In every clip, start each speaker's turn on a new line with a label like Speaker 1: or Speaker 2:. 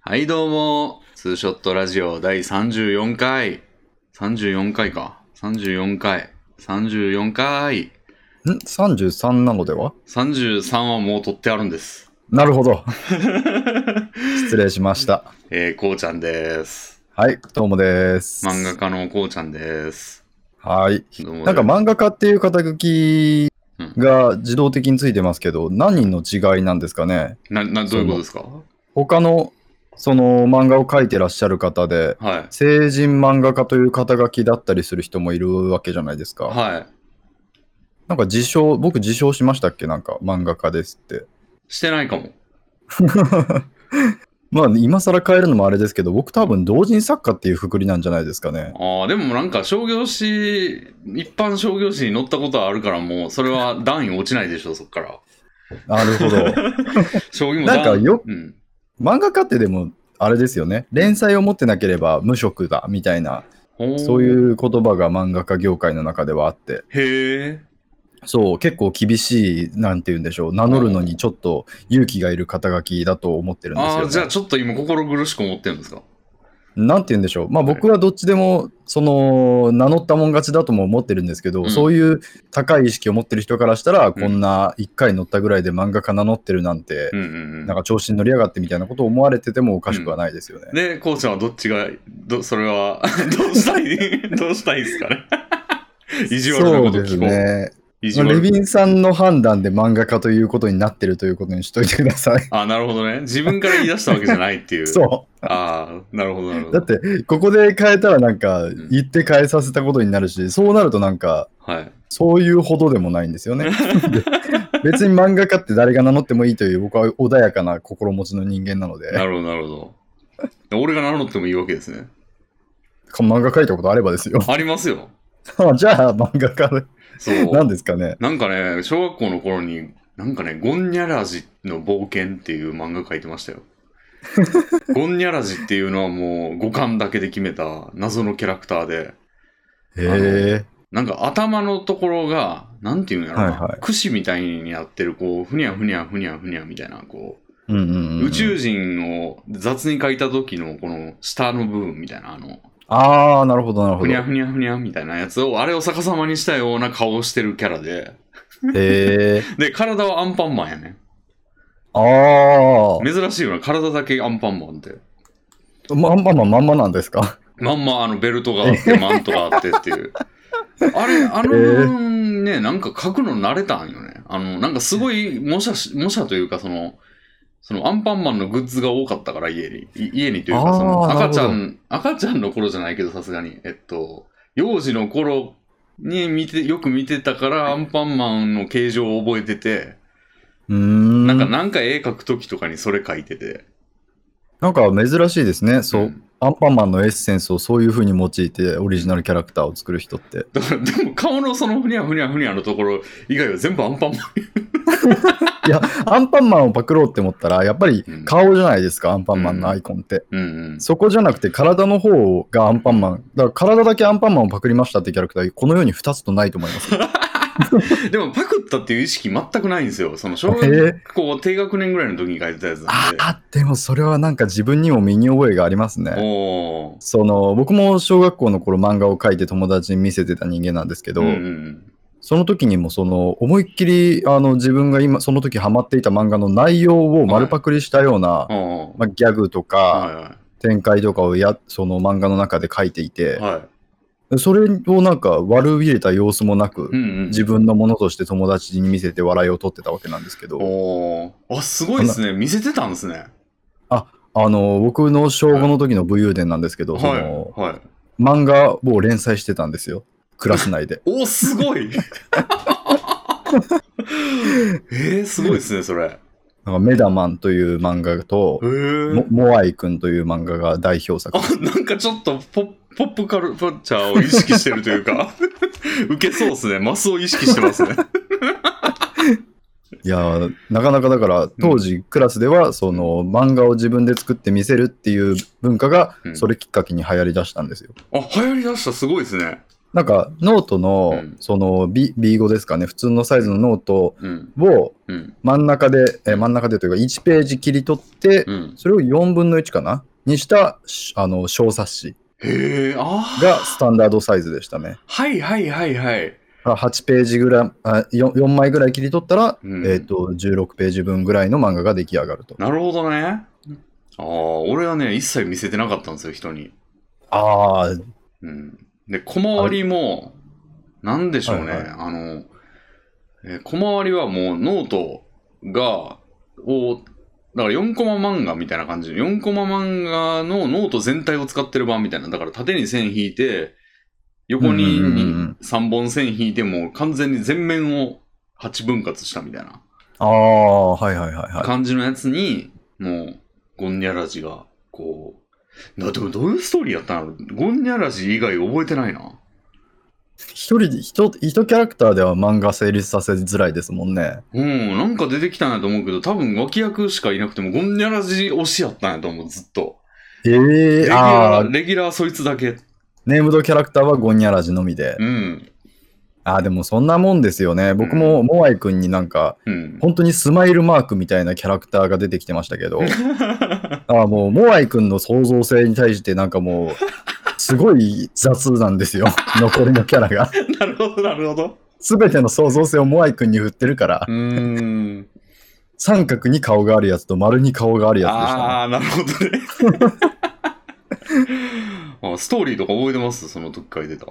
Speaker 1: はい、どうも。ツーショットラジオ第34回。34回か。34回。34回。
Speaker 2: ん ?33 なのでは
Speaker 1: 33はもう取ってあるんです。
Speaker 2: なるほ ど。失礼しました。
Speaker 1: えー、こうちゃんです。
Speaker 2: はい、どうもです。
Speaker 1: 漫画家のこうちゃんです。
Speaker 2: はい。
Speaker 1: どうも。
Speaker 2: なんか漫画家っていう肩書き
Speaker 1: うん
Speaker 2: が自動的についてますけど、何の違いなんですかね
Speaker 1: な、な、どういうことですか
Speaker 2: 他の、その漫画を描いてらっしゃる方で、
Speaker 1: はい。
Speaker 2: 成人漫画家という肩書きだったりする人もいるわけじゃないですか。
Speaker 1: は
Speaker 2: なんか自称、僕自称しましたっけなんか漫画家ですって。
Speaker 1: い。してないかも。
Speaker 2: まあ今更変えるのもあれですけど、僕多分同人作家っていうくくりなんじゃないです かね。
Speaker 1: ああ、でもなんか商業誌、一般商業誌に載ったことはあるからもう、それは段位落ちないでしょ、そっから。
Speaker 2: なるほど。
Speaker 1: 将棋も
Speaker 2: なんか
Speaker 1: 段
Speaker 2: よ
Speaker 1: うん。
Speaker 2: 漫画家ってでもあれですよね連載を持ってなければ無職だみたいなそう
Speaker 1: う。
Speaker 2: いう言葉が漫画家業界の中ではあって
Speaker 1: へえ。
Speaker 2: そう結構厳しいなんて言うんでしょう名乗るのにちょっと勇気がいる肩書きだと思ってるんです
Speaker 1: あ
Speaker 2: よ、
Speaker 1: あ、
Speaker 2: ね、
Speaker 1: じゃあちょっと今心苦しく思ってるんですか
Speaker 2: なんて言うんでしょうまあ僕はどっちでもその名乗ったもん勝ちだとも思ってるんですけど、
Speaker 1: うん
Speaker 2: そういう高い意識を持ってる人からしたら、
Speaker 1: ん
Speaker 2: こんな1回乗ったぐらいで漫画家名乗ってるなんて、
Speaker 1: うんうん
Speaker 2: なん
Speaker 1: う
Speaker 2: か調子に乗りやがってみたいなことを思われててもおかしくはないですよね、
Speaker 1: ん。で、こうちゃんはどっちが、どそれは、 どうした い、どうしたいですかね。意地悪なこと聞こう。
Speaker 2: そうですね
Speaker 1: 意地
Speaker 2: まあレ
Speaker 1: 悪
Speaker 2: ビンさんの判断で漫画家ということになってるということにしといてください。
Speaker 1: あ、なるほどね。自分から言い出したわけじゃないっていう。
Speaker 2: そ
Speaker 1: ああ、なるほど、なるほ
Speaker 2: う。
Speaker 1: ど。
Speaker 2: だって、ここで変えたらなんか
Speaker 1: ん、
Speaker 2: 言って変えさせたことになるし、そうなるとなんか、
Speaker 1: はい。
Speaker 2: そういうほどでもないんですよね。 で別に漫画家って誰が名乗ってもいいという、僕は穏やかな心持ちの人間なので、
Speaker 1: なるほど、なるほど。俺が名乗ってもいいわけですね。
Speaker 2: 漫画描いたことあればですよ。
Speaker 1: ありますよ。
Speaker 2: あじゃあ、漫画家
Speaker 1: そう。
Speaker 2: なんですかね。
Speaker 1: なんかね、小学校の頃に、なんかね、ゴンニャラジの冒険っていう漫画書いてました よ。ゴンニャラジっていうのはもう五感だけで決めた謎のキャラクターで、
Speaker 2: へえ。
Speaker 1: なんか頭のところが、なんていうんやろな、
Speaker 2: はいはい
Speaker 1: 櫛みたいになってる、こう、ふにゃふにゃふにゃふにゃみたいな、こう、
Speaker 2: うんうんうんうん
Speaker 1: 宇宙人を雑に描いた時のこの下の部分みたいな、あの、
Speaker 2: ああ、なるほど、なるほ
Speaker 1: ふ
Speaker 2: ど。
Speaker 1: にゃ
Speaker 2: へ
Speaker 1: ふにゃふにゃみたいなやつを、あれを逆さまにしたような顔をしてるキャラで、
Speaker 2: え。
Speaker 1: で、体はアンパンマンやね。
Speaker 2: ああ。
Speaker 1: 珍しいよな体だけアンパンマンって
Speaker 2: まんまのまんまなんですか
Speaker 1: まんまあのベルトがあってマントがあってっていうあれあの部分ね、なんか書くの慣れたんよねあのなんかすごい模写し模写というかそのそのアンパンマンのグッズが多かったから家にい家にという
Speaker 2: あ
Speaker 1: か
Speaker 2: ー
Speaker 1: その赤ちゃ
Speaker 2: なる
Speaker 1: ん赤ちゃんの頃じゃないけどさすがにえっと幼児の頃に見てよく見てたからアンパンマンの形状を覚えてて、
Speaker 2: うーん
Speaker 1: な
Speaker 2: なんん
Speaker 1: か
Speaker 2: か
Speaker 1: なんか絵描く時とかにそれ描いてて
Speaker 2: 珍しいですね。そう、
Speaker 1: ん
Speaker 2: アンパンマンのエッセンスをそういう風に用いてオリジナルキャラクターを作る人って。
Speaker 1: だからでも顔のそのふにゃふにゃふにゃのところ以外は全部アンパンマン。
Speaker 2: いや、アンパンマンをパクろうって思ったら、やっぱり
Speaker 1: うん
Speaker 2: 顔じゃないですか、アンパンマンのアイコンって。
Speaker 1: うんうん。
Speaker 2: そこじゃなくて体の方がアンパンマン。だから体だけアンパンマンをパクりましたってキャラクター、この世に2つとないと思います。
Speaker 1: でもパクったっていう意識全くないんですよ。その小
Speaker 2: へ
Speaker 1: 学校低学年ぐらいの時に書いてたやつなん
Speaker 2: あ
Speaker 1: で。
Speaker 2: あ、でもそれはなんか自分にも身に覚えがありますね。
Speaker 1: おー。
Speaker 2: その僕も小学校の頃漫画を描いて友達に見せてた人間なんですけど、
Speaker 1: うんうん
Speaker 2: その時にもその思いっきりあの自分が今その時ハマっていた漫画の内容を丸パクリしたような、
Speaker 1: うん。おー
Speaker 2: まあ、ギャグとか、
Speaker 1: はいは
Speaker 2: 展開とかをやその漫画の中で書いてい
Speaker 1: い。
Speaker 2: て、
Speaker 1: はい。
Speaker 2: それをなんか悪びれた様子もな
Speaker 1: うん
Speaker 2: く、
Speaker 1: うん。
Speaker 2: 自分のものとして友達に見せて笑いを取ってたわけなんですけど、
Speaker 1: おー。あ、すごいですね。見せてたんですね。
Speaker 2: あの僕の小5の時の武勇伝なんですけど、そ
Speaker 1: はい
Speaker 2: の。
Speaker 1: はい。
Speaker 2: 漫画を連載してたんですよクラス内で
Speaker 1: おー、すごいえー、すごいですね、それ。
Speaker 2: なんかメダマンという漫画と
Speaker 1: え、ー。
Speaker 2: モモアイくんという漫画が代表作
Speaker 1: あなんかちょっとポポップカルポッチャーを意識してるという かウケそうですねマスを意識してますね
Speaker 2: いやーなかなかだから当時クラスではその漫画を自分で作って見せるっていう文化が
Speaker 1: うん
Speaker 2: それきっかけに流行りだしたんですよ。
Speaker 1: あ流行りだしたすごいですね
Speaker 2: なんか、ノートの、
Speaker 1: うん
Speaker 2: その B、B5 ですかね、普通のサイズのノート
Speaker 1: うん。
Speaker 2: を
Speaker 1: うん。
Speaker 2: 真ん中で、えー真ん中でというか、1ページ切り取って、
Speaker 1: うん。
Speaker 2: それを4分の1かなにした、しあの、小冊子
Speaker 1: へえ、ああ。
Speaker 2: がスタンダードサイズでしたね。
Speaker 1: はいはいはいはい。
Speaker 2: あ8ページぐらい、あ 4, 4枚ぐらい切り取ったら、
Speaker 1: うん
Speaker 2: えっ、と、16ページ分ぐらいの漫画が出来上がると。
Speaker 1: なるほどね。ああ、俺はね、一切見せてなかったんですよ、人に。
Speaker 2: ああ、
Speaker 1: うん。で、小回りも、なんでしょうね、
Speaker 2: はいはい
Speaker 1: あの、えー小回りはもうノートが、を、だから4コマ漫画みたいな感じ。4コマ漫画のノート全体を使ってる版みたいな。だから縦に線引いて、横に
Speaker 2: うんうんうんうん
Speaker 1: 3本線引いてもう完全に全面を8分割したみたいな
Speaker 2: ああ、はいはいはいはい。
Speaker 1: 感じのやつに、もう、ゴンニャラジが、こう、なでもどういうストーリーやったのゴンニャラジ以外覚えてないな。
Speaker 2: 一人で、一、一キャラクターでは漫画成立させづらいですもんね。
Speaker 1: うん、なんか出てきたんやと思うけど、多分脇役しかいなくても、ゴンニャラジ推しやったんやと思う、ずっと。
Speaker 2: え
Speaker 1: レギ
Speaker 2: え
Speaker 1: ュ
Speaker 2: あ
Speaker 1: ラ
Speaker 2: あ
Speaker 1: ー、、レギュラーそいつだけ。
Speaker 2: ネームドキャラクターはゴンニャラジのみで。
Speaker 1: うん、
Speaker 2: ああ、でもそんなもんですよね。僕もモアイ君になんか、
Speaker 1: うん。
Speaker 2: 本当にスマイルマークみたいなキャラクターが出てきてました けど、ああ、もうモアイ君の創造性に対してなんかもう、すごい雑なん ですよ。残りのキャラが。
Speaker 1: なるほど、なるほど。
Speaker 2: すべての創造性をモアイ君に振ってるから
Speaker 1: う、ーん。
Speaker 2: 三角に顔があるやつと丸に顔があるやつでしたね。
Speaker 1: ああ、なるほどね。 あストーリーとか覚えてますその時から出た。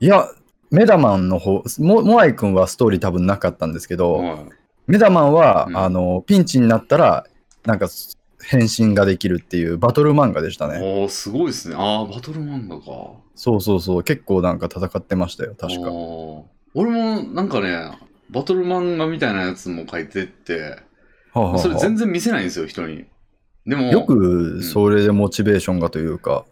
Speaker 2: いや、メダマンの方、モモアイ君はストーリー多分なかったんですけど、
Speaker 1: は
Speaker 2: メダマンは、
Speaker 1: うん
Speaker 2: あのピンチになったら、なんか変身ができるっていうバトル漫画でした
Speaker 1: い。
Speaker 2: ね。
Speaker 1: おーすごいですね。ああ、バトル漫画か。
Speaker 2: そうそうそう、結構なんか戦ってましたよ、確
Speaker 1: あ
Speaker 2: か。
Speaker 1: ー俺もなんかね、バトル漫画みたいなやつも書いてって、
Speaker 2: はあはあ
Speaker 1: それ全然見せないんですよ、人に。でも、
Speaker 2: よくそれでモチベーションがというか、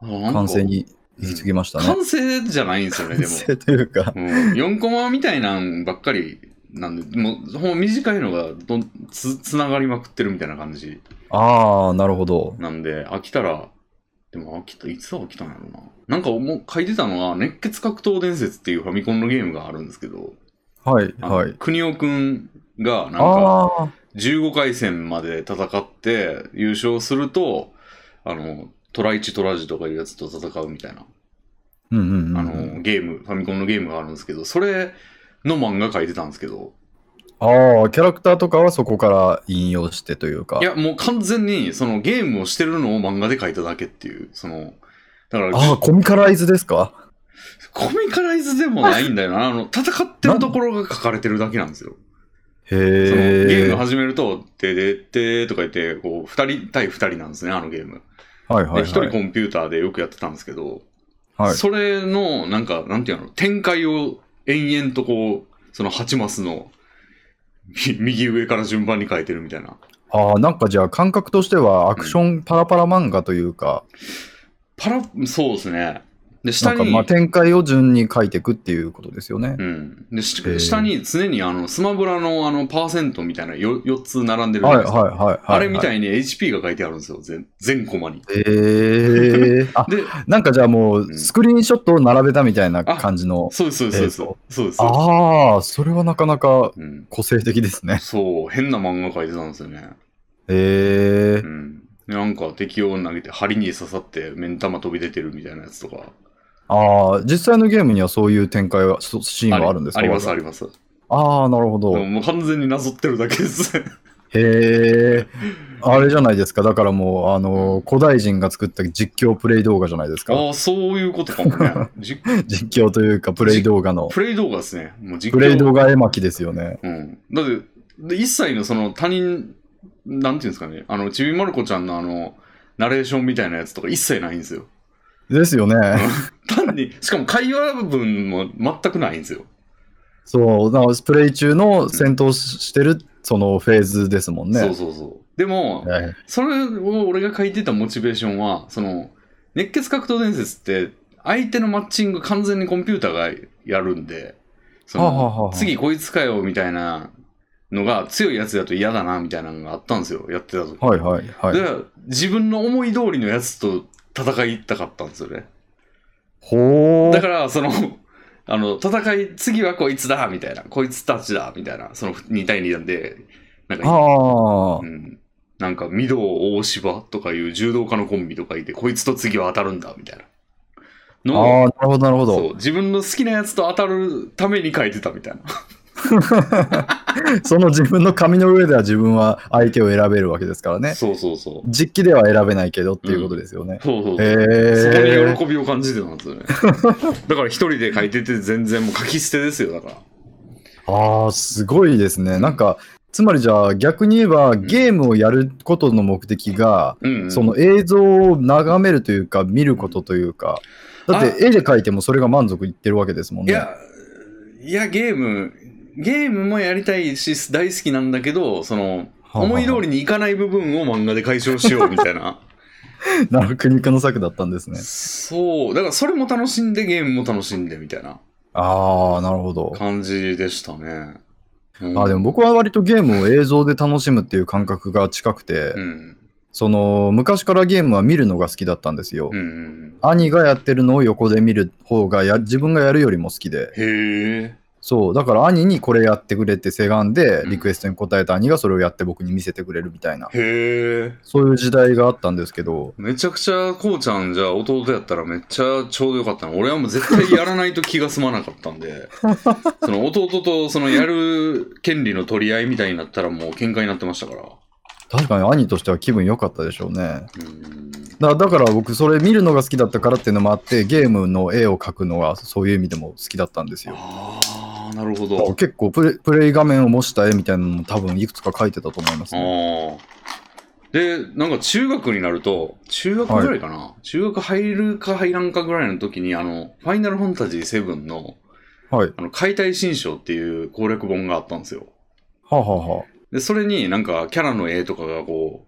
Speaker 1: あなんか
Speaker 2: 完成に行き着きましたね。
Speaker 1: 完成じゃないんですよね、で
Speaker 2: 完
Speaker 1: も。
Speaker 2: 成というか、
Speaker 1: うん、4コマみたいなんばっかりなんで、もうほんま短いのがどんつつながりまくってるみたいな感じ
Speaker 2: ああ、なるほど。
Speaker 1: なんで、飽きたら、でも飽きた、いつは飽きたんやろうな。なんかもう書いてたのは、熱血格闘伝説っていうファミコンのゲームがあるんですけど、
Speaker 2: はい、
Speaker 1: あの
Speaker 2: はい。
Speaker 1: 国尾くんがなんか、
Speaker 2: ああー、
Speaker 1: 15回戦まで戦って優勝するとあのトライチトラジとかいうやつと戦うみたいな、
Speaker 2: うんうんうん。
Speaker 1: あのゲームファミコンのゲームがあるんですけどそれの漫画書いてたんですけど
Speaker 2: ああ、キャラクターとかはそこから引用してというか。
Speaker 1: いやもう完全にそのゲームをしてるのを漫画で書いただけっていうそのだから
Speaker 2: ああ、コミカライズですか
Speaker 1: コミカライズでもないんだよ なあの戦ってるところが書かれてるだけなんですよそ
Speaker 2: へ
Speaker 1: のゲー
Speaker 2: え。
Speaker 1: ム
Speaker 2: は
Speaker 1: 始めると「てでて」とか言ってこう2人対2人なんですねあのゲーム
Speaker 2: いは
Speaker 1: で
Speaker 2: い
Speaker 1: 1人コ
Speaker 2: は
Speaker 1: ンピューターでよくやってたんですけど、
Speaker 2: い。はい、
Speaker 1: それの、なんか、なんていうの、展開を延々とこう、その8マスの み右上から順番に書いてるみたいな。
Speaker 2: ああ、なんかじゃあ感覚としてはアクションパラパラ漫画というか、
Speaker 1: パラ、そうですね。で、
Speaker 2: な
Speaker 1: 下
Speaker 2: んか
Speaker 1: に、
Speaker 2: まあ展開を順に書いていくっていうことですよね。
Speaker 1: うん。で、し
Speaker 2: へー
Speaker 1: 下に常にあの、スマブラのあの、パーセントみたいな 4, 4つ並んでる
Speaker 2: はい
Speaker 1: じゃ
Speaker 2: は
Speaker 1: ない
Speaker 2: い
Speaker 1: です
Speaker 2: は
Speaker 1: か
Speaker 2: いはい。
Speaker 1: あれみた
Speaker 2: い。
Speaker 1: いに HP が書いてあるんですよ、全全コマに。
Speaker 2: えー、 あ
Speaker 1: で、
Speaker 2: なんかじゃあも
Speaker 1: ん
Speaker 2: うスクリーンショットを並べたみたいな感じの。
Speaker 1: そうです、そうです、そうです。そうです。
Speaker 2: ああ、それはなかなか
Speaker 1: うん。
Speaker 2: 個性的ですね。
Speaker 1: そう、変な漫画書いてたんですよね。
Speaker 2: え
Speaker 1: う
Speaker 2: ー、
Speaker 1: ん。でなんか敵を投げて、針に刺さって、目ん玉飛び出てるみたいなやつとか。
Speaker 2: ああ、実際のゲームにはそういう展開は、そシーンはあるんですか
Speaker 1: ありますあ
Speaker 2: り
Speaker 1: ります。
Speaker 2: ああ、なるほど。
Speaker 1: もう完全になぞってるだけです。
Speaker 2: へえ、あれじゃないですか。だからもう、あの、古代人が作った実況プレイ動画じゃないです か。
Speaker 1: ああ、そういうことかもね。じ
Speaker 2: 実況というか、プレイ動画の。
Speaker 1: プレイ動画ですね。もう実況
Speaker 2: プレイ動画絵巻ですよね。
Speaker 1: うん。だって、で一切のその他人、なんていうんですかね、あの、ちびまる子ちゃんのあの、ナレーションみたいなやつとか一切ないんですよ。
Speaker 2: ですよね。
Speaker 1: 単に、しかも会話文も全くないんですよ。
Speaker 2: そう、だからプレイ中の戦闘ししてる、そのフェーズですもんね。
Speaker 1: そうそうそう。でも、
Speaker 2: はい
Speaker 1: それを俺が書いてたモチベーションは、その、熱血格闘伝説って、相手のマッチング完全にコンピューターがやるんで、その、
Speaker 2: はあはあはあ
Speaker 1: 次こいつかよ、みたいなのが強いやつだと嫌だな、みたいなのがあったんですよ、やってた時。
Speaker 2: はいはいはい。
Speaker 1: で、自分の思い通りのやつと戦いたかったんですよね。
Speaker 2: ほ
Speaker 1: だ
Speaker 2: ー。
Speaker 1: から、その、あの、戦い、次はこいつだ、みたいな、こいつたちだ、みたいな、その2対2なんで、なんか、
Speaker 2: ああ
Speaker 1: う。ん、なんか、御堂大芝とかいう柔道家のコンビとかいて、こいつと次は当たるんだ、みたいな。
Speaker 2: ああ、
Speaker 1: の
Speaker 2: なるほど、なるほ
Speaker 1: そ
Speaker 2: ど。
Speaker 1: う自分の好きなやつと当たるために書いてたみたいな。
Speaker 2: その自分の紙の上では自分は相手を選べるわけですからね。
Speaker 1: そうそうそう。
Speaker 2: 実機では選べないけどっていうことですよね。
Speaker 1: そうそうそう。
Speaker 2: へ
Speaker 1: そこに喜
Speaker 2: え。
Speaker 1: びを感じてたんですよね。だから一人で書いてて全然もう書き捨てですよ、だから。
Speaker 2: ああ、すごいですね。なんか、つまりじゃあ逆に言えばゲームをやることの目的が、
Speaker 1: うん、うん。
Speaker 2: その映像を眺めるというか、見ることというか、だって絵で描いてもそれが満足いってるわけですもん
Speaker 1: い
Speaker 2: ね。
Speaker 1: や、いや、ゲーム、ゲームもやりたいし、大好きなんだけど、その、
Speaker 2: はあはあ
Speaker 1: 思い通りにいかない部分を漫画で解消しようみたいな。
Speaker 2: なる苦肉の策だったんですね。
Speaker 1: そう、だからそれも楽しんで、ゲームも楽しんでみたいな
Speaker 2: ああ、なるほど。
Speaker 1: 感じでしたね。うん
Speaker 2: あでも僕は割とゲームを映像で楽しむっていう感覚が近くて、
Speaker 1: うん。
Speaker 2: その昔からゲームは見るのが好きだったんですよ。
Speaker 1: うんうん。
Speaker 2: 兄がやってるのを横で見る方がや自分がやるよりも好きで
Speaker 1: へえ。
Speaker 2: そうだから兄にこれやってくれってせがんで
Speaker 1: うん
Speaker 2: リクエストに応えた兄がそれをやって僕に見せてくれるみたいな、
Speaker 1: へえ。
Speaker 2: そういう時代があったんですけど
Speaker 1: めちゃくちゃ、こうちゃんじゃあ弟やったらめっちゃちょうどよかったの。俺はもう絶対やらないと気が済まなかったん で、その弟とそのやる権利の取り合いみたいになったらもう喧嘩になってましたから。
Speaker 2: 確かに兄としては気分良かったでしょうね
Speaker 1: うん。
Speaker 2: だだから僕それ見るのが好きだったからっていうのもあってゲームの絵を描くのがそういう意味でも好きだったんですよ
Speaker 1: ああ、なるほ
Speaker 2: そう
Speaker 1: ど。
Speaker 2: 結構プレプレイ画面を模した絵みたいなのも多分いくつか描いてたと思います、
Speaker 1: あ
Speaker 2: ね、
Speaker 1: あ。で、なんか中学になると、中学ぐらいかな、中学入るか入らんかぐらいの時に、あの、ファイナルファンタジー7の、
Speaker 2: はいは
Speaker 1: あの、解体新章っていう攻略本があったんですよ。
Speaker 2: あ、はあは
Speaker 1: で、それになんかキャラの絵とかがこ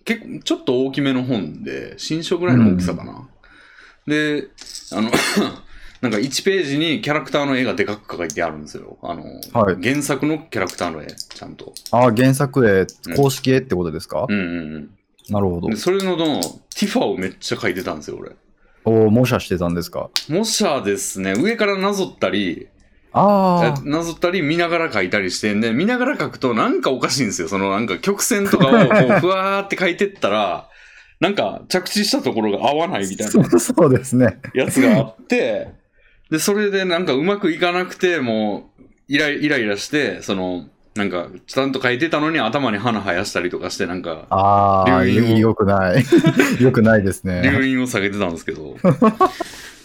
Speaker 1: う、結構ちょっと大きめの本で、新書ぐらいの大きさかな。で、あの、 なんか1ページにキャラクターの絵がでかく書いてあるんですよ。あの、
Speaker 2: はい
Speaker 1: 原作のキャラクターの絵、ちゃんと。
Speaker 2: あ、あー原作絵公式絵ってことですか、
Speaker 1: うんうん
Speaker 2: なるほ
Speaker 1: う
Speaker 2: ど
Speaker 1: ん。で、それのどの、ティファをめっちゃ書いてたんですよ、俺。
Speaker 2: お模写してたんですか
Speaker 1: 模写ですね、上からなぞったり、
Speaker 2: あ
Speaker 1: えなぞったり見ながら書いたりしてんで、見ながら書くとなんかおかしいんですよ。そのなんか曲線とかをこ うふわーって書いてったら、なんか着地したところが合わないみたい
Speaker 2: あ、
Speaker 1: な
Speaker 2: そう そうですね。
Speaker 1: やつがあって、で、それでなんかうまくいかなくて、もうイライイライラして、その、なんかちゃんと書いてたのに頭に花生やしたりとかして、なんか
Speaker 2: ああ、
Speaker 1: 留飲を
Speaker 2: よくない。 よくないですね。
Speaker 1: 留飲を下げてたんですけど、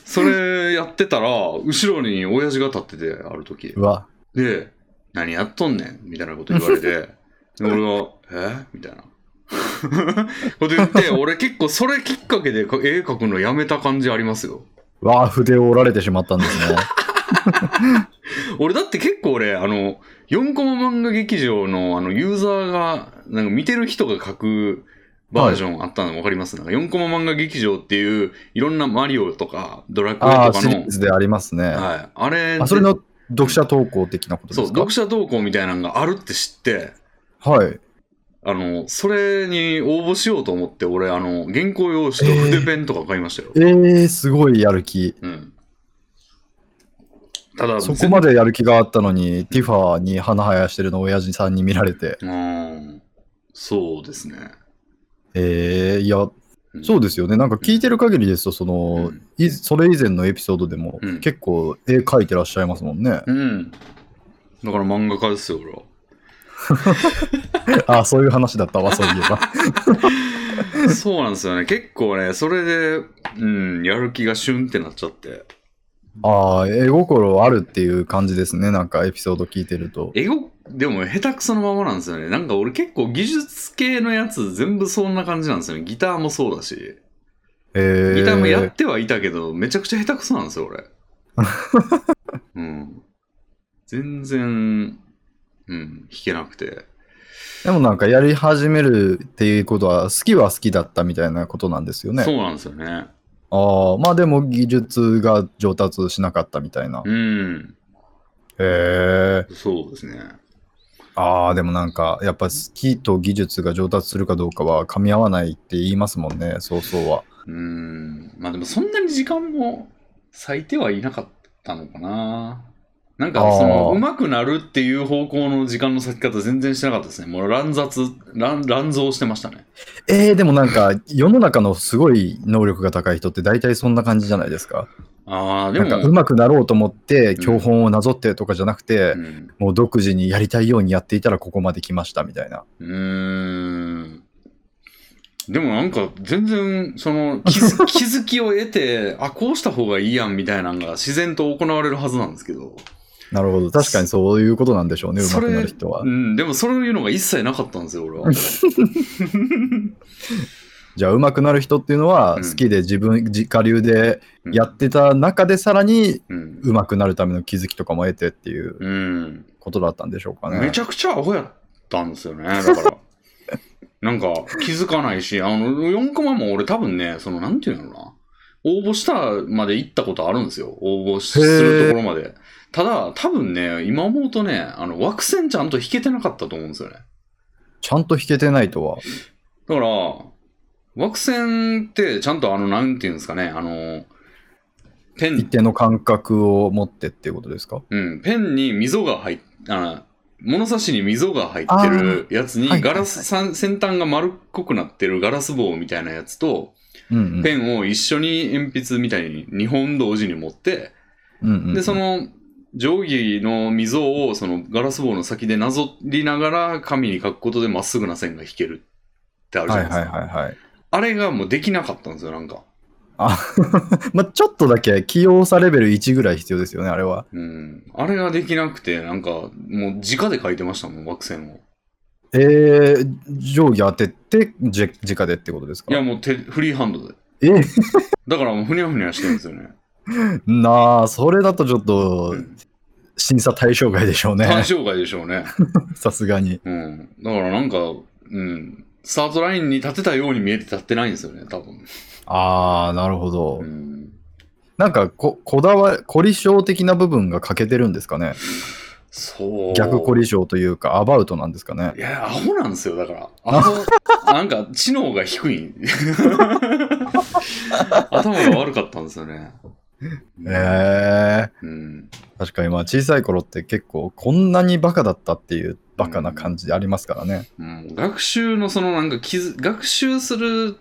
Speaker 1: それやってたら、後ろに親父が立ってて、ある時。
Speaker 2: うわ、
Speaker 1: で、何やっとんねんみたいなこと言われて、で俺が、えみたいな。こと言って、俺結構それきっかけでこ絵描くのやめた感じありますよ。
Speaker 2: わあ、筆を折られてしまったん ですね。
Speaker 1: 俺だって結構俺、あの、4コマ漫画劇場のあのユーザーが、なんか見てる人が描くバージョンあったの分かります、なんか4コマ漫画劇場っていう、いろんなマリオとかドラクエ
Speaker 2: ああ、
Speaker 1: とか
Speaker 2: シリ
Speaker 1: の
Speaker 2: ー、ズでありますね。
Speaker 1: はい、あれ
Speaker 2: あ、それの読者投稿的なこと
Speaker 1: そ
Speaker 2: で
Speaker 1: う、
Speaker 2: すか
Speaker 1: 読者投稿みたいなのがあるって知って、
Speaker 2: はい。
Speaker 1: あの、それに応募しようと思って、俺、あの、原稿用紙と筆ペンとか買いましたよ。
Speaker 2: えー、すごいやる気。
Speaker 1: うん。ただ、
Speaker 2: そこまでやる気があったのに、ティファに花生やしてるのを親父さんに見られて。
Speaker 1: うーん。そうですね。
Speaker 2: えー、いや、そうですよね。なんか聞いてる限りですと、その、
Speaker 1: うん
Speaker 2: いそれ以前のエピソードでも
Speaker 1: うん
Speaker 2: 結構絵描いてらっしゃいますもんね。
Speaker 1: す。うん。だから漫画家ですよ、俺 は。
Speaker 2: あ、そういう話だったわ、そういえば。
Speaker 1: そうなんですよね。結構ね、それで、うん、やる気がシュンってなっちゃって。
Speaker 2: ああ、絵心あるっていう感じですね。なんかエピソード聞いてると。
Speaker 1: 英語、でも下手くそのままなんですよね。なんか俺結構技術系のやつ全部そんな感じなんですよね。ギターもそうだし。
Speaker 2: えー、
Speaker 1: ギターもやってはいたけど、めちゃくちゃ下手くそなんですよ、 俺。うん。全然、うん、弾けなくて。
Speaker 2: でもなんかやり始めるっていうことは、好きは好きだったみたいなことなんですよね
Speaker 1: そ。うなんですよね。
Speaker 2: ああ、まあでも技術が上達しなかったみたいな。
Speaker 1: うん。
Speaker 2: へえ。
Speaker 1: そうですね。
Speaker 2: ああ、でもなんか、やっぱ好きと技術が上達するかどうかは噛み合わないって言いますもんね、そうそうは。
Speaker 1: うん。まあでもそんなに時間も咲いてはいなかったのかな。なんか、その、
Speaker 2: あー
Speaker 1: うまくなるっていう方向の時間の割き方全然してなかったですね。もう乱雑、乱乱増してましたね。
Speaker 2: えー、でもなんか、世の中のすごい能力が高い人って大体そんな感じじゃないですか。
Speaker 1: ああ、で
Speaker 2: な
Speaker 1: も
Speaker 2: んか、、上手くなろうと思って、
Speaker 1: ん
Speaker 2: 教本をなぞってとかじゃなくて、
Speaker 1: うん
Speaker 2: もう独自にやりたいようにやっていたらここまで来ましたみたいな。
Speaker 1: うーん。でもなんか全然その気づ 気づきを得てあこうした方がいいやんみたいなのが自然と行われるはずなんですけど、
Speaker 2: なるほど。確かにそういうことなんでしょうね、上手くなる人は
Speaker 1: う。ん、でもそういうのが一切なかったんですよ俺は
Speaker 2: じゃあ、上手くなる人っていうのは、
Speaker 1: うん
Speaker 2: 好きで自分、自家流で やってた中で、さらに
Speaker 1: うん、
Speaker 2: 上手くなるための気づきとかも得てっていう
Speaker 1: うん、
Speaker 2: ことだったんでしょうかね。
Speaker 1: めちゃくちゃアホやったんですよねだからな んか気づかないしあの4コマも俺多分ねそのなんていうのかな応募したまで行ったことあるんですよ応募しす
Speaker 2: へー
Speaker 1: るところまでただ多分ね今思うとねあの枠線ちゃんと引けてなかったと思うんですよね
Speaker 2: ちゃんと弾けてないとは。
Speaker 1: だから枠線ってちゃんとあのなんていうんですかねあのペン
Speaker 2: 一定の感覚を持ってっていうことですか
Speaker 1: うん、ペンに溝が入っあ物差しに溝が入ってるやつに
Speaker 2: あーはい
Speaker 1: ガラス、さん先端が丸っこくなってるガラス棒みたいなやつと、
Speaker 2: うんうん。
Speaker 1: ペンを一緒に鉛筆みたいに2本同時に持って、
Speaker 2: うんうんうん
Speaker 1: でその定規の溝をそのガラス棒の先でなぞりながら紙に書くことでまっすぐな線が引けるってあるじゃ
Speaker 2: は
Speaker 1: ない
Speaker 2: い
Speaker 1: ですか、
Speaker 2: はいはいはい。
Speaker 1: あれがもうできなかったんですよなんか、
Speaker 2: あまあちょっとだけ器用さレベル1ぐらい必要ですよね、あれは。
Speaker 1: うん、あれができなくてなんかもう直で書いてましたもん枠線を
Speaker 2: えー、定規当てて、じ直でってことですか
Speaker 1: いやもう手フリーハンドで
Speaker 2: え
Speaker 1: だからもうふにゃふにゃしてるんですよね。
Speaker 2: なあ、それだとちょっと
Speaker 1: うん
Speaker 2: 審査対象外でしょう ね
Speaker 1: 対。象外でしょうね。
Speaker 2: さすがに。
Speaker 1: うん。だからなんか、うん。スタートラインに立てたように見えて立ってないんですよね、多分。
Speaker 2: ああ、なるほど。
Speaker 1: うん、
Speaker 2: なんかこ、こだわり、凝り性的な部分が欠けてるんですかね。
Speaker 1: そう。
Speaker 2: 逆凝り性というか、アバウトなんですかね。
Speaker 1: いや、アホなんですよ、だ から。アホ、なんか知能が低い。 頭が悪かったんですよね。
Speaker 2: ええ
Speaker 1: うん。
Speaker 2: 確かにまあ小さい頃って結構こんなにバカだったっていうバカな感じありますからね。
Speaker 1: うん、学習のそのなんか気づ学習する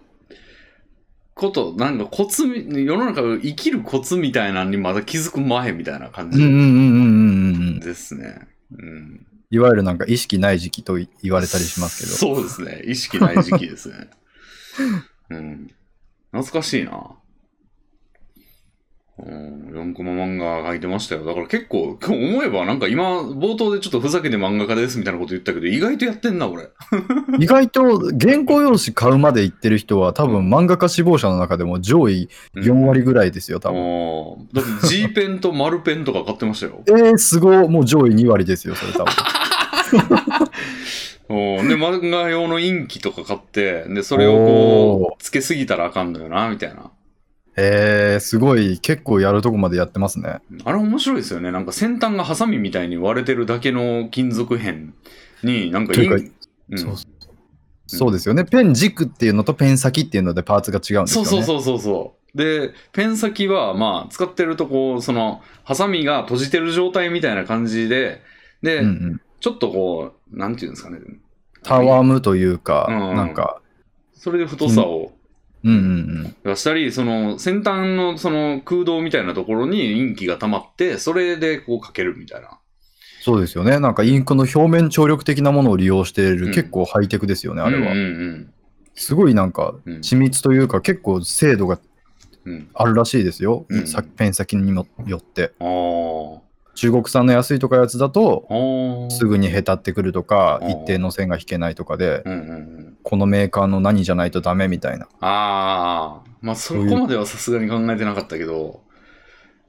Speaker 1: ことなんかコツみ世の中を生きるコツみたいなのにまだ気づく前みたいな感
Speaker 2: うんうん
Speaker 1: じ
Speaker 2: うんうんうん。
Speaker 1: ですね。うん、
Speaker 2: いわゆるなんか意識ない時期と言われたりしますけど。
Speaker 1: そうですね意識ない時期です ね。うん、懐かしいな。うん、4コマ漫画書いてましたよ。だから結構、今日思えばなんか今、冒頭でちょっとふざけて漫画家ですみたいなこと言ったけど、意外とやってんな、俺。
Speaker 2: 意外と原稿用紙買うまで行ってる人は多分漫画家志望者の中でも上位4割ぐらいですよ、多分。
Speaker 1: ああ、だって G ペンと丸ペンとか買ってましたよ。
Speaker 2: えー、すごい。もう上位2割ですよ、それ多分。
Speaker 1: おーで、漫画用のインキとか買って、で、それをこ
Speaker 2: お
Speaker 1: う、
Speaker 2: ー
Speaker 1: つけすぎたらあかんのよな、みたいな。
Speaker 2: えー、すごい。結構やるとこまでやってますね。
Speaker 1: あれ面白いですよね。なんか先端がハサミみたいに割れてるだけの金属片に、なんか
Speaker 2: と
Speaker 1: イ
Speaker 2: い
Speaker 1: ン
Speaker 2: うか、
Speaker 1: うん
Speaker 2: そうそうですよね。ペン軸っていうのとペン先っていうのでパーツが違うんです
Speaker 1: そ
Speaker 2: よ
Speaker 1: う
Speaker 2: ね。
Speaker 1: そうそうそうそう。で、ペン先は、まあ、使ってるとこう、その、ハサミが閉じてる状態みたいな感じで、で、
Speaker 2: うんうん、
Speaker 1: ちょっとこう、なんていうんですかね。
Speaker 2: たわむというか、
Speaker 1: うんうん
Speaker 2: なんか、
Speaker 1: それで太さを
Speaker 2: うんうん
Speaker 1: がしたり、その先端のその空洞みたいなところにインキが溜まって、それでこうかけるみたいな。
Speaker 2: そうですよね。なんかインクの表面張力的なものを利用している、
Speaker 1: うん
Speaker 2: 結構ハイテクですよね、あれは。
Speaker 1: うんうん
Speaker 2: すごいなんか
Speaker 1: うんうん
Speaker 2: 緻密というか、結構精度が
Speaker 1: うん。
Speaker 2: あるらしいですよ。
Speaker 1: うん
Speaker 2: さペン先にもよって。
Speaker 1: あー
Speaker 2: 中国産の安いとかやつだと
Speaker 1: あ、ー。
Speaker 2: すぐにへたってくるとか、
Speaker 1: うん
Speaker 2: 一定の線が引けないとかで、
Speaker 1: うんうんうん。
Speaker 2: このメーカーの何じゃないとダメみたいな。
Speaker 1: ああ。まあそこまではさすがに考えてなかったけど、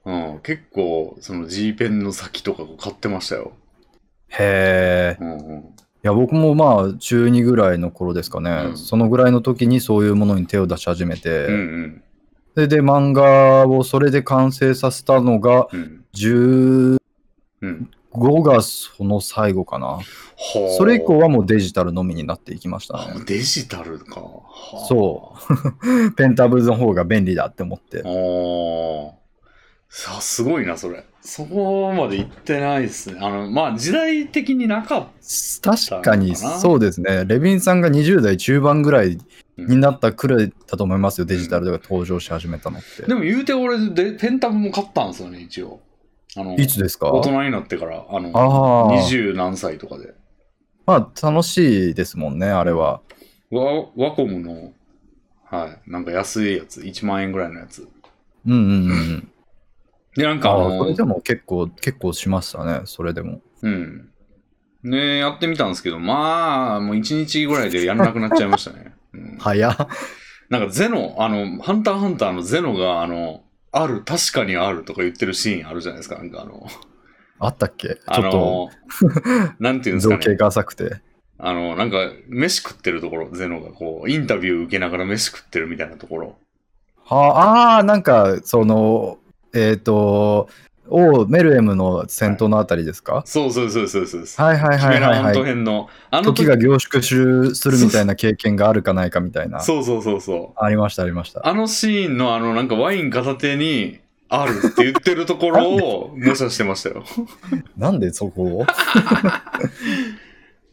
Speaker 1: うん、結構その G ペンの先とかを買ってましたよ。
Speaker 2: へえ。
Speaker 1: うんうん。
Speaker 2: いや、僕もまあ、中2ぐらいの頃ですかね、
Speaker 1: うん
Speaker 2: そのぐらいの時にそういうものに手を出し始めて、
Speaker 1: うんうん
Speaker 2: それで漫画をそれで完成させたのが
Speaker 1: うん。
Speaker 2: 15
Speaker 1: うん。
Speaker 2: がその最後かな。
Speaker 1: はあ
Speaker 2: それ以降はもうデジタルのみになっていきました
Speaker 1: あ
Speaker 2: ね。
Speaker 1: デジタルか。
Speaker 2: そうペンタブルの方が便利だって思って。
Speaker 1: う。ああ。さあ、すごいな、それ。そこまで行ってないですね。あの、まあ、時代的になかっ
Speaker 2: 確かにそうですね、レヴィンさんが20代中盤ぐらいになったくらいだと思いますよ、デジタルで登場し始めたのって。
Speaker 1: た。でも言うて俺で、ペンタブも買ったんですよね、一応。あの、
Speaker 2: いつですか
Speaker 1: 大人になってから、あの、
Speaker 2: ああ、
Speaker 1: 二十何歳とかで。
Speaker 2: まあ楽しいですもんね、あれは。
Speaker 1: ワワコムの、はい、なんか安いやつ、1万円ぐらいのやつ。
Speaker 2: うんうんうん。
Speaker 1: で、なんかあ
Speaker 2: ああ、
Speaker 1: の
Speaker 2: それでも結構、結構しましたね、それでも。
Speaker 1: うん。ねやってみたんですけど、まあ、もう1日ぐらいでやらなくなっちゃいましたね。うん
Speaker 2: 早っ。
Speaker 1: なんかゼノ、あの、ハンターハンターのゼノが、あの、ある、確かにあるとか言ってるシーンあるじゃないですか。なんかあの、
Speaker 2: あったっけち
Speaker 1: あ
Speaker 2: ょっと
Speaker 1: の、 なんていうんです
Speaker 2: 造
Speaker 1: か
Speaker 2: 形
Speaker 1: ね。
Speaker 2: が浅くて。
Speaker 1: あの、なんか、飯食ってるところ、ゼノがこう、インタビュー受けながら飯食ってるみたいなところ。
Speaker 2: はああー、なんか、その、えっ、と、オーメルエムの戦闘のあたりですか、
Speaker 1: そうそうそうそうそうです。
Speaker 2: はい、はい
Speaker 1: キ
Speaker 2: は
Speaker 1: メ
Speaker 2: いは
Speaker 1: ラ
Speaker 2: い
Speaker 1: ハント
Speaker 2: はい。
Speaker 1: 編の、あの
Speaker 2: 時が凝縮するみたいな経験があるかないかみたいな。
Speaker 1: そうそうそうそう。
Speaker 2: ありました、ありました。
Speaker 1: あのシーンのあのなんかワイン片手にあるって言ってるところ を模写してましたよ。
Speaker 2: なんでそこを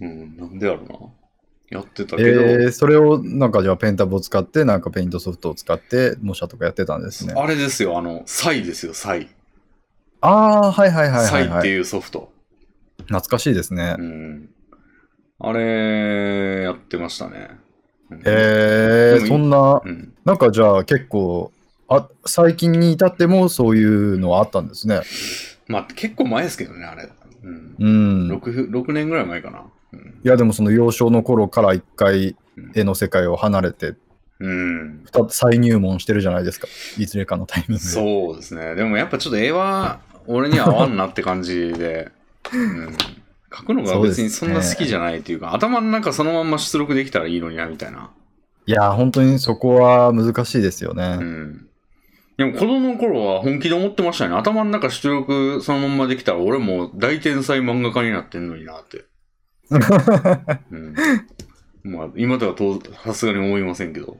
Speaker 1: うん、なんでやろうな。やってた
Speaker 2: え
Speaker 1: けど、
Speaker 2: ー、それを、なんかじゃあペンタブを使って、なんかペイントソフトを使って、模写とかやってたんですね。
Speaker 1: あれですよ、あの、サイですよ、サイ。
Speaker 2: ああー、はいはいはい
Speaker 1: サ
Speaker 2: は
Speaker 1: イ
Speaker 2: い、
Speaker 1: っ
Speaker 2: は
Speaker 1: て
Speaker 2: い。
Speaker 1: いうソフト。
Speaker 2: 懐かしいですね。
Speaker 1: うん。あれ、やってましたね。うん
Speaker 2: え
Speaker 1: でも
Speaker 2: ー、そんな、
Speaker 1: うん、
Speaker 2: なんかじゃあ結構、あ最近に至ってもそういうのはあったんですね。
Speaker 1: まあ結構前ですけどね、あれ。うん
Speaker 2: うん。
Speaker 1: 6, 6年ぐらい前かな。うん
Speaker 2: いやでもその幼少の頃から一回
Speaker 1: うん
Speaker 2: 絵の世界を離れて
Speaker 1: うん。
Speaker 2: 再再入門してるじゃないですかいずれかのタイミングで
Speaker 1: そうですね。でもやっぱちょっと絵は俺には合わんなって感じで、うん、書くのが別にそんな好きじゃないというか、頭の中そのまんま出力できたらいいのになみたいな。
Speaker 2: いや本当にそこは難しいですよね、
Speaker 1: うん。でも子供の頃は本気で思ってましたね。頭の中出力そのまんまできたら俺もう大天才漫画家になってんのになって。うん、まあ今ではとさすがに思いませんけど。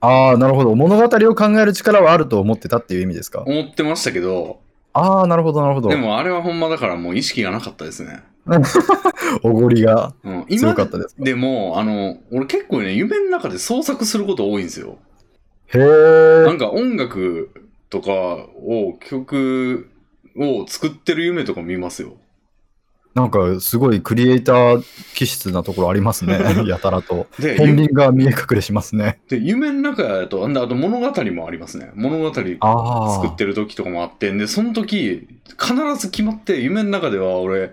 Speaker 2: ああなるほど物語を考える力はあると思ってたっていう意味ですか
Speaker 1: 思ってましたけど、
Speaker 2: ああなるほどなるほど
Speaker 1: でもあれはほんまだからもう意識がなかったですね。
Speaker 2: おごりが
Speaker 1: うん、
Speaker 2: すご
Speaker 1: 今
Speaker 2: かったですか
Speaker 1: でも、あの、俺結構ね、夢の中で創作すること多いんですよ。
Speaker 2: へ
Speaker 1: な
Speaker 2: え
Speaker 1: んか音楽とかを、曲を作ってる夢とか見ますよ。
Speaker 2: なんかすごいクリエイター気質なところありま すねやたらと
Speaker 1: で、
Speaker 2: 本
Speaker 1: ゆ
Speaker 2: 人が見え隠れしますね
Speaker 1: で夢の中やと、んであと物語もありますね。物語作
Speaker 2: ああ
Speaker 1: ってる時とかもあって、で、その時、必ず決まって、夢の中では俺、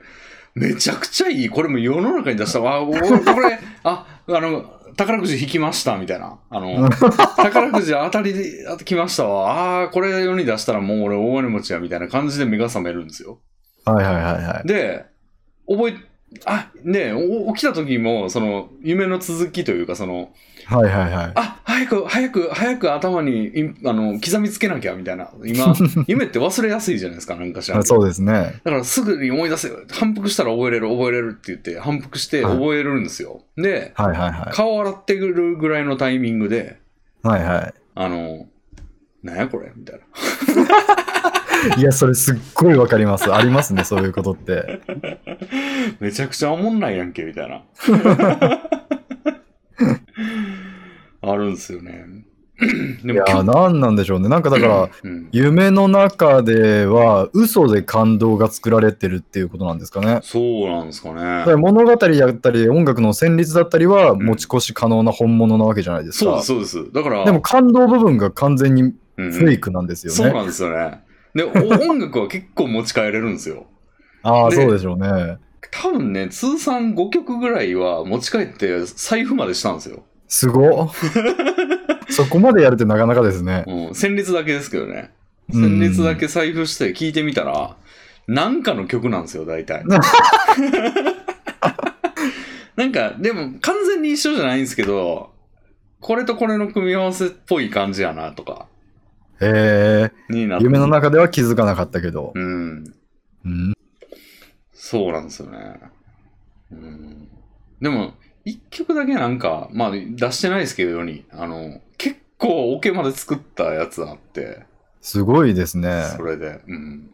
Speaker 1: めちゃくちゃいい、これも世の中に出したわ、あおこれ、あ、あの、宝くじ引きました、みたいな。あの、宝くじ当たりで当てきましたわ。ああー、これ世に出したらもう俺大金持ちやみたいな感じで目が覚めるんですよ。
Speaker 2: はいはいはいはい
Speaker 1: で、覚え、あ、ねえお起きた時も、その、夢の続きというか、その、
Speaker 2: はいはいはい
Speaker 1: あ、早く、早く、早く頭にインあの刻みつけなきゃみたいな。 今、夢って忘れやすいじゃないですか、なんかしらん
Speaker 2: あ
Speaker 1: けど
Speaker 2: そうですね
Speaker 1: だからすぐに思い出せよ。反復したら覚えれる、覚えれるって言って、反復して
Speaker 2: はい
Speaker 1: 覚えるんですよ。で、
Speaker 2: はいはいはい
Speaker 1: 顔洗ってくるぐらいのタイミングで、
Speaker 2: はいは
Speaker 1: あの、なんやこれみたいな。
Speaker 2: い。いや、それすっごいわかります。ありますね、そういうことって。
Speaker 1: めちゃくちゃおもんないやんけみたいな あるんですよねで
Speaker 2: い
Speaker 1: も、
Speaker 2: や ー、なんなんでしょうね。なんかだから、
Speaker 1: うん、
Speaker 2: 夢の中では、嘘で感動が作られてるっていうことなんですかね。
Speaker 1: そうなんですか
Speaker 2: だから
Speaker 1: ね
Speaker 2: 物語だったり、音楽の旋律だったりは、
Speaker 1: ん
Speaker 2: 持ち越し可能な本物なわけじゃないです
Speaker 1: そうで
Speaker 2: か
Speaker 1: す。そうですだから
Speaker 2: でも、感動部分が完全に
Speaker 1: うん
Speaker 2: フェイクなんです
Speaker 1: そう
Speaker 2: よね。
Speaker 1: なんですよねでお 音楽は結構持ち帰れるんですよ
Speaker 2: ああ、
Speaker 1: で
Speaker 2: そうでしょうね。
Speaker 1: 多分ね通算5曲ぐらいは持ち帰って財布までしたんですよ、
Speaker 2: すご っそこまでやるってなかなかですね。
Speaker 1: うん、旋律だけですけどね
Speaker 2: うん
Speaker 1: 旋律だけ財布して聴いてみたらなんかの曲なんですよ大 体 なんかでも完全に一緒じゃないんですけどこれとこれの組み合わせっぽい感じやなとか
Speaker 2: へえ、
Speaker 1: になって
Speaker 2: 夢の中では気づかなかったけど。
Speaker 1: うん
Speaker 2: うん、
Speaker 1: そうなんですよねうんでも一曲だけなんかまあ出してないですけど世にあの結構オケまで作ったやつあって
Speaker 2: すごいですね。
Speaker 1: それで。うん。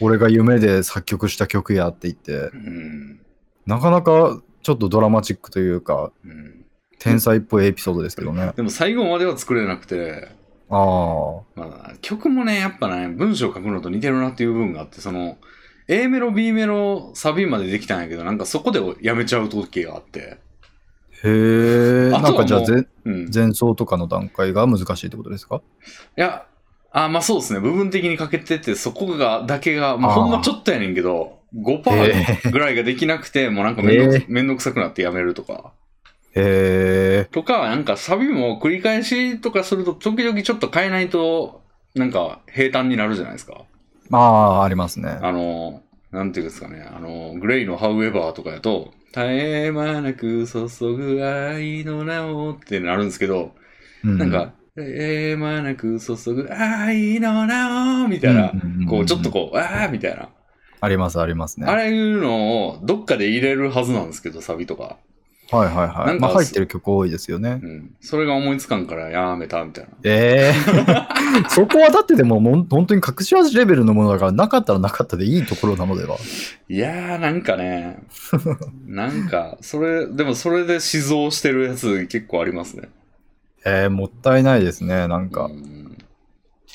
Speaker 2: 俺が夢で作曲した曲やって言って
Speaker 1: う、ん。
Speaker 2: なかなかちょっとドラマチックというか、
Speaker 1: うん、
Speaker 2: 天才っぽいエピソードですけどね。
Speaker 1: でも最後までは作れなくて、
Speaker 2: あ
Speaker 1: まあ、曲もね、やっぱね、文章書くのと似てるなっていう部分があって、その、A メロ、B メロ、サビまでできたんやけど、なんかそこでやめちゃう時があって。
Speaker 2: あ。へえ。
Speaker 1: あとは
Speaker 2: なんかじゃあ
Speaker 1: もう
Speaker 2: 前
Speaker 1: うん。い
Speaker 2: 前奏とかの段階が難しいってことですか
Speaker 1: や、あまあそうですね。部分的に欠けてて、そこが、だけが、まあ、
Speaker 2: あー
Speaker 1: ほんまちょっとやねんけど、
Speaker 2: へ
Speaker 1: 5%ぐらいができなくて、もうなんかめんどく,、
Speaker 2: え
Speaker 1: めんどくさくな ってやめるとか。
Speaker 2: へえ。
Speaker 1: とか、なんかサビも繰り返しとかすると、時々ちょっと変えないと、なんか平坦になるじゃないですか。
Speaker 2: まあ、ありますね。
Speaker 1: あの、なんていうんですかね、あの、グレイの However とかやと、絶え間なく注ぐ愛の名をってなるんですけど、
Speaker 2: う
Speaker 1: なんか、絶え間なく注ぐ愛の名をみたいな、こう、ちょっと
Speaker 2: こ
Speaker 1: こう、あーみたいな、
Speaker 2: うん。あります、ありますね。
Speaker 1: あ
Speaker 2: はい
Speaker 1: らいうのをどっかで入れるはずなんですけど、サビとか。
Speaker 2: はい
Speaker 1: な
Speaker 2: は
Speaker 1: ん
Speaker 2: い。
Speaker 1: か
Speaker 2: まあ、入ってる曲多いですよね
Speaker 1: う。ん。それが思いつかんからやめたみたいな。
Speaker 2: ええそこはだってでももん本当に隠し味レベルのものだからなかったらなかったでいいところなのではい
Speaker 1: やー、なんかね、 なんか、それ、でもそれで死蔵してるやつ結構ありますね。
Speaker 2: えー、もったいないですねなんか、
Speaker 1: うん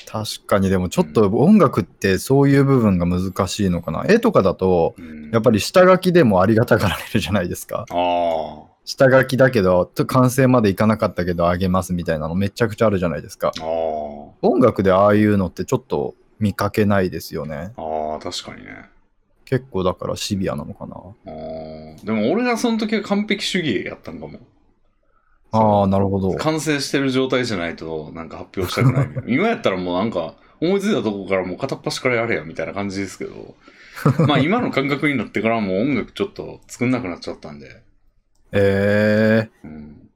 Speaker 2: 確かにでもちょっと音楽ってそういう部分が難しいのかな絵とかだと
Speaker 1: うん
Speaker 2: やっぱり下書きでもありがたがられるじゃないですか
Speaker 1: あ
Speaker 2: 下書きだけどと完成までいかなかったけどあげますみたいなのめちゃくちゃあるじゃないですか
Speaker 1: あ、あ
Speaker 2: 音楽でああいうのってちょっと見かけないですよね
Speaker 1: あ、ああ、確かにね。
Speaker 2: 結構だからシビアなのかな
Speaker 1: あーでも俺がその時は完璧主義やったんかも。
Speaker 2: ああなるほど
Speaker 1: 完成してる状態じゃないとなんか発表したくないみたいな。今やったらもうなんか思いついたとこからもう片っ端からやれやみたいな感じですけど。まあ今の感覚になってからもう音楽ちょっと作んなくなっちゃったんで。
Speaker 2: ええ
Speaker 1: うん。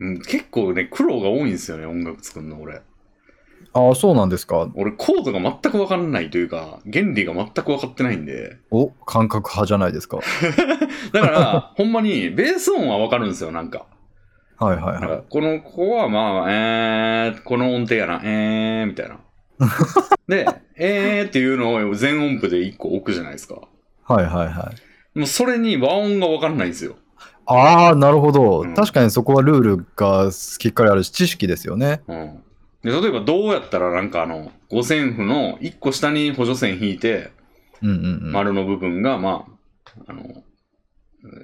Speaker 1: うん、結構ね、苦労が多いんですよね、音楽作るの俺。
Speaker 2: ああ、そうなんですか。
Speaker 1: 俺コードが全くわかんないというか、原理が全く分かってないんで。
Speaker 2: お、感覚派じゃないですか。
Speaker 1: だから、ほんまにベース音はわかるんですよ、なんか。
Speaker 2: はいはい
Speaker 1: なん
Speaker 2: は
Speaker 1: かこの、ここはまあ、えー、この音程やな、えー、み たいな。で、えーっていうのを全音符で一個置くじゃないですか。
Speaker 2: い。はいはいはい。
Speaker 1: もうそれに和音がわかんないんですよ。
Speaker 2: ああ、なるほど、
Speaker 1: うん
Speaker 2: 確かにそこはルールがしっかりあるし、知識ですよね。
Speaker 1: うん。で、例えばどうやったらなんかあの、五線譜の一個下に補助線引いて、
Speaker 2: うんうんうん。
Speaker 1: 丸の部分がまあ、あの、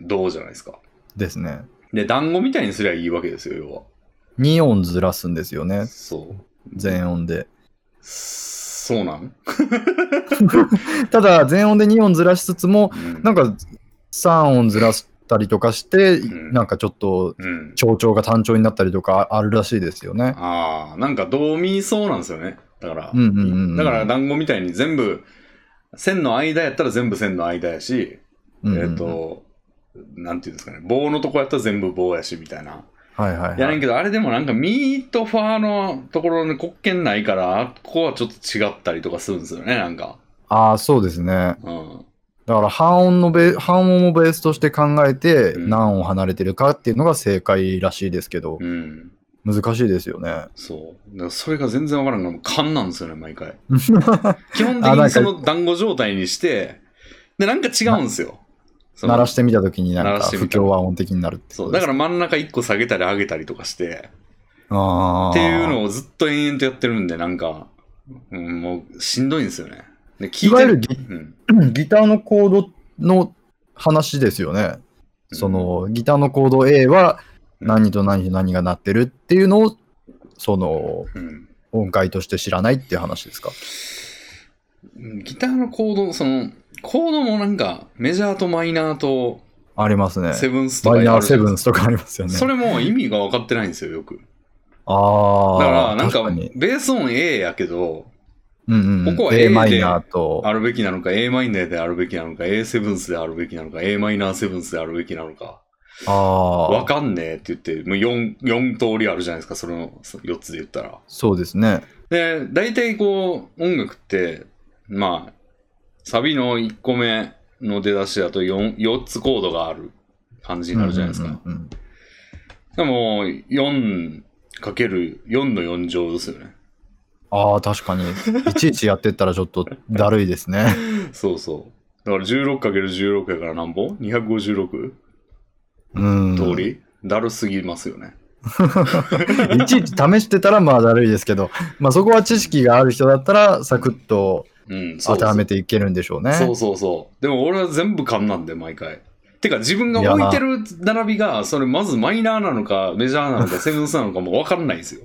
Speaker 1: どうじゃないですか。
Speaker 2: ですね。
Speaker 1: で、団子みたいにすりゃいいわけですよ、要
Speaker 2: 2音ずらすんですよ
Speaker 1: は。
Speaker 2: ね。
Speaker 1: そう。
Speaker 2: 全音で。
Speaker 1: そうなん、
Speaker 2: ただ、全音で2音ずらしつつも、
Speaker 1: うん、
Speaker 2: なんか3音ずらしたりとかして、
Speaker 1: ん
Speaker 2: なんかちょっと
Speaker 1: うん。
Speaker 2: 長調が単調になったりとかあるらしいですよね。
Speaker 1: ああ、なんかドミソなんですよね。だから、
Speaker 2: うんうんうんうん
Speaker 1: だから団子みたいに全部、線の間やったら全部線の間やし、
Speaker 2: うんうん
Speaker 1: えっ、、と、なんていうんですかね、棒のとこやったら全部棒やしみたいな。
Speaker 2: はいはい、
Speaker 1: や
Speaker 2: は
Speaker 1: ね
Speaker 2: い。
Speaker 1: んけど、あれでもなんかミーとファーのところに国権ないから、あっこはちょっと違ったりとかするんですよね、なんか。
Speaker 2: ああ、そうですね。
Speaker 1: うん。
Speaker 2: だから半音のベ半音をベースとして考えて
Speaker 1: うん
Speaker 2: 何音離れてるかっていうのが正解らしいですけど、
Speaker 1: うん。
Speaker 2: 難しいですよね。
Speaker 1: そう。だからそれが全然わからんから、もう勘なんですよね、毎 回。基本的
Speaker 2: あなん
Speaker 1: に
Speaker 2: か
Speaker 1: その団子状態にして、で、なんか違うんですよ。その
Speaker 2: 鳴らしてみたときになん
Speaker 1: 鳴ら
Speaker 2: か
Speaker 1: してみ
Speaker 2: 不
Speaker 1: た
Speaker 2: 協和音的になるって
Speaker 1: そ
Speaker 2: こ
Speaker 1: う
Speaker 2: と
Speaker 1: だ
Speaker 2: で
Speaker 1: から
Speaker 2: す
Speaker 1: 真ん中1個下げたり上げたりとかして
Speaker 2: あー
Speaker 1: っていうのをずっと延々とやってるんでなんか、うん、もうしんどいんですよねで聞
Speaker 2: いわゆる
Speaker 1: いて
Speaker 2: ぎ
Speaker 1: うん、
Speaker 2: ギターのコードの話ですよね。そのギターのコード A は何と何と何が鳴ってるっていうのをその
Speaker 1: うん
Speaker 2: 音階として知らないっていう話ですか。
Speaker 1: ギターのコードそのコードもなんかメジャーとマイナーと
Speaker 2: ありますね。
Speaker 1: セブンスとか
Speaker 2: マイナーセ
Speaker 1: あるじゃ
Speaker 2: ブ
Speaker 1: ない
Speaker 2: ン
Speaker 1: です
Speaker 2: スとかありますよ
Speaker 1: か
Speaker 2: ね。
Speaker 1: それも意味が分かってないんですよよく
Speaker 2: あ
Speaker 1: だ
Speaker 2: あ。
Speaker 1: からなんか
Speaker 2: 確に
Speaker 1: ベース音 A やけど
Speaker 2: うんうんうん、
Speaker 1: ここは A で
Speaker 2: A マイナーと
Speaker 1: あ、るべきなのか a マイナーであるべきなのか a セブンスであるべきなのか a マイナーセブンスであるべきなのかわ
Speaker 2: ああ、
Speaker 1: かんねえって言って、もう 4, 4通りあるじゃないですか、その4つで言ったら。
Speaker 2: そうですね。
Speaker 1: で、大体こう、音楽って、まあ、サビの1個目の出だしだと 4, 4つコードがある感じになるじゃないですか。
Speaker 2: うんうんうん
Speaker 1: でも、4×4 の4乗ですよね。
Speaker 2: ああ、確かに。いちいちやってったらちょっとだるいですね。
Speaker 1: そうそう。だから 16×16 やからなんぼ ?256
Speaker 2: うん。
Speaker 1: 通り、だるすぎますよね。
Speaker 2: いちいち試してたらまあだるいですけど、まあそこは知識がある人だったらサクッと
Speaker 1: うん、そ
Speaker 2: 当
Speaker 1: う
Speaker 2: て
Speaker 1: そう
Speaker 2: はめていけるんでしょうね。
Speaker 1: そうそうそう。でも俺は全部勘なんで、毎回。てか自分が置いてる並びが、それまずマイナーなのか、メジャーなのか、セブンスなのかも分かんないんですよ。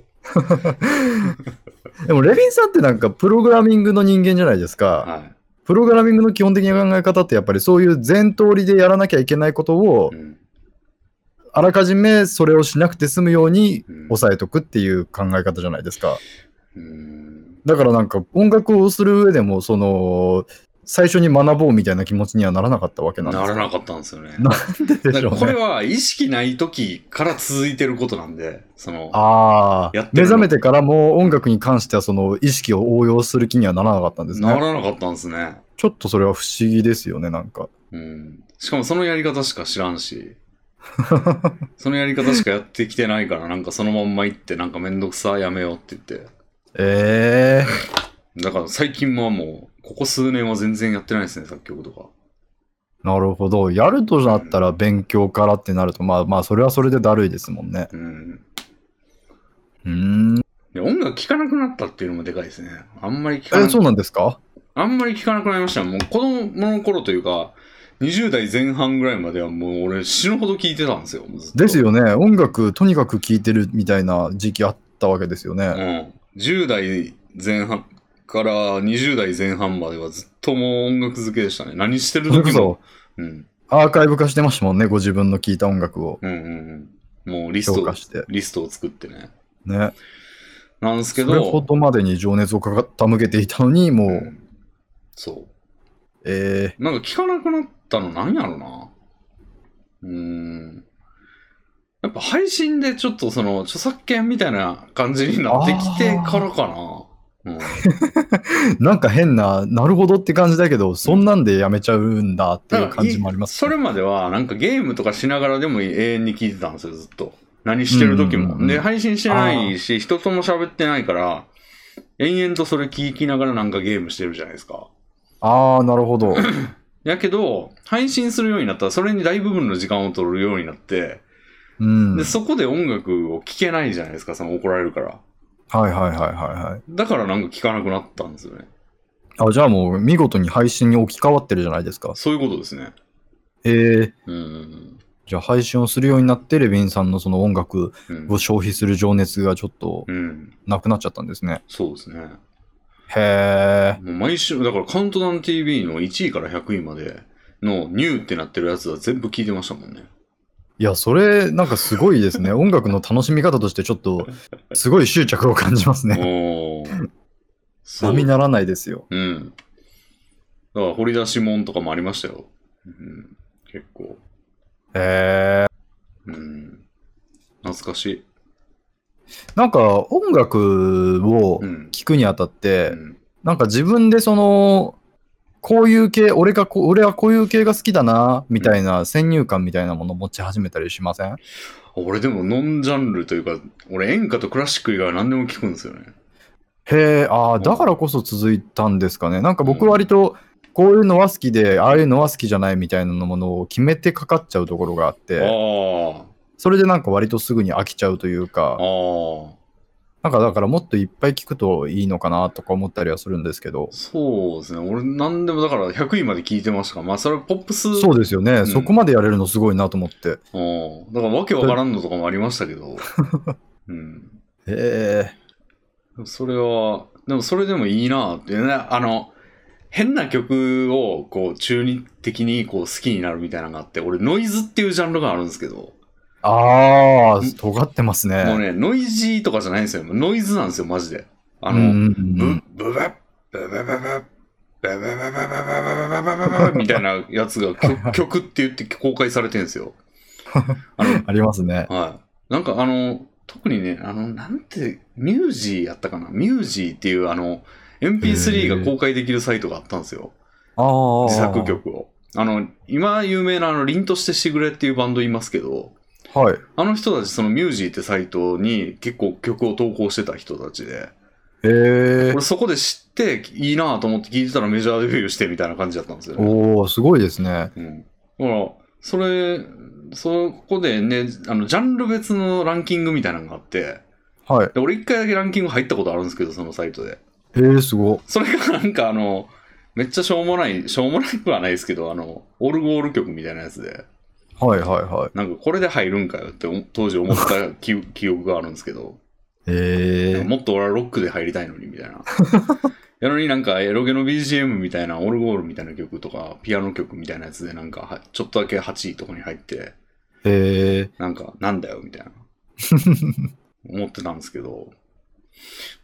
Speaker 2: でもレヴィンさんってなんかプログラミングの人間じゃないですか。
Speaker 1: は
Speaker 2: プログラミングの基本的な考え方ってやっぱりそういう全通りでやらなきゃいけないことを
Speaker 1: い。うん。
Speaker 2: あらかじめそれをしなくて済むように
Speaker 1: うん
Speaker 2: 抑えとくっていう考え方じゃないですか。
Speaker 1: うん
Speaker 2: だからなんか音楽をする上でもその最初に学ぼうみたいな気持ちにはならなかったわけなん
Speaker 1: な
Speaker 2: です
Speaker 1: ら
Speaker 2: か
Speaker 1: なかったんですよね。
Speaker 2: なで
Speaker 1: だ
Speaker 2: し
Speaker 1: か
Speaker 2: ょう
Speaker 1: らこれ
Speaker 2: ね。
Speaker 1: は意識ない時から続いてることなんで、その、
Speaker 2: あ
Speaker 1: や
Speaker 2: あ
Speaker 1: っ、て
Speaker 2: 目
Speaker 1: るの
Speaker 2: 覚めてからも音楽に関してはその意識を応用する気にはならなかったんです
Speaker 1: な
Speaker 2: ね。
Speaker 1: らなかったんですね。
Speaker 2: ちょっとそれは不思議ですよね、なんか。
Speaker 1: うん。しかもそのやり方しか知らん し、そのやり方しかやってきてないから、なんかそのまんま行って、なんかめんどくさ、やめようって言って。
Speaker 2: ええ
Speaker 1: だから最近はもう、ここ数年は全然やってないですね、作曲とか。
Speaker 2: なるほど。やるとなったら勉強からってなると、まあまあ、それはそれでだるいですもんね。
Speaker 1: うん。
Speaker 2: うーん。
Speaker 1: で音楽聴かなくなったっていうのもでかいですね。あんまり聴か
Speaker 2: え、
Speaker 1: な
Speaker 2: そうなんですか
Speaker 1: あんまり聴かなくなりました。もう子供の頃というか、20代前半ぐらいまではもう俺死ぬほど聴いてたんですよ。ずっと
Speaker 2: ですよね。音楽、とにかく聴いてるみたいな時期あったわけですよ
Speaker 1: う
Speaker 2: ね。
Speaker 1: ん。10代前半から20代前半まではずっともう音楽漬けでしたね。何してる
Speaker 2: それこ
Speaker 1: 時も。
Speaker 2: そ、
Speaker 1: うん。
Speaker 2: アーカイブ化してましたもんね。ご自分の聴いた音楽を
Speaker 1: うんうんうん。もうリス
Speaker 2: 評
Speaker 1: ト
Speaker 2: 価、して。
Speaker 1: リストを作ってね。
Speaker 2: ね。
Speaker 1: なんですけ
Speaker 2: そ
Speaker 1: ど。
Speaker 2: れほどまでに情熱をかか傾けていたのに、もう、
Speaker 1: うんそう。
Speaker 2: ええ
Speaker 1: なんか聞かなくなったのなんやろな。うーん。やっぱ配信でちょっとその著作権みたいな感じになってきてからかな。うん、
Speaker 2: なんか変な、なるほどって感じだけど、そんなんでやめちゃうんだっていう感じもあります、
Speaker 1: それまではなんかゲームとかしながらでも永遠に聞いてたんですよ、ずっと。何してる時
Speaker 2: うんうんうんう
Speaker 1: も。
Speaker 2: ん
Speaker 1: で、配信してないし、人とも喋ってないから、延々とそれ聞きながらなんかゲームしてるじゃないですか。
Speaker 2: ああ、なる ほど。
Speaker 1: やけど、配信するようになったら、それに大部分の時間を取るようになって、
Speaker 2: うん。は
Speaker 1: で、
Speaker 2: い
Speaker 1: そこで音楽を聴けないじゃないですか、その怒られるから。
Speaker 2: はいはいはいはい。
Speaker 1: だからなんか聴かなくなったんですよね。
Speaker 2: あ、じゃあもう見事に配信に置き換わってるじゃないですか。
Speaker 1: そういうことですね。
Speaker 2: えー、
Speaker 1: うんうん
Speaker 2: じゃあ配信をするようになって、レヴィンさんのその音楽
Speaker 1: うん。うん
Speaker 2: を消費する情熱がちょっと
Speaker 1: うん。
Speaker 2: なくなっちゃったんですね。
Speaker 1: そうですね。
Speaker 2: へえ。
Speaker 1: もう毎週、だからカウントダウン TV の1位から100位までのニューってなってるやつは全部聞いてましたもんね。
Speaker 2: いや、それなんかすごいですね。音楽の楽しみ方としてちょっと、すごい執着を感じますね。
Speaker 1: お ー。そ
Speaker 2: 並
Speaker 1: う。
Speaker 2: ならないですよ。
Speaker 1: うん。だから掘り出し物とかもありましたよ。うん。結構。
Speaker 2: へえ。
Speaker 1: うん。懐かしい。
Speaker 2: なんか音楽を
Speaker 1: うん。
Speaker 2: 聴くにあたっ
Speaker 1: う
Speaker 2: て、
Speaker 1: ん
Speaker 2: なんか自分でその、こういう系、俺がこう、俺はこういう系が好きだな、みたいな先入観みたいなもの持ち始めたりしません
Speaker 1: 俺でもノンジャンルというか、俺演歌とクラシック以外は何でも聞くんですよね。
Speaker 2: へえ、あ
Speaker 1: う
Speaker 2: あ、
Speaker 1: ん
Speaker 2: だからこそ続いたんですかね。なんか僕
Speaker 1: うん
Speaker 2: 割と、こういうのは好きで、ああいうのは好きじゃないみたいなものを決めてかかっちゃうところがあって、
Speaker 1: あ
Speaker 2: それでなんか割とすぐに飽きちゃうという
Speaker 1: あ。あ
Speaker 2: か、
Speaker 1: あ。
Speaker 2: なんかだからもっといっぱい聞くといいのかなとか思ったりはするんですけど、
Speaker 1: そうですね。俺何でもだから100位まで聞いてましたから、まあそれはポップス。
Speaker 2: そうですよね、
Speaker 1: ん
Speaker 2: そこまでやれるのすごいなと思って。
Speaker 1: うん。だからわけわからんのとかもありましたけ ど。うん。
Speaker 2: へ
Speaker 1: それは、でもそれでもいいなってね。あの、変な曲をこう中二的にこう好きになるみたいなのがあって、俺ノイズっていうジャンルがあるんですけど、
Speaker 2: え、ああ
Speaker 1: うん、
Speaker 2: 尖ってますね。
Speaker 1: もうね、ノイジーとかじゃないんですよ。ノイズなんですよ、マジで。あの、
Speaker 2: うんうんうん
Speaker 1: ブブブブブブブブブブブブブブブブブブブみたいなやつが曲曲って言って公開されてるんですよ。あの、
Speaker 2: ありますね。
Speaker 1: はい。なんかあの、特にね、あの、なんて、ミュージーやったかなミュージーっていうあの、MP3 が公開できるサイトがあったんですよ。
Speaker 2: ああ。
Speaker 1: 自作。曲を。あの、今有名なあの、凛としてしぐれっていうバンドいますけど、
Speaker 2: はい。
Speaker 1: あの人たち、そのミュージーってサイトに結構曲を投稿してた人たちで、
Speaker 2: へえ。
Speaker 1: 俺そこで知って、いいなと思って聞いてたらメジャーデビューしてみたいな感じだったんですよね。
Speaker 2: おおすごいですね。
Speaker 1: うん。だから、それ、そこでね、あの、ジャンル別のランキングみたいなのがあって、
Speaker 2: はい。
Speaker 1: で俺一回だけランキング入ったことあるんですけど、そのサイトで。
Speaker 2: へえ、すご。
Speaker 1: それがなんかあの、めっちゃしょうもない、しょうもなくはないですけど、あの、オルゴール曲みたいなやつで、
Speaker 2: はいはいはい。
Speaker 1: なんかこれで入るんかよってお当時思った記記憶があるんですけど、
Speaker 2: へえ。
Speaker 1: もっと俺はロックで入りたいのにみたいな。やのになんかエロゲの BGM みたいなオルゴールみたいな曲とかピアノ曲みたいなやつでなんかはちょっとだけ8位とかに入って
Speaker 2: へえ。
Speaker 1: なんかなんだよみたいな思ってたんですけど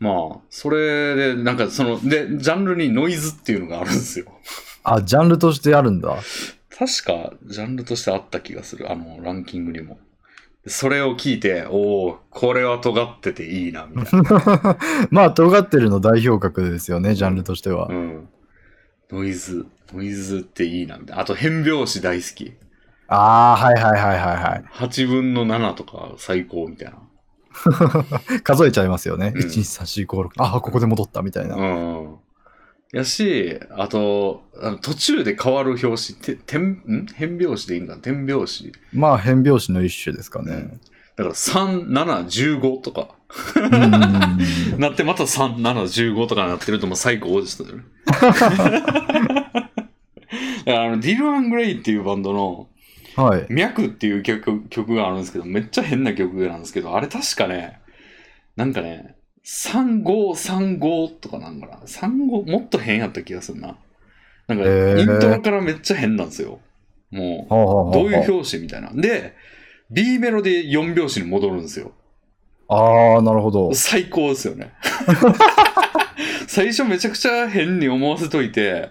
Speaker 1: まあそれでなんかそのでジャンルにノイズっていうのがあるんですよ
Speaker 2: あ、ジャンルとしてあるんだ。
Speaker 1: 確かジャンルとしてあった気がするあのランキングにもそれを聞いておおこれは尖ってていいなみたいな
Speaker 2: まあ、尖ってるの代表格ですよね、ジャンルとしては
Speaker 1: う。ん。ノイズ、ノイズっていいな、みたいな。あと変拍子大好き。
Speaker 2: ああ、はいはいはいはい
Speaker 1: 8分の7とか最高みたいな。
Speaker 2: はい。数えちゃいますよね。
Speaker 1: うん
Speaker 2: 1、2、3、4、5、6。ああ、ここで戻ったみたいな。
Speaker 1: うんうん。やし、あと、あの途中で変わる拍子、ててんん変拍子でいいんかな転拍子。
Speaker 2: まあ、変拍子の一種ですか
Speaker 1: う
Speaker 2: ね
Speaker 1: ん。だから3、7、15とか。
Speaker 2: うんうんうんうん。
Speaker 1: なってまた3、7、15とかなってるともう最高でしたよ ね。だからあのディル・アン・グレイっていうバンドの
Speaker 2: はい。
Speaker 1: 脈っていう曲曲があるんですけど、めっちゃ変な曲なんですけど、あれ確かね、なんかね、3535とかなんかな、35もっと変やった気がするな。なんか、
Speaker 2: へー
Speaker 1: イントロからめっちゃ変なんですよ。も
Speaker 2: はあはあはあは
Speaker 1: う、
Speaker 2: あ
Speaker 1: どういう表紙みたいな。で、B メロで4拍子に戻るんですよ。
Speaker 2: ああ、なるほど。
Speaker 1: 最高ですよ ね。最初めちゃくちゃ変に思わせといて、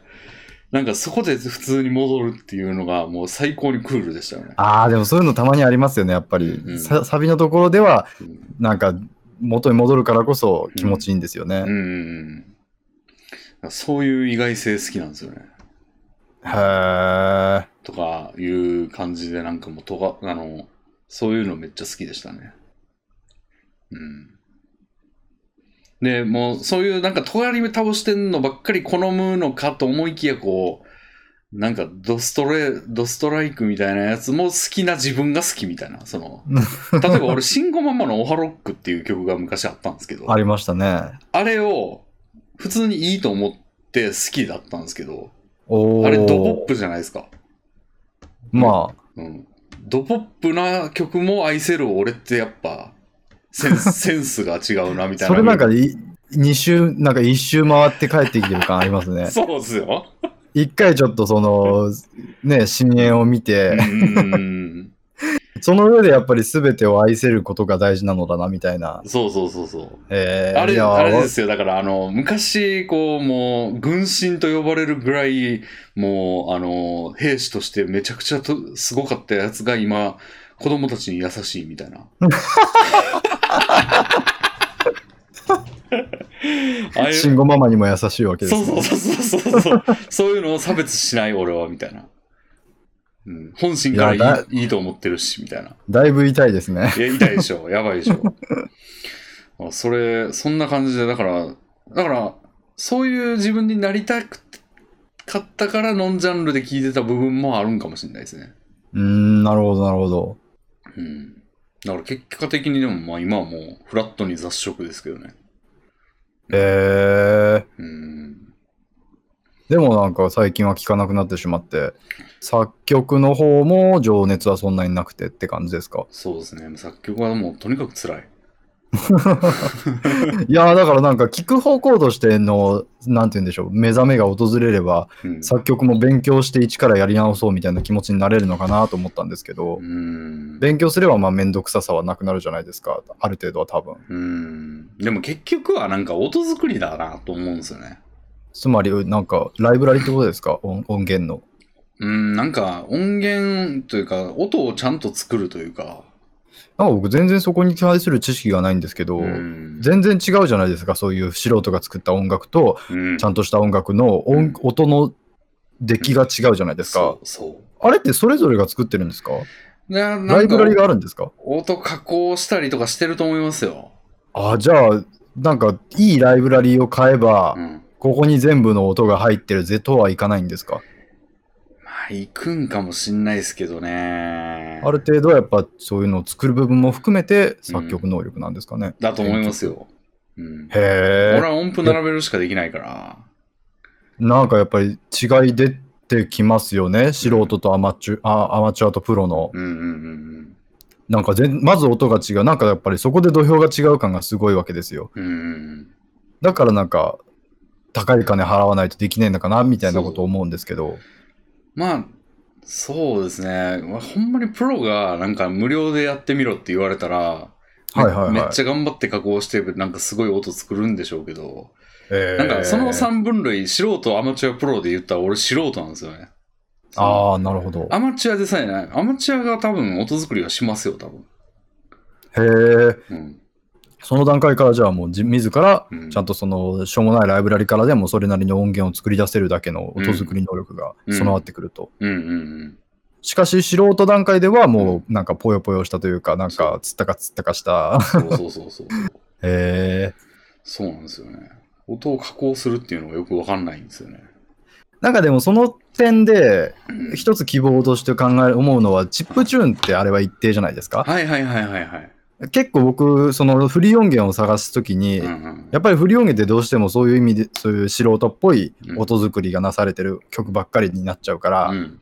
Speaker 1: なんかそこで普通に戻るっていうのがもう最高にクールでしたよね。
Speaker 2: ああ、でもそういうのたまにありますよね、やっぱり。
Speaker 1: うん
Speaker 2: さサビのところでは
Speaker 1: うん、
Speaker 2: なんか、元に戻るからこそ気持ちいいんですよね。
Speaker 1: うんうんうん。そういう意外性好きなんですよね。
Speaker 2: へえ。
Speaker 1: とかいう感じで、なんかもうとが、あの、そういうのめっちゃ好きでしたね。うん。で、もうそういうなんか尖り倒してんのばっかり好むのかと思いきや、こう、なんかドストレ、ドストライクみたいなやつも好きな自分が好きみたいな、その、例えば俺、慎吾ママのオハロックっていう曲が昔あったんです けど、
Speaker 2: ありましたね。
Speaker 1: あれを普通にいいと思って好きだったんですけど、
Speaker 2: おー
Speaker 1: あれドポップじゃないですか。
Speaker 2: ま
Speaker 1: うん。ドポップな曲も愛せる俺ってやっぱセ ンスセンスが違うなみ
Speaker 2: あ、
Speaker 1: たいな。
Speaker 2: それなんかい、2周、なんか1周回って帰ってきてる感ありますね。
Speaker 1: そうですよ。
Speaker 2: 一回ちょっとその、ね、深淵を見
Speaker 1: う
Speaker 2: て、
Speaker 1: ん。
Speaker 2: その上でやっぱり全てを愛せることが大事なのだな、みたいな。
Speaker 1: そうそうそうそう。
Speaker 2: えー、
Speaker 1: あ
Speaker 2: い
Speaker 1: れ、
Speaker 2: や
Speaker 1: あれですよ。だから、あの、昔、こう、もう、軍神と呼ばれるぐらい、もう、あの、兵士としてめちゃくちゃとすごかったやつが今、子供たちに優しいみたいな。ああいう
Speaker 2: 慎吾ママにも優しいわけです、
Speaker 1: そ
Speaker 2: ね。
Speaker 1: うそうそうそうそうそう。そういうのを差別しない俺は、みたいな。うん、本心からいい
Speaker 2: いやだ
Speaker 1: いいと思ってるし、みたいな。
Speaker 2: だいぶ痛いですね。
Speaker 1: いや、痛いでしょ。やばいでしょ。あそれ、そんな感じで、だから、だから、そういう自分になりたくかったから、ノンジャンルで聞いてた部分もあるんかもしれないですね。
Speaker 2: うーん、なるほど、なるほど。
Speaker 1: うん。だから結果的にでも、まあ今はもう、フラットに雑食ですけどね。
Speaker 2: えー。
Speaker 1: うん。
Speaker 2: でもなんか最近は聴かなくなってしまって、作曲の方も情熱はそんなになくてって感じですか。
Speaker 1: そうですね。作曲はもう、とにかく辛い。
Speaker 2: いやーだからなんか聴く方向としての、なんて言うんでしょう、目覚めが訪れれば、
Speaker 1: うん。
Speaker 2: 作曲も勉強して一からやり直そうみたいな気持ちになれるのかなと思ったんですけど
Speaker 1: う、ん。
Speaker 2: 勉強すればまあ面倒くささはなくなるじゃないですか、ある程度は多分。
Speaker 1: うん。でも結局はなんか音作りだなと思うんですよね。
Speaker 2: つまりなんかライブラリってことですか、音音源の。
Speaker 1: うん、なんか音源というか、音をちゃんと作るというか。
Speaker 2: なんか僕全然そこに対する知識がないんですけど、
Speaker 1: うん。
Speaker 2: 全然違うじゃないですか、そういう素人が作った音楽と、
Speaker 1: うん
Speaker 2: ちゃんとした音楽の音,、
Speaker 1: うん
Speaker 2: 音の出来が違うじゃないですか
Speaker 1: そ。う、そ
Speaker 2: あれってそれぞれが作ってるんですか
Speaker 1: う。なな
Speaker 2: ライ
Speaker 1: んか
Speaker 2: ブラリがあるんですか
Speaker 1: 音加工したりとかしてると思いますよ。
Speaker 2: あ、じゃあ、なんか、いいライブラリを買えば、
Speaker 1: うん。
Speaker 2: ここに全部の音が入ってるぜとはいかないんですか
Speaker 1: まあ、行くんかもしんないですけどね。
Speaker 2: ある程度はやっぱそういうのを作る部分も含めて作曲能力なんですかね。
Speaker 1: だと思いますよ。うん。
Speaker 2: へ
Speaker 1: 俺
Speaker 2: え。
Speaker 1: は音符並べるしかできないから。
Speaker 2: なんかやっぱり違い出てきますよね。素人とアマチュアアマチュアとプロの。
Speaker 1: うんうんうん
Speaker 2: なんか全まず音が違う。なんかやっぱりそこで土俵が違う感がすごいわけですよ。
Speaker 1: うん。うんうん
Speaker 2: だからなんか高い金払わないとできないのかなみたいなことを思うんですけど。
Speaker 1: まあ、そうですね。まあほんまにプロがなんか無料でやってみろって言われたら、め
Speaker 2: はいはいはい
Speaker 1: めっちゃ頑張って加工して、なんかすごい音作るんでしょうけど、
Speaker 2: へえ
Speaker 1: なんかその3分類、素人、アマチュア、プロで言ったら俺素人なんですよね。その
Speaker 2: ああ、なるほど。
Speaker 1: アマチュアでさえない。アマチュアが多分音作りはしますよ、多分。
Speaker 2: へえ。
Speaker 1: うん。
Speaker 2: その段階からじゃあもう自自ら
Speaker 1: うん
Speaker 2: ちゃんとそのしょうもないライブラリからでもそれなりの音源を作り出せるだけの音作り能力が
Speaker 1: うん
Speaker 2: 備わってくると。
Speaker 1: うんうんうん。
Speaker 2: しかし素人段階ではもうなんかぽよぽよしたというかなんかつったかつったかした。
Speaker 1: そうそうそう そう。
Speaker 2: へえ。
Speaker 1: そうなんですよね。音を加工するっていうのがよくわかんないんですよね。
Speaker 2: なんかでもその点で
Speaker 1: うん
Speaker 2: 一つ希望として考え思うのはチップチューンってあれは一定じゃないですか
Speaker 1: はいはいはいはいはい。
Speaker 2: 結構僕そのフリー音源を探すときに
Speaker 1: うんうん
Speaker 2: やっぱりフリー音源ってどうしてもそういう意味でそういう素人っぽい音作りがなされてる曲ばっかりになっちゃうから、
Speaker 1: うん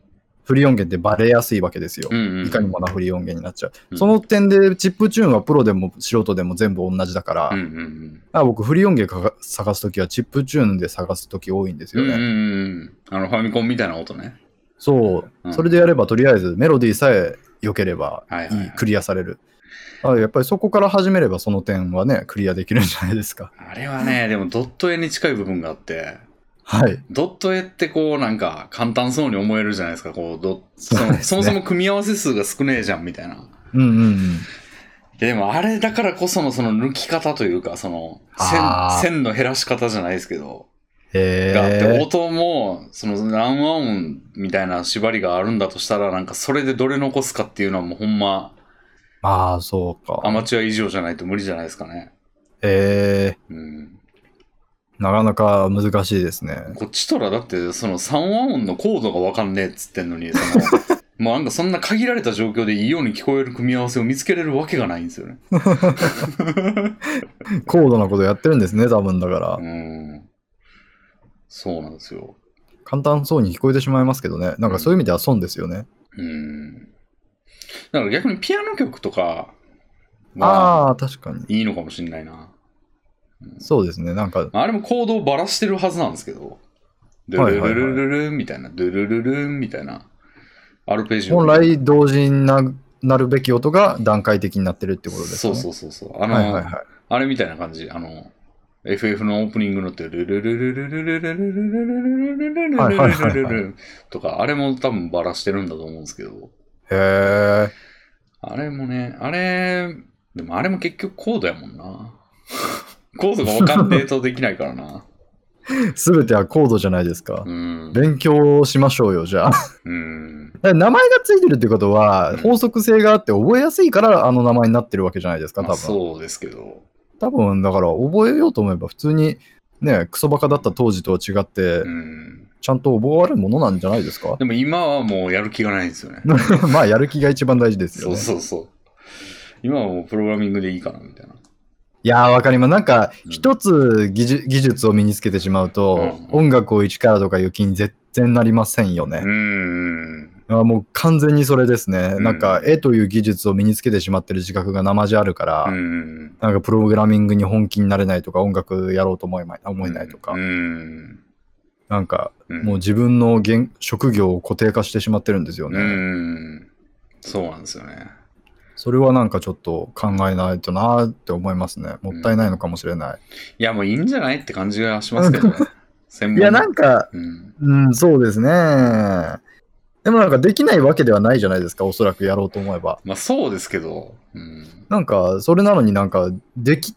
Speaker 2: フリー音源ってバレやすいわけですよ。
Speaker 1: うんうん
Speaker 2: いかにもなフリー音源になっちゃう。
Speaker 1: うん
Speaker 2: その点で、チップチューンはプロでも素人でも全部同じだから、
Speaker 1: うんうん
Speaker 2: あ僕、フリー音源かが探すときは、チップチューンで探すとき多いんです
Speaker 1: うん。う
Speaker 2: よ
Speaker 1: ん
Speaker 2: ね。
Speaker 1: うんうん。あの、ファミコンみたいな音ね。
Speaker 2: そう、
Speaker 1: うん
Speaker 2: それでやれば、とりあえずメロディーさえ良ければいい、
Speaker 1: はいはいはい
Speaker 2: クリアされる。あやっぱりそこから始めれば、その点はね、クリアできるんじゃないですか。
Speaker 1: あれはね、でもドット絵に近い部分があって、
Speaker 2: はい。
Speaker 1: ドット絵ってこうなんか簡単そうに思えるじゃないですか。こうドそ
Speaker 2: そう
Speaker 1: の
Speaker 2: ですね
Speaker 1: そもそも組み合わせ数が少ねえじゃんみたいな。
Speaker 2: うんうんうん。
Speaker 1: ででもあれだからこそのその抜き方というか、その
Speaker 2: あー
Speaker 1: 線線の減らし方じゃないですけど、があっ
Speaker 2: へ
Speaker 1: て、
Speaker 2: え。
Speaker 1: 音もその何和音みたいな縛りがあるんだとしたら、なんかそれでどれ残すかっていうのはもうほんま
Speaker 2: まあ、そう
Speaker 1: ア
Speaker 2: か。
Speaker 1: マチュア以上じゃないと無理じゃないですかね。
Speaker 2: へえ。
Speaker 1: うん
Speaker 2: なかなか難しいですね。
Speaker 1: こっちとらだってその3和音のコードがわかんねえっつってんのにそのもうなんかそんな限られた状況でいいように聞こえる組み合わせを見つけれるわけがないんですよね。
Speaker 2: 高度なことやってるんですね、多分だから。
Speaker 1: うん。そうなんですよ。
Speaker 2: 簡単そうに聞こえてしまいますけどね。なんかそういう意味では損ですよね。
Speaker 1: うん。だから逆にピアノ曲とかは
Speaker 2: ああ、確かに。
Speaker 1: いいのかもしれないな。
Speaker 2: そうですね。なんか、
Speaker 1: あれもコードをばらしてるはずなんですけど、ドゥルルルルルンみたいな、ドゥルルルンみたいな、アルペジオ。
Speaker 2: 本来同時にななるべき音が段階的になってるってことです
Speaker 1: そ
Speaker 2: ね。
Speaker 1: う
Speaker 2: う
Speaker 1: そうそうそう。あの、
Speaker 2: はいはいはい。
Speaker 1: あれみたいな感じ。あの、FF のオープニングのって、ルルルルルルルルルルルルルルルル
Speaker 2: はいはいはいはい
Speaker 1: ルルルとか、あれも多分バラしてるんだと思うんですけど、
Speaker 2: へえ。
Speaker 1: あれもね、あれ、でもあれも結局コードやもんな。コードが分かんねえとできないからな。
Speaker 2: すべてはコードじゃないですか
Speaker 1: う。ん。
Speaker 2: 勉強しましょうよ、じゃ あ。
Speaker 1: うん。
Speaker 2: 名前がついてるってことは
Speaker 1: うん、
Speaker 2: 法則性があって覚えやすいからあの名前になってるわけじゃないですか、
Speaker 1: ま
Speaker 2: 多
Speaker 1: あ、
Speaker 2: 分。
Speaker 1: そうですけど。
Speaker 2: 多分、だから覚えようと思えば普通に、ね、クソバカだった当時とは違って
Speaker 1: う、ん。
Speaker 2: ちゃんと覚わるものなんじゃないですか
Speaker 1: でも今はもうやる気がないんですよね。
Speaker 2: まあ、やる気が一番大事です
Speaker 1: そう
Speaker 2: よね。
Speaker 1: そうそう。今はもうプログラミングでいいかな、みたいな。
Speaker 2: いやー、わかります。なんか、
Speaker 1: うん
Speaker 2: 一つ技術技術を身につけてしまうと、
Speaker 1: うん
Speaker 2: 音楽を一からとかいう気に絶対なりませんよね
Speaker 1: う。ん。
Speaker 2: あもう完全にそれですね。
Speaker 1: うん
Speaker 2: なんか、絵という技術を身につけてしまってる自覚が生じあるから、
Speaker 1: うん。
Speaker 2: なんかプログラミングに本気になれないとか、音楽やろうと思えない思えないとか、
Speaker 1: うん。
Speaker 2: なんか、
Speaker 1: うん
Speaker 2: もう自分の現職業を固定化してしまってるんですよ
Speaker 1: う
Speaker 2: ね。
Speaker 1: ん。そうなんですよね。
Speaker 2: それはなんかちょっと考えないとなーって思いますね。もったいないのかもしれない。
Speaker 1: いや、もういいんじゃないって感じがしますけど ね。専門
Speaker 2: いや、なんか、
Speaker 1: うん。
Speaker 2: うん、そうですね。でもなんかできないわけではないじゃないですか、おそらくやろうと思えば。
Speaker 1: まあ、そうですけど。うん。
Speaker 2: なんか、それなのになんか、でき、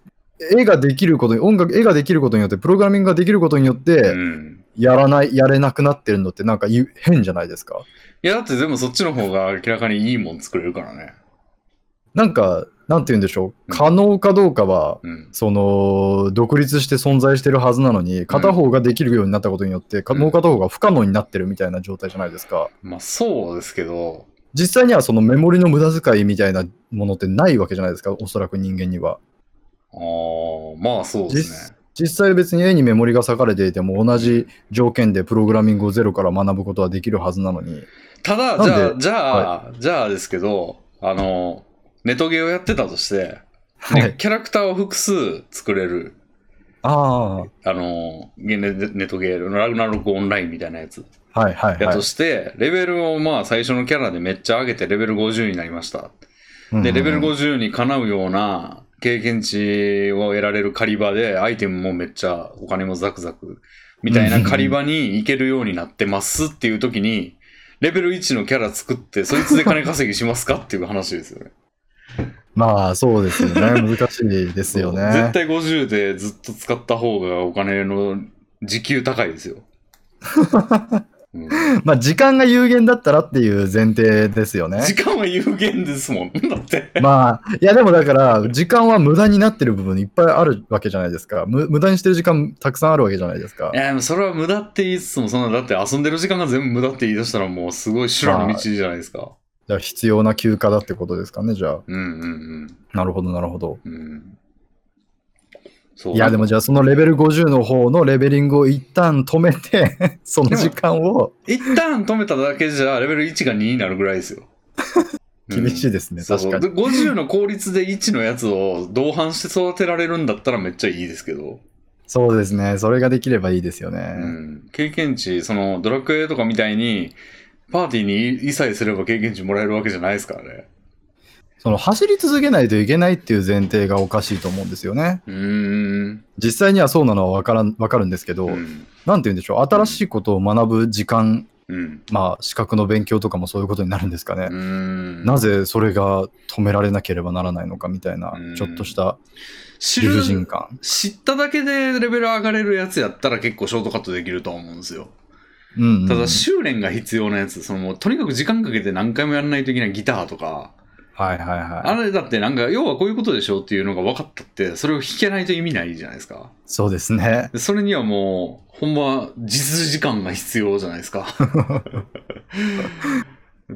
Speaker 2: 絵ができることに、音楽、絵ができることによって、プログラミングができることによっ
Speaker 1: う
Speaker 2: て、
Speaker 1: ん。
Speaker 2: やらない、やれなくなってるのってなんかゆ変じゃないですか。
Speaker 1: いや、だってでもそっちの方が明らかにいいもん作れるからね。
Speaker 2: なんか、なんて言うんでしょう、可能かどうかは、
Speaker 1: うん。
Speaker 2: その、独立して存在してるはずなのに、片方ができるようになったことによって、か
Speaker 1: うん
Speaker 2: もう片方が不可能になってるみたいな状態じゃないですか。
Speaker 1: まあ、そうですけど、
Speaker 2: 実際にはそのメモリの無駄遣いみたいなものってないわけじゃないですか、おそらく人間には。
Speaker 1: ああ、まあそうですね。
Speaker 2: 実際別に A にメモリが割かれていても同じ条件でプログラミングをゼロから学ぶことはできるはずなのに。
Speaker 1: ただ、
Speaker 2: なん
Speaker 1: じ
Speaker 2: で
Speaker 1: ゃあ、じゃあ、じゃあですけど、あの、ネトゲをやってたとして、
Speaker 2: は
Speaker 1: ね
Speaker 2: い。
Speaker 1: キャラクターを複数作れる、
Speaker 2: あ
Speaker 1: あの、ゲネネトゲーラグナロクオンラインみたいなやつ。
Speaker 2: あ。はいはい
Speaker 1: や
Speaker 2: は
Speaker 1: と
Speaker 2: い。
Speaker 1: して、レベルをまあ最初のキャラでめっちゃ上げてレベル50になりました。
Speaker 2: うんう
Speaker 1: で、
Speaker 2: ん
Speaker 1: レベル。50にかなうような経験値を得られる狩り場で、アイテムもめっちゃお金もザクザク、みたいな狩り場に行けるようになってますっていう時に、レベル1のキャラ作って、そいつで金稼ぎしますかっていう話です よね。
Speaker 2: まあそうですよね。難しいですよ
Speaker 1: そう
Speaker 2: ね
Speaker 1: 絶。対50でずっと使った方がお金の時給高いです よ。うん
Speaker 2: まあ時間が有限だったらっていう前提ですよね
Speaker 1: 時。間は有限ですもん。だって。
Speaker 2: まあ、いやでもだから、時間は無駄になってる部分いっぱいあるわけじゃないですか。無無駄にしてる時間たくさんあるわけじゃないですか
Speaker 1: い。や、でもそれは無駄って言いつつも、そんな、だって遊んでる時間が全部無駄って言い出したら、もうすごい修羅の道じゃないですか。
Speaker 2: じゃあ必要な休暇だってことですかね、じゃあ。
Speaker 1: うんうん
Speaker 2: なるほど、なるほど。
Speaker 1: うん。うん。そう。
Speaker 2: いや、でもじゃあそのレベル50の方のレベリングを一旦止めて、その時間を
Speaker 1: 一旦止めただけじゃ、レベル1が2になるぐらいですよ。
Speaker 2: 厳し
Speaker 1: い
Speaker 2: いですね、
Speaker 1: そう
Speaker 2: 確
Speaker 1: そう
Speaker 2: かに。
Speaker 1: で50の効率で1のやつを同伴して育てられるんだったらめっちゃいいですけど、
Speaker 2: そうですね、それができればいいですよ
Speaker 1: う
Speaker 2: ね。
Speaker 1: ん、経験値そのドラクエとかみたいにパーティーに一切すれば経験値もらえるわけじゃないですからね
Speaker 2: その走り続けないといけないっていう前提がおかしいと思うんですよね。
Speaker 1: うーん
Speaker 2: 実際にはそうなのはわからん、わかるんですけど、
Speaker 1: うん
Speaker 2: なんて言うんでしょう、新しいことを学ぶ時間、
Speaker 1: うん
Speaker 2: まあ資格の勉強とかもそういうことになるんですかね。
Speaker 1: な
Speaker 2: なぜそれが止められなければならないのかみたいな
Speaker 1: うん、
Speaker 2: ちょっとした
Speaker 1: 知
Speaker 2: 理
Speaker 1: る
Speaker 2: 不尽感。
Speaker 1: 知っただけでレベル上がれるやつやったら結構ショートカットできると思うんですよ。
Speaker 2: うんうん
Speaker 1: ただ修練が必要なやつ、そのもうとにかく時間かけて何回もやらないといけないギターとか、
Speaker 2: はいはいは
Speaker 1: あ
Speaker 2: い。
Speaker 1: れだってなんか要はこういうことでしょっていうのが分かったって、それを弾けないと意味ないじゃないですか。
Speaker 2: そうですね。
Speaker 1: でそれにはもう、ほんま実時間が必要じゃないです か。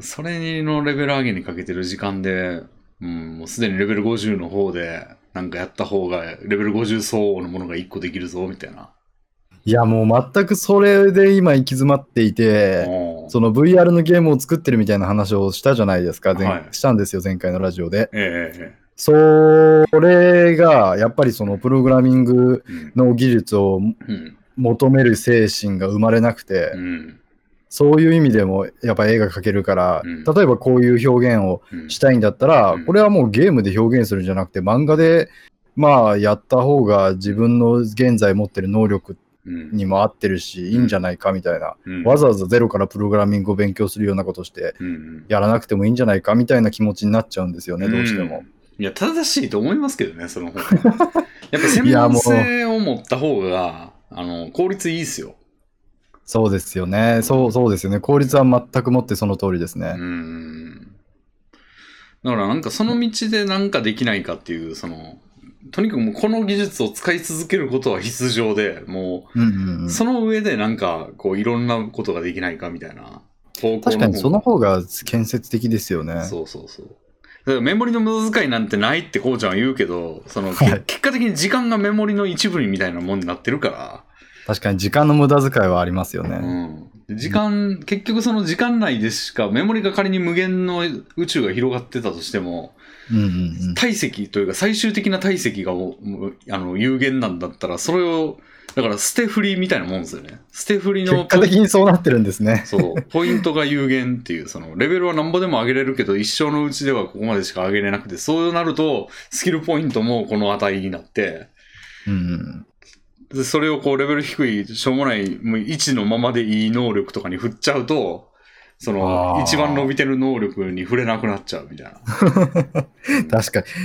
Speaker 1: それのレベル上げにかけてる時間で、うん、もうすでにレベル50の方で、なんかやった方が、レベル50相応のものが1個できるぞ、みたいな。
Speaker 2: いや、もう全くそれで今行き詰まっていて、
Speaker 1: うん
Speaker 2: その VR のゲームを作ってるみたいな話をしたじゃないですか、前
Speaker 1: はい
Speaker 2: したんですよ、前回のラジオで。
Speaker 1: えええ
Speaker 2: それが、やっぱりそのプログラミング
Speaker 1: えうん
Speaker 2: の技術を
Speaker 1: うん
Speaker 2: 求める精神が生まれなくて、
Speaker 1: うん
Speaker 2: そういう意味でもやっぱ絵が描けるから、
Speaker 1: うん
Speaker 2: 例えばこういう表現を
Speaker 1: うん
Speaker 2: したいんだったら、
Speaker 1: うん
Speaker 2: これはもうゲームで表現するんじゃなくて、漫画で、まあ、やった方が自分の現在持ってる能力
Speaker 1: うん
Speaker 2: にも合ってるし、いいんじゃないかみたいな。
Speaker 1: うん
Speaker 2: わざわざゼロからプログラミングを勉強するようなことして
Speaker 1: うんうん
Speaker 2: やらなくてもいいんじゃないかみたいな気持ちになっちゃうんですよね、どうしても
Speaker 1: ん。いや、正しいと思いますけどね、その方が。やっぱ専
Speaker 2: いや
Speaker 1: 門
Speaker 2: もう
Speaker 1: 性を持った方が、あの、効率いいっすよ。
Speaker 2: そうですよね。そうそうですよね。効率は全くもってその通りで
Speaker 1: う
Speaker 2: すね。
Speaker 1: ん。だからなんかその道でなんかできないかっていう、その、とにかくもうこの技術を使い続けることは必須で、も
Speaker 2: うんうんうん
Speaker 1: う、その上でなんか、こう、いろんなことができないかみたいな方向の方
Speaker 2: 確かにその方が建設的ですよね。
Speaker 1: そうそうそう。だからメモリの無駄遣いなんてないってこうちゃんは言うけど、その、け
Speaker 2: はい
Speaker 1: 結果的に時間がメモリの一部みたいなもんになってるか
Speaker 2: 確かに時間の無駄遣いはありますよ
Speaker 1: ら、
Speaker 2: ね。
Speaker 1: うん。時間、結局その時間内でしか、メモリが仮に無限の宇宙が広がってたとしても、
Speaker 2: うんうんうん。
Speaker 1: 体積というか最終的な体積がもうもうあの有限なんだったらそれをだから捨て振りみたいなもんですよね捨て振りの
Speaker 2: 結果的にそうなってるんですね。
Speaker 1: そうポイントが有限っていうそのレベルはなんぼでも上げれるけど一生のうちではここまでしか上げれなくてそうなるとスキルポイントもこの値になって
Speaker 2: うんうん。
Speaker 1: でそれをこうレベル低いしょうもないもう1のままでいい能力とかに振っちゃうとその
Speaker 2: あー
Speaker 1: 一番伸びてる能力に触れなくなっちゃうみたいな
Speaker 2: 確かに。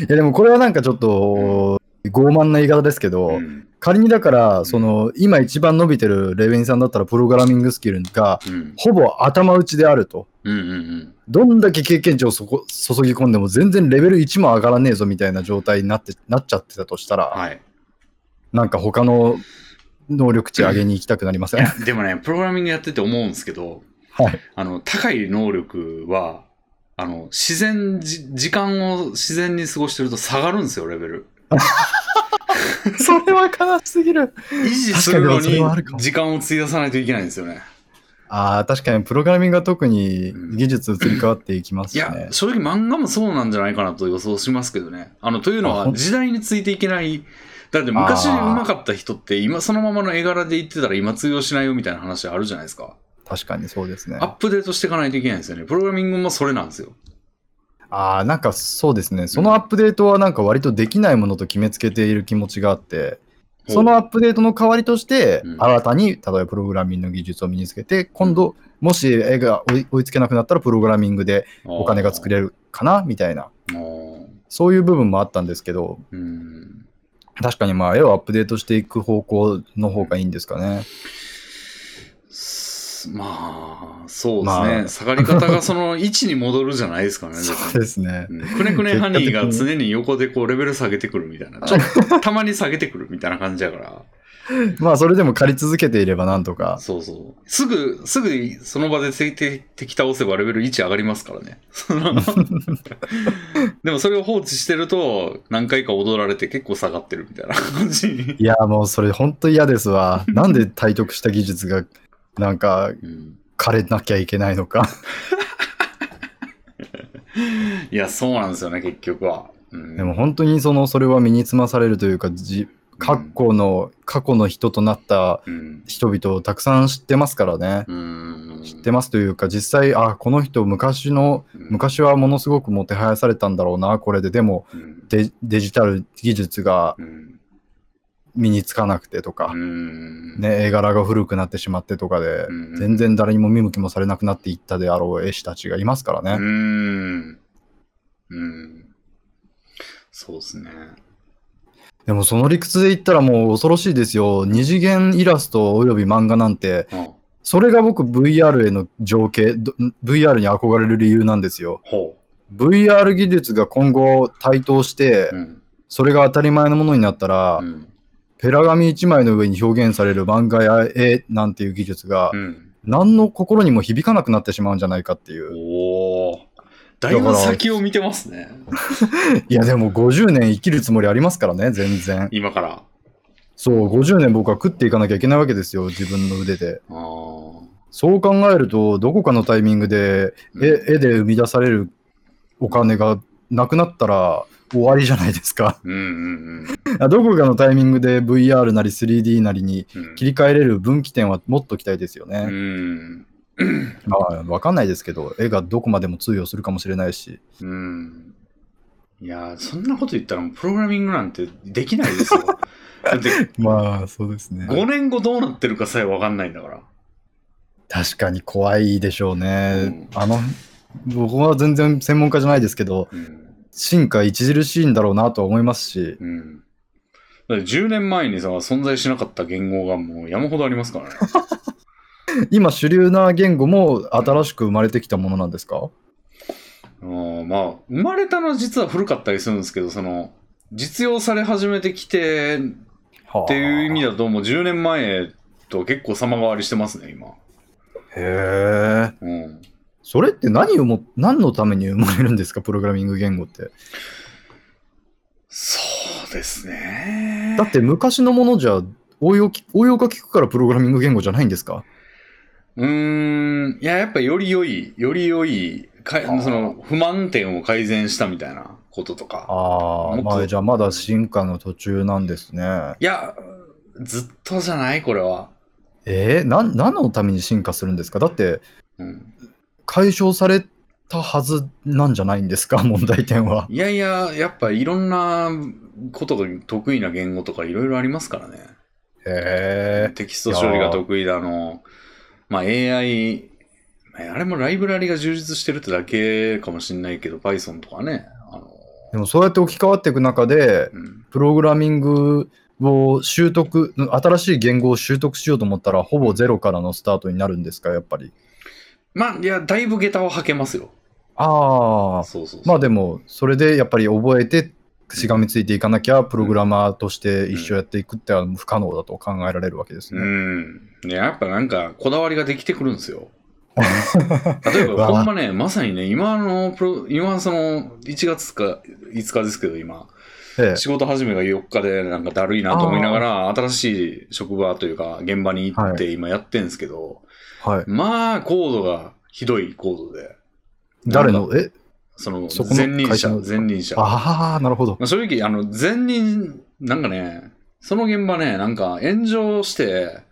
Speaker 2: いやでもこれはなんかちょっと、傲慢な言い方ですけど、
Speaker 1: うん
Speaker 2: 仮にだから、その、今一番伸びてるレベンさんだったら、プログラミングスキルが、
Speaker 1: うん
Speaker 2: ほぼ頭打ちであると。
Speaker 1: うんうん
Speaker 2: どんだけ経験値をそこ注ぎ込んでも全然レベル1も上がらねえぞみたいな状態になってなっちゃってたとしたら、
Speaker 1: はい
Speaker 2: なんか他の能力値上げに行きたくなりません
Speaker 1: でもねプログラミングやってて思うんですけど、
Speaker 2: はい
Speaker 1: あの高い能力はあの自然じ時間を自然に過ごしてると下がるんですよレベル
Speaker 2: それは悲しすぎる。
Speaker 1: 維持するの
Speaker 2: 確かにそ
Speaker 1: に
Speaker 2: れはあるかも
Speaker 1: 時間を費やさないといけないんですよね
Speaker 2: ああ、確かにプログラミングは特に技術移り変わっていきま
Speaker 1: い
Speaker 2: すよ
Speaker 1: や、
Speaker 2: ね。
Speaker 1: 正直漫画もそうなんじゃないかなと予想しますけどね。あの、というの
Speaker 2: あ
Speaker 1: は
Speaker 2: ほん
Speaker 1: 時代についていけない。だって昔う
Speaker 2: あー
Speaker 1: まかった人って今そのままの絵柄で言ってたら今通用しないよみたいな話あるじゃないですか。
Speaker 2: 確かにそうですね。
Speaker 1: アップデートしていかないといけないんですよね。プログラミングもそれなんですよ。
Speaker 2: ああ、なんかそうですね。そのアップデートはなんか割とできないものと決めつけている気持ちがあって、そのアップデートの代わりとして
Speaker 1: う、ん
Speaker 2: 新たに、例えばプログラミングの技術を身につけて、今度、もし絵が追い追いつけなくなったら、プログラミングでお金が作
Speaker 1: れ
Speaker 2: れるかな、みたいな、
Speaker 1: る。おー
Speaker 2: そういう部分もあったんですけど、
Speaker 1: うん。
Speaker 2: 確かにまあ、絵をアップデートしていく方向の方がいいんですかね。
Speaker 1: すまあ、そうですね。
Speaker 2: まあ
Speaker 1: 下がり方がその位置に戻るじゃないですからね。
Speaker 2: そ
Speaker 1: 絶対
Speaker 2: うですね。
Speaker 1: うんくねくねハニーが常に横でこうレベル下げてくるみ たいな。ちょっとたまに下げてくるみたいな感じやから。
Speaker 2: まあ、それでも借り続けていればなんとか。
Speaker 1: そうそう。すぐ、すぐその場で敵敵倒せばレベル1上がりますからね。そ のでもそれを放置してると何回か踊られて結構下がってるみたいな感じに。
Speaker 2: いや、もうそれ本当嫌ですわ。なんで体得した技術が、なんか、
Speaker 1: うん
Speaker 2: 枯れなきゃいけないのか。
Speaker 1: いや、そうなんですよね、結局は。うん
Speaker 2: でも本当にそのそれは身につまされるというか、じ過去の、過去の人となった
Speaker 1: うん。
Speaker 2: 人々をたくさん知ってますからね。
Speaker 1: うん。
Speaker 2: 知ってますというか、実際、あ、この人昔の、昔はものすごくもてはやされたんだろうな、これで。でも
Speaker 1: うん。
Speaker 2: デ、デジタル技術が
Speaker 1: うん。
Speaker 2: 身につかなくてとか
Speaker 1: う、ん。
Speaker 2: ね、絵柄が古くなってしまってとかで
Speaker 1: う、ん。
Speaker 2: 全然誰にも見向きもされなくなっていったであろう絵師たちがいますから
Speaker 1: う
Speaker 2: ね。
Speaker 1: ん。うん。そうですね。
Speaker 2: でもその理屈で言ったらもう恐ろしいですよ。二次元イラストおよび漫画なんて、
Speaker 1: あ
Speaker 2: それが僕 VR への情景、ど VR に憧れる理由なんですよ。
Speaker 1: ほ
Speaker 2: VR 技術が今後台頭して
Speaker 1: う。う、ん。
Speaker 2: それが当たり前のものになったら、
Speaker 1: うん。
Speaker 2: ペラ紙一枚の上に表現される漫画や絵なんていう技術が、
Speaker 1: うん。
Speaker 2: 何の心にも響かなくなってしまうんじゃないかっていう。
Speaker 1: おお。だいぶ先を見てますね。
Speaker 2: いやでも50年生きるつもりありますからね、全然。
Speaker 1: 今から。
Speaker 2: そう、50年僕は食っていかなきゃいけないわけですよ、自分の腕で。
Speaker 1: あー
Speaker 2: そう考えると、どこかのタイミングで、
Speaker 1: うん
Speaker 2: 絵絵で生み出されるお金がなくなったら終わりじゃないですか。
Speaker 1: うんうん
Speaker 2: どこかのタイミングで VR なり 3D なりに
Speaker 1: うんうん。
Speaker 2: 切り替えれる分岐点はもっと期待ですよ
Speaker 1: う
Speaker 2: ね。
Speaker 1: ん。
Speaker 2: まあ、わかんないですけど、絵がどこまでも通用するかもしれないし。
Speaker 1: うん。いやー、そんなこと言ったら、プログラミングなんてできないですよ。だって、
Speaker 2: まあ、そうですね
Speaker 1: 5年後どうなってるかさえわかんないんだから。
Speaker 2: 確かに怖いでしょうね。
Speaker 1: う
Speaker 2: あの、僕は全然専門家じゃないですけど、
Speaker 1: うん。
Speaker 2: 進化著しいんだろうなとは思いますし、
Speaker 1: うん。だって10年前にさ、存在しなかった言語がもう山ほどありますから ね。
Speaker 2: 今主流な言語も新しく生まれてきたものなんですか
Speaker 1: うんまあ、生まれたのは実は古かったりするんですけど、その、実用され始めてきて
Speaker 2: っ
Speaker 1: っていう意味
Speaker 2: だ。
Speaker 1: だともう10年前と結構様変わりしてますね今
Speaker 2: へえ。
Speaker 1: うん
Speaker 2: それって何をも、何のために生まれるんですか、プログラミング言語って。
Speaker 1: そうですね
Speaker 2: だって昔のものじゃ応用き、応用が効くからプログラミング言語じゃないんですか
Speaker 1: うーんいややっぱより良いより良いか
Speaker 2: あー
Speaker 1: その不満点を改善したみたいなこととか
Speaker 2: あ
Speaker 1: も
Speaker 2: あ、
Speaker 1: っと
Speaker 2: まあ、じゃあまだ進化の途中なんですね。
Speaker 1: いやずっとじゃないこれは
Speaker 2: えー、なん何のために進化するんですかだって
Speaker 1: うん
Speaker 2: 解消されたはずなんじゃないんですか問題点は。
Speaker 1: いやいややっぱいろんなことが得意な言語とかいろいろありますからね
Speaker 2: へえ。
Speaker 1: テキスト処理が得意だの、まあ、AI、まああれもライブラリが充実してるってだけかもしれないけど、Python とかね、あの
Speaker 2: でもそうやって置き換わっていく中で、
Speaker 1: うん。
Speaker 2: プログラミングを習得、新しい言語を習得しようと思ったら、ほぼゼロからのスタートになるんですか、やっぱり。
Speaker 1: まあ、いや、だいぶ下駄は履けますよ。
Speaker 2: ああ、
Speaker 1: そうそうそう
Speaker 2: まあでも、それでやっぱり覚えて、しがみついていかなきゃ、プログラマーとして一生やっていくっては不可能だと考えられるわけです
Speaker 1: う
Speaker 2: ね。
Speaker 1: ん。ねやっぱなんか、こだわりができてくるんです よ。例えば、ほ
Speaker 2: わ
Speaker 1: んまね、まさにね、今のプロ、今その、1月か5日ですけど、今、
Speaker 2: ええ
Speaker 1: 仕事始めが4日で、なんかだるいなと思いながら、新しい職場というか、現場に行って今やってんですけど、
Speaker 2: はい。
Speaker 1: まあ、コードがひどいコードで、
Speaker 2: 誰の、え
Speaker 1: その、
Speaker 2: そこの
Speaker 1: 前任
Speaker 2: 会社
Speaker 1: 者、
Speaker 2: の
Speaker 1: 前任者。
Speaker 2: ああ、なるほど。
Speaker 1: まあ、正直、あの、前任、なんかね、その現場ね、なんか炎上して、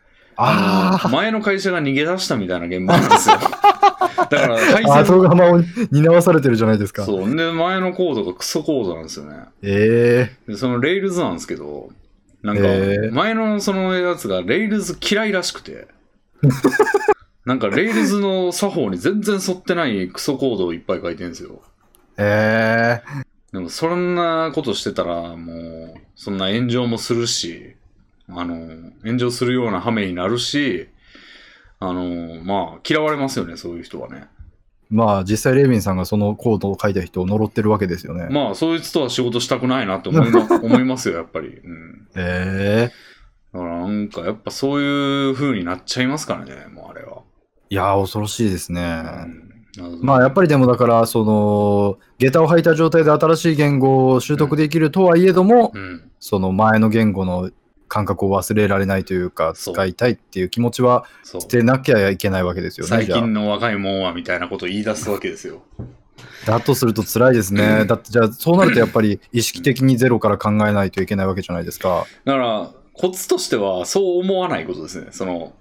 Speaker 2: あ
Speaker 1: あの前の会社が逃げ出したみたいな現場なん ですよ。だから
Speaker 2: あ、あ
Speaker 1: 配
Speaker 2: ープ
Speaker 1: 線、
Speaker 2: ログラマーを担わされてるじゃないですか。
Speaker 1: そう。で、前のコードがクソコードなんですよね。
Speaker 2: え
Speaker 1: で、そのレイルズなんですけど、なんか
Speaker 2: へー、
Speaker 1: 前のそのやつがレイルズ嫌いらしく て、なんかレイルズの作法に全然沿ってないクソコードをいっぱい書いてるんですよ。
Speaker 2: えええ
Speaker 1: でも、そんなことしてたら、もう、そんな炎上もするし、あの、炎上するような羽目になるし、あの、まあ、嫌われますよね、そういう人はね。
Speaker 2: まあ実際レイビンさんがそのコードを書いた人を呪ってるわけですよね。
Speaker 1: まあ、そいつとは仕事したくないなって思い,、 ま、思いますよ、やっぱり。うん。
Speaker 2: ええ
Speaker 1: だから、なんか、やっぱそういう風になっちゃいますからね、もうあれは。
Speaker 2: いやー恐ろしいですね。
Speaker 1: うん
Speaker 2: まあやっぱりでもだからその下駄を履いた状態で新しい言語を習得できるとはいえども、
Speaker 1: うん。
Speaker 2: その前の言語の感覚を忘れられないというか
Speaker 1: そ
Speaker 2: 使
Speaker 1: う
Speaker 2: いたいっていう気持ちは
Speaker 1: そう
Speaker 2: 捨。てなきゃいけないわけですよね。
Speaker 1: 最
Speaker 2: じゃあ
Speaker 1: 近の若いもんはみたいなことを言い出すわけですよ。
Speaker 2: だとすると辛いですね。だってじゃあそうなるとやっぱり意識的にゼロから考えないといけないわけじゃないですか。
Speaker 1: だから、コツとしては、そう思わないことですね。その、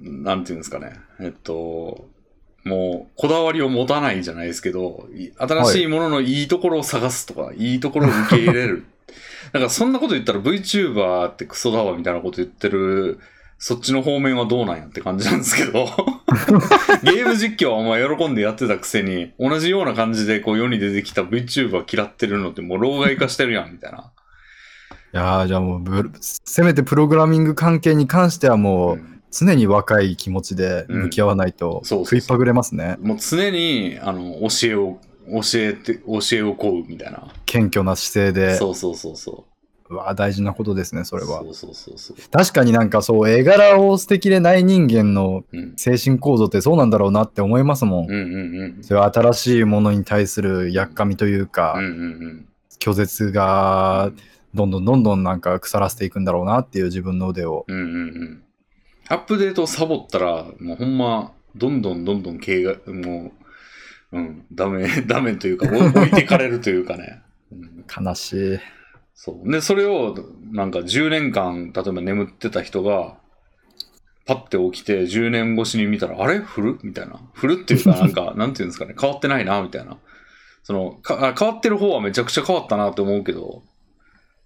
Speaker 1: なんていうんですかね。えっと、もう、こだわりを持たないじゃないですけど、い新しいもののいいところを探すとか、い、いところを受け入れる。 だから、そんなこと言ったら VTuber ってクソだわみたいなこと言ってる、そっちの方面はどうなんやって感じなんですけど。 ゲーム実況はお前喜んでやってたくせに、同じような感じでこう世に出てきた VTuber 嫌ってるのってもう老害化してるやん、みたいな。
Speaker 2: いやーじゃあもうブルせめてプログラミング関係に関してはも
Speaker 1: う
Speaker 2: うん常に若い気持ちで向き合わないと
Speaker 1: んそうそうそう
Speaker 2: 食いっぱぐれますね。
Speaker 1: もう常にあの教えを教えて教えを請うみたいな、
Speaker 2: 謙虚な姿勢で。
Speaker 1: そうそうそうそう
Speaker 2: うわあ大事なことですね、それは
Speaker 1: そ。うそうそうそう
Speaker 2: 確かになんかそう、絵柄を捨てきれない人間の
Speaker 1: うん
Speaker 2: 精神構造ってそうなんだろうなって思いますも
Speaker 1: う
Speaker 2: ん。
Speaker 1: んうんうん
Speaker 2: それは新しいものに対するやっかみというか、
Speaker 1: うんうんうん
Speaker 2: 拒絶がどんどんどんどんなんか腐らせていくんだろうなっていう自分の腕を。
Speaker 1: うんうんうんアップデートをサボったらもうほんまどんどんどんどん経営がもう、うん、ダメダメというかお置いてかれるというかね、うん、
Speaker 2: 悲しい。
Speaker 1: そうでそれをなんか10年間例えば眠ってた人がパッて起きて10年越しに見たらあれ振るみたいな振るっていうかなんかなんていうんですかね変わってないなみたいなそのかあ変わってる方はめちゃくちゃ変わったなって思うけど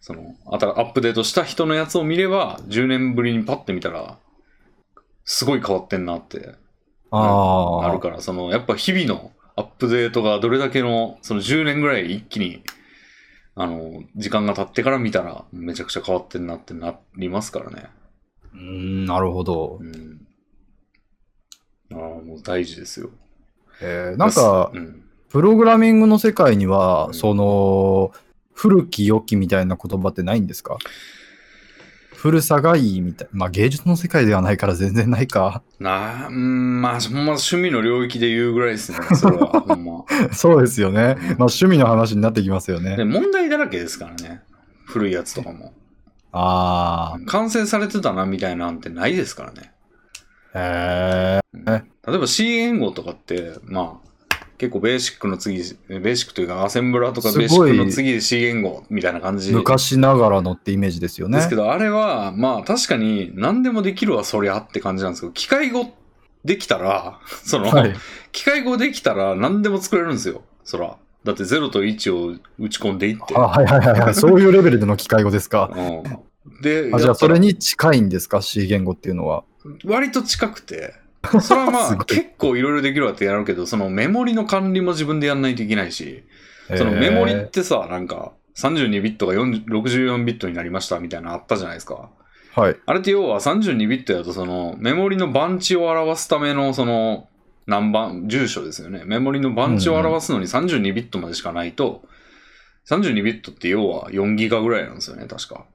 Speaker 1: そのあたアップデートした人のやつを見れば10年ぶりにパッて見たらすごい変わってんなって
Speaker 2: ああ。
Speaker 1: あるから、そのやっぱ日々のアップデートがどれだけの、その10年ぐらい一気に、あの、時間が経ってから見たら、めちゃくちゃ変わってんなってなりますからね。
Speaker 2: うーんなるほど
Speaker 1: う。ん。ああ、もう大事ですよ。
Speaker 2: えーなんか
Speaker 1: う、ん。
Speaker 2: プログラミングの世界には、
Speaker 1: うん
Speaker 2: その、古き良きみたいな言葉ってないんですか古さがいいみたい。まあ芸術の世界ではないから 全然ないか。
Speaker 1: なあ、うん、まあ、ほんま趣味の領域で言うぐらいですね、それ は。ほんま。
Speaker 2: そうですよね。まあ趣味の話になってきますよ
Speaker 1: で、
Speaker 2: ね。
Speaker 1: 問題だらけですからね。古いやつとかも。
Speaker 2: あ
Speaker 1: 完成されてたな、みたいなんてないですからね。
Speaker 2: あ。へえ。
Speaker 1: 例えば C 言語とかって、まあ、結構ベーシックの次、ベーシックというかアセンブラーとか
Speaker 2: すご
Speaker 1: ベ
Speaker 2: い
Speaker 1: ーシックの次で C 言語みたいな感じで
Speaker 2: 昔ながらのってイメージですよね。
Speaker 1: すけど、あれはまあ確かに何でもできるわそりゃって感じなんですけど、機械語できたら、 その、
Speaker 2: はい。
Speaker 1: 機械語できたら何でも作れるんですよ、そら。だって0と1を打ち込んでいって。
Speaker 2: あはいはい はいはい。そういうレベルでの機械語ですか。
Speaker 1: うん、で、
Speaker 2: あじゃ
Speaker 1: や
Speaker 2: あ
Speaker 1: った
Speaker 2: そ
Speaker 1: ら
Speaker 2: れに近いんですか ?C 言語っていうのは。
Speaker 1: 割と近くて、それは ま
Speaker 2: すご
Speaker 1: あ
Speaker 2: い
Speaker 1: 結構いろいろできるわってやるけど、そのメモリの管理も自分でやんないといけないし、その
Speaker 2: へー
Speaker 1: メモリってさ、なんか32ビットが40 64ビットになりましたみたいなのあったじゃないですか。
Speaker 2: はい。
Speaker 1: あれって要は32ビットやとそのメモリの番地を表すためのその何番、住所ですよね。メモリの番地を表すのに32ビットまでしかないと、32ビットって要は4ギガぐらいなんですよね、確か。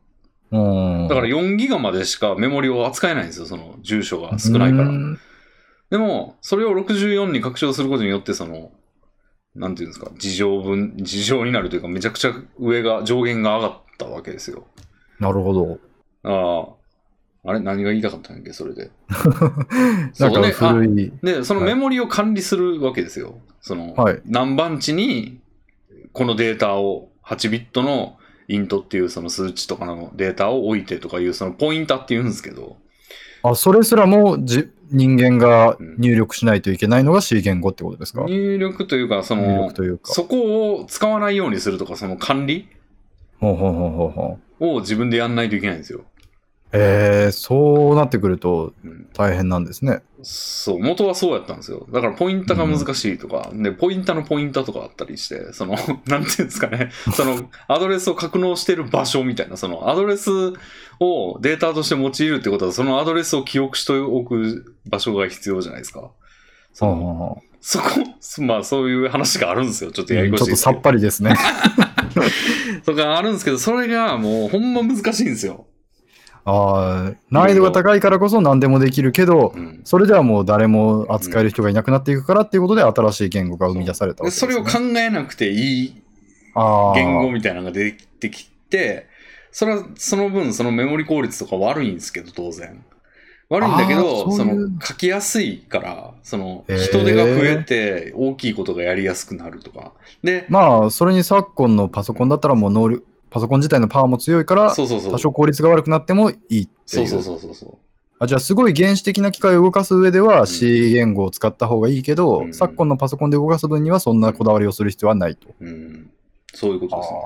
Speaker 2: うん。
Speaker 1: だから4ギガまでしかメモリを扱えないんですよ、その住所が少ないか
Speaker 2: う
Speaker 1: ら。
Speaker 2: ん
Speaker 1: でも、それを64に拡張することによって、その、なんていうんですか、事情分、事情になるというか、めちゃくちゃ上が、上限が上がったわけですよ。
Speaker 2: なるほど。
Speaker 1: ああ、あれ何が言いたかったんだっけ、それで。そ
Speaker 2: な
Speaker 1: うん
Speaker 2: か
Speaker 1: ね
Speaker 2: 古い。
Speaker 1: で、その
Speaker 2: は
Speaker 1: メ
Speaker 2: い
Speaker 1: モリを管理するわけですよ。その、
Speaker 2: はい
Speaker 1: 何番地に、このデータを、8ビットのイントっていうその数値とかのデータを置いてとかいう、そのポインターって言うんですけど、
Speaker 2: あ、それすらもじ人間が入力しないといけないのが C 言語ってことですか
Speaker 1: 入力というか、そ
Speaker 2: 入
Speaker 1: の
Speaker 2: 力、というか。
Speaker 1: そこを使わないようにするとか、その管理
Speaker 2: ほうほうほうほうほう。
Speaker 1: を自分でやんないといけないんですよ。
Speaker 2: えー、そうなってくると
Speaker 1: うん
Speaker 2: 大変なんですね。
Speaker 1: そう、元はそうやったんですよ。だからポインターが難しいとか、で、ポインターのポインターとかあったりして、その、 なんていうんですかね、その、アドレスを格納してる場所みたいな、その、アドレスをデータとして用いるってことは、そのアドレスを記憶しておく場所が必要じゃないですか。そ
Speaker 2: ほう
Speaker 1: の
Speaker 2: ほうほ
Speaker 1: そこ、まあそういう話があるんですよ。ちょっと
Speaker 2: う
Speaker 1: やや
Speaker 2: う
Speaker 1: こ
Speaker 2: んち
Speaker 1: し
Speaker 2: ょ
Speaker 1: いで
Speaker 2: っと
Speaker 1: す
Speaker 2: さ
Speaker 1: け
Speaker 2: っぱ りですね。
Speaker 1: ど。とかあるんですけど、それがもうほんま難しいんですよ。
Speaker 2: あー難易度が高いからこそ何でもできるけど
Speaker 1: う、ん。
Speaker 2: それではもう誰も扱える人がいなくなっていくからっていうことで新しい言語が生み出されたわ
Speaker 1: で
Speaker 2: けです、
Speaker 1: そ
Speaker 2: ね。
Speaker 1: れを考えなくていい
Speaker 2: あー
Speaker 1: 言語みたいなのが出てきて、それはその分、そのメモリ効率とか悪いんですけど、当然。悪いんだけ
Speaker 2: あ
Speaker 1: ど、
Speaker 2: ー
Speaker 1: そ
Speaker 2: そういう
Speaker 1: の書きやすいから、その
Speaker 2: へー
Speaker 1: 人手が増えて大きいことがやりやすくなるとか。で、
Speaker 2: まあ、それに昨今のパソコンだったらもう能力、パソコン自体のパワーも強いから、
Speaker 1: そうそうそう。
Speaker 2: 多少効率が悪くなってもいいってい。
Speaker 1: そううそうそうそうそう。
Speaker 2: あじゃあ、すごい原始的な機械を動かす上では
Speaker 1: ん
Speaker 2: C 言語を使った方がいいけど、
Speaker 1: うん
Speaker 2: 昨今のパソコンで動かす分にはそんなこだわりをする必要はないと。
Speaker 1: うん。そういうことですね。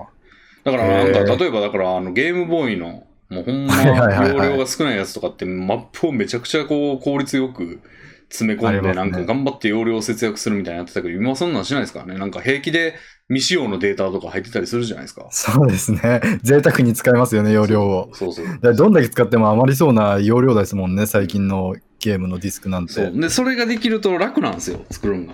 Speaker 2: あ
Speaker 1: だから、な
Speaker 2: へ
Speaker 1: ん
Speaker 2: ー
Speaker 1: か、例えばだから、あの、ゲームボーイの、もうほんま、
Speaker 2: はいはいはい
Speaker 1: 容
Speaker 2: はい
Speaker 1: 量が少ないやつとかって、マップをめちゃくちゃこう、効率よく詰め込ん
Speaker 2: ありま
Speaker 1: で、
Speaker 2: す
Speaker 1: な
Speaker 2: ね
Speaker 1: んか頑張って容量を節約するみたいなのやってたけど、今はそんなんしないですからね。なんか平気で未使用のデータとか入ってたりするじゃないですか
Speaker 2: ー。そうですね。 贅沢に使えますよね、容量を。
Speaker 1: そうそう。
Speaker 2: だからどんだけ使っても余りそうな容量ですもんね、最近のゲームのディスクなんて。
Speaker 1: そう。で、それができると楽なんですよ、作るのが。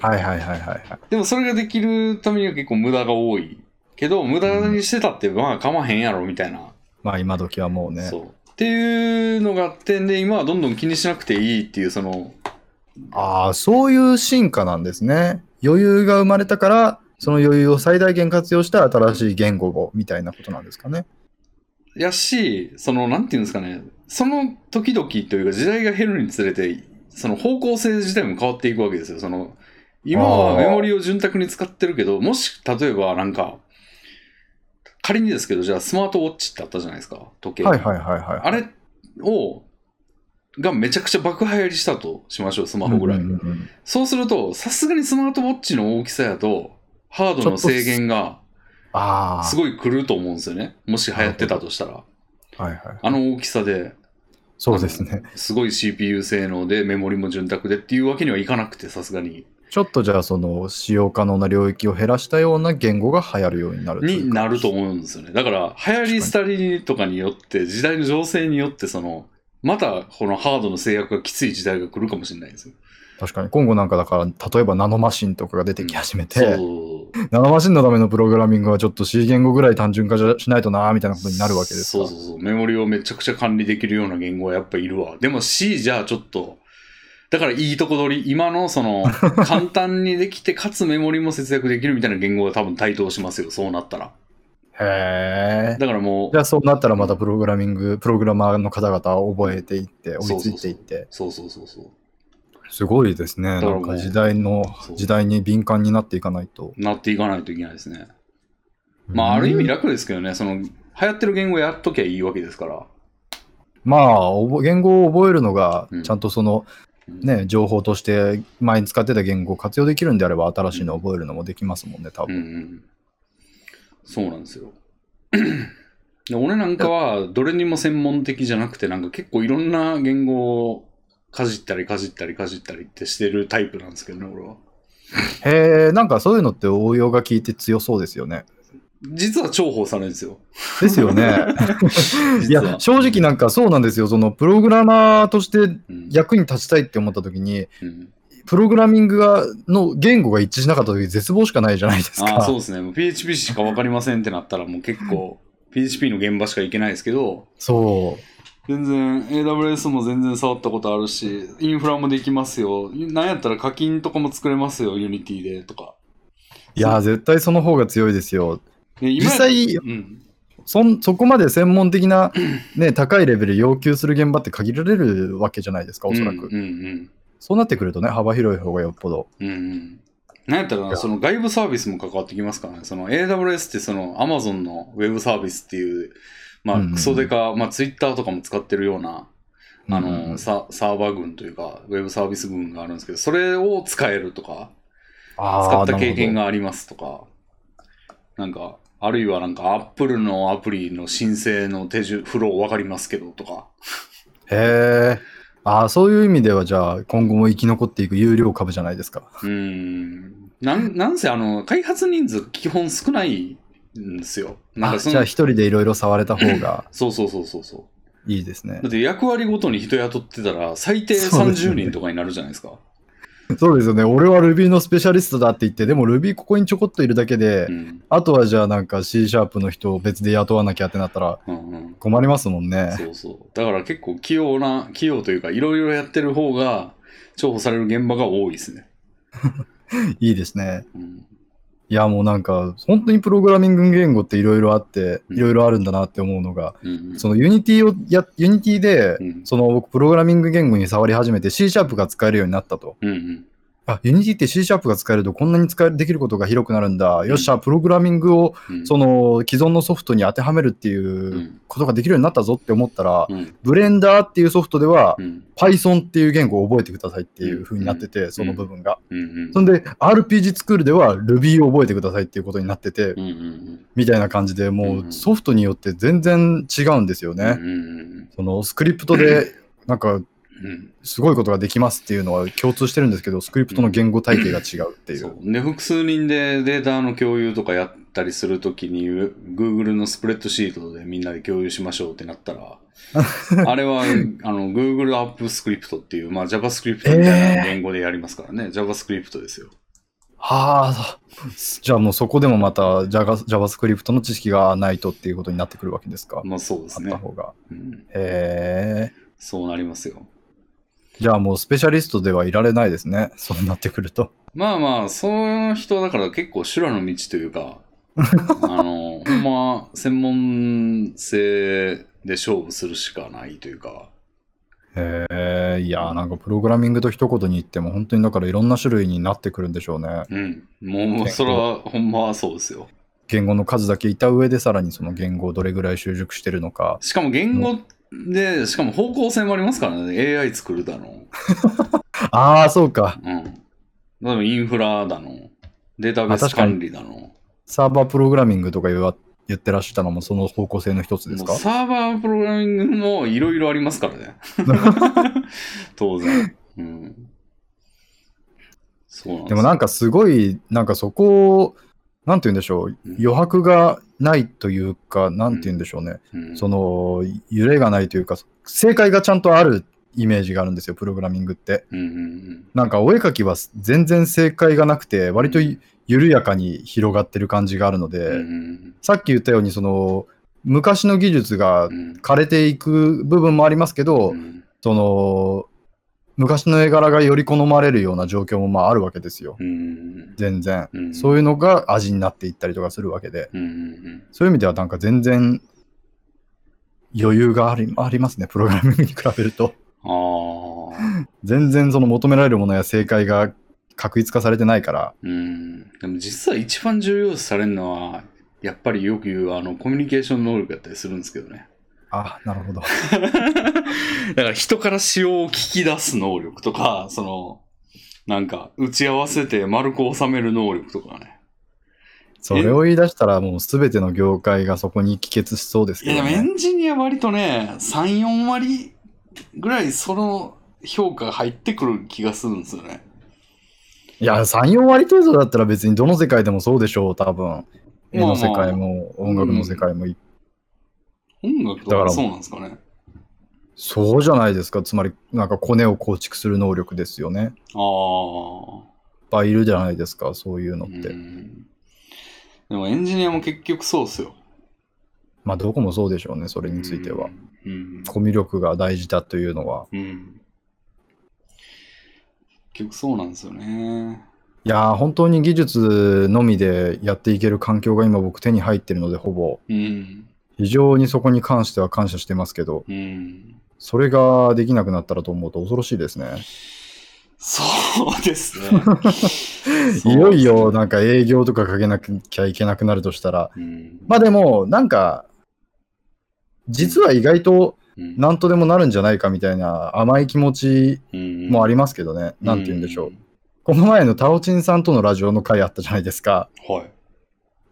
Speaker 2: はいはいはいはいはい。
Speaker 1: でも、それができるためには結構無駄が多い。けど、無駄にしてたって、まあ、かまへんやろ、みたいな
Speaker 2: まあ、今時はもうね。
Speaker 1: そうっていうのがあってで今はどんどん気にしなくていいっていうその
Speaker 2: ああ、そういう進化なんですね。余裕が生まれたから、その余裕を最大限活用した新しい言語をみたいなことなんですかね。
Speaker 1: やしそのなんていうんですかねその時々というか時代が減るにつれてその方向性自体も変わっていくわけですよその今は
Speaker 2: あー
Speaker 1: メモリを潤沢に使ってるけどもし例えばなんか仮にですけどじゃあスマートウォッチってあったじゃないですか時計、
Speaker 2: はいはいはいはい。
Speaker 1: あれをがめちゃくちゃ爆破やりしたとしましょうスマホぐらい、
Speaker 2: うんうんうん
Speaker 1: そうすると、さすがにスマートウォッチの大きさやと、ハードの制限が
Speaker 2: あ
Speaker 1: すごい来ると思うんですよね。もし流行ってたとしたら。
Speaker 2: あ、はいはい。
Speaker 1: あの大きさで、
Speaker 2: そうですね。
Speaker 1: すごい CPU 性能で、メモリも潤沢でっていうわけにはいかなくて、さすがに。
Speaker 2: ちょっとじゃあ、その使用可能な領域を減らしたような言語が流行るようになるという
Speaker 1: に
Speaker 2: か
Speaker 1: なると思うんですよね。だから、流行り廃りとかによって、時代の情勢によって、その、またこのハードの制約がきつい時代が来るかもしれないですよ。
Speaker 2: 確かに、今後なんかだから、例えばナノマシンとかが出てき始めて、
Speaker 1: そう。
Speaker 2: ナノマシンのためのプログラミングはちょっと C 言語ぐらい単純化じゃしないとなーみたいなことになるわけです
Speaker 1: そ
Speaker 2: か
Speaker 1: うそうそうメモリをめちゃくちゃ管理できるような言語はやっぱいるわでも C じゃあちょっとだからいいとこ取り今のそ の簡単にできてかつメモリも節約できるみたいな言語が多分対等しますよそうなったら
Speaker 2: へえ。
Speaker 1: だからも
Speaker 2: じ
Speaker 1: う
Speaker 2: ゃあそうなったらまたプログラミング、プログラマーの方々を覚えていって、追
Speaker 1: そう
Speaker 2: いつ
Speaker 1: そうそう
Speaker 2: いていって。
Speaker 1: そうそうそうそう
Speaker 2: すごいですね。
Speaker 1: だから
Speaker 2: な
Speaker 1: も
Speaker 2: ん
Speaker 1: う
Speaker 2: か時代の
Speaker 1: そう、
Speaker 2: 時代に敏感になっていかないと。
Speaker 1: なっていかないといけないですねまあある意味楽ですけどねその流行ってる言語やっときゃいいわけですから、
Speaker 2: まあ、覚言語を覚えるのが
Speaker 1: うん、
Speaker 2: ちゃんとその、
Speaker 1: うん
Speaker 2: ね、情報として前に使ってた言語を活用できるんであれば、新しいのを覚えるのもできますもんね、多
Speaker 1: うん
Speaker 2: 分。
Speaker 1: うん、そうなんですよ で俺なんかはどれにも専門的じゃなくてなんか結構いろんな言語をかじったりかじったりかじったりってしてるタイプなんですけどね俺は
Speaker 2: へえ、なんかそういうのって応用が効いて強そうです よね。
Speaker 1: 実は重宝されるんですよ。
Speaker 2: ですよね。い
Speaker 1: 実は
Speaker 2: や、正直なんかそうなんですよ。そのプログラマーとして
Speaker 1: うん
Speaker 2: 役に立ちたいって思った時に、
Speaker 1: うん
Speaker 2: プログラミングがの言語が一致しなかった時絶望しかないじゃないですか。
Speaker 1: ああ、そうですね。もう PHP しか分かりませんってなったら、もう結構、PHP の現場しか行けないですけど、
Speaker 2: そう
Speaker 1: 全然 AWS も全然触ったことあるし、インフラもできますよ。なんやったら課金とかも作れますよ、Unity でとか。
Speaker 2: いやー、絶対その方が強いですよ。
Speaker 1: で今
Speaker 2: 実際、
Speaker 1: うん、
Speaker 2: そんそこまで専門的な、ね、高いレベル要求する現場って限られるわけじゃないですか、おそらく。
Speaker 1: うんうん
Speaker 2: そうなってくるとね、幅広い方がよっぽど。
Speaker 1: うん。うんうんなんやった
Speaker 2: い
Speaker 1: ら、
Speaker 2: や
Speaker 1: その外部サービスも関わってきますからね。その AWS ってその Amazon のウェブサービスっていう、ま
Speaker 2: うん
Speaker 1: あ
Speaker 2: うんうん
Speaker 1: クソデカ、まあ Twitter とかも使ってるような、あの、
Speaker 2: うん
Speaker 1: ササーバー群というか、ウェブサービス群があるんですけど、それを使えるとか、使
Speaker 2: あー
Speaker 1: った経験
Speaker 2: なる
Speaker 1: がありますとか、なんか、あるいはなんか Apple のアプリの申請の手順、フロー分かりますけどとか、
Speaker 2: ほどへえ。ああ、そういう意味では、じゃあ、今後も生き残っていく有料株じゃないですか。
Speaker 1: うーん、なんなんせあの、開発人数基本少ないんですよ。なん
Speaker 2: あ
Speaker 1: かそ
Speaker 2: じゃあ、
Speaker 1: の
Speaker 2: 一人でいろいろ触れた方が
Speaker 1: そうそうそうそうそう。
Speaker 2: いいですね
Speaker 1: だっ。て役割ごとに人雇ってたら、最低
Speaker 2: そうですよ
Speaker 1: 30
Speaker 2: ね
Speaker 1: 人とかになるじゃないですか。
Speaker 2: そうですよね。俺は Ruby のスペシャリストだって言って、でも Ruby ここにちょこっといるだけで、
Speaker 1: うん
Speaker 2: あとはじゃあなんか C シャープの人を別で雇わなきゃってなったら
Speaker 1: うんうん
Speaker 2: 困りますもんね。
Speaker 1: そうそう。だから結構器用な、器用というか、いろいろやってる方が、重宝される現場が多いですね。
Speaker 2: いいですね。
Speaker 1: うん
Speaker 2: いやもうなんか本当にプログラミング言語っていろいろあって、
Speaker 1: うん
Speaker 2: いろいろあるんだなって思うのが、
Speaker 1: うんうん
Speaker 2: その Unity をや、Unity で
Speaker 1: う、ん
Speaker 2: その僕プログラミング言語に触り始めて C シャープが使えるようになったと。
Speaker 1: うんうん
Speaker 2: あ、Unity って C シャープが使えるとこんなに使える、できることが広くなるんだ。よっしゃ、プログラミングを
Speaker 1: うん
Speaker 2: その既存のソフトに当てはめるっていうことができるようになったぞって思ったら、
Speaker 1: うん
Speaker 2: ブレンダーっていうソフトでは、
Speaker 1: うん
Speaker 2: Python っていう言語を覚えてくださいっていう風になってて、その部分が。
Speaker 1: うんうん
Speaker 2: そんで、RPG スクールでは Ruby を覚えてくださいっていうことになってて、
Speaker 1: うんうん
Speaker 2: みたいな感じでも
Speaker 1: んう
Speaker 2: うんうソフトによって全然違うんですよ
Speaker 1: うんうん
Speaker 2: ね。
Speaker 1: うん
Speaker 2: そのスクリプ トで、なんか、
Speaker 1: うん
Speaker 2: すごいことができますっていうのは共通してるんですけど、スクリプトの言語体系が違うってい。
Speaker 1: そううで複数人でデータの共有とかやったりするときに Google のスプレッドシートでみんなで共有しましょうってなった らあれはあの Google アップスクリプトっていう、まあ、JavaScript みたいな言語でやりますからね、JavaScript ですよ
Speaker 2: はあ、じゃあもうそこでもまた Java- JavaScript の知識がないとっていうことになってくるわけですか。
Speaker 1: まあそうで
Speaker 2: あ
Speaker 1: す
Speaker 2: った
Speaker 1: ね、
Speaker 2: 方が。
Speaker 1: うん、
Speaker 2: へえ。
Speaker 1: そうなりますよ
Speaker 2: じゃあもうスペシャリストではいられないですね。 そうなってくると。
Speaker 1: まあまあ、その人だから結構修羅の道という か、あの、ほんま、専門性で勝負するしかないというか、
Speaker 2: へえ、いやー、なんかプログラミングと一言に言っても、本当にだからいろんな種類になってくるんでしょうね。
Speaker 1: うん。もう、それはほんまはそうですよ。
Speaker 2: 言語の数だけいた上で、さらにその言語をどれぐらい習熟してるのか。
Speaker 1: しかも言語で、しかも方向性もありますからね。AI 作るだの。
Speaker 2: ああ、そうか。
Speaker 1: うん。例えばインフラだの。データベー
Speaker 2: あ
Speaker 1: ス
Speaker 2: 確かに
Speaker 1: 管理だの。
Speaker 2: サーバープログラミングとか言わ言ってらっしゃったのもその方向性の一つです
Speaker 1: もう
Speaker 2: か
Speaker 1: サーバープログラミングもいろいろありますから ね。当然。うん。そうなんです
Speaker 2: でもなんかすごい、なんかそこを、なんて言うんでしょう、余白がないというか、なんて言うんでしょうね。
Speaker 1: うん
Speaker 2: その、揺れがないというか、正解がちゃんとあるイメージがあるんですよ、プログラミングって。
Speaker 1: うんうん
Speaker 2: なんかお絵描きは全然正解がなくて、割と緩やかに広がってる感じがあるので、
Speaker 1: うんうん
Speaker 2: さっき言ったように、その、昔の技術が
Speaker 1: うん
Speaker 2: 枯れていく部分もありますけど、
Speaker 1: うん
Speaker 2: その、昔の絵柄がより好まれるような状況もまああるわけですよ。
Speaker 1: うん
Speaker 2: 全然。
Speaker 1: うん
Speaker 2: そういうのが味になっていったりとかするわけで、
Speaker 1: うんうん
Speaker 2: そういう意味ではなんか全然余裕がありありますね、プログラミングに比べると。
Speaker 1: ああ、
Speaker 2: 全然その求められるものや正解が確一化されてないから、
Speaker 1: うん。でも実は一番重要視されるのは、やっぱりよく言うあのコミュニケーション能力やったりするんですけどね。
Speaker 2: あ、なるほど。
Speaker 1: だから人から仕様を聞き出す能力とか、その、なんか打ち合わせて丸く収める能力とかね。
Speaker 2: それを言い出したらもう全ての業界がそこに帰結しそうです
Speaker 1: い
Speaker 2: け
Speaker 1: や
Speaker 2: ど、
Speaker 1: でもエ
Speaker 2: ね。
Speaker 1: ンジニア割とね、3、4割ぐらいその評価が入ってくる気がするんですよね。
Speaker 2: いや、3、4割程度だったら別にどの世界でもそうでしょう、多分。絵の世界も音楽の世界もい、
Speaker 1: 音楽と
Speaker 2: だか
Speaker 1: からそうなんですかね。
Speaker 2: そうじゃないですか。つまり、なんかコネを構築する能力ですよね。
Speaker 1: ああ。
Speaker 2: いっぱいいるじゃないですか、そういうのっ
Speaker 1: う
Speaker 2: て。
Speaker 1: ん。でもエンジニアも結局そうっすよ。
Speaker 2: まあ、どこもそうでしょうね、それについては。
Speaker 1: うん。
Speaker 2: コミュ力が大事だというのは。
Speaker 1: うん。うん結局そうなんですよね。
Speaker 2: いやー、本当に技術のみでやっていける環境が今僕手に入ってるので、ほぼ。
Speaker 1: うん。
Speaker 2: 非常にそこに関しては感謝してますけど、
Speaker 1: うん。
Speaker 2: それができなくなったらと思うと恐ろしいですね。
Speaker 1: そうですね。そうです
Speaker 2: い
Speaker 1: ね
Speaker 2: よいよ、なんか営業とかかけなきゃいけなくなるとしたら、
Speaker 1: うん。
Speaker 2: まあでも、なんか、実は意外と
Speaker 1: うん、
Speaker 2: 何とでもなるんじゃないかみたいな甘い気持ちもあ
Speaker 1: り、
Speaker 2: りますけどね。なんて言うんでしょう。
Speaker 1: ん。
Speaker 2: この前のタオチンさんとのラジオの回あったじゃないですか。
Speaker 1: はい。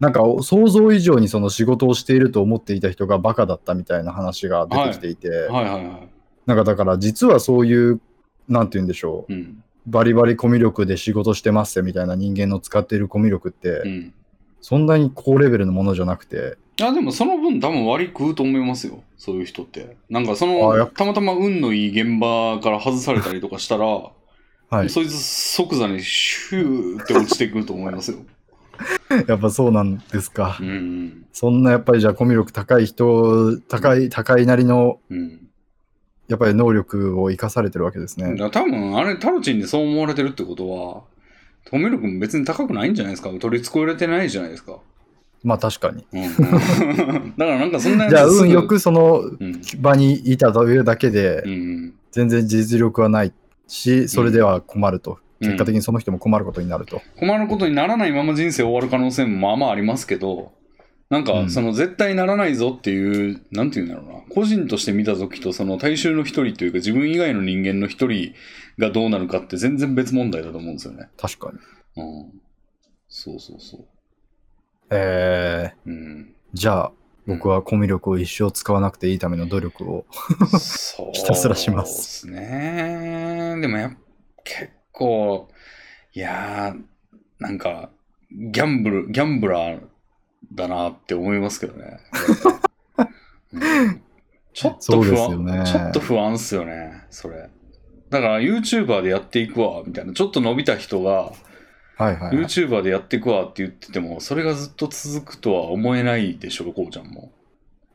Speaker 2: なんか想像以上にその仕事をしていると思っていた人がバカだったみたいな話が出てきていて、
Speaker 1: はいはいはい。
Speaker 2: なんかだから実はそういう、なんて言うんでしょう。
Speaker 1: うん。
Speaker 2: バリバリコミュ力で仕事してますみたいな人間の使っているコミュ力って、
Speaker 1: うん。
Speaker 2: そんなに高レベルのものじゃなくて、
Speaker 1: あでもその分多分割り食うと思いますよそういう人ってなんかそ
Speaker 2: あや
Speaker 1: の
Speaker 2: った
Speaker 1: またま運のいい現場から外されたりとかしたら、
Speaker 2: はい、
Speaker 1: そいつ即座にシューって落ちていくと思い ますよ
Speaker 2: やっぱそうなんですか
Speaker 1: う。ん
Speaker 2: そんなやっぱりじゃあコミュ力高い人、高い、高いなりの、
Speaker 1: うん、
Speaker 2: やっぱり能力を生かされてるわけです
Speaker 1: うん、
Speaker 2: ね。
Speaker 1: だから多分あれタロチンでそう思われてるってことはトミル君別に高くないんじゃないですか取り繕えれてないじゃないですか、
Speaker 2: まあ確かに。
Speaker 1: うんうんだからなん かそんなやつ
Speaker 2: じゃあ
Speaker 1: す
Speaker 2: 運
Speaker 1: ぐ
Speaker 2: よくその
Speaker 1: うん
Speaker 2: 場にいた上だけで
Speaker 1: う、ん
Speaker 2: 全然実力はないし、それでは困ると。
Speaker 1: うん
Speaker 2: 結果的にその人も困ることになると。
Speaker 1: 困ることにならないまま人生終わる可能性もまあまあありますけど、なん
Speaker 2: う
Speaker 1: か、
Speaker 2: ん
Speaker 1: その絶対ならないぞっていう、なんていうんだろうな、個人として見た時と、その大衆の一人というか、自分以外の人間の一人がどうなるかって全然別問題だと思うんですよね。
Speaker 2: 確かに。
Speaker 1: うん。そうそうそ
Speaker 2: え
Speaker 1: う。うん。
Speaker 2: ー、じゃあ、僕はコミュ力を一生使わなくていいための努力を。
Speaker 1: そう
Speaker 2: ひたすらします
Speaker 1: ですね。でもやっ結構、いやー、なんか、ギャンブル、ギャンブラーだなって思いますけどね。うんちょっと
Speaker 2: そう
Speaker 1: 不
Speaker 2: ですよ
Speaker 1: 安、
Speaker 2: ね
Speaker 1: ちょっと不安っすよね、それ。だから YouTuber でやっていくわ、みたいな。ちょっと伸びた人が
Speaker 2: はいはい、はい。
Speaker 1: YouTuber でやっていくわって言ってても、それがずっと続くとは思えないでしょ、こうちゃんも。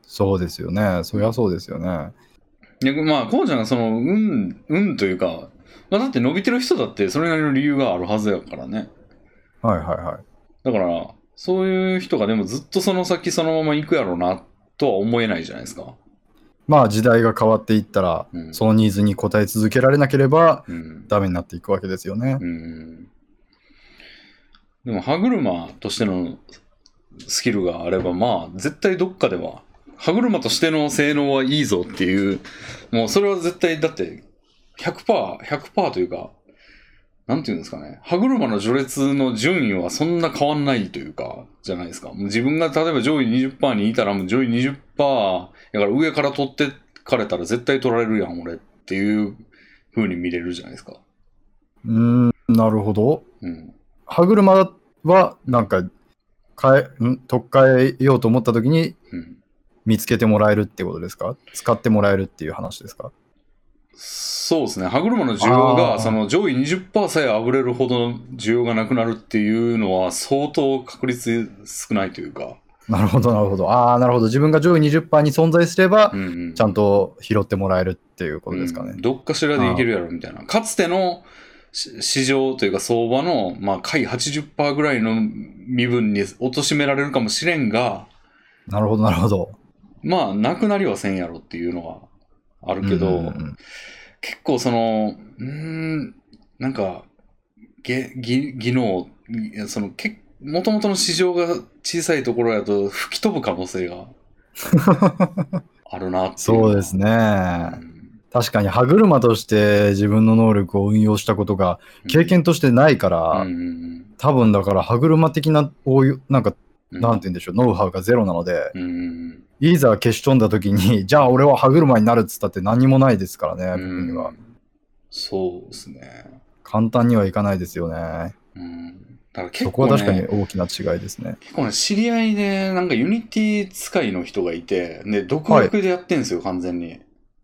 Speaker 2: そうですよね。そりゃそうですよね。
Speaker 1: いやまあ、こうちゃんがその、うん、うんというか、まあ、だって伸びてる人だってそれなりの理由があるはずやからね。
Speaker 2: はいはいはい。
Speaker 1: だから、そういう人がでもずっとその先そのまま行くやろうなとは思えないじゃないですか。
Speaker 2: まあ時代が変わっていったら、
Speaker 1: うん
Speaker 2: そのニーズに応え続けられなければ
Speaker 1: うん。
Speaker 2: ダメになっていくわけですよね。
Speaker 1: うん。でも、歯車としてのスキルがあれば、まあ、絶対どっかでは、歯車としての性能はいいぞっていう、もうそれは絶対、だって100%、100%というか、なんていうんですかね、歯車の序列の順位はそんな変わんないというか、じゃないですか。もう自分が例えば上位20%にいたら、もう上位20%、だから上から取ってかれたら絶対取られるやん、俺っていう風に見れるじゃないですか。
Speaker 2: うーん、なるほど。
Speaker 1: うん。
Speaker 2: 歯車はなんか変え、ん取っ換えようと思った時に
Speaker 1: うん
Speaker 2: 見つけてもらえるってことですか使ってもらえるっていう話ですか
Speaker 1: そうですね、歯車の需要
Speaker 2: あ
Speaker 1: が
Speaker 2: ー
Speaker 1: その上位20%さえあぶれるほどの需要がなくなるっていうのは相当確率少ないというか、
Speaker 2: なるほど、なるほど。ああ、なるほど。自分が上位20%に存在すれば
Speaker 1: う、んうん
Speaker 2: ちゃんと拾ってもらえるっていうことですか
Speaker 1: う
Speaker 2: ね
Speaker 1: ん。どっかしらでいけるやろみたいな、かつてのし市場というか相場の、まあ、下位80%ぐらいの身分に貶としめられるかもしれんが、
Speaker 2: なるほど、なるほど。
Speaker 1: まあ、なくなりはせんやろっていうのはあるけど、
Speaker 2: うんうんうん
Speaker 1: 結構そのうーんなんかげ技技能いやそのけもともとの市場が小さいところやと吹き飛ぶ可能性があるなっていう
Speaker 2: そうですね。
Speaker 1: うん
Speaker 2: 確かに歯車として自分の能力を運用したことが経験としてないから、
Speaker 1: うんうん
Speaker 2: 多分だから歯車的な応用なんか、
Speaker 1: うん
Speaker 2: なんて言うんでしょうノウハウがゼロなので、
Speaker 1: うんうん
Speaker 2: いざ消し飛んだ時に じゃあ俺は歯車になるっつったって何にもないですからね、
Speaker 1: う
Speaker 2: 僕には
Speaker 1: んそうですね
Speaker 2: 簡単にはいかないですよね
Speaker 1: うん。だから結
Speaker 2: そこは
Speaker 1: 構、
Speaker 2: 確かに
Speaker 1: ね、
Speaker 2: 大きな違いですね。
Speaker 1: 結構ね、知り合いで、なんかユニティ使いの人がいて、で、独学でやってんですよ、完全に。で、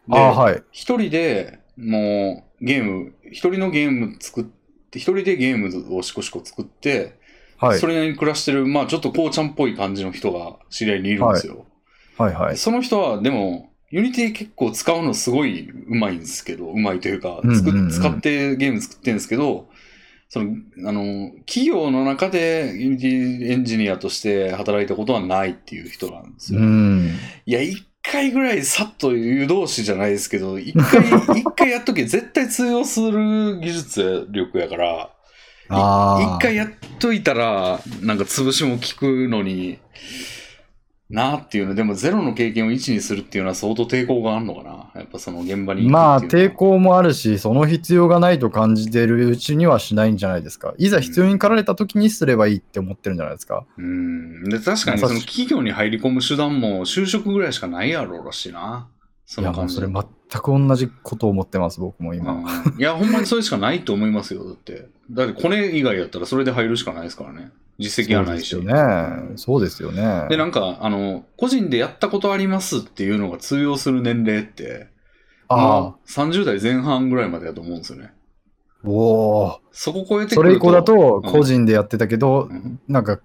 Speaker 2: ああ、はい。
Speaker 1: 一人でもうゲーム、一人のゲーム作って、一人でゲームをしこしこ作って、
Speaker 2: はい
Speaker 1: そ。れなりに暮らしてる、まあちょっとこうちゃんっぽい感じの人が知り合いにいるんですよ。
Speaker 2: はいはい。
Speaker 1: その人は、でも、ユニティ結構使うのすごいうまいんですけど、うまいというか
Speaker 2: うんうん、
Speaker 1: 作っ
Speaker 2: うん
Speaker 1: 使ってゲーム作ってるんですけど、その、あの、企業の中でユニティエンジニアとして働いたことはないっていう人なんですよ。
Speaker 2: うん。
Speaker 1: いや、一回ぐらいさっと湯通しじゃないですけど、一 回、一回やっとけ絶対通用する技術力やから、
Speaker 2: ああ。
Speaker 1: 一回やっといたら、なんか潰しも効くのになあっていうの、でもゼロの経験を1にするっていうのは相当抵抗があるのかな、やっぱその現場に行くっていうの
Speaker 2: ま
Speaker 1: は
Speaker 2: あ抵抗もあるし、その必要がないと感じてるうちにはしないんじゃないですか。いざ必要に駆られた時にすればいいって思ってるんじゃないですか。
Speaker 1: うんで確かにその企業に入り込む手段も就職ぐらいしかないやろうらしいな、そ
Speaker 2: いや
Speaker 1: の
Speaker 2: も
Speaker 1: 感
Speaker 2: う
Speaker 1: じ
Speaker 2: それ全く同じことを思ってます、僕も今。
Speaker 1: うんいや、ほんまにそれしかないと思いますよ、だって。だって、コネ以外だったらそれで入るしかないですからね。実績
Speaker 2: そ
Speaker 1: が
Speaker 2: う
Speaker 1: ない
Speaker 2: で
Speaker 1: し。
Speaker 2: すよね。そうですよね。
Speaker 1: で、なんか、あの、個人でやったことありますっていうのが通用する年齢って、
Speaker 2: ああ
Speaker 1: ま、30代前半ぐらいまでだと思うんですよね。
Speaker 2: おお。
Speaker 1: そこ超えて
Speaker 2: そ
Speaker 1: くると
Speaker 2: れ以降だと、
Speaker 1: うん
Speaker 2: 個人でやってたけど、
Speaker 1: うん
Speaker 2: なんか、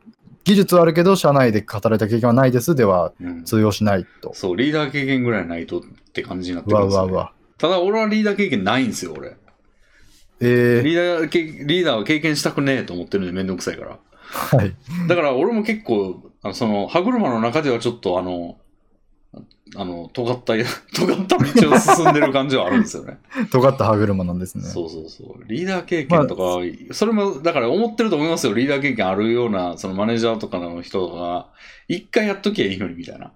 Speaker 2: 技術はあるけど、社内で働いた経験はないですでは
Speaker 1: うん
Speaker 2: 通用しないと。
Speaker 1: そう、リーダー経験ぐらいないとって感じになって
Speaker 2: う
Speaker 1: く
Speaker 2: わ
Speaker 1: るん
Speaker 2: う
Speaker 1: です
Speaker 2: わ
Speaker 1: よ、
Speaker 2: う
Speaker 1: ね。
Speaker 2: わ。
Speaker 1: ただ、俺はリーダー経験ないんですよ、俺。
Speaker 2: え え
Speaker 1: リーダーけ、リーダーは経験したくねえと思ってるんで、めんどくさいから。
Speaker 2: はい。
Speaker 1: だから俺も結構、あのその歯車の中ではちょっとあの、あの、尖った や、尖った道を進んでる感じはあるんですよね。
Speaker 2: 尖った歯車なん ですね。
Speaker 1: そうそうそう。リーダー経験とか、それも、だから思ってると思いますよ。リーダー経験あるような、そのマネージャーとかの人が、一回やっときゃいいのにみたいな。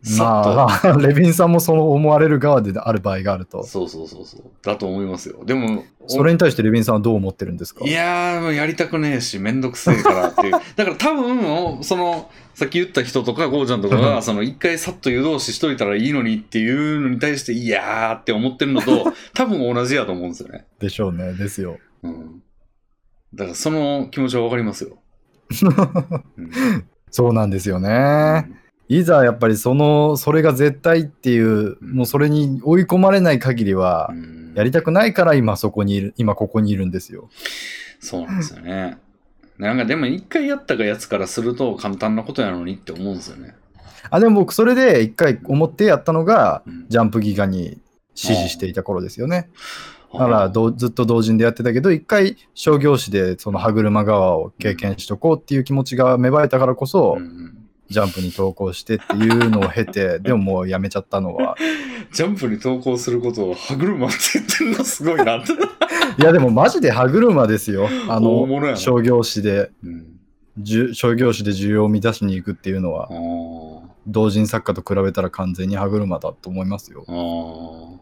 Speaker 1: さっと。
Speaker 2: まあ、 レビンさんもそう思われる側である場合があると。
Speaker 1: そうそうそうそう。だと思いますよ。でも、
Speaker 2: それに対してレビンさんはどう思ってるんですか
Speaker 1: いやー、もうやりたくねえし、めんどくせえから っていう。だから多分、その、さっき言った人とか、ゴーちゃんとか
Speaker 2: う
Speaker 1: が、その、一回さっと湯通ししといたらいいのにっていうのに対して、いやーって思ってるの と、多分同じやと思うんですよね。
Speaker 2: でしょうね。ですよ。
Speaker 1: うん。だから、その気持ちはわかりますよ。うん
Speaker 2: そうなんですよね。いざやっぱりその、それが絶対っていう、
Speaker 1: うん
Speaker 2: もうそれに追い込まれない限りは
Speaker 1: う、ん
Speaker 2: やりたくないから今そこにいる、今ここにいるんですよ。
Speaker 1: そうなんですよね。なんか、でも、一回やったやつからすると、簡単なことやのにって思うんですよね。
Speaker 2: あ、でも僕それで一回思ってやったのが、
Speaker 1: うん
Speaker 2: ジャンプギガに支持していた頃ですよね。だからどうずっと同人でやってたけど、一回商業誌でその歯車側を経験しとこうっていう気持ちが芽生えたからこそ、
Speaker 1: うんうん
Speaker 2: ジャンプに投稿してっていうのを経 て、でももうやめちゃったのは。
Speaker 1: ジャンプに投稿することを歯車って言ってるのすごいな って。
Speaker 2: いやでもマジで歯車ですよ。あ
Speaker 1: 大物や
Speaker 2: の、
Speaker 1: な
Speaker 2: 商業誌で、
Speaker 1: うん。
Speaker 2: じゅ商業誌で需要を満たしに行くっていうのは
Speaker 1: あ、ー
Speaker 2: 同人作家と比べたら完全に歯車だと思いますよ。
Speaker 1: あー。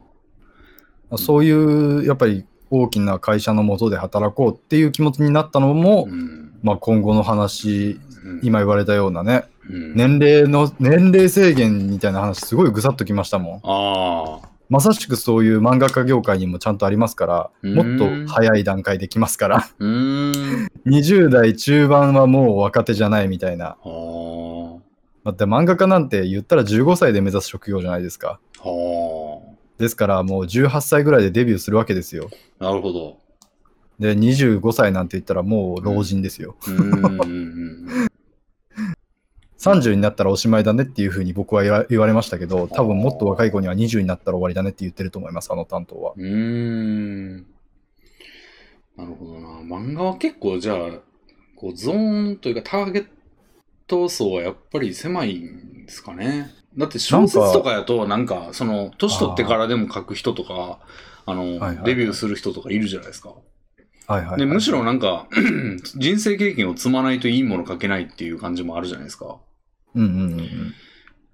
Speaker 2: そういう、やっぱり大きな会社の下で働こうっていう気持ちになったのも
Speaker 1: う、ん。
Speaker 2: まあ今後の話、
Speaker 1: うん、
Speaker 2: 今言われたようなね、
Speaker 1: うん、
Speaker 2: 年齢の、年齢制限みたいな話、すごいぐさっときましたもん。
Speaker 1: ああ。
Speaker 2: まさしくそういう漫画家業界にもちゃんとありますから、
Speaker 1: うん
Speaker 2: もっと早い段階できますから、
Speaker 1: うーん。
Speaker 2: 20代中盤はもう若手じゃないみたいな。
Speaker 1: あー
Speaker 2: だって漫画家なんて言ったら15歳で目指す職業じゃないですか。
Speaker 1: あー。
Speaker 2: ですからもう18歳ぐらいでデビューするわけですよ。
Speaker 1: なるほど。
Speaker 2: で、25歳なんて言ったらもう老人ですよ。
Speaker 1: うーんうんうん。
Speaker 2: 30になったらおしまいだねっていうふうに僕は言わ言われましたけど、多分もっと若い子には20になったら終わりだねって言ってると思います、あの担当は。
Speaker 1: うーん。なるほどな。漫画は結構じゃあ、こうゾーンというかターゲット層はやっぱり狭いんですかね。だって小説とかやと、なんか、その、年取ってからでも書く人とか、あの、
Speaker 2: はいはい
Speaker 1: デビューする人とかいるじゃないですか。
Speaker 2: はいはい、はい。
Speaker 1: で、むしろなんか、 人生経験を積まないといいもの書けないっていう感じもあるじゃないですか。
Speaker 2: うんうんうんうん。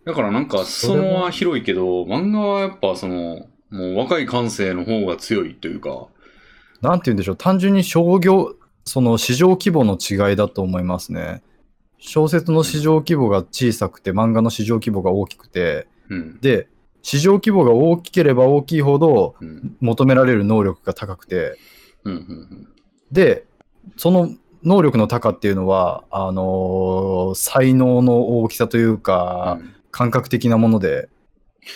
Speaker 1: だからなんか、
Speaker 2: そ
Speaker 1: そ
Speaker 2: れ
Speaker 1: の
Speaker 2: は
Speaker 1: は広いけど、漫画はやっぱその、もう若い感性の方が強いというか、
Speaker 2: なんて言うんでしょう、単純に商業、その市場規模の違いだと思いますね。小説の市場規模が小さくて、漫画の市場規模が大きくて、
Speaker 1: うん。
Speaker 2: で、市場規模が大きければ大きいほど
Speaker 1: うん。
Speaker 2: 求められる能力が高くて、
Speaker 1: うん。うん
Speaker 2: で、その能力の高っていうのは、あのー才能の大きさというか、
Speaker 1: うん
Speaker 2: 感覚的なもので、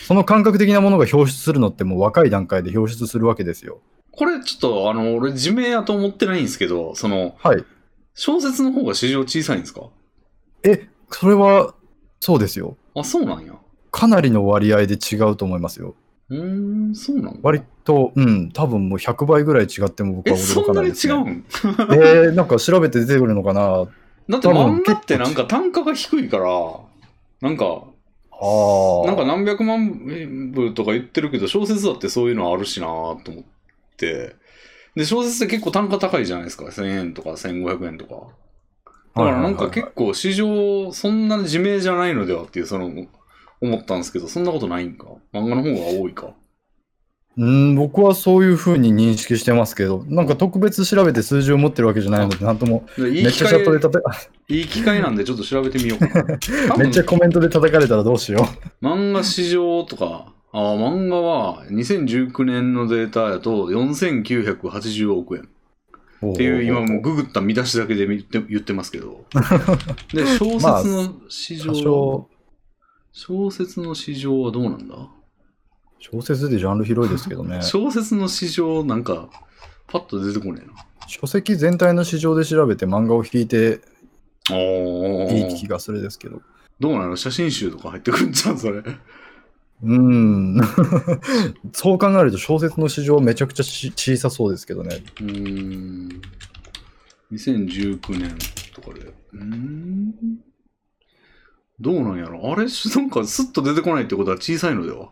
Speaker 2: その感覚的なものが表出するのってもう若い段階で表出するわけですよ。
Speaker 1: これちょっと、あの、俺、自明やと思ってないんですけど、その、
Speaker 2: はい。
Speaker 1: 小説の方が市場小さいんですか
Speaker 2: え、それは、そうですよ。
Speaker 1: あ、そうなんや。
Speaker 2: かなりの割合で違うと思いますよ。
Speaker 1: うーん、そうなんだ
Speaker 2: 割と、うん、多分もう100倍ぐらい違っても僕
Speaker 1: え、
Speaker 2: は驚
Speaker 1: そ
Speaker 2: か
Speaker 1: んな
Speaker 2: ない
Speaker 1: に
Speaker 2: です、
Speaker 1: 違
Speaker 2: ね。
Speaker 1: うん
Speaker 2: えー、なんか調べて出てくるのかなあ
Speaker 1: だって
Speaker 2: 多分
Speaker 1: 漫画ってなんか単価が低いから、なんか、
Speaker 2: あ。
Speaker 1: なんか何百万部とか言ってるけど、小説だってそういうのあるしなと思って。で、小説って結構単価高いじゃないですか。1000円とか1500円とか。だからなんか
Speaker 2: はいはいはい
Speaker 1: 結構市場、そんなに自明じゃないのではっていう、その、思ったんですけど、そんなことないんか。漫画の方が多いか。
Speaker 2: うん、僕はそういうふうに認識してますけど、なんか特別調べて数字を持ってるわけじゃないので、なんとも、
Speaker 1: でい
Speaker 2: め
Speaker 1: い
Speaker 2: っち
Speaker 1: 機
Speaker 2: ゃチャ
Speaker 1: 会
Speaker 2: ットでたた、
Speaker 1: いい機会なんでちょっと調べてみようか な。多分
Speaker 2: めっちゃコメントで叩かれたらどうしよ
Speaker 1: 漫画市場とか、あー漫画は2019年のデータやと4980億円
Speaker 2: う。っ
Speaker 1: っていう、今もうググった見出しだけで言って言ってますけ ど。で、小
Speaker 2: まあ
Speaker 1: 説の市場、
Speaker 2: 多少、
Speaker 1: 小説の市場はどうなんだ、
Speaker 2: 小説でジャンル広いですけど ね。
Speaker 1: 小説の市場、なんか、パッと出てこね
Speaker 2: 書籍全体の市場で調べて漫画を引い
Speaker 1: えな。
Speaker 2: て
Speaker 1: お
Speaker 2: いい気がするですけど。
Speaker 1: どうなの写真集とか入ってくんじゃん、それ。
Speaker 2: うーん。 そう考えると小説の市場はめちゃくちゃし小さそうですけどね。
Speaker 1: うーん。2019年とかで。うーん。どうなんやろあれなんかスッと出てこないってことは小さいのでは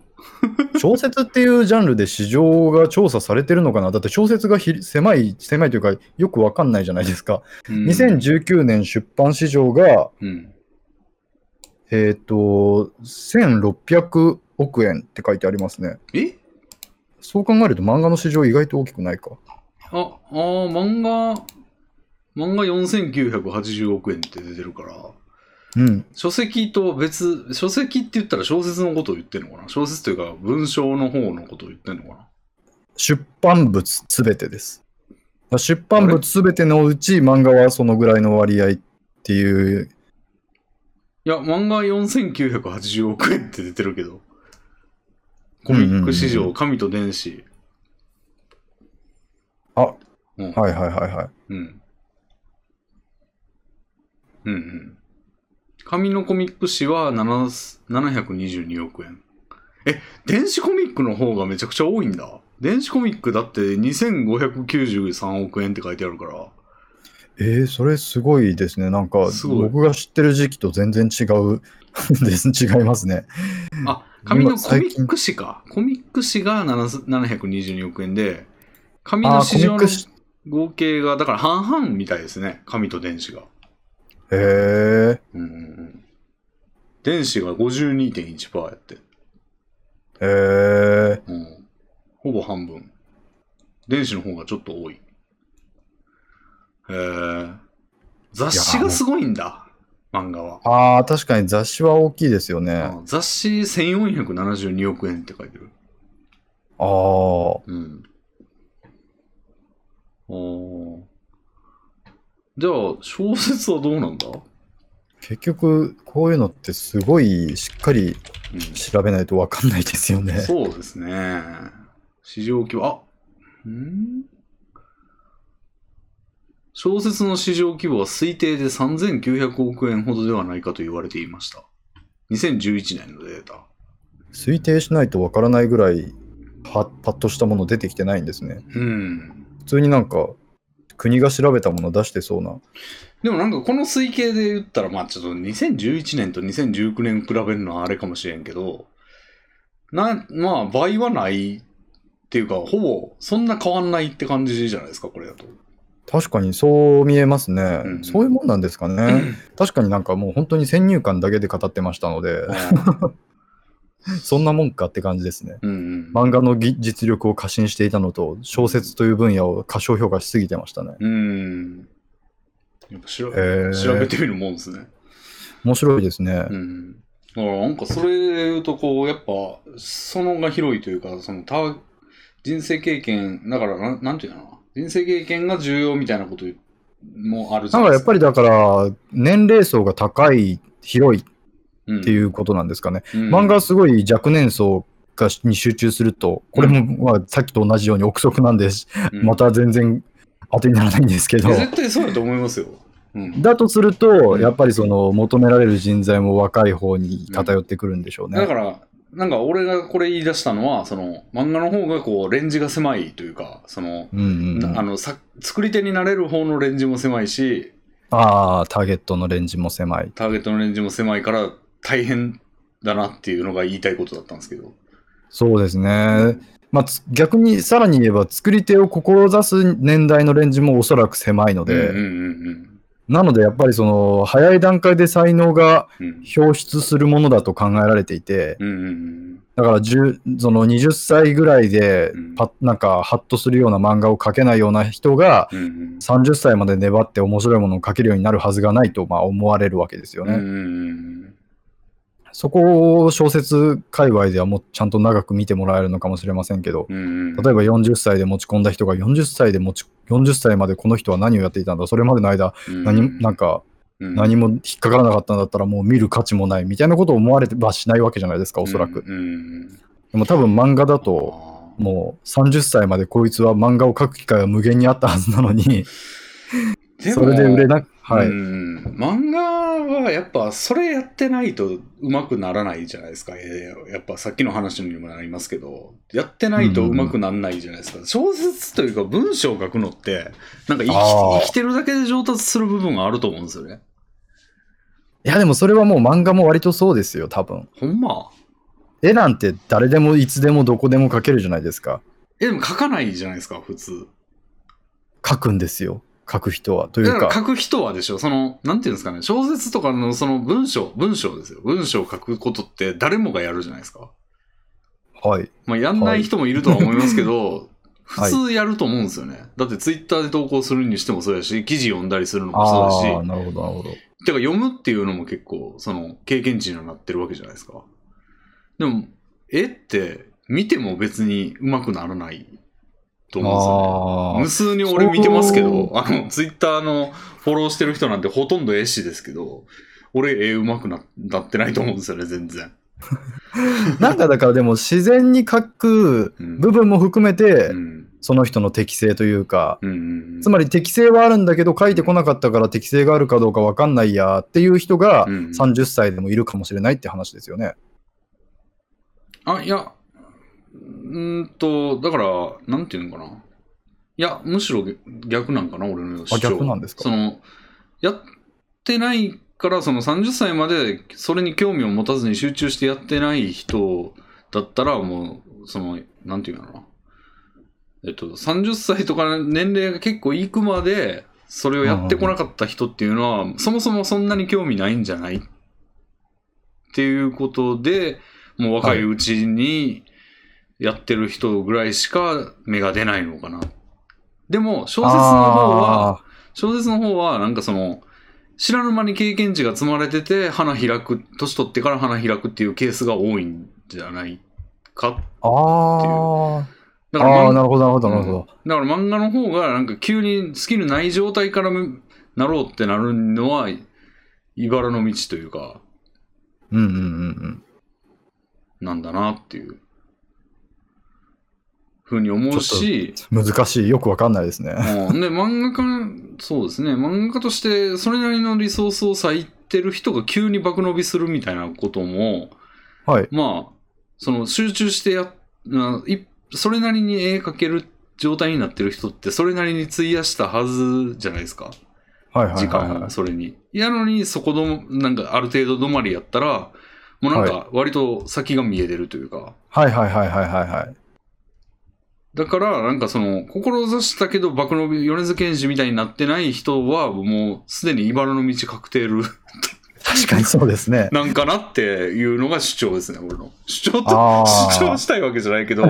Speaker 2: 小説っていうジャンルで市場が調査されてるのかなだって小説がひ狭い、狭いというかよくわかんないじゃないですか。
Speaker 1: うん
Speaker 2: 2019年出版市場が、
Speaker 1: うん。
Speaker 2: えっ、と、1600億円って書いてありますね。
Speaker 1: え
Speaker 2: そう考えると漫画の市場意外と大きくないか。
Speaker 1: あ、あー漫画、漫画4980億円って出てるから、
Speaker 2: うん。
Speaker 1: 書籍と別、書籍って言ったら小説のことを言ってるのかな小説というか文章の方のことを言ってるのかな
Speaker 2: 出版物すべてです。出版物すべてのうち漫画はそのぐらいの割合っていう、
Speaker 1: いや、漫画4980億円って出てるけど。コミック史
Speaker 2: うんうんうんう
Speaker 1: 上、神と電子。
Speaker 2: あ
Speaker 1: うん。
Speaker 2: はいはいはいはい。
Speaker 1: うん。うんうん。紙のコミック誌は7 722億円。え、電子コミックの方がめちゃくちゃ多いんだ。電子コミックだって2593億円って書いてあるから。
Speaker 2: えー、それすごいですね。なんか、
Speaker 1: すごい
Speaker 2: 僕が知ってる時期と全然違う です、違いますね。
Speaker 1: あ、紙の
Speaker 2: 今
Speaker 1: コミ
Speaker 2: 最近
Speaker 1: ック誌か。コミック誌が7 722億円で、紙
Speaker 2: あ
Speaker 1: の
Speaker 2: ーコ
Speaker 1: 市
Speaker 2: ミ
Speaker 1: 場
Speaker 2: ッ
Speaker 1: の
Speaker 2: クし、
Speaker 1: 合計が、だから半々みたいですね。紙と電子が。
Speaker 2: へえ
Speaker 1: うんうんうん。電子が52.1%やって。
Speaker 2: ー、へえ
Speaker 1: うん。ほぼ半分。電子の方がちょっと多い。へー雑誌がすごいんだ。漫画は。
Speaker 2: ー、ああ、確かに雑誌は大きいですよね。あ
Speaker 1: あ雑誌1472億円って書いてる。
Speaker 2: あー、
Speaker 1: うん。おーじゃあ、小説はどうなんだ、う
Speaker 2: 結局、こういうのってすごいしっかり
Speaker 1: ん、
Speaker 2: 調べないとわかんないですよね。
Speaker 1: そうですね。市場規模、あん小説の市場規模は推定で3900億円ほどではないかと言われていました。2011年のデータ。
Speaker 2: 推定しないとわからないぐらい、パパッとしたもの出てきてないんですね。
Speaker 1: うん。
Speaker 2: 普通になんか、国が調べたもの出してそうな。
Speaker 1: でもなんかこの推計で言ったら、まあちょっと2011年と2019年比べるのはあれかもしれんけど、な、まあ倍はないっていうか、ほぼそんな変わんないって感じじゃないですか、これだと。
Speaker 2: 確かにそう見えますね。
Speaker 1: うん
Speaker 2: そういうもんなんですか ね。確かになんかもう本当に先入観だけで語ってました ので、そんなもんかって感じですね。
Speaker 1: うんうん。
Speaker 2: 漫画のぎ実力を過信していたのと、小説という分野を過小評価しすぎてましたね。
Speaker 1: うん。やっぱしら、
Speaker 2: えー
Speaker 1: 調べてみるもんですね。
Speaker 2: 面白いですね。
Speaker 1: うん。だからなんかそれで言うと、こう、やっぱ、そのが広いというか、そのター人生経験、だからなん、なんていうのかな人生経験が重要みたいなこと言もあるじ
Speaker 2: な
Speaker 1: ゃ
Speaker 2: ん
Speaker 1: ない
Speaker 2: か
Speaker 1: で
Speaker 2: やっ
Speaker 1: すか。
Speaker 2: ぱりだから、年齢層が高い、広いっ
Speaker 1: ってう
Speaker 2: いうことなんですかね。
Speaker 1: ん、
Speaker 2: 漫画はすごい若年層がに集中すると、これもまあさっきと同じように憶測なんです、
Speaker 1: うん
Speaker 2: また全然当てにならないんですけど
Speaker 1: いや。絶対そうだと思いますよ。うん。
Speaker 2: だとすると、
Speaker 1: うん
Speaker 2: やっぱりその求められる人材も若い方に偏ってくるんでしょうね。
Speaker 1: だから、なんか俺がこれ言い出したのは、その漫画の方がこうレンジが狭いというか、その、
Speaker 2: うんうんうん
Speaker 1: なあのさ作り手になれる方のレンジも狭いし、
Speaker 2: ああ、ターゲットのレンジも狭い。
Speaker 1: ターゲットのレンジも狭いから大変だなっていうのが言いたいことだったんですけど。
Speaker 2: そうですね。まあ、つ逆にさらに言えば、作り手を志す年代のレンジもおそらく狭いので、
Speaker 1: うんうんうん
Speaker 2: なのでやっぱりその早い段階で才能が
Speaker 1: うん。うん
Speaker 2: 表出するものだと考えられていて、
Speaker 1: うんうん
Speaker 2: だから10その20歳ぐらいで
Speaker 1: うん
Speaker 2: パッ、なんかハッとするような漫画を描けないような人が、
Speaker 1: うんうん
Speaker 2: 30歳まで粘って面白いものを描けるようになるはずがないとまあ思われるわけですよ
Speaker 1: うんう
Speaker 2: ね。
Speaker 1: んうん
Speaker 2: そこを小説界隈ではもうちゃんと長く見てもらえるのかもしれませんけど、
Speaker 1: うんうん
Speaker 2: 例えば40歳で持ち込んだ人が40歳で持ち、40歳までこの人は何をやっていたんだ、それまでの間、
Speaker 1: うん
Speaker 2: 何、なんか
Speaker 1: うん
Speaker 2: 何も引っかからなかったんだったらもう見る価値もないみたいなことを思われてはしないわけじゃないですか、おそらく。
Speaker 1: うんうん
Speaker 2: でも多分漫画だと、
Speaker 1: あ
Speaker 2: もう30歳までこいつは漫画を描く機会は無限にあったはずなのに、
Speaker 1: ーでも
Speaker 2: それで売れなく、はい。
Speaker 1: うん漫画はやっぱそれやってないとうまくならないじゃないですか。えーやっぱさっきの話にもなりますけど、やってないとうまくならないじゃないですか。小説というか文章を書くのって、なんか生き
Speaker 2: あー
Speaker 1: 生きてるだけで上達する部分があると思うんですよね。
Speaker 2: いやでもそれはもう漫画も割とそうですよ、多分。
Speaker 1: ほんま。
Speaker 2: 絵なんて誰でもいつでもどこでも描けるじゃないですか。
Speaker 1: え、でも書かないじゃないですか、普通。
Speaker 2: 書くんですよ書く人はとい
Speaker 1: だ
Speaker 2: う
Speaker 1: から書
Speaker 2: か
Speaker 1: く人はでしょ、その、なんていうんですかね、小説とかのその文章、文章ですよ。文章を書くことって誰もがやるじゃないですか。
Speaker 2: はい
Speaker 1: まあ、やんない人もいるとは思いますけど、
Speaker 2: はい
Speaker 1: 普通やると思うんですよね。だってツイッターで投稿するにしてもそうやし、記事読んだりするのも
Speaker 2: あ
Speaker 1: そう
Speaker 2: あ
Speaker 1: だし、
Speaker 2: なるほどなるほど
Speaker 1: てか読むっていうのも結構、その経験値にはなってるわけじゃないですか。でも、絵って見ても別に上手くならないと思うんですよね。
Speaker 2: あ
Speaker 1: 無数に俺見てますけど、
Speaker 2: そ
Speaker 1: あの、ツイッターのフォローしてる人なんてほとんど絵師ですけど、俺絵上手くななってないと思うんですよね、全然。
Speaker 2: あなんかだからでも自然に書く
Speaker 1: うん
Speaker 2: 部分も含めて、
Speaker 1: うん。
Speaker 2: その人の適性というか
Speaker 1: うんうんうん。
Speaker 2: つまり適性はあるんだけど書いてこなかったから適性があるかどうかわかんないやっていう人が
Speaker 1: うん
Speaker 2: 30歳でもいるかもしれないって話ですよね。
Speaker 1: あ、いや、うーんと、だから、なんていうのかな。いや、むしろ逆逆なんかな、俺の主張。
Speaker 2: あ逆なんですか
Speaker 1: その、やってないから、その30歳までそれに興味を持たずに集中してやってない人だったら、もう、その、なんていうのかな。えっと、30歳とか年齢が結構いくまで、それをやってこなかった人っていうのは、そもそもそんなに興味ないんじゃないっていうことで、もう若いうちにやってる人ぐらいしか芽が出ないのかな。でも、小説の方は、小説の方は、なんかその、知らぬ間に経験値が積まれてて、花開く、年取ってから花開くっていうケースが多いんじゃないか。
Speaker 2: あー
Speaker 1: だ
Speaker 2: あー
Speaker 1: から
Speaker 2: あー
Speaker 1: 漫
Speaker 2: なるほどなるほどなるほ
Speaker 1: だ
Speaker 2: ど。
Speaker 1: から漫画の方がなんか急にスキルない状態からなろうってなるのは茨の道というか
Speaker 2: うんうんうんうん。
Speaker 1: なんだなっていうふうに思うし
Speaker 2: 難しいよくわかんないですね。
Speaker 1: うんで漫画家そうですね漫画家としてそれなりのリソースを割いてる人が急に爆伸びするみたいなことも
Speaker 2: はい。
Speaker 1: まあその集中してやな一それなりに絵描ける状態になってる人ってそれなりに費やしたはずじゃないですか。
Speaker 2: はいはいはい、
Speaker 1: 時間
Speaker 2: は
Speaker 1: を
Speaker 2: い。
Speaker 1: それに。やのにそこのなんかある程度止まりやったらもうなんか割と先が見えてるというか、
Speaker 2: はいはいはいはいはいはい。
Speaker 1: だからなんかその志したけど爆伸び米津玄師みたいになってない人はもうすでに茨の道確定る
Speaker 2: 確かにそうですね。
Speaker 1: なんかなっていうのが主張ですね俺の主張と
Speaker 2: あ
Speaker 1: 主張
Speaker 2: あ、
Speaker 1: したいわけじゃないけど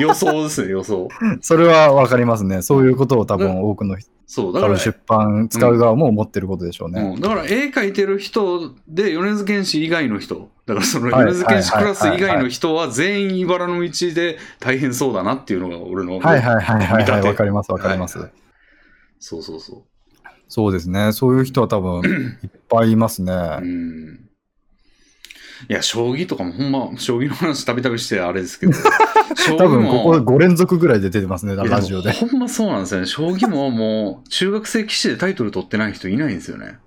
Speaker 1: 予想ですね予想
Speaker 2: それはわかりますね。そういうことを多分多くの人、
Speaker 1: そうだ
Speaker 2: 多
Speaker 1: から、
Speaker 2: 分出版使う側も思ってることでしょうね。
Speaker 1: うん、だから絵描いてる人で米津玄師以外の人だからその
Speaker 2: はい
Speaker 1: 米津玄師クラス以外の人は全員茨の道で大変そうだなっていうのが俺の
Speaker 2: はいはいはいはい
Speaker 1: 見
Speaker 2: は
Speaker 1: 立
Speaker 2: い。
Speaker 1: て
Speaker 2: わかりますわかります。
Speaker 1: はいはいそうそうそう
Speaker 2: そうですね。そういう人は多 分いっぱいいますね。
Speaker 1: うん。いや、将棋とかもほんま、将棋の話たびたびしてあれです けど、将
Speaker 2: 多
Speaker 1: 棋
Speaker 2: 分
Speaker 1: も
Speaker 2: ここ5連続ぐらいで出てますね、ラジオ
Speaker 1: い
Speaker 2: で。
Speaker 1: やもほんまそうなんですよね。将棋ももう、中学生棋士でタイトル取ってない人いないんですよね。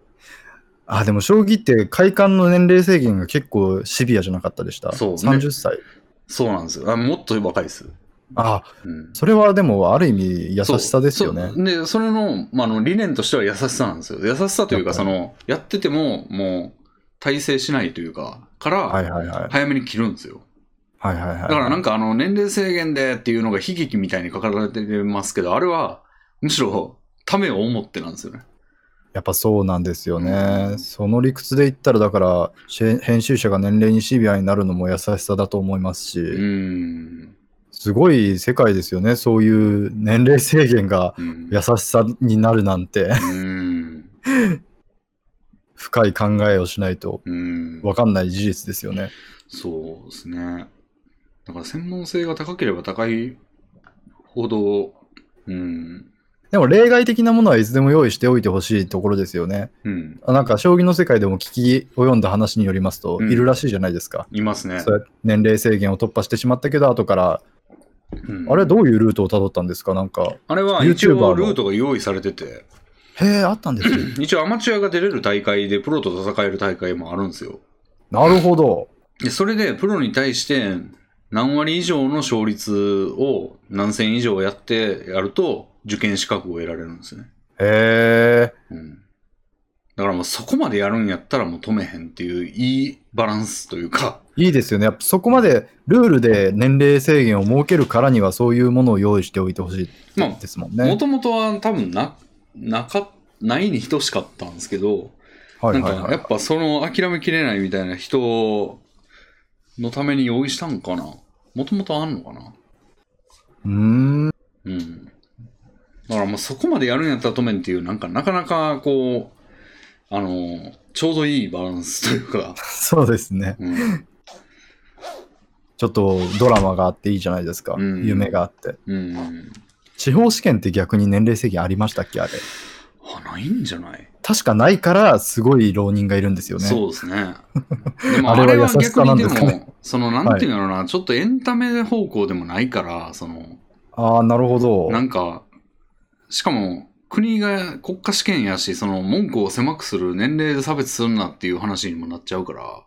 Speaker 2: あ、でも将棋って快感の年齢制限が結構シビアじゃなかったでした。
Speaker 1: そうね
Speaker 2: 30歳。
Speaker 1: そうなんですよ。あもっと若いです。
Speaker 2: あ、
Speaker 1: うん。
Speaker 2: それはでもある意味優しさですよね
Speaker 1: そう。そうで、それの,、まあ、あの理念としては優しさなんですよ。優しさというか、
Speaker 2: やっぱ
Speaker 1: その、やってても、もう、体制しないというか、か
Speaker 2: は
Speaker 1: ら、
Speaker 2: いはいはい。
Speaker 1: 早めに切るんですよ。
Speaker 2: はいはいはい。
Speaker 1: だからなん
Speaker 2: か、
Speaker 1: か、あの、年齢制限でっていうのが悲劇みたいに書かられてますけど、あれは、むしろ、ためを思ってなんですよね。
Speaker 2: やっぱそうなんですよね。その理屈で言ったら、だから、し編集者が年齢にシビアになるのも優しさだと思いますし、
Speaker 1: うん。
Speaker 2: すごい世界ですよね。そういう年齢制限が
Speaker 1: うん
Speaker 2: 優しさになるなんて、
Speaker 1: うん。
Speaker 2: 深い考えをしないと
Speaker 1: うん。
Speaker 2: 分かんない事実ですよね。
Speaker 1: そうですね。だから専門性が高ければ高いほど、うん。
Speaker 2: でも例外的なものはいつでも用意しておいてほしいところですよね。
Speaker 1: うん。
Speaker 2: あなんか将棋の世界でも聞き及んだ話によりますと、
Speaker 1: うん
Speaker 2: いるらしいじゃないですか。
Speaker 1: いますね。
Speaker 2: そうや年齢制限を突破してしまったけど、後から、
Speaker 1: うん
Speaker 2: あれはどういうルートをたどったんですかなんか、
Speaker 1: あれは
Speaker 2: YouTuber
Speaker 1: 一応
Speaker 2: の
Speaker 1: ルートが用意されてて、
Speaker 2: へえ、あったんですよ。
Speaker 1: 一応アマチュアが出れる大会でプロと戦える大会もあるんですよ。
Speaker 2: なるほど。
Speaker 1: で、それでプロに対して何割以上の勝率を何戦以上やってやると受験資格を得られるんですね。
Speaker 2: へえ、
Speaker 1: うん。だからもうそこまでやるんやったらもう止めへんっていういいバランスというか、
Speaker 2: いいですよね。やっぱそこまでルールで年齢制限を設けるからには、そういうものを用意しておいてほしい
Speaker 1: まあ
Speaker 2: ですもん
Speaker 1: も
Speaker 2: ね。
Speaker 1: ともとは多分な、なか、ないに等しかったんですけど、
Speaker 2: はいはい
Speaker 1: なん
Speaker 2: は
Speaker 1: かや
Speaker 2: い
Speaker 1: っ。ぱその諦めきれないみたいな人のために用意したんかな。もともとあんのかな。
Speaker 2: うーん。
Speaker 1: うん。だからもうそこまでやるんやったら止めんっていう、なんかなかなかこう、あの、ちょうどいいバランスというか、
Speaker 2: そうですね。
Speaker 1: うん。
Speaker 2: ちょっとドラマがあっていいじゃないですか。
Speaker 1: うん
Speaker 2: 夢があって。
Speaker 1: うん。
Speaker 2: 地方試験って逆に年齢制限ありましたっけあれ。
Speaker 1: あ、ないんじゃない、
Speaker 2: 確かないから、すごい浪人がいるんですよね。
Speaker 1: そうです ね。でも
Speaker 2: あ
Speaker 1: あ
Speaker 2: れは
Speaker 1: れは
Speaker 2: 優しさ
Speaker 1: 逆に
Speaker 2: なん
Speaker 1: で
Speaker 2: ですかね
Speaker 1: も、その、なんていうのかな、ちょっとエンタメ方向でもないから、その、
Speaker 2: ああ、なるほど。
Speaker 1: なんか、しかも、国が国家試験やし、その文句を狭くする年齢で差別するなっていう話にもなっちゃうから、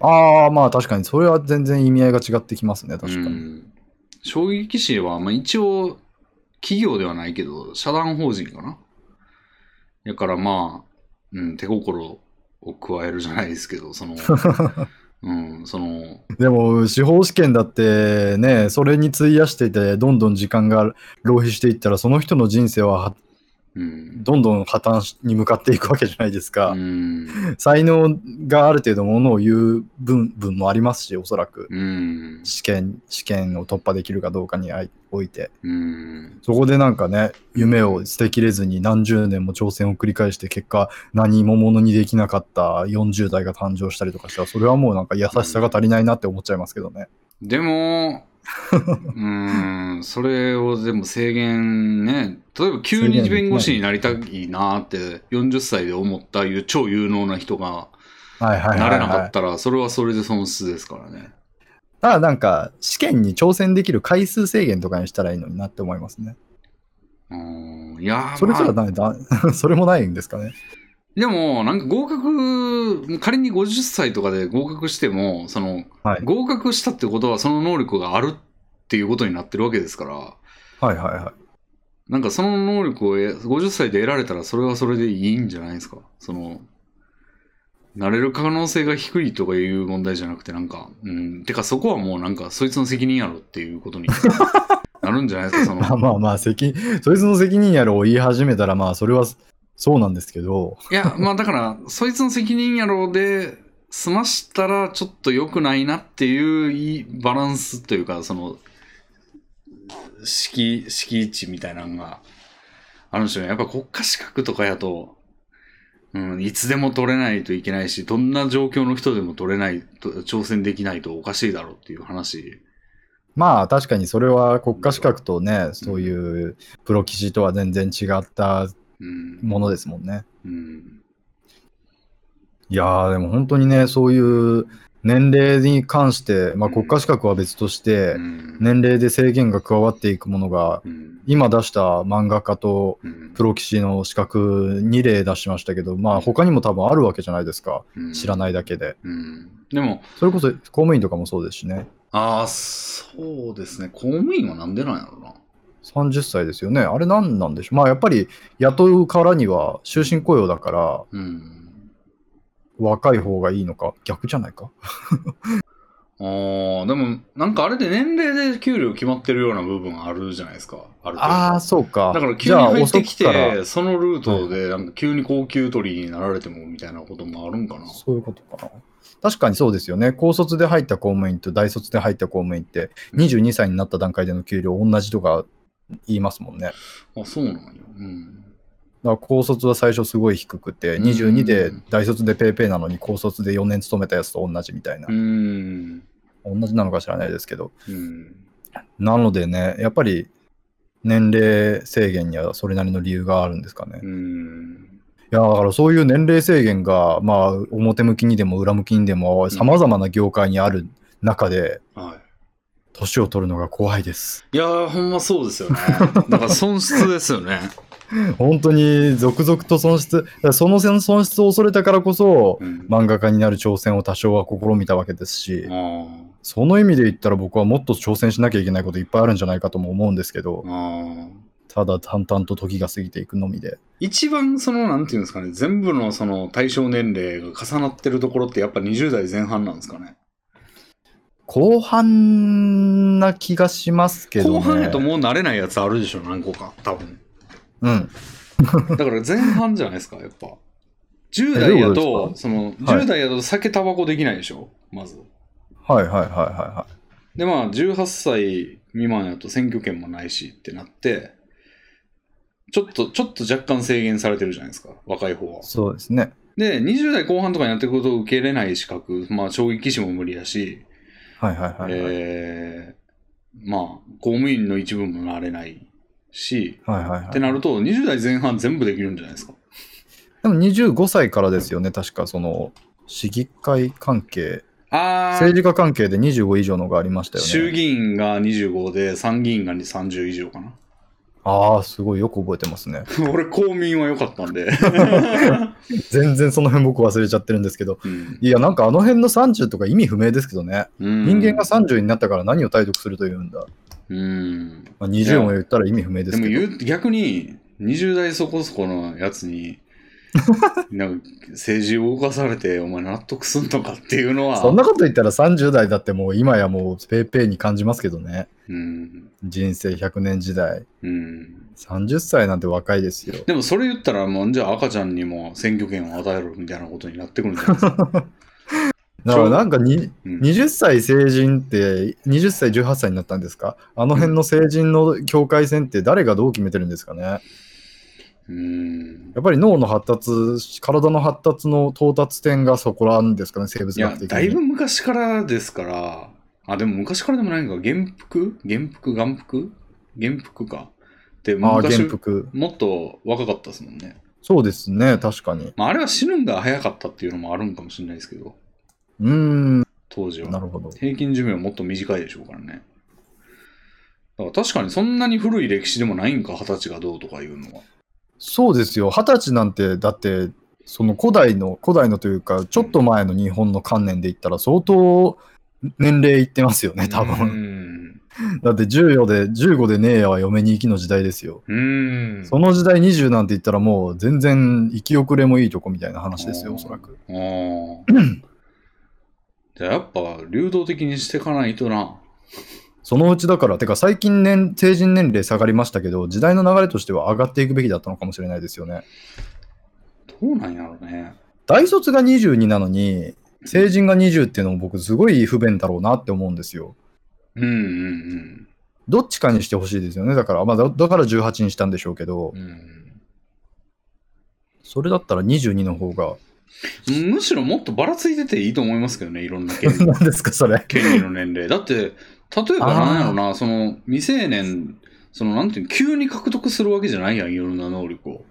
Speaker 2: ああ、まあ確かに、それは全然意味合いが違ってきますね、確かに。
Speaker 1: うん将棋棋士は、まあ、一応、企業ではないけど、社団法人かな。だからまあ、うん、手心を加えるじゃないですけど、そ の、うん、その、
Speaker 2: でも、司法試験だってね、それに費やしてて、どんどん時間が浪費していったら、その人の人生はは
Speaker 1: うん。
Speaker 2: どんどん破綻しに向かっていくわけじゃないですか。
Speaker 1: うん
Speaker 2: 才能がある程度ものを言う分分もありますし、おそらく。
Speaker 1: うん。
Speaker 2: 試験、試験を突破できるかどうかにあいおいて。
Speaker 1: うん。
Speaker 2: そこでなんかね、夢を捨てきれずに何十年も挑戦を繰り返して、結果何もものにできなかった40代が誕生したりとかしたら、それはもうなんか優しさが足りないなって思っちゃいますけどね。
Speaker 1: で も、うーん、それをでも制限ね、例えば急に弁護士になりたいなーって40歳で思ったいう超有能な人が
Speaker 2: はいはい
Speaker 1: な
Speaker 2: はい、
Speaker 1: れなか
Speaker 2: は
Speaker 1: っ
Speaker 2: い。
Speaker 1: たら、それはそれで損失ですからね。
Speaker 2: ただなんか、試験に挑戦できる回数制限とかにしたらいいのになって思いますね。
Speaker 1: うーん、いやー
Speaker 2: それすら
Speaker 1: まあ
Speaker 2: ない、だ それもないんですかね。
Speaker 1: でも、なんか合格、仮に50歳とかで合格しても、その、
Speaker 2: はい
Speaker 1: 合格したってことはその能力があるっていうことになってるわけですから、
Speaker 2: はいはいはい。
Speaker 1: なんかその能力をえ50歳で得られたらそれはそれでいいんじゃないですか。その、なれる可能性が低いとかいう問題じゃなくて、なんか、うん、てかそこはもうなんかそいつの責任やろっていうことになるんじゃないですか、その。
Speaker 2: まあまあまあ、責任、そいつの責任やろを言い始めたら、まあそれはそうなんですけど、
Speaker 1: いや、まあだから、そいつの責任やろで、済ましたらちょっと良くないなっていういいバランスというか、その、敷敷地みたいなのがあるんでしょうね。やっぱ国家資格とかやと、うん、いつでも取れないといけないし、どんな状況の人でも取れないと、挑戦できないとおかしいだろうっていう話。
Speaker 2: まあ確かにそれは国家資格とね、そういうプロ棋士とは全然違った
Speaker 1: うん。
Speaker 2: ものですもんね。
Speaker 1: うん。
Speaker 2: いやー、でも本当にね、そういう年齢に関して、まあ、国家資格は別として
Speaker 1: う、ん。
Speaker 2: 年齢で制限が加わっていくものが、
Speaker 1: うん。
Speaker 2: 今出した漫画家と
Speaker 1: うん
Speaker 2: プロ棋士の資格2例出しましたけど、まあ、他にも多分あるわけじゃないですか、知ら
Speaker 1: い。
Speaker 2: ないだけで。
Speaker 1: うん。でも、
Speaker 2: それこそ公務員とかもそうですしね、
Speaker 1: ああ、そうですね。公務員はなんでなんやろうな。
Speaker 2: 30歳ですよね、あれなんなんでしょう、まあ、やっぱり雇うからには終身雇用だから、
Speaker 1: うん。
Speaker 2: 若い方がいいのか、逆じゃないか。
Speaker 1: ああ、でも、なんかあれで年齢で給料決まってるような部分あるじゃないですか。ある程度
Speaker 2: ああ、そうか。
Speaker 1: だから
Speaker 2: じ
Speaker 1: 急
Speaker 2: ゃ
Speaker 1: に
Speaker 2: あ
Speaker 1: 入って
Speaker 2: 遅
Speaker 1: き
Speaker 2: くから
Speaker 1: て、そのルートでなんか急に高級取りになられてもみたいなこともあるんかな。
Speaker 2: そういうことかな。確かにそうですよね。高卒で入った公務員と大卒で入った公務員って、22歳になった段階での給料同じとか言いますもんね。だか
Speaker 1: あ、そうなんや。うん。
Speaker 2: ら高卒は最初すごい低くて、
Speaker 1: うん
Speaker 2: 22で大卒でペーペーなのに高卒で4年勤めたやつと同じみたいな
Speaker 1: う。ん。
Speaker 2: 同じなのか知らないですけど。
Speaker 1: うん。
Speaker 2: なのでね、やっぱり年齢制限にはそれなりの理由があるんですかね。
Speaker 1: うん。
Speaker 2: いやだからそういう年齢制限が、まあ、表向きにでも裏向きにでもさまざまな業界にある中で
Speaker 1: は
Speaker 2: 年を取るのが怖いです。
Speaker 1: い。いやー、ほんまそうですよ ね。だから損失ですよね。
Speaker 2: 本当に続々と損失だからその損失を恐れたからこそ
Speaker 1: うん。
Speaker 2: 漫画家になる挑戦を多少は試みたわけですし
Speaker 1: あー
Speaker 2: その意味で言ったら僕はもっと挑戦しなきゃいけないこといっぱいあるんじゃないかとも思うんですけど
Speaker 1: あー。
Speaker 2: ただ淡々と時が過ぎていくのみで
Speaker 1: 一番その、なんていうんですかね、全部のその対象年齢が重なってるところってやっぱ20代前半なんですかね。
Speaker 2: 後半な気がしますけど、ね、
Speaker 1: 後半やともう慣れないやつあるでしょ、何個か。多 分。
Speaker 2: うん
Speaker 1: だから前半じゃないですか、やっぱ。10代や
Speaker 2: えどういうこと
Speaker 1: と、
Speaker 2: で
Speaker 1: その、
Speaker 2: はい
Speaker 1: 10代やと酒、タバコできないでしょ、まず。
Speaker 2: はいはいはいはいはい
Speaker 1: で、まあ、18歳未満やと選挙権もないしってなって、ちょっと、ちょっと若干制限されてるじゃないですか、若い方は。
Speaker 2: そうですね
Speaker 1: で、20代後半とかになってくると受け入れない資格、まあ、将棋棋士も無理やし、
Speaker 2: はいはいはいはい。
Speaker 1: えー、まあ、公務員の一部もなれないし、
Speaker 2: はいはいはい
Speaker 1: ってなると、20代前半全部できるんじゃないですか。
Speaker 2: でも25歳からですよね、確かその市議会関係、
Speaker 1: あー
Speaker 2: 政治家関係で25以上のがありましたよ
Speaker 1: 衆
Speaker 2: ね。
Speaker 1: 議院が25で参議院が30以上かな
Speaker 2: ああ、すごいよく覚えてますね。
Speaker 1: 俺公民は良かったん で、
Speaker 2: 全然その辺僕忘れちゃってるんですけど。
Speaker 1: うん
Speaker 2: いや、なんかあの辺の30とか意味不明ですけどね。人間が
Speaker 1: さ
Speaker 2: 30になったから何を体得するというんだ。
Speaker 1: うん
Speaker 2: まあ、20も言ったら意味不明で
Speaker 1: ですも
Speaker 2: けど。
Speaker 1: 言う逆に20代そこそこのやつ になんか政治を動かされてお前納得すんのかっていうのは
Speaker 2: そんなこと言ったら30代だってもう今やもうペーペーに感じますけどね。
Speaker 1: うん
Speaker 2: 人生100年時代。
Speaker 1: うん
Speaker 2: 30歳なんて若いですよ。
Speaker 1: でもそれ言ったらもうじゃあ赤ちゃんにも選挙権を与えろみたいなことになってくるんじゃないです か、
Speaker 2: だからなんかに
Speaker 1: うん
Speaker 2: 20歳成人って、20歳、18歳になったんですかあの辺の成人の境界線って誰がどう決めてるんですかねや
Speaker 1: うん
Speaker 2: っぱり脳の発達、体の発達の到達点がそこなんですかね、生物
Speaker 1: いや
Speaker 2: 学、的に。
Speaker 1: だいぶ昔からですから、あ、でも昔からでもないんか、原服原服眼福原服か。で、
Speaker 2: ああ、
Speaker 1: 昔
Speaker 2: 原服。
Speaker 1: もっと若かったですもんね。
Speaker 2: そうですね、確かに。
Speaker 1: まあ、あれは死ぬんが早かったっていうのもあるんかもしれないですけど、
Speaker 2: うーん、
Speaker 1: 当時
Speaker 2: な
Speaker 1: は。
Speaker 2: るほど。
Speaker 1: 平均寿命はもっと短いでしょうからね。だから確かにそんなに古い歴史でもないんか、二十歳がどうとかいうのは。
Speaker 2: そうですよ、二十歳なんて、だって、その古代の、古代のというか、ちょっと前の日本の観念で言ったら、相当年齢いってますよね、多分。
Speaker 1: 分。
Speaker 2: だって14で、15でねえやは嫁に行きの時代ですよ。
Speaker 1: うーん。
Speaker 2: その時代20なんて言ったらもう全然生き遅れもいいとこみたいな話です
Speaker 1: う
Speaker 2: よ、
Speaker 1: ん
Speaker 2: おそらく。
Speaker 1: ああ。じゃあやっぱ流動的にしていかないとな。
Speaker 2: そのうちだから、てか最近年、成人年齢下がりましたけど、時代の流れとしては上がっていくべきだったのかもしれないですよね。
Speaker 1: どうなんやろうね。
Speaker 2: 大卒が22なのに、成人が20っていうのも僕すごい不便だろうなって思うんですよ。
Speaker 1: うんうん
Speaker 2: どっちかにしてほしいですよね。だから、まあだ、だから18にしたんでしょうけど
Speaker 1: うんう、ん。
Speaker 2: それだったら22の方が、
Speaker 1: むしろもっとばらついてていいと思いますけどね、いろんな 権利
Speaker 2: 何ですか、それ。
Speaker 1: 権利の年齢。だって、例えばなんやろな、その未成年、そのなんていうの急に獲得するわけじゃないやん、いろんな能力を。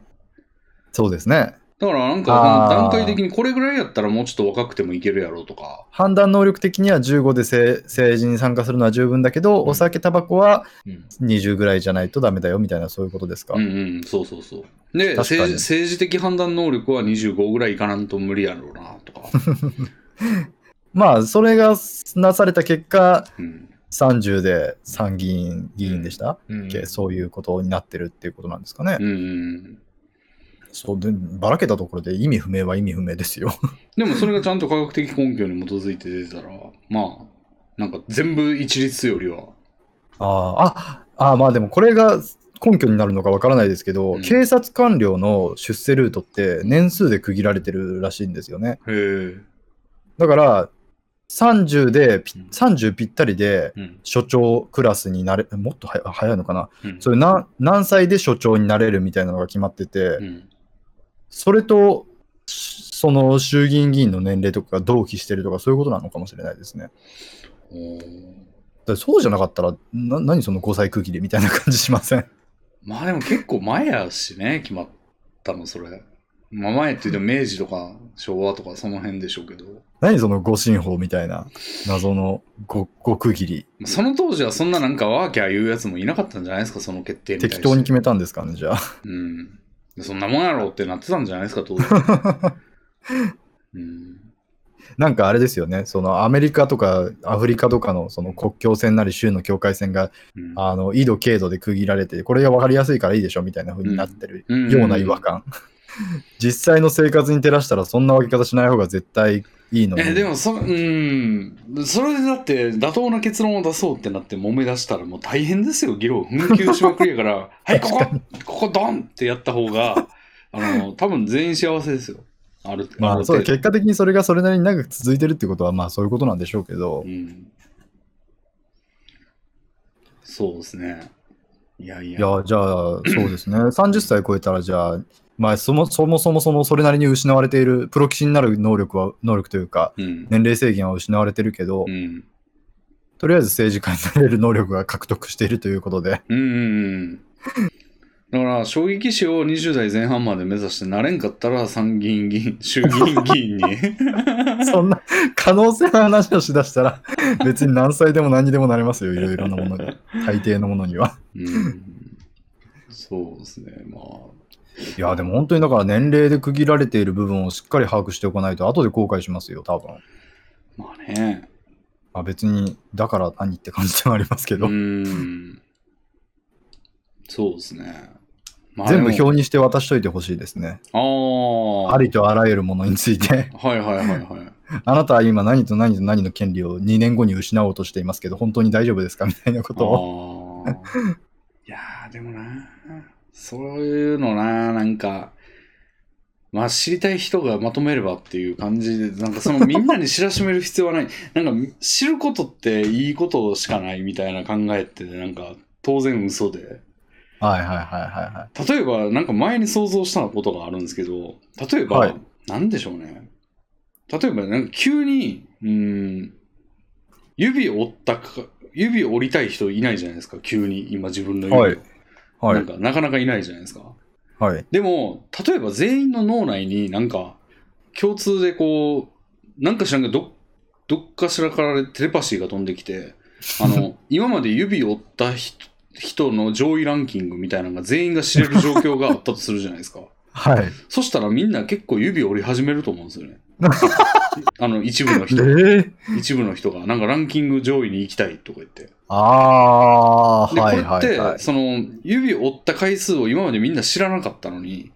Speaker 2: そうですね。
Speaker 1: だからなん
Speaker 2: あ
Speaker 1: か
Speaker 2: ー
Speaker 1: 段階的にこれぐらいやったらもうちょっと若くてもいけるやろうとか、
Speaker 2: 判断能力的には15で成成人に参加するのは十分だけど、
Speaker 1: うん
Speaker 2: お酒、タバコは
Speaker 1: うん、
Speaker 2: 20ぐらいじゃないとダメだよみたいな、そういうことですか。
Speaker 1: うんうんそうそうそうで
Speaker 2: 確か
Speaker 1: 政
Speaker 2: に
Speaker 1: 治政治的判断能力は25ぐらいいかなんと無理やろうなと か、
Speaker 2: まあ、それがなされた結果、
Speaker 1: うん
Speaker 2: 30で参議院議員でした、
Speaker 1: うん
Speaker 2: けそういうことになってるっていうことなんですかね。
Speaker 1: うんうん、
Speaker 2: そうでばらけたところで意味不明は意味不明ですよ。
Speaker 1: でもそれがちゃんと科学的根拠に基づいて出てたらまあなんか全部一律よりは
Speaker 2: あーあ、あーまあでもこれが根拠になるのかわからないですけど、
Speaker 1: うん
Speaker 2: 警察官僚の出世ルートって年数で区切られてるらしいんですよね。
Speaker 1: へえ、
Speaker 2: だから、30でぴ、
Speaker 1: うん
Speaker 2: 30ぴったりで、
Speaker 1: うん
Speaker 2: 所長クラスになれ、もっとはや早いのかな。
Speaker 1: うん
Speaker 2: それな何歳で所長になれるみたいなのが決まってて、
Speaker 1: うん
Speaker 2: それと、その衆議院議員の年齢とかが同期してるとか、そういうことなのかもしれないですね。
Speaker 1: おー
Speaker 2: だからそうじゃなかったら、な何その5歳区切りみたいな感じしません。
Speaker 1: まあでも結構前やしね、決まったの、それ。まあ前って言うと明治とか昭和とかその辺でしょうけど、
Speaker 2: 何その誤進法みたいな謎のごご区切り
Speaker 1: その当時はそんななんかワーキャー言うやつもいなかったんじゃないですか、その決定に対して。
Speaker 2: 適当に決めたんですかねじゃあ
Speaker 1: うん。そんなもんやろうってなってたんじゃないですか、当然。うん。
Speaker 2: なんかあれですよねそのアメリカとかアフリカとかのその国境線なり州の境界線が
Speaker 1: うん
Speaker 2: あの緯度経度で区切られてこれが分かりやすいからいいでしょみたいな風になってる
Speaker 1: うん
Speaker 2: ような違和感実際の生活に照らしたらそんな分け方しない方が絶対いいのに
Speaker 1: えでもそ、うん、それでだって妥当な結論を出そうってなって揉め出したらもう大変ですよ、議論。紛糾しまくりや から、はい、ここ、ここドンってやった方が、あの、多分全員幸せですよ。ある
Speaker 2: まあ
Speaker 1: る
Speaker 2: そうだ
Speaker 1: 程度
Speaker 2: 結果的にそれがそれなりに長く続いてるってことはまあそういうことなんでしょうけど
Speaker 1: うん。そうですね。いやい
Speaker 2: い
Speaker 1: や。
Speaker 2: や、じゃあ、そうですね。30歳 超えたら、じゃあ、まあ、そもそもそもそもそれなりに失われている、プロ棋士になる能力は、能力というか、
Speaker 1: うん。
Speaker 2: 年齢制限は失われてるけど、
Speaker 1: うん。
Speaker 2: とりあえず政治家になれる能力が獲得しているということ で、
Speaker 1: うんうんうん。だから、将棋棋士を20代前半まで目指してなれんかったら参議院議員、衆議院議員に。
Speaker 2: そんな可能性の話をしだしたら、別に何歳でも何にでもなれますよ、いろいろなものに、大抵のものには。
Speaker 1: うんそうですね、まあ。
Speaker 2: いや、でも本当にだから年齢で区切られている部分をしっかり把握しておかないと、後で後悔しますよ、多分。
Speaker 1: まあね。
Speaker 2: まあ、別に、だから何って感じではありますけど
Speaker 1: う。ん。そうですね。まあ
Speaker 2: 全部
Speaker 1: でも
Speaker 2: 表にして渡しといてほしいですね。
Speaker 1: ああ。、
Speaker 2: ありとあらゆるものについて
Speaker 1: はいはいはいはい。
Speaker 2: あなたは今何と何と何の権利を2年後に失おうとしていますけど、本当に大丈夫ですか みたいなことを。
Speaker 1: あーいやーでもなそういうのななんかまあ知りたい人がまとめればっていう感じでなんかそのみんなに知らしめる必要はない なんか知ることっていいことしかないみたいな考えってなんか当然嘘で
Speaker 2: はいはいはいはいはい。
Speaker 1: 例えばなんか前に想像したことがあるんですけど例えば、
Speaker 2: はい
Speaker 1: なんでしょうね例えばなんか急にうーん指折ったか指折りたい人いないじゃないですか急に今自分の指を、
Speaker 2: はいは
Speaker 1: なん
Speaker 2: い。
Speaker 1: かなかなかいないじゃないですか
Speaker 2: はい。
Speaker 1: でも例えば全員の脳内になんか共通でこうなんかしらんけどどどっかしらからテレパシーが飛んできてあ の今まで指折った人人の上位ランキングみたいなのが全員が知れる状況があったとするじゃないです か。
Speaker 2: はい。
Speaker 1: そしたらみんな結構指折り始めると思うんですよ ね。あの一部の
Speaker 2: え
Speaker 1: 人、
Speaker 2: ー、
Speaker 1: 一部の人がなんかランキング上位に行きたいとか言って。
Speaker 2: あー、
Speaker 1: で、
Speaker 2: はい
Speaker 1: こ
Speaker 2: は
Speaker 1: れって、
Speaker 2: いはい。
Speaker 1: その指折った回数を今までみんな知らなかったのに、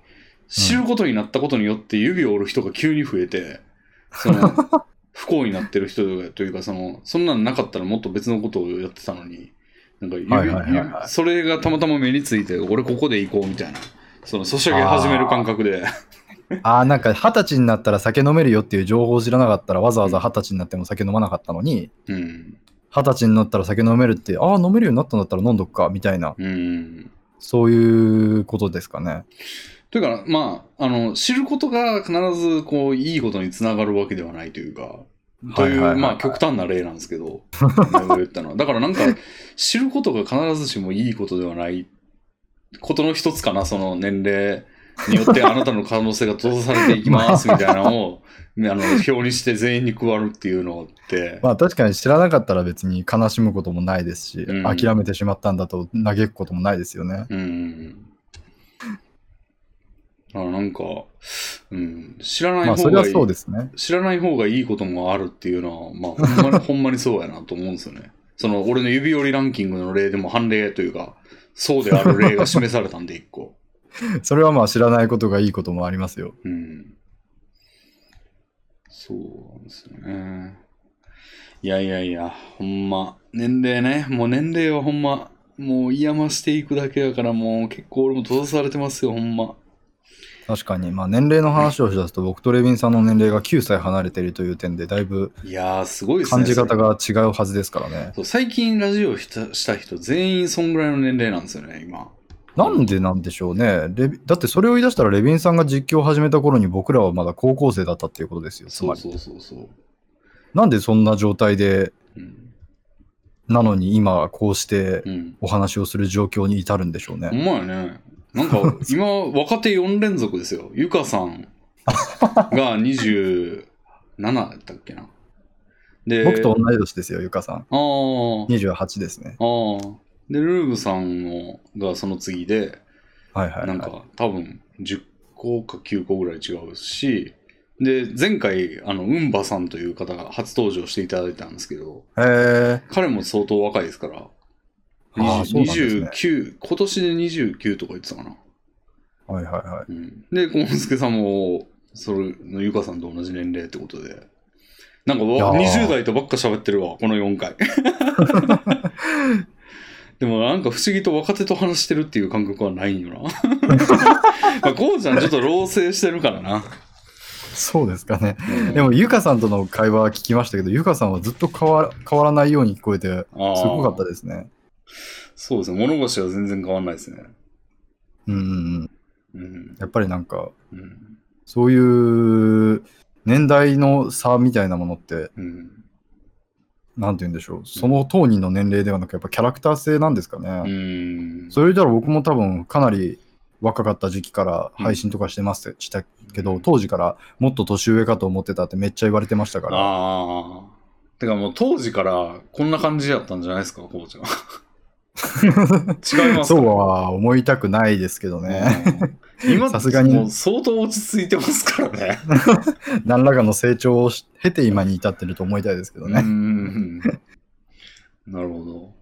Speaker 1: 知ることになったことによって指を折る人が急に増えて、その 不幸になってる人というかその、そんなんなかったらもっと別のことをやってたのに、なんか指、
Speaker 2: はいはいはいはい
Speaker 1: 指それがたまたま目について、俺ここで行こうみたいな、その、そし上げ始める感覚で。
Speaker 2: あー、なんか二十歳になったら酒飲めるよっていう情報を知らなかったら、わざわざ二十歳になっても酒飲まなかったのに、
Speaker 1: うん。
Speaker 2: 二十歳になったら酒飲めるって、ああ、飲めるようになったんだったら飲んどくか、みたいな、
Speaker 1: うん。
Speaker 2: そういうことですかね。
Speaker 1: というか、まあ、あの、知ることが必ず、こう、いいことにつながるわけではないというか、と
Speaker 2: はいいはいは
Speaker 1: う、
Speaker 2: い
Speaker 1: まあ、極端な例なんですけ ど、今言ったのは。だから、なんか、知ることが必ずしもいいことではないことの一つかな、その年齢によってあなたの可能性が閉ざされていきますみたいなのを、ねあの、表にして全員に配るっていうの って、
Speaker 2: まあ確かに知らなかったら別に悲しむこともないですし、
Speaker 1: うん
Speaker 2: 諦めてしまったんだと嘆くこともないですよね。
Speaker 1: うん。あなんか、うん、知らない
Speaker 2: まあ
Speaker 1: 方
Speaker 2: それは
Speaker 1: がいい、
Speaker 2: そうですね。
Speaker 1: 知らない方がいいこともあるっていうのは、まあ、ほん まにほんまにそうやなと思うんですよね。その、俺の指折りランキングの例でも判例というか、そうである例が示されたんで、一個。
Speaker 2: それはまあ知らないことがいいこともありますよ。
Speaker 1: うん。そうなんですよね。いやいやいや、ほんま、年齢ね、もう年齢はほんま、もう嫌ましていくだけやから、もう結構俺も閉ざされてますよ、ほんま。
Speaker 2: 確かに、まあ年齢の話をしだすと、僕とレビンさんの年齢が9歳離れているという点で、だいぶ
Speaker 1: いやー、すごいですね。
Speaker 2: 感じ方
Speaker 1: それ
Speaker 2: が違うはずですからね。
Speaker 1: そう最近ラジオしたした人、全員そんぐらいの年齢なんですよね、今。
Speaker 2: なんでなんでしょうね。レビだってそれを言い出したら、レビンさんが実況を始めた頃に僕らはまだ高校生だったっていうことですよ。つ
Speaker 1: そ
Speaker 2: ま
Speaker 1: う
Speaker 2: り。
Speaker 1: そうそうそう。
Speaker 2: なんでそんな状態で、
Speaker 1: うん。
Speaker 2: なのに今こうして
Speaker 1: うん。
Speaker 2: お話をする状況に至るんでしょうね。
Speaker 1: ほんまやね。なん か、今、若手4連続ですよ。ゆかさんが27だったっけな。で、
Speaker 2: 僕と同い年ですよ、ゆかさん。
Speaker 1: あー
Speaker 2: 28ですね。
Speaker 1: あー。で、ルーブさんのがその次で、
Speaker 2: はいはい、はい。
Speaker 1: なんか多分10個か9個ぐらい違うし、で、前回、あの、うんばさんという方が初登場していただいたんですけど、
Speaker 2: へえ。
Speaker 1: 彼も相当若いですから、
Speaker 2: ああ、そうなんです
Speaker 1: 20
Speaker 2: ね。
Speaker 1: 29、今年で29とか言ってたかな。
Speaker 2: はいはいはい。
Speaker 1: うん、で、コウスケさんも、それのゆかさんと同じ年齢ってことで、なんかわ
Speaker 2: いやー
Speaker 1: 20代とばっか喋ってるわ、この4回。 でもなんか不思議と若手と話してるっていう感覚はないん よな。まあ、こうちゃんちょっと老成してるからな。
Speaker 2: そうですかね。
Speaker 1: うん
Speaker 2: でも、ゆかさんとの会話は聞きましたけど、ゆかさんはずっと変わ変わらないように聞こえて、す
Speaker 1: あー
Speaker 2: ごかったですね。
Speaker 1: そうですね、物腰は全然変わんないですね。
Speaker 2: うんうんうん。
Speaker 1: うん。
Speaker 2: やっぱりなんか、
Speaker 1: うん。
Speaker 2: そういう年代の差みたいなものって、
Speaker 1: うん。
Speaker 2: なんて言うんでしょう。その当人の年齢ではなく、やっぱキャラクター性なんですかね。
Speaker 1: うん。
Speaker 2: それじゃあ僕も多分かなり若かった時期から配信とかしてます、したけど、当時からもっと年上かと思ってたってめっちゃ言われてましたから。
Speaker 1: ああ。てかもう当時からこんな感じだったんじゃないですか、こうちゃん。 違います
Speaker 2: そうは思いたくないですけどね。
Speaker 1: うん今
Speaker 2: さすがに
Speaker 1: もう相当落ち着いてますからね。
Speaker 2: 何らかの成長をし経て今に至ってると思いたいですけど
Speaker 1: う
Speaker 2: ね。
Speaker 1: ん。なるほど。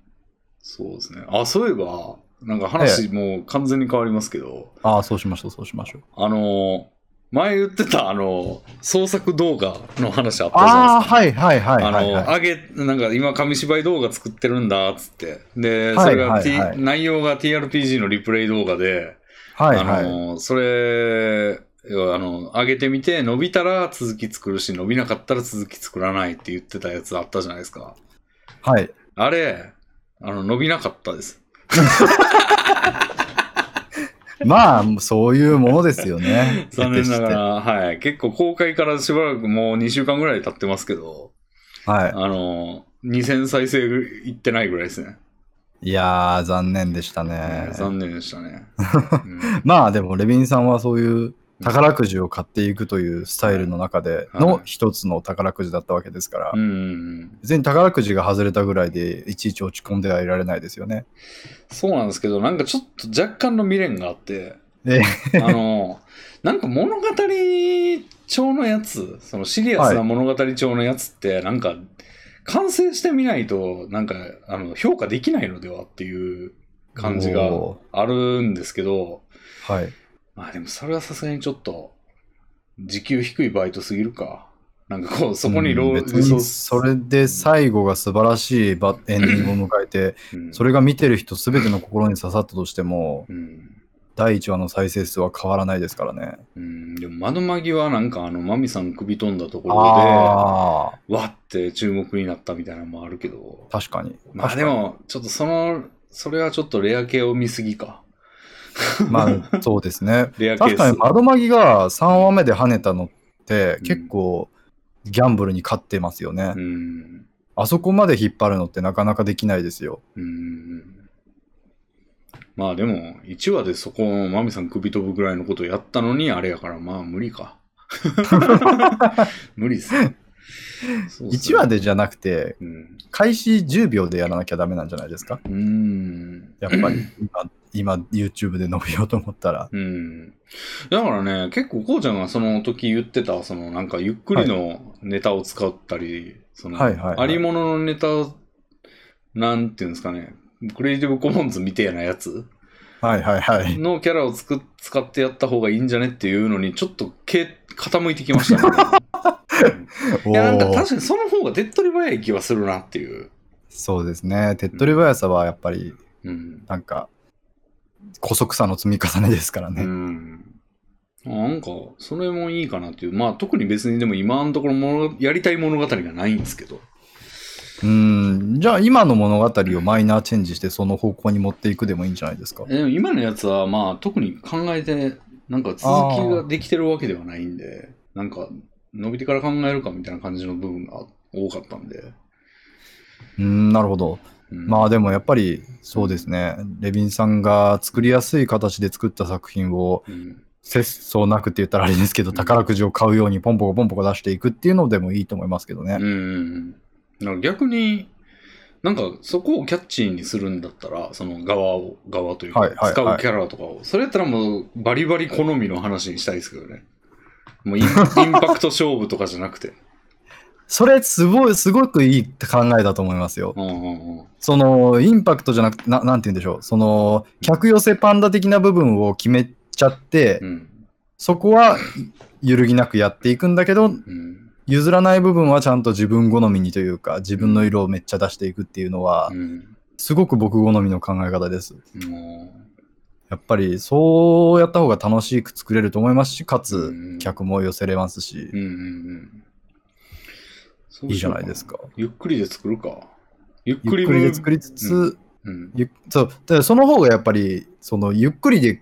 Speaker 1: そうですね。あ、そういえば、なんか話もう完全に変わりますけど、
Speaker 2: ああ、そうしましょう、そうしましょう。
Speaker 1: あの、前言ってた、あの、創作動画の話あったじゃない
Speaker 2: あ
Speaker 1: で
Speaker 2: あ、
Speaker 1: すか。
Speaker 2: はいはいはい
Speaker 1: あ
Speaker 2: はい、
Speaker 1: の、
Speaker 2: はい。
Speaker 1: あげ、なんか今、紙芝居動画作ってるんだ、つって。で、
Speaker 2: はい
Speaker 1: それが、
Speaker 2: はい
Speaker 1: T
Speaker 2: はい
Speaker 1: 内容が TRPG のリプレイ動画で、
Speaker 2: はいは
Speaker 1: あ
Speaker 2: い。
Speaker 1: の、それ、要はあの、上げてみて、伸びたら続き作るし、伸びなかったら続き作らないって言ってたやつあったじゃないですか。
Speaker 2: はい。
Speaker 1: あれ、あの、伸びなかったです。。
Speaker 2: まあ、そういうものですよね
Speaker 1: 残念なが
Speaker 2: 得て
Speaker 1: ら、はい。結構公開からしばらくもう2週間ぐらい経ってますけど、
Speaker 2: して。は
Speaker 1: あの、2000再生いってないぐらいですね。
Speaker 2: い。いやー、残念でしたね。
Speaker 1: 残念でした ね。うん
Speaker 2: まあでもレビンさんはそういう宝くじを買っていくというスタイルの中で
Speaker 1: はい
Speaker 2: の一つの宝くじだったわけですから、
Speaker 1: うんうんうん。
Speaker 2: 別に宝くじが外れたぐらいでいちいち落ち込んではいられないですよね。
Speaker 1: そうなんですけど、なんかちょっと若干の未練があって、
Speaker 2: え
Speaker 1: あの、なんか物語調のやつ、そのシリアスな物語調のやつって、なんか、完成してみないと、なんか、あの、評価できないのではっていう感じが
Speaker 2: お
Speaker 1: あるんですけど、
Speaker 2: ーはい。
Speaker 1: まあでもそれはさすがにちょっと、時給低いバイトすぎるか。なんかこう、そこに
Speaker 2: うん
Speaker 1: 労
Speaker 2: 別にそれで最後が素晴らしいばエンディングを迎えて、
Speaker 1: うん
Speaker 2: それが見てる人全ての心に刺さったとしても、
Speaker 1: うん
Speaker 2: 第1話の再生数は変わらないですからね。
Speaker 1: うん、でも窓間際なんかあのマミさん首飛んだところでわ
Speaker 2: ああ、
Speaker 1: って注目になったみたいなのもあるけど
Speaker 2: 確かに。
Speaker 1: まあでもちょっとそのそれはちょっとレア系を見すぎか
Speaker 2: 確かにまあそうですね。
Speaker 1: レア系
Speaker 2: 確
Speaker 1: っす
Speaker 2: かに窓マギが3話目で跳ねたのって結構ギャンブルに勝ってますよね、
Speaker 1: うん
Speaker 2: あそこまで引っ張るのってなかなかできないですよ
Speaker 1: うんまあでも、1話でそこをマミさん首飛ぶぐらいのことやったのに、あれやから、まあ無理 か。無理っすね。そうっすね
Speaker 2: 1話でじゃなくて、
Speaker 1: うん。
Speaker 2: 開始10秒でやらなきゃダメなんじゃないですか
Speaker 1: うーん。
Speaker 2: やっぱり今、今 YouTube で伸びようと思ったら。
Speaker 1: うん。だからね、結構こうちゃんがその時言ってた、そのなんかゆっくりのネタを使ったり、その、
Speaker 2: はいはいはい
Speaker 1: ありもののネタを、なんていうんですかね、クリエイティブコモンズみたいなやつ
Speaker 2: はいはいはい。
Speaker 1: のキャラをつく使ってやった方がいいんじゃねっていうのに、ちょっとけ傾いてきました ね。
Speaker 2: お
Speaker 1: いや、なんか
Speaker 2: ー
Speaker 1: 確かにその方が手っ取り早い気はするなっていう。
Speaker 2: そうですね。手っ取り早さはやっぱり、
Speaker 1: うん。
Speaker 2: なんか、古速さの積み重ねですから
Speaker 1: う
Speaker 2: ね。
Speaker 1: ん。なんか、それもいいかなっていう。まあ、特に別にでも今のところものやりたい物語がないんですけど。
Speaker 2: うん。じゃあ今の物語をマイナーチェンジしてその方向に持っていくでもいいんじゃないですか。
Speaker 1: えでも今のやつは、まあ、特に考えて、なんか続きができてるわけではないんで、なんか、伸びてから考えるかみたいな感じの部分が多かったんで。
Speaker 2: うん、なるほど。
Speaker 1: うん、
Speaker 2: まあでもやっぱりそうですね。レビンさんが作りやすい形で作った作品を
Speaker 1: うん、
Speaker 2: 節操なくって言ったらあれですけど、
Speaker 1: うん
Speaker 2: 宝くじを買うようにポンポコポンポコ出していくっていうのでもいいと思いますけどね。
Speaker 1: うん。だから逆に、なんかそこをキャッチーにするんだったら、その側を、側というか、
Speaker 2: はいはいはい
Speaker 1: 使うキャラとかを。それやったらもうバリバリ好みの話にしたいですけどね。もうイン インパクト勝負とかじゃなくて。
Speaker 2: それすごい、すごくいい考えだと思いますよ。
Speaker 1: うんうんうん。
Speaker 2: その、インパクトじゃなくて、ななんて言うんでしょう。その、客寄せパンダ的な部分を決めちゃって、
Speaker 1: うん。
Speaker 2: そこは揺るぎなくやっていくんだけど、
Speaker 1: うん。
Speaker 2: 譲らない部分はちゃんと自分好みにというか、自分の色をめっちゃ出していくっていうのは
Speaker 1: う、ん。
Speaker 2: すごく僕好みの考え方です。
Speaker 1: も
Speaker 2: やっぱり、そうやった方が楽しく作れると思いますし、か
Speaker 1: う
Speaker 2: つ、
Speaker 1: ん
Speaker 2: 客も寄せれますし
Speaker 1: う。う、んうんうん。そう
Speaker 2: いい
Speaker 1: し
Speaker 2: じ
Speaker 1: よ
Speaker 2: ゃ
Speaker 1: う
Speaker 2: ないです。か。
Speaker 1: ゆっくりで作るか。ゆっ
Speaker 2: ゆ
Speaker 1: くり
Speaker 2: っくりで作
Speaker 1: り。
Speaker 2: りつつ、
Speaker 1: ううん。
Speaker 2: ゆそうだからその方がやっぱりそのゆっくりで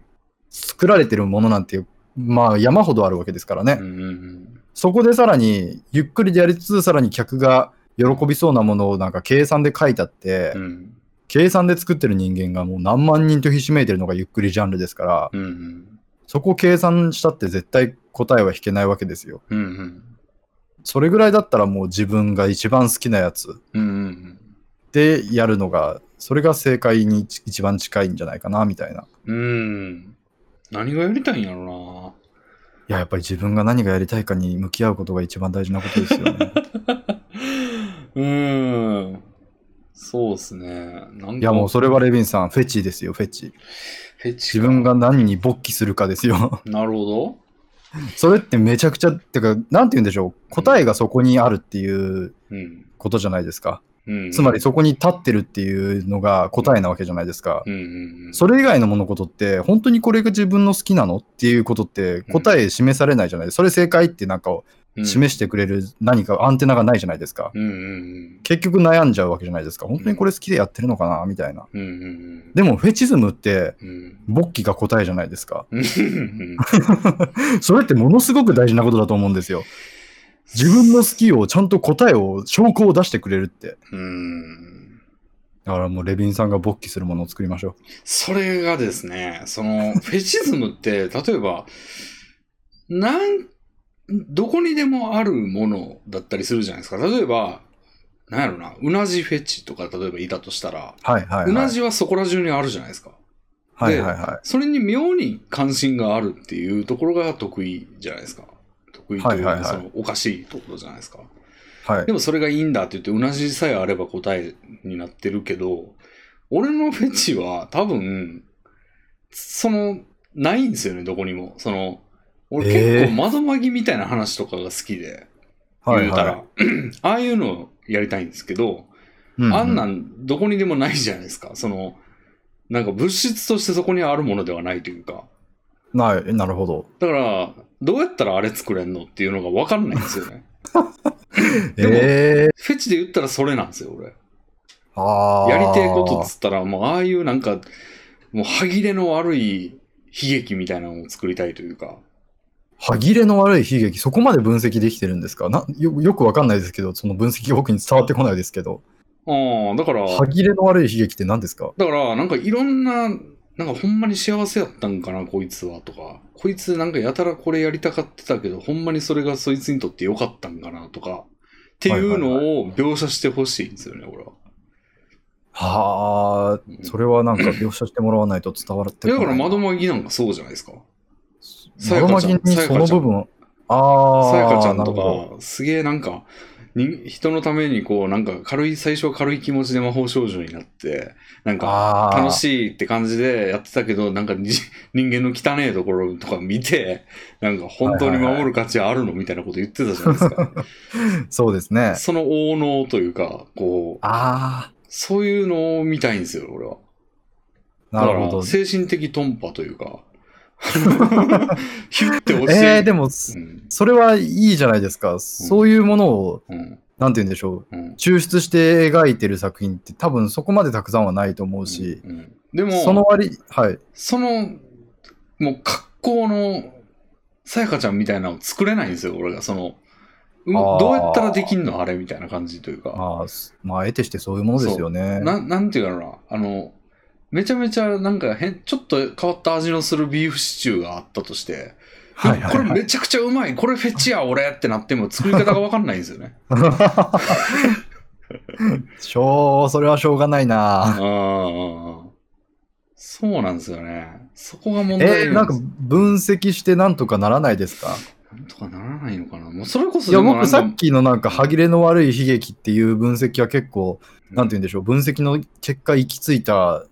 Speaker 2: 作られてるものなんてまあ山ほどあるわけですからね、
Speaker 1: うんうんうん。
Speaker 2: そこでさらにゆっくりでやりつつさらに客が喜びそうなものをなんか計算で書いたって、
Speaker 1: うん。
Speaker 2: 計算で作ってる人間がもう何万人とひしめいてるのがゆっくりジャンルですから
Speaker 1: うんうん。
Speaker 2: そこを計算したって絶対答えは引けないわけですよ
Speaker 1: うんうん。
Speaker 2: それぐらいだったらもう自分が一番好きなやつ
Speaker 1: うんうんうん。
Speaker 2: でやるのがそれが正解に一一番近いんじゃないかなみたいな
Speaker 1: うーん。何がやりたいんやろ
Speaker 2: いや、やっぱり自分が何がやりたいかに向き合うことが一番大事なことですよ ね。
Speaker 1: うな。うーん。そうっすね。なんか
Speaker 2: いや、もうそれはレビンさん、フェチですよ、フェチ。
Speaker 1: フェチか
Speaker 2: 自分。が何に勃起するかですよ。
Speaker 1: なるほ
Speaker 2: それってめちゃくちゃ、てか、なんて言うんでしょう、答えがそこにあるっていう
Speaker 1: ど。うん。
Speaker 2: ことじゃないですか。
Speaker 1: うん、
Speaker 2: つまりそこに立ってるっていうのが答えなわけじゃないですか
Speaker 1: う。んうんうん。
Speaker 2: それ以外の物事って、本当にこれが自分の好きなのっていうことって答え示されないじゃないですか。それ正解ってなんかを
Speaker 1: うん
Speaker 2: 示してくれる何かアンテナがないじゃないですか。
Speaker 1: うんうん
Speaker 2: 結局悩んじゃうわけじゃないですか。本当にこれ好きでやってるのかなみたいな。
Speaker 1: うん。うんうん
Speaker 2: でも、フェチズムって、
Speaker 1: うん。うん
Speaker 2: 勃起が答えじゃないですか。
Speaker 1: うんうん。
Speaker 2: それってものすごく大事なことだと思うんですよ。 自分の好きをちゃんと答えを、証拠を出してくれるって。
Speaker 1: うん。
Speaker 2: だからもう、レビンさんが勃起するものを作りましょ
Speaker 1: それがですね、そ の、フェチズムって、例えば、なん、どこにでもあるものだったりするじゃないですか。例えば、なんやろな、うなじフェチとか、例えばいたとしたら、
Speaker 2: う。はいはいうは。
Speaker 1: ないじはそこら中にあるじゃないですか。
Speaker 2: はいはいは
Speaker 1: それに妙に関心があるっていうところが得意じゃないですか。得意という
Speaker 2: はいはい
Speaker 1: か、
Speaker 2: はい
Speaker 1: そのおかしいところじゃないですか。
Speaker 2: い。はい
Speaker 1: で、もそれがいいんだって言って、うなじさえあれば答えになってるけど、俺のフェチは多分、その、ないんですよね、どこにも。その、俺
Speaker 2: えー
Speaker 1: 結構窓まぎみたいな話とかが好きで、
Speaker 2: はい
Speaker 1: 言うたら、
Speaker 2: は
Speaker 1: ああいうのをやりたいんですけど、
Speaker 2: い。
Speaker 1: あんな
Speaker 2: うん
Speaker 1: どこにでもないじゃないですか。その、なんか物質としてそこにあるものではないというか。
Speaker 2: うんない、なるほど。
Speaker 1: だから、どうやったらあれ作れんのっていうのが分かんないんですよ ね。でも
Speaker 2: ええ
Speaker 1: フェチで言ったらそれなんですよ、俺。
Speaker 2: ー。ああ。
Speaker 1: やりてえことっつったら、もうああいうなんか、もう歯切れの悪い悲劇みたいなのを作りたいというか。
Speaker 2: 歯切れの悪い悲劇、そこまで分析できてるんですかなよよくわかんないですけど、その分析が僕に伝わってこないですけど、
Speaker 1: ああ、だから、
Speaker 2: 歯切れの悪い悲劇って何ですか
Speaker 1: だから、なんかいろんななんかほんまに幸せやったんかな、こいつはとか、こいつなんかやたらこれやりたかってたけど、ほんまにそれがそいつにとって良かったんかなとか、っていうのを描写してほしいんですよね、俺は。
Speaker 2: はあ、それはなんか描写してもらわないと伝わって
Speaker 1: いやだから
Speaker 2: 窓
Speaker 1: 窓マギなんかそうじゃないですか。さや
Speaker 2: 窓
Speaker 1: か
Speaker 2: 巻
Speaker 1: ちゃん
Speaker 2: きにその部分、
Speaker 1: さや
Speaker 2: ああ、
Speaker 1: かちゃんと
Speaker 2: なるほ
Speaker 1: か、すげえなんか、に人のためにこう、なんか軽い、最初は軽い気持ちで魔法少女になって、なん
Speaker 2: ど
Speaker 1: か、
Speaker 2: あー
Speaker 1: 楽しいって感じでやってたけど、なんかに人間の汚いところとか見て、なんか本当に守る価値あるのみたいなこと言ってたじゃないですか。
Speaker 2: そうですね。
Speaker 1: その応能というか、こう、
Speaker 2: あ
Speaker 1: そういうのを見たいんですよ、俺は。
Speaker 2: あ、なるほ
Speaker 1: だか
Speaker 2: ど
Speaker 1: ら。精神的トンパというか、 ヒュッて押して。
Speaker 2: えー、でも、そ
Speaker 1: うん、
Speaker 2: それはいいじゃないですか。そういうものを、
Speaker 1: うん、
Speaker 2: なんて言うんでしょう。
Speaker 1: うん。
Speaker 2: 抽出して描いてる作品って多分そこまでたくさんはないと思うし、
Speaker 1: うんでも、
Speaker 2: その割、はい。
Speaker 1: その、もう格好の、さやかちゃんみたいなのを作れないんですよ、俺が。その、うん
Speaker 2: あー
Speaker 1: どうやったらできんのあれみたいな感じというか。
Speaker 2: まあ、すまあ、得てしてそういうものですよね。
Speaker 1: ななんていうかな、あの、めちゃめちゃなんか変、ちょっと変わった味のするビーフシチューがあったとして、
Speaker 2: はいはいはい
Speaker 1: これめちゃくちゃうまい、これフェチや俺ってなっても作り方がわかんないんですよ ね。
Speaker 2: しょう、それはしょうがないな。
Speaker 1: ああ。そうなんですよね。そこが問題
Speaker 2: えーなんか分析してなんとかならないですか
Speaker 1: なんとかならないのかな。もうそれこそ
Speaker 2: いや、
Speaker 1: でも
Speaker 2: 僕
Speaker 1: な
Speaker 2: さ
Speaker 1: ん
Speaker 2: っ
Speaker 1: か
Speaker 2: きのなんか歯切れの悪い悲劇っていう分析は結構、なんて言うんでしょう、分析の結果行き着いた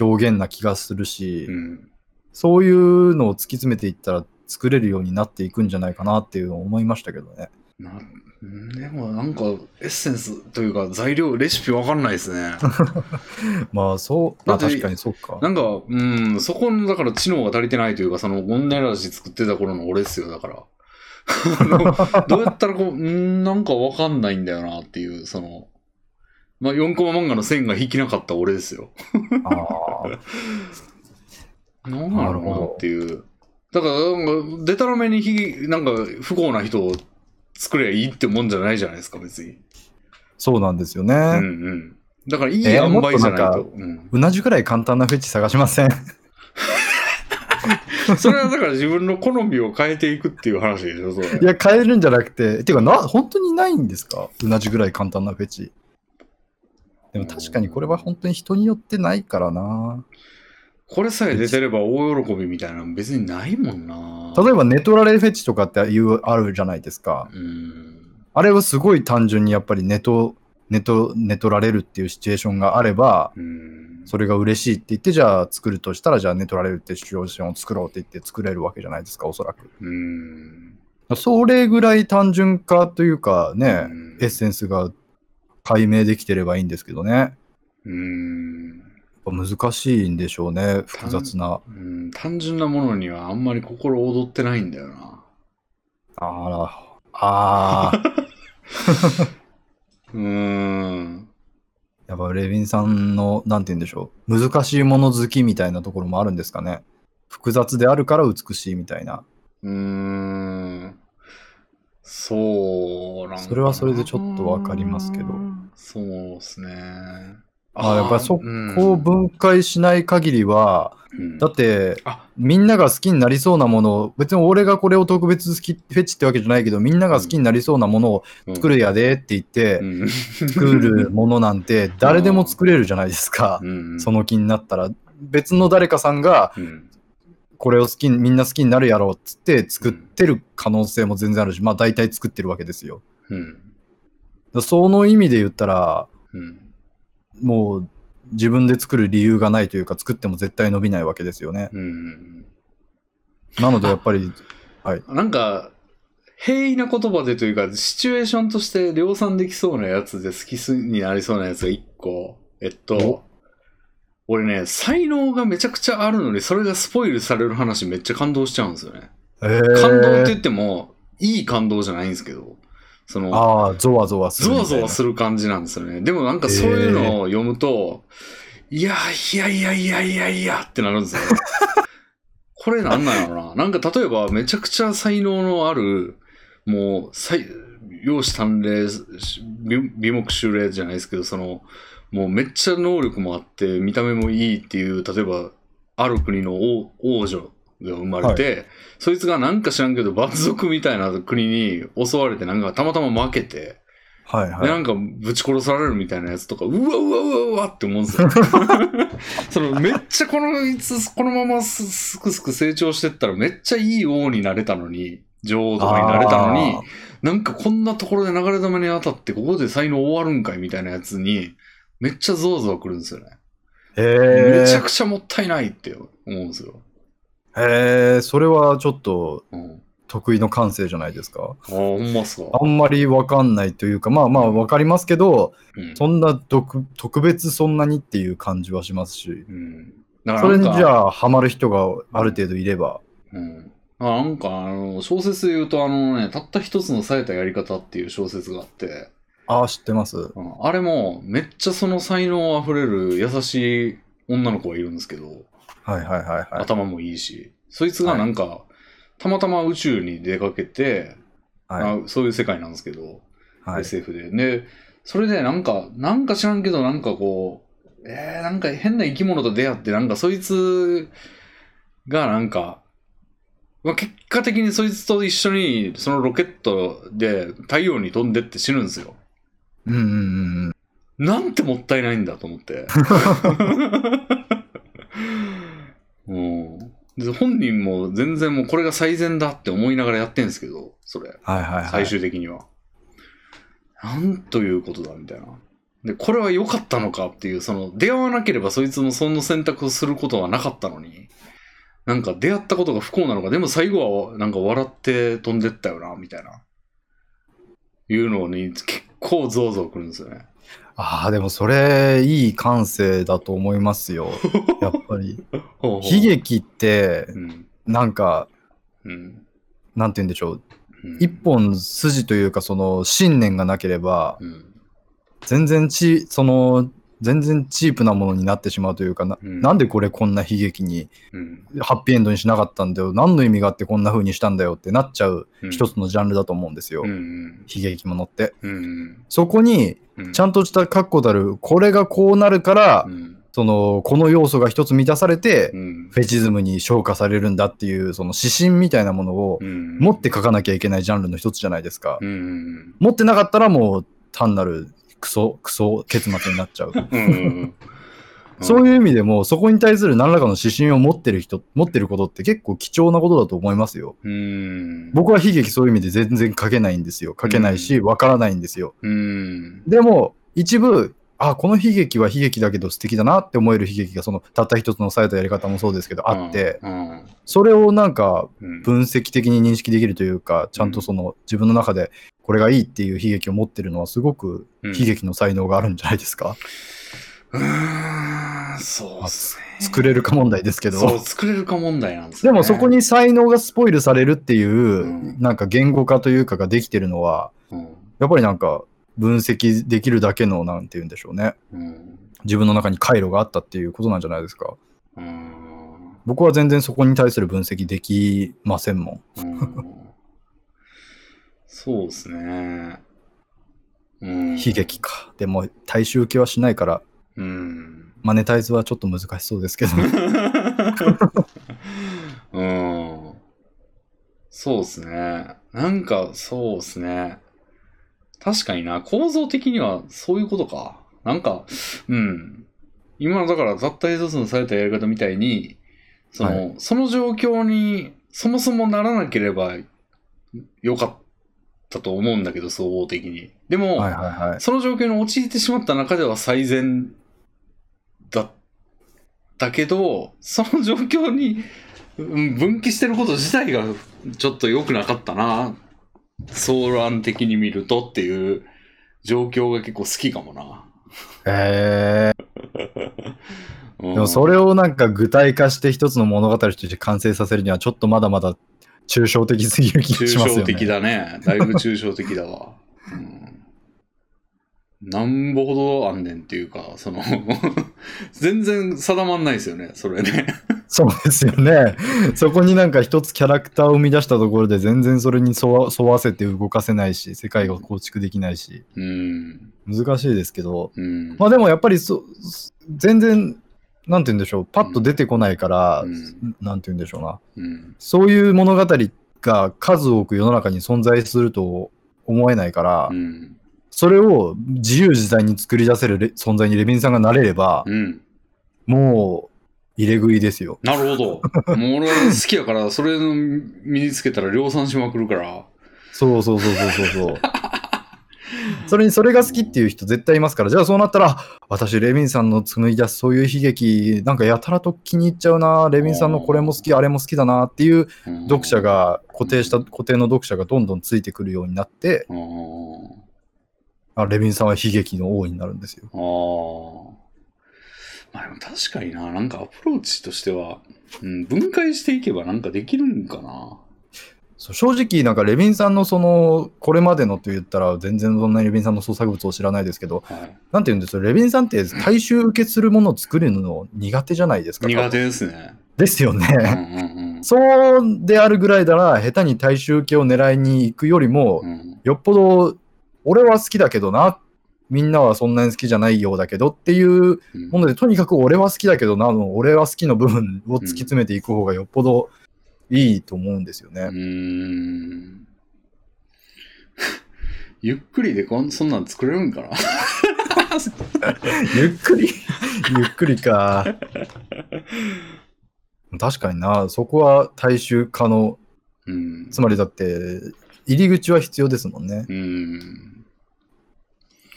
Speaker 2: 表現な気がするし、
Speaker 1: うん。
Speaker 2: そういうのを突き詰めていったら作れるようになっていくんじゃないかなっていうのを思いましたけどね。
Speaker 1: なでもなんかエッセンスというか材料レシピわかんないです ね
Speaker 2: まあそう、
Speaker 1: だ
Speaker 2: あ
Speaker 1: って
Speaker 2: 確かにそうか。
Speaker 1: なんかうんそこのだから知能が足りてないというかその女らし作ってた頃の俺ですよだから あのどうやったらこううんなんかわかんないんだよなっていうそのまあ4コマ漫画の線が引きなかった俺ですよ
Speaker 2: あー
Speaker 1: なんだろうなっていう。だから、なんか、でたらめにひ、なんか、不幸な人を作ればいいってもんじゃないじゃないですか、別に。
Speaker 2: そうなんですよね。
Speaker 1: う
Speaker 2: うん
Speaker 1: うん。だから、いい
Speaker 2: えー
Speaker 1: 塩梅じゃない
Speaker 2: もっと
Speaker 1: と。
Speaker 2: なじくらい簡単なフェチ探しません。
Speaker 1: うん、それはだから自分の好みを変えていくっていう話でしょ、それ。
Speaker 2: いや、変えるんじゃなくて、てかな、本当にないんですかうなじぐらい簡単なフェチ。でも確かにこれは本当に人によってないからな。
Speaker 1: これさえ出てれば大喜びみたいなの別にないもんな。
Speaker 2: 例えば、寝取られフェチとかっていう、あるじゃないですか。
Speaker 1: うん。
Speaker 2: あれはすごい単純にやっぱり寝と、寝と、寝取られるっていうシチュエーションがあれば、
Speaker 1: うん。
Speaker 2: それが嬉しいって言って、じゃあ作るとしたら、じゃあ寝取られるっていうシチュエーションを作ろうって言って作れるわけじゃないですか、おそらく。
Speaker 1: うん。
Speaker 2: それぐらい単純化というかね、
Speaker 1: うん
Speaker 2: エッセンスが解明できてればいいんですけどね。
Speaker 1: うん。
Speaker 2: やっぱ難しいんでしょうね、複雑な。
Speaker 1: うん。単純なものにはあんまり心躍ってないんだよな。
Speaker 2: あら。あ あ。
Speaker 1: うん。
Speaker 2: やっぱレヴィンさんの、なんて言うんでしょう。難しいもの好きみたいなところもあるんですかね。複雑であるから美しいみたいな。
Speaker 1: うーん。そうなんかな
Speaker 2: それはそれでちょっとわかりますけど。
Speaker 1: そうですね。
Speaker 2: まあ、やっぱりそこ
Speaker 1: う
Speaker 2: を
Speaker 1: ん
Speaker 2: 分解しない限りは、
Speaker 1: うん
Speaker 2: だって
Speaker 1: あ、
Speaker 2: みんなが好きになりそうなものを、別に俺がこれを特別好き、フェチってわけじゃないけど、みんなが好きになりそうなものを
Speaker 1: うん
Speaker 2: 作るやでって言って、
Speaker 1: うん
Speaker 2: 作 るものなんて誰でも作れるじゃないですか。
Speaker 1: うん
Speaker 2: その気になったら別の誰かさんが
Speaker 1: うん
Speaker 2: これを好きにみんな好きになるやろうっつって作ってる可能性も全然あるしまあ大体作ってるわけですよ。
Speaker 1: うん
Speaker 2: だからその意味で言ったら
Speaker 1: うん
Speaker 2: もう自分で作る理由がないというか作っても絶対伸びないわけですよね。
Speaker 1: うん
Speaker 2: なのでやっぱり
Speaker 1: なんか、平易な言葉でというか、シチュエーションとして量産できそうなやつで好きすになりそうなやつが1個。えっと
Speaker 2: お、
Speaker 1: 俺ね、才能がめちゃくちゃあるのに、それがスポイルされる話めっちゃ感動しちゃうんですよね。
Speaker 2: えー
Speaker 1: 感動って言っても、いい感動じゃないんですけど、その、
Speaker 2: ああゾワゾワする
Speaker 1: ゾ
Speaker 2: みた
Speaker 1: ワ
Speaker 2: いな。
Speaker 1: ゾワする感じなんですよね。でもなんかそういうのを読むと、いやいやいやいやいやいやってなるんですよね。 これなんなんやろな。なんか例えばめちゃくちゃ才能のある、もう、才容姿端麗、美美目秀麗じゃないですけど、その、もうめっちゃ能力もあって、見た目もいいっていう、例えば、ある国の王王女が生まれて、そいつがなんか知らんけど、蛮族みたいな国に襲われて、なんかたまたま負けて、
Speaker 2: はい
Speaker 1: で、
Speaker 2: は。
Speaker 1: ないんかぶち殺されるみたいなやつとか、うわうわうわうわって思うん ですよ。そのめっちゃこのいつ、このまますすくすく成長してったらめっちゃいい王になれたのに、女王とかになれたのに
Speaker 2: あー、
Speaker 1: なんかこんなところで流れ止めに当たって、ここで才能終わるんかいみたいなやつに、めっちゃゾワゾワくるんですよね。
Speaker 2: へ
Speaker 1: めちゃ
Speaker 2: え
Speaker 1: くちゃもったいないって思うんですよ。
Speaker 2: へえ、それはちょっと
Speaker 1: うん、
Speaker 2: 得意の感性じゃないですか。
Speaker 1: ああ、ほんまっすか。
Speaker 2: あんまりわかんないというか、まあまあわかりますけど、
Speaker 1: うん
Speaker 2: そんな独特別そんなにっていう感じはしますし、
Speaker 1: うん、だか
Speaker 2: そ
Speaker 1: ら
Speaker 2: れ
Speaker 1: なん
Speaker 2: に
Speaker 1: か
Speaker 2: じゃあハマる人がある程度いれば。
Speaker 1: うん、あなんかあの小説で言うとあのね「たった一つの冴えたやり方」っていう小説があって、
Speaker 2: ああ、知ってます。
Speaker 1: うんあれもめっちゃその才能あふれる優しい女の子がいるんですけど
Speaker 2: はいはいはいはい。
Speaker 1: 頭もいいしそいつがなんか、たまたま宇宙に出かけて、
Speaker 2: はい
Speaker 1: あそういう世界なんですけど、
Speaker 2: はい。
Speaker 1: SF で。で、それでなんか、なんか知らんけど、なんかこう、えー、なんか変な生き物と出会って、なんかそいつがなんか、まあ、結果的にそいつと一緒にそのロケットで太陽に飛んでって死ぬんですよ。
Speaker 2: うんうんうんうん。
Speaker 1: なんてもったいないんだと思って。 うん、で本人も全然もうこれが最善だって思いながらやってんですけど、それ。
Speaker 2: はいはいは
Speaker 1: 最
Speaker 2: い。
Speaker 1: 終的には。なんということだみたいな。で、これは良かったのかっていう、その、出会わなければそいつもその選択をすることはなかったのに、なんか出会ったことが不幸なのか、でも最後はなんか笑って飛んでったよな、みたいな。いうのに結構ゾウゾウくるんですよね。
Speaker 2: ああ、でもそれいい感性だと思いますよ。やっ ぱり。
Speaker 1: ほうほう
Speaker 2: 悲劇って、
Speaker 1: うん。
Speaker 2: なんか、
Speaker 1: うん。
Speaker 2: なんて言うんでしょう。
Speaker 1: うん
Speaker 2: 一。本筋というか、その信念がなければ、
Speaker 1: うん。
Speaker 2: 全然ち、その、全然チープなものになってしまうというかな、
Speaker 1: うん
Speaker 2: なんでこれこんな悲劇に、
Speaker 1: うん。
Speaker 2: ハッピーエンドにしなかったんだよ、何の意味があってこんな風にしたんだよってなっちゃう
Speaker 1: うん
Speaker 2: 一つのジャンルだと思うんですよ。
Speaker 1: うん。う
Speaker 2: 悲
Speaker 1: ん。
Speaker 2: 劇ものって。
Speaker 1: うん。
Speaker 2: そこに、
Speaker 1: うん。
Speaker 2: ちゃんとした確固たる、これがこうなるから、
Speaker 1: うん。
Speaker 2: その、この要素が一つ満たされて
Speaker 1: う、ん。
Speaker 2: フェチズムに昇華されるんだっていう、その指針みたいなものを
Speaker 1: うん
Speaker 2: 持って書かなきゃいけないジャンルの一つじゃないですか。
Speaker 1: うんうん。
Speaker 2: 持ってなかったらもう単なるクソ、クソ結末になっちゃう。
Speaker 1: うんうんうん。
Speaker 2: そういう
Speaker 1: う
Speaker 2: 意味でも、そこに対する何らかの指針を持ってる人、持ってることって結構貴重なことだと思いますよ。
Speaker 1: ん。
Speaker 2: 僕は悲劇そういう意味で全然書けないんですよ。書けないし、わからないんですよ。
Speaker 1: うん。
Speaker 2: でも、一部、あ、この悲劇は悲劇だけど素敵だなって思える悲劇が、その、たった一つのされたやり方もそうですけど、あって、
Speaker 1: うん、
Speaker 2: それをなんか、
Speaker 1: うん。
Speaker 2: 分析的に認識できるというか、ちゃんとその、自分の中で、これがいいっていう悲劇を持ってるのは、すごく
Speaker 1: うん
Speaker 2: 悲劇の才能があるんじゃないですか。
Speaker 1: うーん、そうっすね。
Speaker 2: 作れるか問題ですけど。
Speaker 1: そう、作れるか問題なんです
Speaker 2: で
Speaker 1: よね。
Speaker 2: もそこに才能がスポイルされるっていう、
Speaker 1: ん
Speaker 2: なんか言語化というかができてるのは、
Speaker 1: うん、
Speaker 2: やっぱりなんか分析できるだけの、なんて言うんでしょうね。
Speaker 1: うん。
Speaker 2: 自分の中に回路があったっていうことなんじゃないですか。
Speaker 1: うん。
Speaker 2: 僕は全然そこに対する分析できませんもん。
Speaker 1: うん。そうっすね。うん。
Speaker 2: 悲。劇か。でも大衆受けはしないから、
Speaker 1: うん。
Speaker 2: マネタイズはちょっと難しそうですけど。
Speaker 1: うん。そうっすね。なんか、そうっすね。確かにな、構造的にはそういうことか。なんか、うん。今のだから、雑体一つのされたやり方みたいに、その、その状況にそもそもならなければよかったと思うんだけど、総合的に。でも、
Speaker 2: はいはいはい。
Speaker 1: その状況に陥ってしまった中では最善だったけど、その状況にうん分岐してること自体がちょっと良くなかったな。総論的に見るとっていう状況が結構好きかもな。
Speaker 2: えー、
Speaker 1: うん
Speaker 2: でもそれをなんか具体化して一つの物語として完成させるには、ちょっとまだまだ抽象的すぎる気が
Speaker 1: 抽
Speaker 2: しますよね。
Speaker 1: 象的だね。だいぶ抽象的だわ。うんなんぼほどあんねんっていうか、その、 全然定まんないですよね、それね。
Speaker 2: そうですよね。そこになんか一つキャラクターを生み出したところで全然それに沿わ沿わせて動かせないし、世界が構築できないし、
Speaker 1: うん。
Speaker 2: 難しいですけど、
Speaker 1: うん。
Speaker 2: まあでもやっぱりそ全然なんて言うんでしょう、パッと出てこないから、
Speaker 1: うん
Speaker 2: なんて言うんでしょうな。
Speaker 1: うん
Speaker 2: そういう物語が数多く世の中に存在すると思えないから、
Speaker 1: うん
Speaker 2: それを自由自在に作り出せるレ存在にレビンさんがなれれば、
Speaker 1: うん
Speaker 2: もう入れ食いですよ。
Speaker 1: なるほ ど。もう俺は好きやから、それの身につけたら量産しまくるから。
Speaker 2: そうそうそうそうそうそう。それにそれが好きっていう人絶対いますから、じゃあそうなったら、あ私、レビンさんの紡ぎ出すそういう悲劇、なんかやたらと気に入っちゃうな、レビンさんのこれも好き、あれも好きだなっていう
Speaker 1: うん
Speaker 2: 読者。が、固定した、固定の読者がどんどんついてくるようになって、
Speaker 1: ああ。
Speaker 2: あレビンさんは悲劇の王になるんですよ。
Speaker 1: ああ。まあでも確かにな、なんかアプローチとしては、うん、分解していけばなんかできるんかな。
Speaker 2: そう正直、なんかレビンさんのその、これまでのと言ったら、全然そんなにレビンさんの創作物を知らないですけど、
Speaker 1: はい。
Speaker 2: なんて言うんですよ、レビンさんって大衆受けするものを作るの苦手じゃないですか。
Speaker 1: 苦手ですね。
Speaker 2: ですよ
Speaker 1: うん
Speaker 2: ね。
Speaker 1: うん
Speaker 2: そうであるぐらいなら、下手に大衆受けを狙いに行くよりも
Speaker 1: う、ん。うん
Speaker 2: よっぽど、俺は好きだけどな、みんなはそんなに好きじゃないようだけどっていう
Speaker 1: うん
Speaker 2: もので、とにかく俺は好きだけどな、の俺は好きの部分を突き詰めていく方がよっぽどいいと思うんですよ
Speaker 1: う
Speaker 2: ね。
Speaker 1: ーん ゆっくりでこんそんなん作れるんかな
Speaker 2: ゆっくり、ゆっくりか。確かにな、そこは大衆化の、
Speaker 1: うん。
Speaker 2: つまりだって、入り口は必要ですもんね。
Speaker 1: うん。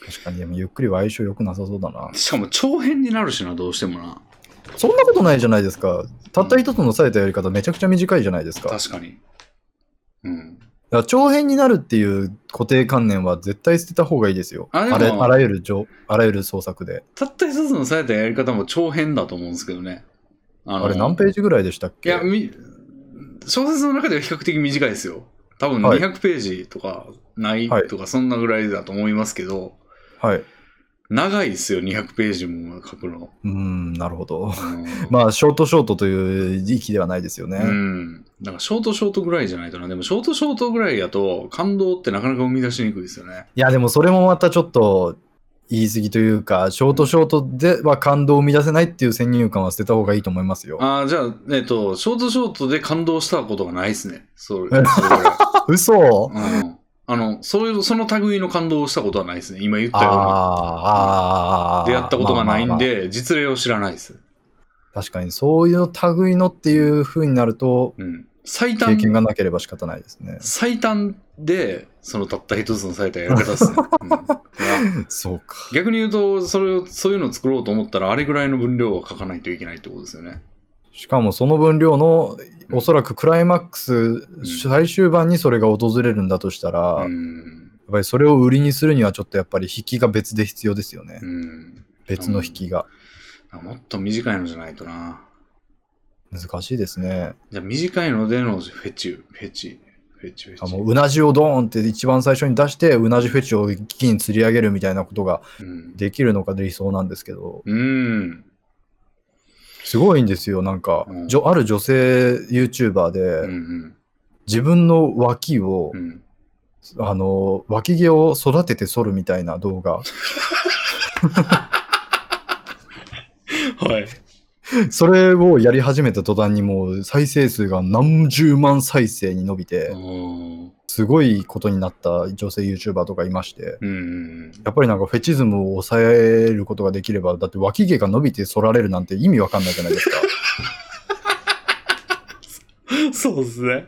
Speaker 2: 確かに、でもゆっくりは相性良くなさそうだな。
Speaker 1: しかも長編になるしな、どうしてもな。
Speaker 2: そんなことないじゃないですか。たった一つのされたやり方めちゃくちゃ短いじゃないですか。だか
Speaker 1: 確かに。うん。
Speaker 2: ら長編になるっていう固定観念は絶対捨てた方がいいですよ。
Speaker 1: あ
Speaker 2: あ
Speaker 1: でも
Speaker 2: らあらゆる情あらゆる創作で。
Speaker 1: たった一つのされたやり方も長編だと思うんですけどね。あ
Speaker 2: あ
Speaker 1: の
Speaker 2: れ何ページぐらいでしたっ
Speaker 1: い
Speaker 2: け
Speaker 1: や、み小説の中では比較的短いですよ。多分
Speaker 2: はい
Speaker 1: 200ページとかない
Speaker 2: はい
Speaker 1: とか、そんなぐらいだと思いますけど、
Speaker 2: はい。う
Speaker 1: 長いですよ、200ページも書くの。
Speaker 2: ーん、なるほど。
Speaker 1: うん
Speaker 2: まあ、ショートショートという域ではないですよね。
Speaker 1: うん。だからショートショートぐらいじゃないとな。でもショートショートぐらいやと感動ってなかなか生み出しにくいですよね。
Speaker 2: いや、でもそれもまたちょっと言い過ぎというか、ショートショートでは感動を生み出せないっていう先入観は捨てた方がいいと思いますよ。
Speaker 1: ああ、じゃあ、えっと、ショートショートで感動したことがないですね。 それ、それぐら
Speaker 2: 嘘
Speaker 1: い。うん。あの、そういう、その類の感動をしたことはないですね。今言っ
Speaker 2: あ
Speaker 1: たような。
Speaker 2: あ、ああ、
Speaker 1: 出会ったことがないん
Speaker 2: まあまあまあ
Speaker 1: で、実例を知らないです。
Speaker 2: 確かにそういう類のっていう風になると、
Speaker 1: うん。最
Speaker 2: 経
Speaker 1: 短、
Speaker 2: 験がなければ仕方ないですね。
Speaker 1: 最短で、そのたった一つの最短やり方 ですね。うんいや
Speaker 2: そうか。
Speaker 1: 逆に言うと、それを、そういうのを作ろうと思ったら、あれぐらいの分量は書かないといけないってことですよね。
Speaker 2: しかもその分量の、おそらくクライマックス
Speaker 1: ん
Speaker 2: 最終盤にそれが訪れるんだとしたら、
Speaker 1: う
Speaker 2: やっ
Speaker 1: ん。
Speaker 2: ぱりそれを売りにするにはちょっとやっぱり引きが別で必要ですよね。
Speaker 1: うん。
Speaker 2: 別の引きが。
Speaker 1: もっと短いのじゃないとな。
Speaker 2: 難しいですね。
Speaker 1: じゃあ短いのでのフェチ、フェチ、フェチ、フェチ。
Speaker 2: あもううなじをドーンって一番最初に出して、うなじフェチを一気に釣り上げるみたいなことが
Speaker 1: うん。
Speaker 2: できるのか理想なんですけど、
Speaker 1: うん。
Speaker 2: すごいんですよ。なんか、
Speaker 1: うん
Speaker 2: じょある女性 YouTuber で、
Speaker 1: うんうん。
Speaker 2: 自分の脇を、
Speaker 1: うん。
Speaker 2: あの、脇毛を育てて剃るみたいな動画。
Speaker 1: はい。
Speaker 2: それをやり始めた途端にもう再生数が何十万再生に伸びて、
Speaker 1: うん。
Speaker 2: すごいことになった女性 YouTuber とかいまして、
Speaker 1: うん。
Speaker 2: やっぱりなんかフェチズムを抑えることができれば、だって脇毛が伸びて剃られるなんて意味わかんないじゃないです か。
Speaker 1: そうですね。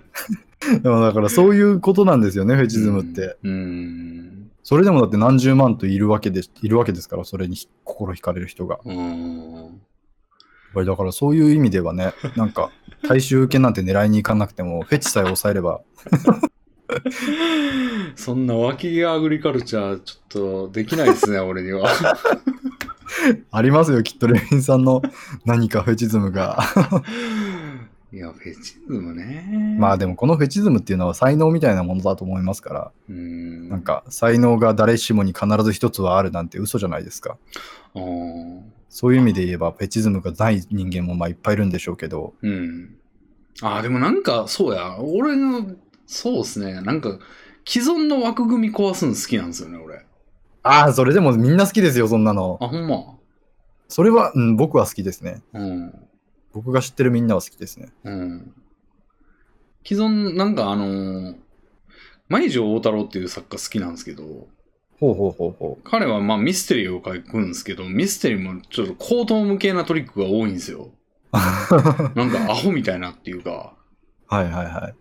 Speaker 2: でもだからそういうことなんですよね、フェチズムって。。
Speaker 1: うん。
Speaker 2: それでもだって何十万といるわけでいるわけですから、それに心惹かれる人が。やっ
Speaker 1: うん。
Speaker 2: ぱりだからそういう意味ではね、なんか大衆受けなんて狙いに行かなくても、フェチさえ抑えれば
Speaker 1: そんな脇毛アグリカルチャー、ちょっとできないですね、俺には。
Speaker 2: ありますよ、きっとレインさんの何かフェチズムが。
Speaker 1: いや、フェチズムね。
Speaker 2: まあでもこのフェチズムっていうのは才能みたいなものだと思いますから、
Speaker 1: うん。
Speaker 2: なんか才能が誰しもに必ず一つはあるなんて嘘じゃないですか。
Speaker 1: うん。
Speaker 2: そういう意味で言えばフェチズムがない人間もまあいっぱいいるんでしょうけど、
Speaker 1: うん。あーでもなんか、そうや。俺の、そうですね。なんか、既存の枠組み壊すの好きなんですよね、俺。
Speaker 2: ああ、それでもみんな好きですよ、そんなの。
Speaker 1: あ、ほんま。
Speaker 2: それは、うん、僕は好きですね。
Speaker 1: うん。
Speaker 2: 僕が知ってるみんなは好きですね。
Speaker 1: うん。既存、なんかあのー、舞城大太郎っていう作家好きなんですけど、
Speaker 2: ほうほうほう ほ
Speaker 1: 彼はまあミステリーを書くんですけど、ミステリーもちょっと高等無形なトリックが多いんですよ。なんかアホみたいなっていうか。
Speaker 2: う。はいはいはい。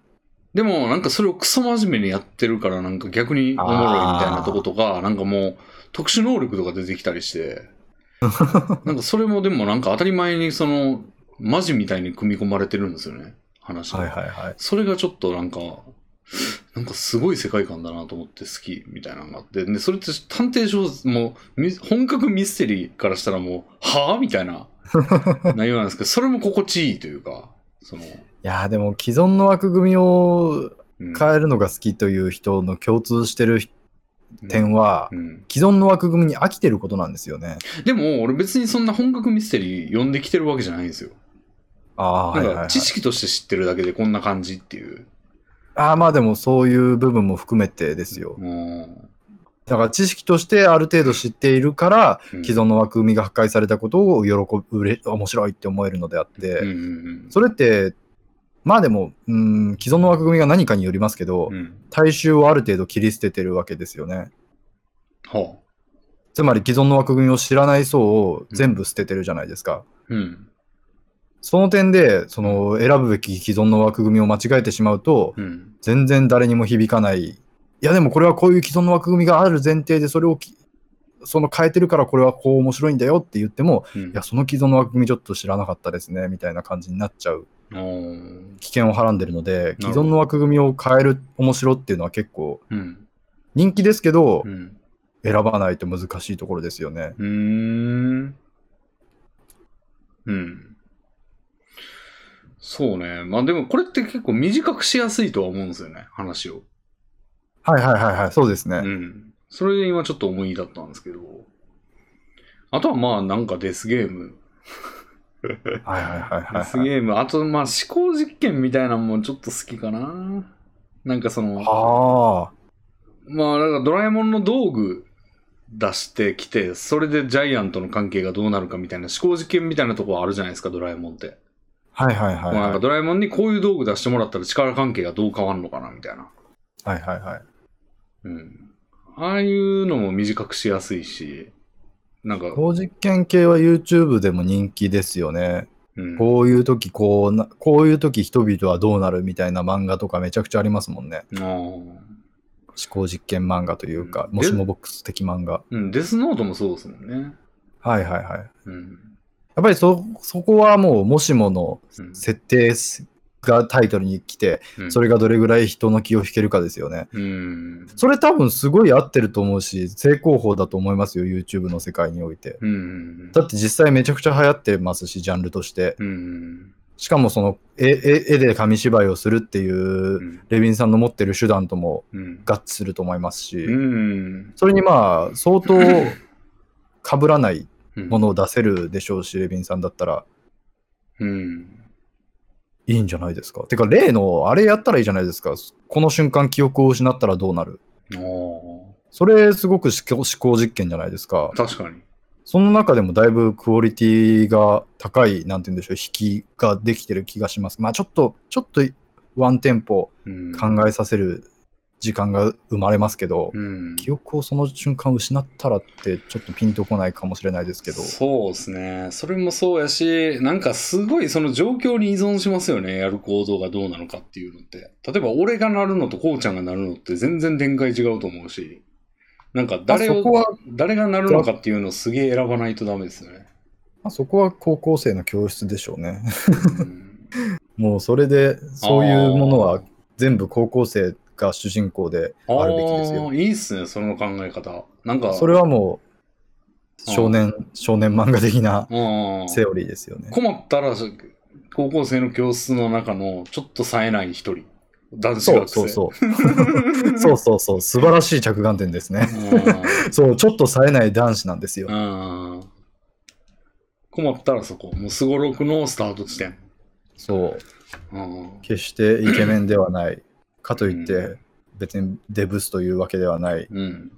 Speaker 1: でもなんかそれをクソ真面目にやってるからなんか逆におもろいみたいなとことか、なんかもう特殊能力とか出てきたりして、なんかそれもでもなんか当たり前にそのマジみたいに組み込まれてるんですよね、話が
Speaker 2: はいはいはい。
Speaker 1: それがちょっとなんか、なんかすごい世界観だなと思って好きみたいなのがあって、で、それって探偵小説、もうみ本格ミステリーからしたらもう、はぁみたい な内容なんですけど、それも心地いいというか、その、
Speaker 2: いやーでも既存の枠組みを
Speaker 1: うん
Speaker 2: 変えるのが好きという人の共通してる点は、
Speaker 1: うん
Speaker 2: 既存の枠組みに飽きてることなんですよね。
Speaker 1: でも、俺別にそんな本格ミステリー読んできてるわけじゃないんですよ。
Speaker 2: ああ
Speaker 1: な
Speaker 2: ー、はい
Speaker 1: ん
Speaker 2: はい、は
Speaker 1: か
Speaker 2: い。
Speaker 1: 知識として知ってるだけでこんな感じっていう。
Speaker 2: ああ、まあでもそういう部分も含めてですよ。
Speaker 1: うん
Speaker 2: だから知識としてある程度知っているから、
Speaker 1: うん
Speaker 2: 既存の枠組みが破壊されたことを喜ぶ、うれ面白いって思えるのであって、
Speaker 1: うんうん
Speaker 2: それって、まあでも、うん、既存の枠組みが何かによりますけど、
Speaker 1: うん。うん。
Speaker 2: 大衆をある程度切り捨ててるわけですよね。
Speaker 1: はあ。
Speaker 2: つまり既存の枠組みを知らない層を全部捨ててるじゃないですか。
Speaker 1: うん。
Speaker 2: その点で、その選ぶべき既存の枠組みを間違えてしまうと、
Speaker 1: うん。
Speaker 2: 全然誰にも響かない。いやでもこれはこういう既存の枠組みがある前提でそれをきその変えてるからこれはこう面白いんだよって言っても、
Speaker 1: うん
Speaker 2: いや、その既存の枠組みちょっと知らなかったですね、みたいな感じになっちゃう
Speaker 1: うん。
Speaker 2: 危険をはらんでるので、
Speaker 1: なる
Speaker 2: 既
Speaker 1: ほど
Speaker 2: 存の枠組みを変える面白っていうのは結構
Speaker 1: うん。
Speaker 2: 人気ですけど、
Speaker 1: うん。
Speaker 2: 選ばないと難しいところですよね。
Speaker 1: うーん。うん。そうね。まあでもこれって結構短くしやすいとは思うんですよね、話を。
Speaker 2: はいはいはいはい、そうですね。
Speaker 1: うん。それで今ちょっと思いだったんですけど。あとはまあなんかデスゲーム。
Speaker 2: はいはいはいは
Speaker 1: デ
Speaker 2: い、
Speaker 1: ス
Speaker 2: はい。
Speaker 1: ゲーム。あとまあ思考実験みたいなのもちょっと好きかな。なんかその、
Speaker 2: あ
Speaker 1: まあなんかドラえもんの道具出してきて、それでジャイアンとの関係がどうなるかみたいな思考実験みたいなとこあるじゃないですか、ドラえもんって。
Speaker 2: あ、はいはいはい
Speaker 1: まあ
Speaker 2: は
Speaker 1: なんか
Speaker 2: い。
Speaker 1: ドラえもんにこういう道具出してもらったら力関係がどう変わるのかなみたいな。
Speaker 2: はいはいはい。
Speaker 1: うん。ああいうのも短くしやすいし、なんか、
Speaker 2: 高実験系は YouTube でも人気ですよね。
Speaker 1: うん、
Speaker 2: こういう時こうな、こういう時人々はどうなるみたいな漫画とかめちゃくちゃありますもんね。
Speaker 1: あー
Speaker 2: 思考実験漫画というか、
Speaker 1: うん
Speaker 2: もしもボックス的漫画。
Speaker 1: うん、デスノートもそうですもんね。
Speaker 2: はいはいはい。や
Speaker 1: うん。
Speaker 2: っぱりそ、そこはもう、もしもの
Speaker 1: うん
Speaker 2: 設定がタイトルに来て、
Speaker 1: うん
Speaker 2: それがどれぐらい人の気を引けるかですよね。
Speaker 1: うん。
Speaker 2: それ多分すごい合ってると思うし、正攻法だと思いますよ、YouTube の世界において。
Speaker 1: うん。
Speaker 2: だって実際めちゃくちゃ流行ってますし、ジャンルとして。
Speaker 1: うん。
Speaker 2: しかもその絵絵絵で紙芝居をするっていう
Speaker 1: う、ん。
Speaker 2: レビンさんの持ってる手段とも
Speaker 1: うん。
Speaker 2: 合致すると思いますし、
Speaker 1: うん。
Speaker 2: それにまあ、相当被らない
Speaker 1: うん
Speaker 2: ものを出せるでしょうし、レビンさんだったら
Speaker 1: うん。
Speaker 2: いいんじゃないですか。てか、例のあれやったらいいじゃないですか。この瞬間記憶を失ったらどうなる
Speaker 1: ああ。
Speaker 2: それすごく思考思考実験じゃないですか。
Speaker 1: 確かに。
Speaker 2: その中でもだいぶクオリティが高い、なんて言うんでしょう、引きができてる気がします。まあちょっと、ちょっとワンテンポ
Speaker 1: うん。
Speaker 2: 考えさせる時間が生まれますけど、
Speaker 1: うん。
Speaker 2: 記憶をその瞬間失ったらってちょっとピンとこないかもしれないですけど。
Speaker 1: そうですね。それもそうやし、なんかすごいその状況に依存しますよね。やる行動がどうなのかっていうのって。例えば俺がなるのとこうちゃんがなるのって全然展開違うと思うし、なんか誰
Speaker 2: まあそこは
Speaker 1: を、誰がなるのかっていうのをすげえ選ばないとダメですよね。
Speaker 2: まあ、そこは高校生の教室でしょうね。
Speaker 1: うん
Speaker 2: もうそれで、そういうものは全部高校生が主人公であるべきですよ
Speaker 1: あ。ーいいっすね、その考え方。なんか、
Speaker 2: それはもう、少年、少年漫画的な
Speaker 1: うん
Speaker 2: セオリーですよね。
Speaker 1: 困ったら、高校生の教室の中のちょっと冴えない一人。男子
Speaker 2: そ
Speaker 1: 学
Speaker 2: う
Speaker 1: 生。
Speaker 2: そう そう。そうそうそう。素晴らしい着眼点ですね。
Speaker 1: うん
Speaker 2: そう、ちょっと冴えない男子なんですよ。
Speaker 1: うん困ったらそこ、もうすごろくのスタート地点。
Speaker 2: そう。
Speaker 1: うん
Speaker 2: 決してイケメンではない。かといっ
Speaker 1: う
Speaker 2: て、別にデブスというわけではない。
Speaker 1: うん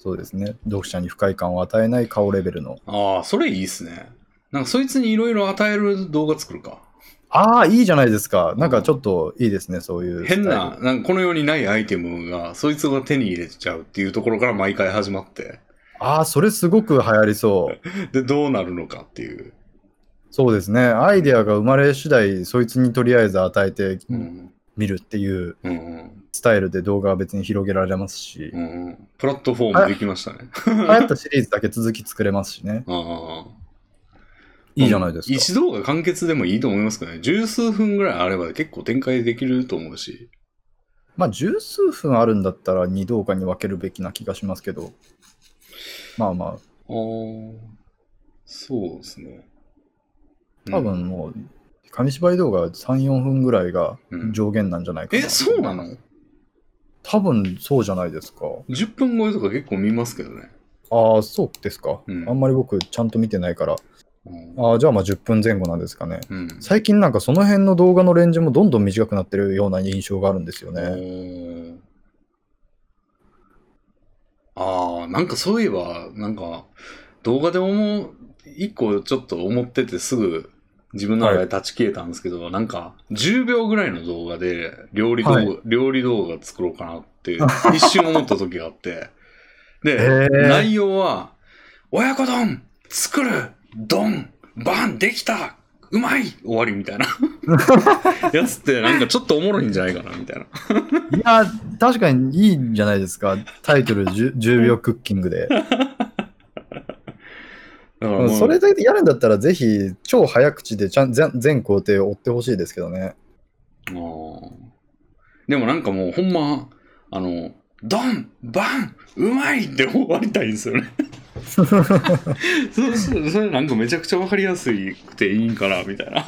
Speaker 2: そうですね。読者に不快感を与えない顔レベルの。
Speaker 1: ああ、それいいっすね。なんかそいつにいろいろ与える動画作るか。
Speaker 2: ああ、いいじゃないですか。なんかちょっといいですね、そういう。
Speaker 1: 変な、。なんかこの世にないアイテムが、そいつが手に入れちゃうっていうところから毎回始まって、
Speaker 2: ああ、それすごく流行りそう。
Speaker 1: で、どうなるのかっていう。
Speaker 2: そうですね。アイデアが生まれ次第、そいつにとりあえず与えて
Speaker 1: うん。
Speaker 2: みるっていう
Speaker 1: うんうん。
Speaker 2: スタイルで動画は別に広げられます し
Speaker 1: う、んうん。プラットフォームできましたね。
Speaker 2: 流行ったシリーズだけ続き作れますしね。
Speaker 1: ああ。
Speaker 2: いいじゃないですか。
Speaker 1: 一動画完結でもいいと思いますけどね。十数分ぐらいあれば結構展開できると思うし。
Speaker 2: まあ、十数分あるんだったら2動画に分けるべきな気がしますけど、まあまあ、
Speaker 1: ああ。そうですね。うん
Speaker 2: 多分もう、紙芝居動画3、4分ぐらいが上限なんじゃないかな、
Speaker 1: え、そうなの
Speaker 2: 多分そうじゃないですか。
Speaker 1: ?10 分超えとか結構見ますけどね。
Speaker 2: ああ、そうですか。
Speaker 1: うん
Speaker 2: あんまり僕、ちゃんと見てないから、
Speaker 1: うん。
Speaker 2: ああ、じゃあまあ10分前後なんですかね。
Speaker 1: うん
Speaker 2: 最近なんかその辺の動画のレンジもどんどん短くなってるような印象があるんですよね。
Speaker 1: おーああ、なんかそういえば、なんか動画で思う、一個ちょっと思っててすぐ自分の中で断ち切れたんですけど、なんか10秒ぐらいの動画で料理動画、
Speaker 2: はい
Speaker 1: 料理動画作ろうかなって一瞬思った時があって、
Speaker 2: え
Speaker 1: で、
Speaker 2: ー、
Speaker 1: 内容は、親子丼作る丼バンできたうまい終わりみた いなやつってなんかちょっとおもろいんじゃないかなみたいな。
Speaker 2: いや、確かにいいんじゃないですか。タイトル 10, 10秒クッキングで。
Speaker 1: だから
Speaker 2: う
Speaker 1: も
Speaker 2: ん
Speaker 1: う
Speaker 2: それでやるんだったら、ぜひ超早口でちゃん全全工程を追ってほしいですけどね。
Speaker 1: あーでもなんかもうほんま、あの、ドンバンうまいって終わりたいんですよ ね。そうそうそれなんかめちゃくちゃわかりやすくていいんかなみたい な。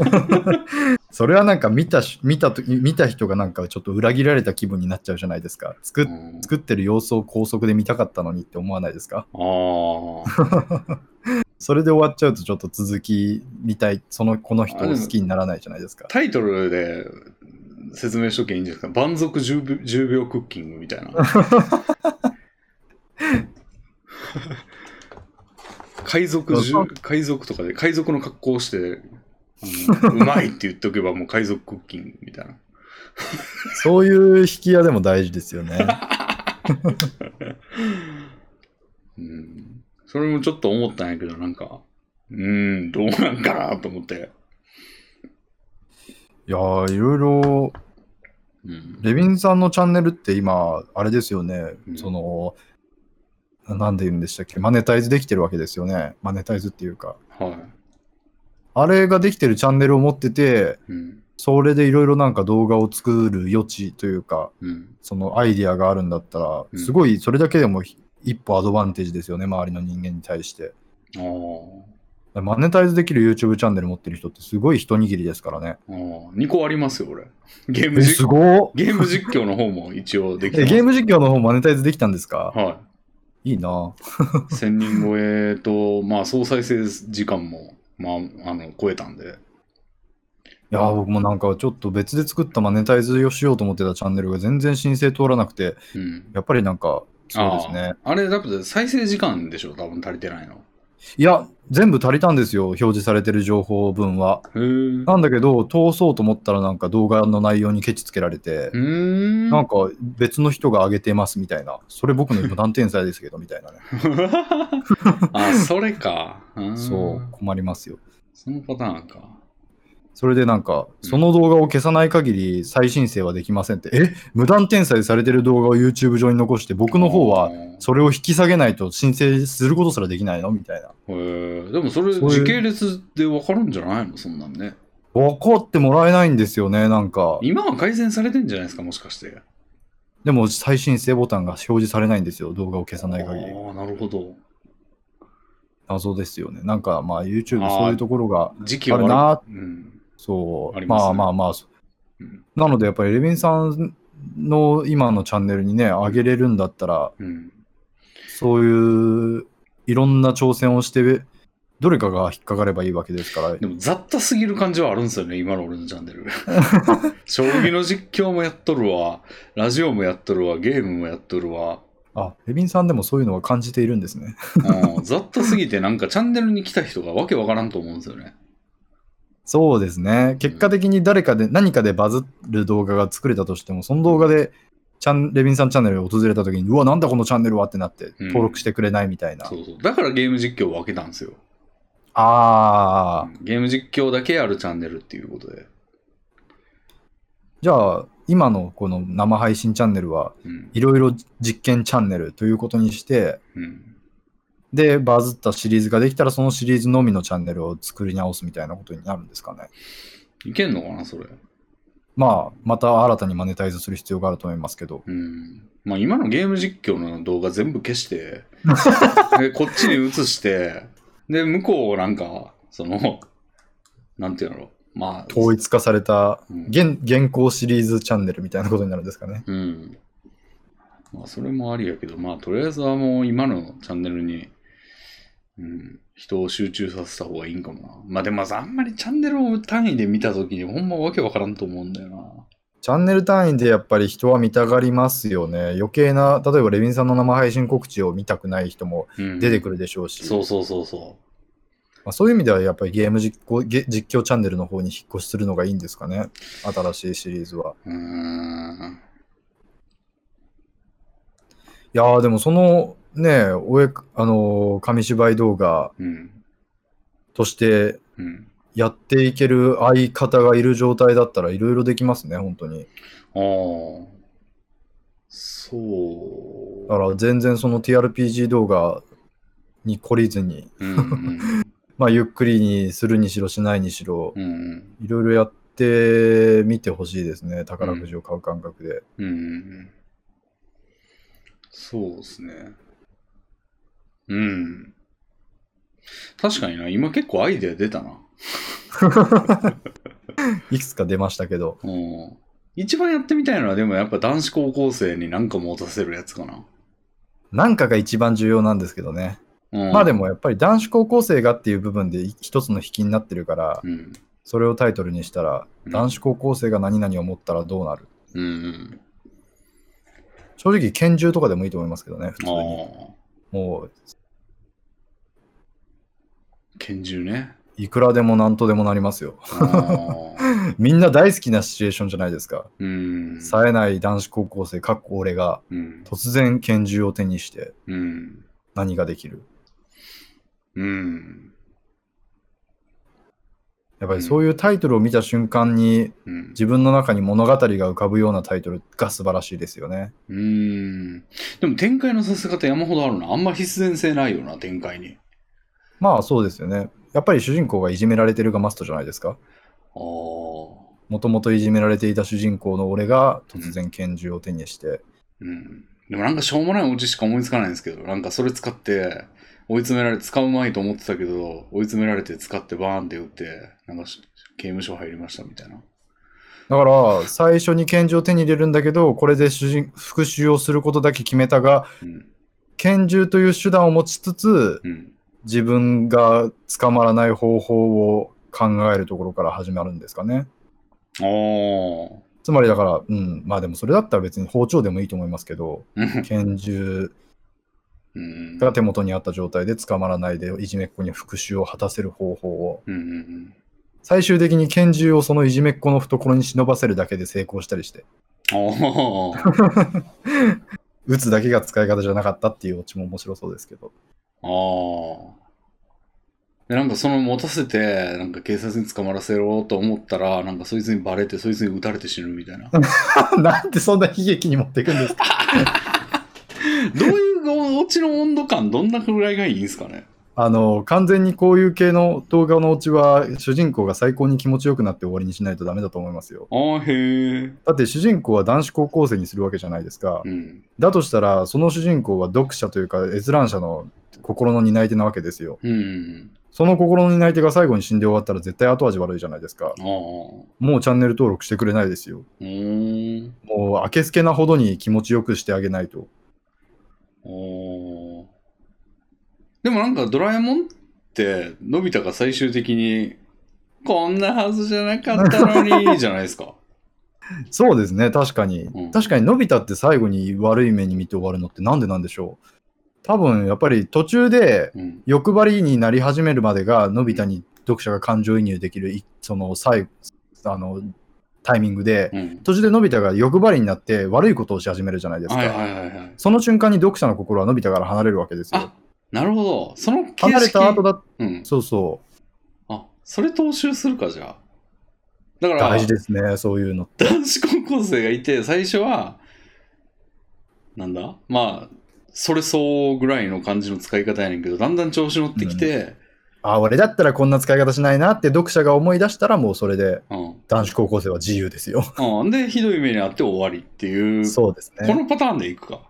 Speaker 2: それはなんか見たし見たと見た人がなんかちょっと裏切られた気分になっちゃうじゃないですか。作っ
Speaker 1: うん
Speaker 2: 作ってる様子を高速で見たかったのにって思わないですか
Speaker 1: あー
Speaker 2: それで終わっちゃうとちょっと続き見たい、そのこの人
Speaker 1: あ
Speaker 2: を
Speaker 1: で
Speaker 2: 好
Speaker 1: も
Speaker 2: きにならないじゃないですか。
Speaker 1: タイトルで説明しときゃいいんじゃないですか。万足 10, 秒10秒クッキングみたいな。海賊10海賊とかで海賊の格好をして、あのうまいって言っておけばもう海賊クッキングみたいな。
Speaker 2: そういう引き屋でも大事ですよね。
Speaker 1: うんそれもちょっと思ったんやけど、なんか、うーん、どうなんかなと思って。
Speaker 2: いやー、いろいろ、
Speaker 1: うん。
Speaker 2: レビンさんのチャンネルって今、あれですよね、
Speaker 1: うん
Speaker 2: その、なんで言うんでしたっけ、マネタイズできてるわけですよね。マネタイズっていうか。
Speaker 1: は
Speaker 2: あれができてるチャンネルを持ってて、
Speaker 1: い。うん。
Speaker 2: それでいろいろなんか動画を作る余地というか、
Speaker 1: うん。
Speaker 2: そのアイディアがあるんだったら、
Speaker 1: うん
Speaker 2: すごいそれだけでもひ一歩アドバンテージですよね、周りの人間に対して。
Speaker 1: ああ。
Speaker 2: マネタイズできる YouTube チャンネル持ってる人ってすごい一握りですからね。
Speaker 1: ああ、2個ありますよ、俺。ゲーム
Speaker 2: えす
Speaker 1: 実況。
Speaker 2: ごー
Speaker 1: ゲーム実況の方も一応できて
Speaker 2: え
Speaker 1: ます
Speaker 2: ゲーム実況の方マネタイズできたんですか
Speaker 1: はい
Speaker 2: いな。
Speaker 1: い。1000人超えと、まあ、総再生時間も、まあ、あの、超えたんで。
Speaker 2: いやー、僕もなんかちょっと別で作ったマネタイズをしようと思ってたチャンネルが全然申請通らなくて、
Speaker 1: うん。
Speaker 2: やっぱりなんか、そうですね。
Speaker 1: あーあれ、だって再生時間でしょ、多分足りてないの。
Speaker 2: いや、全部足りたんですよ、表示されてる情報分は。
Speaker 1: へえ。う
Speaker 2: なんだけど、通そうと思ったらなんか動画の内容にケチつけられて
Speaker 1: ー、ん。
Speaker 2: なんか別の人が上げてますみたいな、それ僕の無断天才ですけどみたいなね。
Speaker 1: あ、それか。ん
Speaker 2: そう、。困りますよ。
Speaker 1: そのパターンか。
Speaker 2: それでなんか、
Speaker 1: うん
Speaker 2: その動画を消さない限り再申請はできませんって、え無断転載されてる動画を YouTube 上に残して、僕の方
Speaker 1: あ
Speaker 2: は
Speaker 1: ー
Speaker 2: それを引き下げないと申請することすらできないのみたいな。
Speaker 1: へーでもそれ、
Speaker 2: そうい
Speaker 1: 時
Speaker 2: う
Speaker 1: 系列で分かるんじゃないのそんなんね。
Speaker 2: 分かってもらえないんですよね、なんか。
Speaker 1: 今は改善されてんじゃないですか、もしかして。
Speaker 2: でも再申請ボタンが表示されないんですよ、動画を消さない限り。
Speaker 1: ああ、なるほど。
Speaker 2: 謎ですよね。なんかまあ YouTube
Speaker 1: あー
Speaker 2: そういうところが、
Speaker 1: 時期は悪い
Speaker 2: あるな
Speaker 1: うん。
Speaker 2: そう、
Speaker 1: ありますね
Speaker 2: まあまあまあ、
Speaker 1: うん
Speaker 2: なのでやっぱりレビンさんの今のチャンネルにね、上げれるんだったら、
Speaker 1: うん。
Speaker 2: そういういろんな挑戦をして、どれかが引っかかればいいわけですから
Speaker 1: で、も雑多すぎる感じはあるんですよね、今の俺のチャンネル。将棋の実況もやっとるわ、ラジオもやっとるわ、ゲームもやっとるわ、
Speaker 2: あ、レビンさんでもそういうのは感じているんですね。
Speaker 1: うん、ざっとすぎて、なんかチャンネルに来た人がわけわからんと思うんですよね。
Speaker 2: そうですね。結果的に誰かで、何かでバズる動画が作れたとしても、その動画で、チャンレビンさんチャンネルを訪れた時に、うわ、なんだこのチャンネルはってなって、
Speaker 1: うん
Speaker 2: 登録してくれないみたいな。
Speaker 1: そうそう。だからゲーム実況を分けたんですよ。
Speaker 2: ああ、
Speaker 1: ゲーム実況だけやるチャンネルっていうことで。
Speaker 2: じゃあ、今のこの生配信チャンネルは、
Speaker 1: うん。
Speaker 2: いろいろ実験チャンネルということにして、
Speaker 1: うん。
Speaker 2: で、バズったシリーズができたら、そのシリーズのみのチャンネルを作り直すみたいなことになるんですかね。
Speaker 1: いけんのかな、それ。
Speaker 2: まあ、また新たにマネタイズする必要があると思いますけど。
Speaker 1: うん。まあ今のゲーム実況の動画全部消 して、でこっちに移して、で、向こうをなんか、その、なんていうのろう。まあ、
Speaker 2: 統一化された
Speaker 1: うん
Speaker 2: 現現行シリーズチャンネルみたいなことになるんですかね。
Speaker 1: うん。まあ、それもありやけど、まあ、とりあえずはもう今のチャンネルに、うん、人を集中させた方がいいんかもな。まあ、でもさ、あんまりチャンネルを単位で見たときに、ほんまわけわからんと思うんだよな。
Speaker 2: チャンネル単位でやっぱり人は見たがりますよね。余計な、例えばレビンさんの生配信告知を見たくない人も
Speaker 1: うん、
Speaker 2: 出てく
Speaker 1: る。
Speaker 2: るでしょうし、
Speaker 1: そうそうそうそ
Speaker 2: まあ、そういう意味ではやっぱりゲーム実況ゲ実況チャンネルの方に引っ越しするのがいいんですかね。新しいシリーズは。
Speaker 1: う。うーん。
Speaker 2: いやーでもそのね、おえあのー紙芝居動画
Speaker 1: うん。
Speaker 2: として
Speaker 1: うん。
Speaker 2: やっていける相方がいる状態だったらいろいろできますね、本当に。
Speaker 1: ああ。そう。
Speaker 2: だから全然その TRPG 動画に懲りずに、
Speaker 1: うんうん。
Speaker 2: まあゆっくりにするにしろしないにしろ、
Speaker 1: うんうん。
Speaker 2: いろいろやってみてほしいですね、宝くじを買う感覚で。
Speaker 1: うんうんうん。そうですね。うん。確かにな、今結構アイデア出たな。
Speaker 2: いくつか出ましたけど、
Speaker 1: うん。一番やってみたいのは、でもやっぱ男子高校生に何か持たせるやつかな。
Speaker 2: なんかが一番重要なんですけどね。
Speaker 1: うん、
Speaker 2: まあで。もやっぱり男子高校生がっていう部分で一つの引きになってるから、
Speaker 1: うん。
Speaker 2: それをタイトルにしたら、
Speaker 1: うん
Speaker 2: 男子高校生が何々を持ったらどうなる
Speaker 1: うんうん。
Speaker 2: 正直拳銃とかでもいいと思いますけどね、普通
Speaker 1: あ
Speaker 2: に。
Speaker 1: あ。
Speaker 2: もう、
Speaker 1: 拳銃 ね。
Speaker 2: いくらでも何とでもなりますよ。
Speaker 1: ああ。
Speaker 2: みんな大好きなシチュエーションじゃないですか。
Speaker 1: うん。
Speaker 2: 冴えない男子高校生、かっこ俺が
Speaker 1: うん。
Speaker 2: 突然拳銃を手にして
Speaker 1: うん。
Speaker 2: 何ができる
Speaker 1: うん。
Speaker 2: やっぱりそういうタイトルを見た瞬間に
Speaker 1: うん。
Speaker 2: 自分の中に物語が浮かぶようなタイトルが素晴らしいですよね。
Speaker 1: うん。でも展開のさせ方山ほどあるな。あんま必然性ないよな、展開に。
Speaker 2: まあそうですよね。やっぱり主人公がいじめられてるがマストじゃないですか。
Speaker 1: ああ。
Speaker 2: もともといじめられていた主人公の俺が突然拳銃を手にして、
Speaker 1: うん。でもなんかしょうもないお家しか思いつかないんですけど、なんかそれ使って、追い詰められ、使うまいと思ってたけど、追い詰められて使ってバーンって打って、なんかし刑務所入りましたみたいな。
Speaker 2: だから最初に拳銃を手に入れるんだけどこれで主人復讐をすることだけ決めたが
Speaker 1: うん。
Speaker 2: 拳銃という手段を持ちつつ
Speaker 1: うん。
Speaker 2: 自分が捕まらない方法を考えるところから始まるんですかね
Speaker 1: ああ。
Speaker 2: つまりだからうんまあでもそれだったら別に包丁でもいいと思いますけど
Speaker 1: うん
Speaker 2: 拳銃
Speaker 1: うん。
Speaker 2: が手元にあった状態で捕まらないでいじめっ子に復讐を果たせる方法を
Speaker 1: うんうんうん。
Speaker 2: 最終的に拳銃をそのいじめっ子の懐に忍ばせるだけで成功したりして
Speaker 1: ああ。
Speaker 2: 撃つだけが使い方じゃなかったっていうオチも面白そうですけど
Speaker 1: ああ。で、なんかその持たせて、なんか警察に捕まらせろうと思ったら、なんかそいつにバレて、そいつに撃たれて死ぬみたいな。ど
Speaker 2: なんでそんな悲劇に持っていくんですか
Speaker 1: ういうお家の温度感、どんなくらいがいいんですかね。
Speaker 2: あの完全にこういう系の動画のうちは主人公が最高に気持ちよくなって終わりにしないとダメだと思いますよ
Speaker 1: ああ、へえ。
Speaker 2: だって主人公は男子高校生にするわけじゃないですか
Speaker 1: うん。
Speaker 2: だとしたらその主人公は読者というか閲覧者の心の担い手なわけですよ
Speaker 1: うん。
Speaker 2: その心の担い手が最後に死んで終わったら絶対後味悪いじゃないですか
Speaker 1: ああ。う
Speaker 2: もうチャンネル登録してくれないですよ
Speaker 1: ーん。
Speaker 2: もう明けすけなほどに気持ちよくしてあげないと
Speaker 1: おーでもなんかドラえもんって、のび太が最終的に、こんなはずじゃなかったのに、じゃないですか。
Speaker 2: そうですね、確かに。
Speaker 1: うん
Speaker 2: 確かに、のび太って最後に悪い目に見て終わるのってなんでなんでしょう多分、やっぱり途中で
Speaker 1: うん。
Speaker 2: 欲張りになり始めるまでが、のび太に読者が感情移入できるい、その最後、あの、タイミングで、
Speaker 1: うん。
Speaker 2: 途中でのび太が欲張りになって悪いことをし始めるじゃないですか。
Speaker 1: はいはいはいはい。
Speaker 2: その瞬間に読者の心はのび太から離れるわけですよ
Speaker 1: あ。なるほど。その形式
Speaker 2: 離れた後だ
Speaker 1: うん。
Speaker 2: そうそ
Speaker 1: あ、それ踏襲するか、じゃあ。だか
Speaker 2: う。
Speaker 1: ら、
Speaker 2: 大事ですね、そういうのって。
Speaker 1: 男子高校生がいて最初はなんだまあそれ相応ぐらいの感じの使い方やねんけどだんだん調子乗ってきて、
Speaker 2: あ、俺だったらこんな使い方しないなって読者が思い出したらもうそれで
Speaker 1: うん
Speaker 2: 男子高校生は自由ですよ。
Speaker 1: うん、でひどい目にあって終わりっていう
Speaker 2: そうです
Speaker 1: こ
Speaker 2: ね。
Speaker 1: のパターンでいくか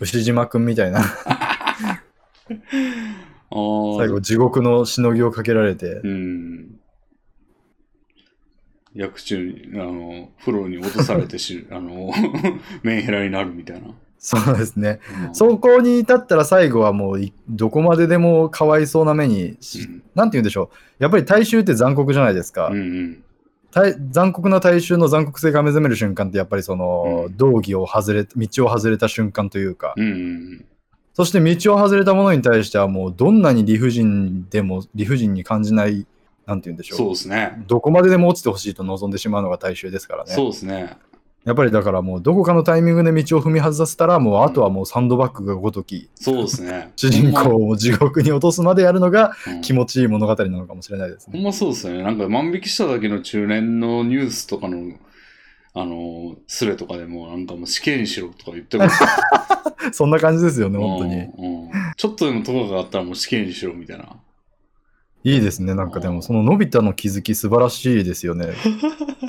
Speaker 2: 牛島くんみたいな、
Speaker 1: あー
Speaker 2: 最後地獄のしのぎをかけられて
Speaker 1: う、ん薬中にあの風呂に落とされてし あのメンヘラになるみたいな、
Speaker 2: そうですね。
Speaker 1: うん
Speaker 2: そこに至ったら最後はもういどこまででもかわいそうな目にし、
Speaker 1: うん
Speaker 2: なんて言うんでしょう。やっぱり大衆って残酷じゃないですか。
Speaker 1: うんうん
Speaker 2: 大残酷な大衆の残酷性が目覚める瞬間ってやっぱりその、
Speaker 1: うん
Speaker 2: 道義を外れ道を外れた瞬間というか、
Speaker 1: うんうん
Speaker 2: そして道を外れたものに対してはもうどんなに理不尽でも理不尽に感じないなんて言うんでし
Speaker 1: そう
Speaker 2: ょう
Speaker 1: ですね
Speaker 2: どこまででも落ちてほしいと望んでしまうのが大衆ですからね
Speaker 1: そうですね
Speaker 2: やっぱりだからもうどこかのタイミングで道を踏み外させたらもうあとはもうサンドバッグがごとき、
Speaker 1: そうですね
Speaker 2: 主人公を地獄に落とすまでやるのが
Speaker 1: ほんまうん
Speaker 2: 気持ちいい物語なのかもしれないです
Speaker 1: ほ
Speaker 2: ね。
Speaker 1: んまそうですよね。なんか万引きしただけの中年のニュースとかの、あの、スレとかでも、なんかもう死刑にしろとか言ってますよ。
Speaker 2: そんな感じですよね、本当に。
Speaker 1: うん。うんちょっとでもとがあったらもう死刑にしろみたいな。
Speaker 2: いいですね。なんかでも、そののび太の気づき素晴らしいですよね。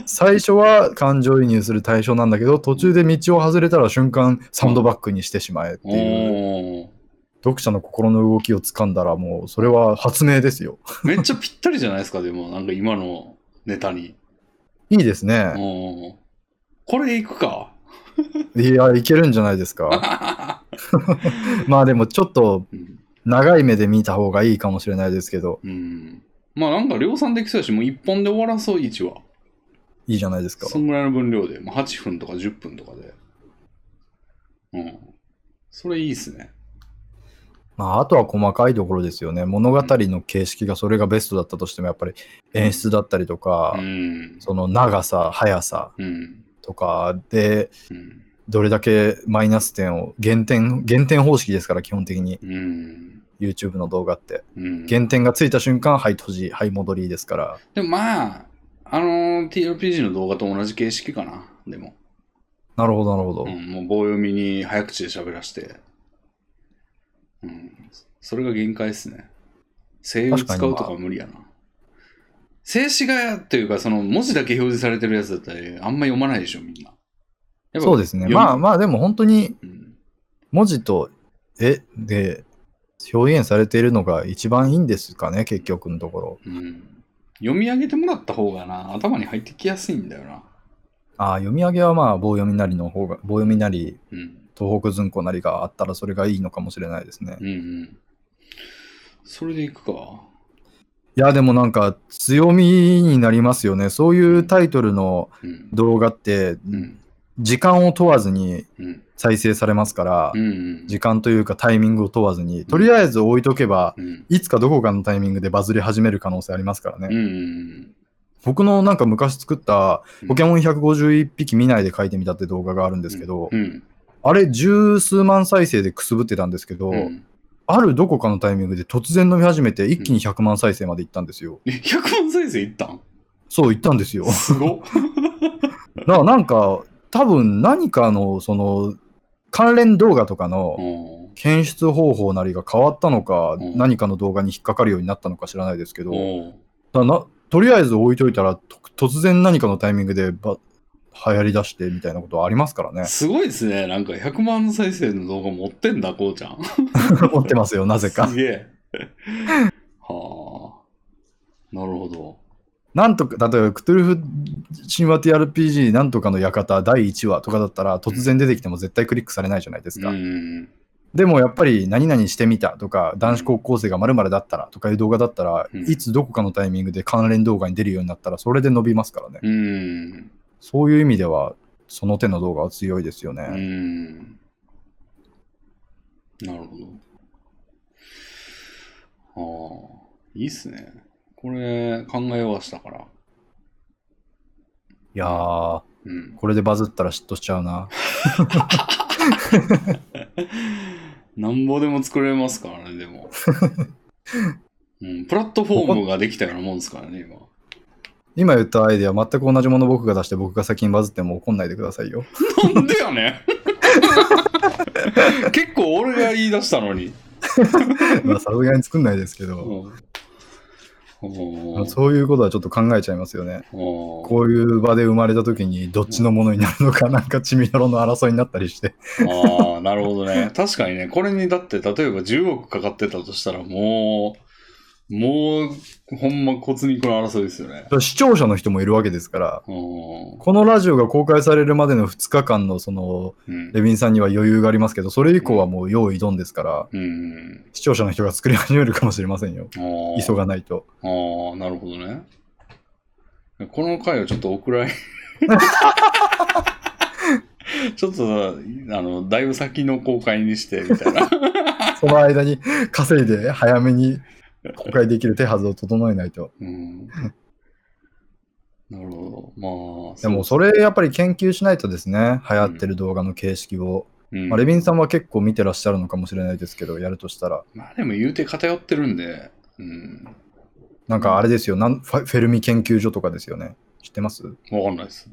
Speaker 2: 最初は感情移入する対象なんだけど、途中で道を外れたら瞬間サンドバッグにしてしまえっていう、
Speaker 1: おー
Speaker 2: 読者の心の動きを掴んだらもう、それは発明ですよ。
Speaker 1: めっちゃぴったりじゃないですか、でも、なんか今のネタに。
Speaker 2: いいですね。
Speaker 1: うんこれいくか。
Speaker 2: いや、いけるんじゃないですか。 まあでも、ちょっと
Speaker 1: うん。
Speaker 2: 長い目で見た方がいいかもしれないですけど、
Speaker 1: うん、まあなんか量産できそうやし、もう一本で終わらそう、1話。
Speaker 2: いいじゃないですか。
Speaker 1: そんぐらいの分量で、まあ、8分とか10分とかで。うん。それいいっすね。
Speaker 2: まあ、あとは細かいところですよね。物語の形式がそれがベストだったとしても、やっぱり演出だったりとか
Speaker 1: う、ん。
Speaker 2: その長さ、速さ
Speaker 1: うん。
Speaker 2: とかで、
Speaker 1: うん。
Speaker 2: どれだけマイナス点を、減点、減点方式ですから、基本的に
Speaker 1: うん。
Speaker 2: YouTube の動画って。
Speaker 1: うん。で
Speaker 2: 減点がついた瞬間、はい、閉じ、はい、戻りですか
Speaker 1: も
Speaker 2: ら。
Speaker 1: まあ、あのー TRPG の動画と同じ形式かな。でも。
Speaker 2: なるほど、なるほど。
Speaker 1: うん。もう棒読みに早口で喋らして。うん。それが限界っすね。声優
Speaker 2: 確
Speaker 1: 使
Speaker 2: か
Speaker 1: う
Speaker 2: に
Speaker 1: とか無理やな。静止画っていうか、その文字だけ表示されてるやつだったら、あんま読まないでしょ、みんな。やっぱ
Speaker 2: そうですね。
Speaker 1: 読み
Speaker 2: まあまあ、でも本当に
Speaker 1: うん
Speaker 2: 文字と絵で表現されているのが一番いいんですかね、結局のところ。
Speaker 1: うん読み上げてもらった方がな、頭に入ってきやすいんだよな。
Speaker 2: ああ、読み上げはまあ、棒読みなりの方が、棒読みなり、
Speaker 1: うん。
Speaker 2: 東北寸子なりがあったらそれがいいのかもしれないですね
Speaker 1: う。んうん。それでいくか。
Speaker 2: いや、でもなんか強みになりますよね。そういうタイトルの
Speaker 1: うん。
Speaker 2: 動画って、
Speaker 1: うん。
Speaker 2: 時間を問わずに
Speaker 1: うん。
Speaker 2: 再生されますから
Speaker 1: う、ん。
Speaker 2: 時間というかタイミングを問わずに、とりあえず置いとけば、
Speaker 1: うん。
Speaker 2: いつかどこかのタイミングでバズり始める可能性ありますから
Speaker 1: う
Speaker 2: ね。
Speaker 1: ん。
Speaker 2: 僕のなんか昔作った
Speaker 1: うん
Speaker 2: ポケモン151匹見ないで書いてみたって動画があるんですけど
Speaker 1: う、ん。
Speaker 2: あれ十数万再生でくすぶってたんですけど、
Speaker 1: うん
Speaker 2: あるどこかのタイミングで突然伸び始めて、一気に100万再生までいったんですよ。
Speaker 1: え100万再生いったん
Speaker 2: そう、いったんですよ。
Speaker 1: す ごっ。
Speaker 2: だからなんか、多分何かの、その、関連動画とかの
Speaker 1: おー
Speaker 2: 検出方法なりが変わったのか、
Speaker 1: うん
Speaker 2: 何かの動画に引っかかるようになったのか知らないですけど、
Speaker 1: おー
Speaker 2: だなとりあえず置いといたら、と突然何かのタイミングでば流行りだしてみたいなことはありますから ね。
Speaker 1: すごいですね。なんか100万再生の動画持ってんだ、こうちゃん。
Speaker 2: 持ってますよ、なぜか
Speaker 1: す。げえ。はあ。なるほど。
Speaker 2: なんとか、例えば、クトゥルフ神話 TRPG なんとかの館第1話とかだったら、突然出てきても絶対クリックされないじゃないです
Speaker 1: う
Speaker 2: か。
Speaker 1: ん。
Speaker 2: でもやっぱり何々してみたとか男子高校生が〇〇だったらとかいう動画だったら、
Speaker 1: うん
Speaker 2: いつどこかのタイミングで関連動画に出るようになったらそれで伸びますからね、
Speaker 1: うん。
Speaker 2: そういう意味では、その手の動画は強いですよ
Speaker 1: うー
Speaker 2: ね。
Speaker 1: ん。なるほど。ああ、いいっすね。これ、考えはしたから。
Speaker 2: いやー、
Speaker 1: うん。
Speaker 2: これでバズったら嫉妬しちゃうな。
Speaker 1: なんぼでも作れますからね、でも。うん、プラットフォームができたようなもんですからね、今。
Speaker 2: 今言ったアイデア、全く同じもの僕が出して、僕が先にバズっても怒んないでくださいよ。
Speaker 1: なんでやねん結構俺が言い出したのに。
Speaker 2: まあさすがに作んないですけど、
Speaker 1: うんおー
Speaker 2: そういうことはちょっと考えちゃいますよね。
Speaker 1: おー
Speaker 2: こういう場で生まれた時に、どっちのものになるのか、なんか血みどろの争いになったりして。
Speaker 1: ああ、なるほどね。確かにね、これにだって、例えば10億かかってたとしたら、もう、もう、ほんま骨肉の争いですよね。
Speaker 2: 視聴者の人もいるわけですから、
Speaker 1: おー
Speaker 2: このラジオが公開されるまでの2日間のその
Speaker 1: うん
Speaker 2: レビンさんには余裕がありますけど、それ以降はもう用意どんですから、
Speaker 1: うん。
Speaker 2: 視聴者の人が作り始めるかもしれませんよ。
Speaker 1: おー
Speaker 2: 急がないと。
Speaker 1: ああ、なるほどね。この回はちょっとお蔵入 り。ちょっとあの、だいぶ先の公開にして、みた いな。
Speaker 2: その間に稼いで早めに公開できる手はずを整えないと。
Speaker 1: うん。なるほど。まあ、
Speaker 2: でもそれやっぱり研究しないとですね、流行ってる動画の形式を。
Speaker 1: うん、
Speaker 2: まあ、レビンさんは結構見てらっしゃるのかもしれないですけど、やるとしたら。
Speaker 1: まあでも言うて偏ってるんで、うん。
Speaker 2: なんかあれですよ、なんファフェルミ研究所とかですよね。知ってます
Speaker 1: わかんないです。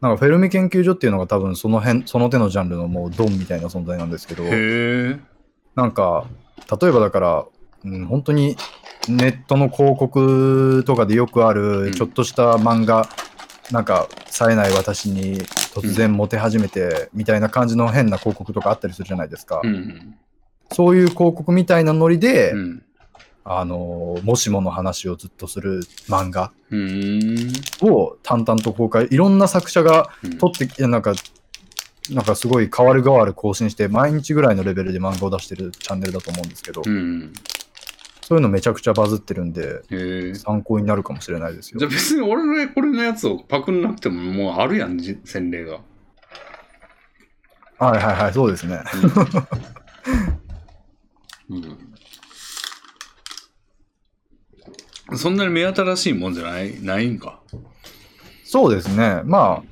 Speaker 2: なんかフェルミ研究所っていうのが多分その辺、その手のジャンルのもうドンみたいな存在なんですけど。
Speaker 1: へえ。
Speaker 2: なんか、例えばだから、うん、本当にネットの広告とかでよくあ
Speaker 1: うん
Speaker 2: る、ちょっとした漫画、なんか、冴えない私に突然モテ始めて、みたいな感じの変な広告とかあったりするじゃないですか。
Speaker 1: うん。
Speaker 2: そういう広告みたいなノリで、
Speaker 1: うん。
Speaker 2: あの、もしもの話をずっとする漫画
Speaker 1: うん。
Speaker 2: を淡々と公開、いろんな作者が撮ってきて、なんか、なんかすごい変わる変わる更新して、毎日ぐらいのレベルで漫画を出してるチャンネルだと思うんですけど
Speaker 1: う、ん。
Speaker 2: そういうのめちゃくちゃバズってるんで、
Speaker 1: へえ。
Speaker 2: 参考になるかもしれないです
Speaker 1: じゃ
Speaker 2: よ
Speaker 1: あ。別に俺のこれのやつをパクんなくてももうあるやん、じ洗礼が。
Speaker 2: はいはいはい、そうですね。
Speaker 1: うんそんなに目新しいもんじゃないないんか。
Speaker 2: そうですね。ま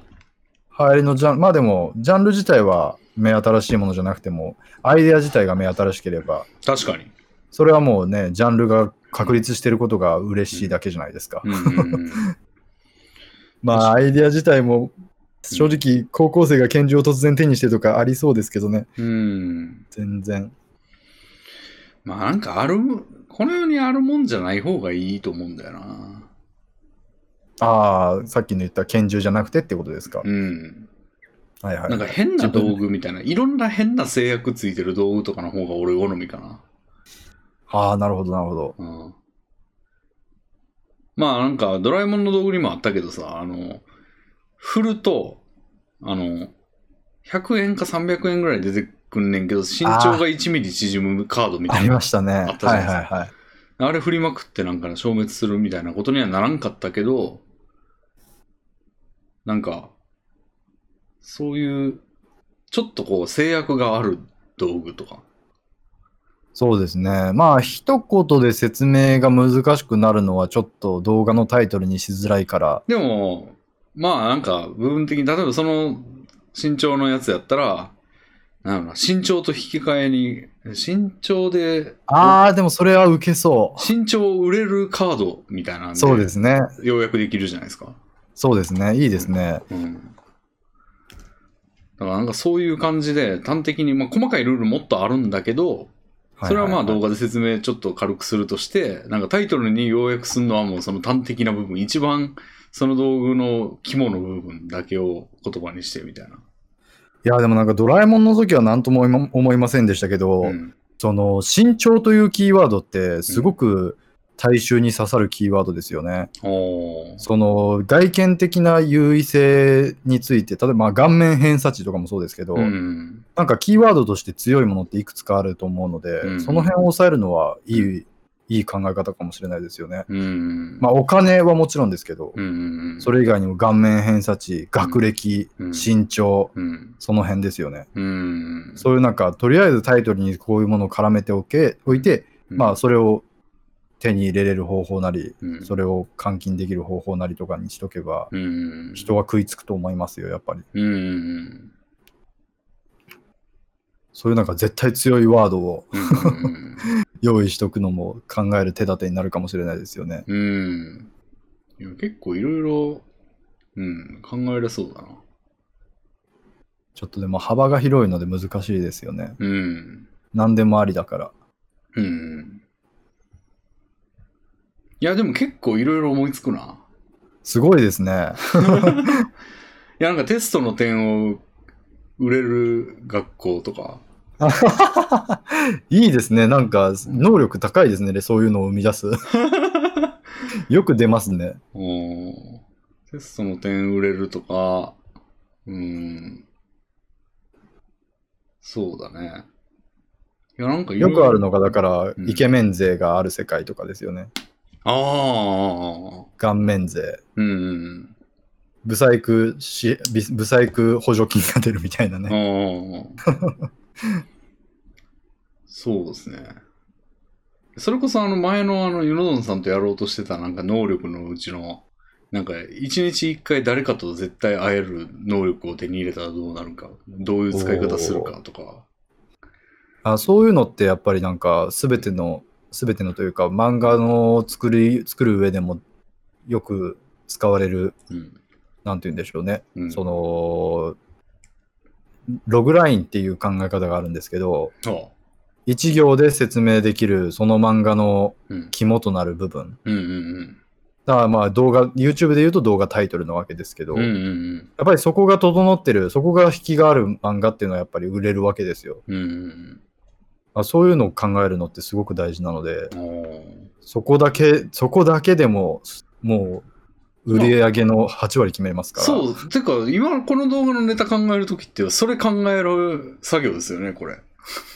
Speaker 2: あ、流行りのジャンル、まあでも、ジャンル自体は目新しいものじゃなくても、アイデア自体が目新しければ、
Speaker 1: 確かに。
Speaker 2: それはもうね、ジャンルが確立してることが嬉しいだけじゃないですか。
Speaker 1: うんうんうん、
Speaker 2: まあ、アイデア自体も、正直、高校生が拳銃を突然手にしてとかありそうですけどね、
Speaker 1: うん。
Speaker 2: 全然。
Speaker 1: まあなんかある、この世にあるもんじゃない方がいいと思うんだよな。
Speaker 2: ああ、さっきの言った拳銃じゃなくてってことですか。
Speaker 1: うん。
Speaker 2: はいはい。
Speaker 1: なんか変な道具みたいな、いろんな変な制約ついてる道具とかの方が俺好みかな。
Speaker 2: ああ、なるほど、なるほど。
Speaker 1: うん。まあなんか、ドラえもんの道具にもあったけどさ、あの、振ると、あの、100円か300円ぐらい出てくんねんけど、身長が1ミリ縮むカードみ
Speaker 2: あ
Speaker 1: たい
Speaker 2: り
Speaker 1: な。
Speaker 2: ま
Speaker 1: あ
Speaker 2: したね。はい
Speaker 1: ったじゃな
Speaker 2: はいい
Speaker 1: ですか
Speaker 2: はい。
Speaker 1: れ振りまくってなんか消滅するみたいなことにはならんかったけど、なんか、そういう、ちょっとこう制約がある道具とか。
Speaker 2: そうですね。まあ、一言で説明が難しくなるのは、ちょっと動画のタイトルにしづらいから。
Speaker 1: でも、まあなんか部分的に、例えばその身長のやつやったら、なんだろうな身長と引き換えに、身長で、
Speaker 2: ああ、でもそれは受けそ
Speaker 1: 身長を売れるカードみたいなん
Speaker 2: う。
Speaker 1: で、
Speaker 2: そうですね。
Speaker 1: ようやくできるじゃないですか。
Speaker 2: そうですね。いいですね。
Speaker 1: うん。だからなんかそういう感じで、端的に、まあ細かいルールもっとあるんだけど、それはまあ動
Speaker 2: 画。
Speaker 1: 画で説明ちょっと軽くするとして、なんかタイトルに要約するのはもうその端的な部分、一番その道具の肝の部分だけを言葉にしてみたいな。
Speaker 2: いや、でもなんかドラえもんの時は何とも思いま思いませんでしたけど、
Speaker 1: うん
Speaker 2: その、身長というキーワードって、すごく大衆に刺さるキーワードですよね。
Speaker 1: おー
Speaker 2: その、外見的な優位性について、例えばまあ顔面偏差値とかもそうですけど、
Speaker 1: うん。
Speaker 2: なんかキーワードとして強いものっていくつかあると思うので、
Speaker 1: うん
Speaker 2: その辺を抑えるのはいい、いい考え方かもしれないですよね。
Speaker 1: うん。
Speaker 2: まあ、お金はもちろんですけど、
Speaker 1: うん。
Speaker 2: それ以外にも顔面偏差値、学歴、
Speaker 1: うん
Speaker 2: 身長、
Speaker 1: うん。
Speaker 2: その辺ですよね。
Speaker 1: うん。
Speaker 2: そういうなんか、とりあえずタイトルにこういうものを絡めておけ、おいて、
Speaker 1: うん
Speaker 2: まあ、、それを手に入れれる方法なり、
Speaker 1: うん
Speaker 2: それを換金できる方法なりとかにしとけば、
Speaker 1: うん。
Speaker 2: 人は食いつくと思いますよ、やっぱり。
Speaker 1: うん。
Speaker 2: そういうなんか絶対強いワードを
Speaker 1: うん。
Speaker 2: 用意しとくのも考える手立てになるかもしれないですよね。
Speaker 1: うん。いや結構いろいろ、うん、考えれそうだな。
Speaker 2: ちょっとでも幅が広いので難しいですよね。
Speaker 1: うん。
Speaker 2: 何でもありだから。
Speaker 1: うん。いや、でも結構いろいろ思いつくな。
Speaker 2: すごいですね。
Speaker 1: いや、なんかテストの点を売れる学校とか。
Speaker 2: いいですね。なんか、能力高いですね。そういうのを生み出す。 よく出ますね。
Speaker 1: おーテストの点売れるとか、うん。そうだね。いや、なんかいろ
Speaker 2: よ
Speaker 1: いろ
Speaker 2: くあるのが、だから、
Speaker 1: うん
Speaker 2: イケメン勢がある世界とかですよね。
Speaker 1: ああ、
Speaker 2: 顔面勢。
Speaker 1: うん。
Speaker 2: ブサイクし、ビブサイク補助金が出るみたいなね。
Speaker 1: ああ。そうですね。それこそあの前のあのユノドンさんとやろうとしてたなんか能力のうちの、なんか一日一回誰かと絶対会える能力を手に入れたらどうなるか、どういう使い方するかとか。
Speaker 2: あそういうのって、やっぱりなんか、すべての、すべてのというか、漫画の作り、作る上でも、よく使われる、
Speaker 1: うん。
Speaker 2: なんて言うんでしょうね。
Speaker 1: うん、
Speaker 2: その、ログラインっていう考え方があるんですけど、
Speaker 1: あ
Speaker 2: 一行で説明できるその漫画の
Speaker 1: うん。
Speaker 2: 肝となる部分。
Speaker 1: うんうん
Speaker 2: だからまあ動画、YouTube で言うと動画タイトルなわけですけど、
Speaker 1: うん。うん
Speaker 2: やっ
Speaker 1: うん
Speaker 2: ぱりそこが整ってる、そこが引きがある漫画っていうのはやっぱり売れるわけですよ。
Speaker 1: うん。うん
Speaker 2: あそういうのを考えるのってすごく大事なので、
Speaker 1: うんおー
Speaker 2: そこだけ、そこだけでも、もう売り上げの8割決めますから。
Speaker 1: そう、てか、今のこの動画のネタ考えるときって、それ考える作業ですよね、これ。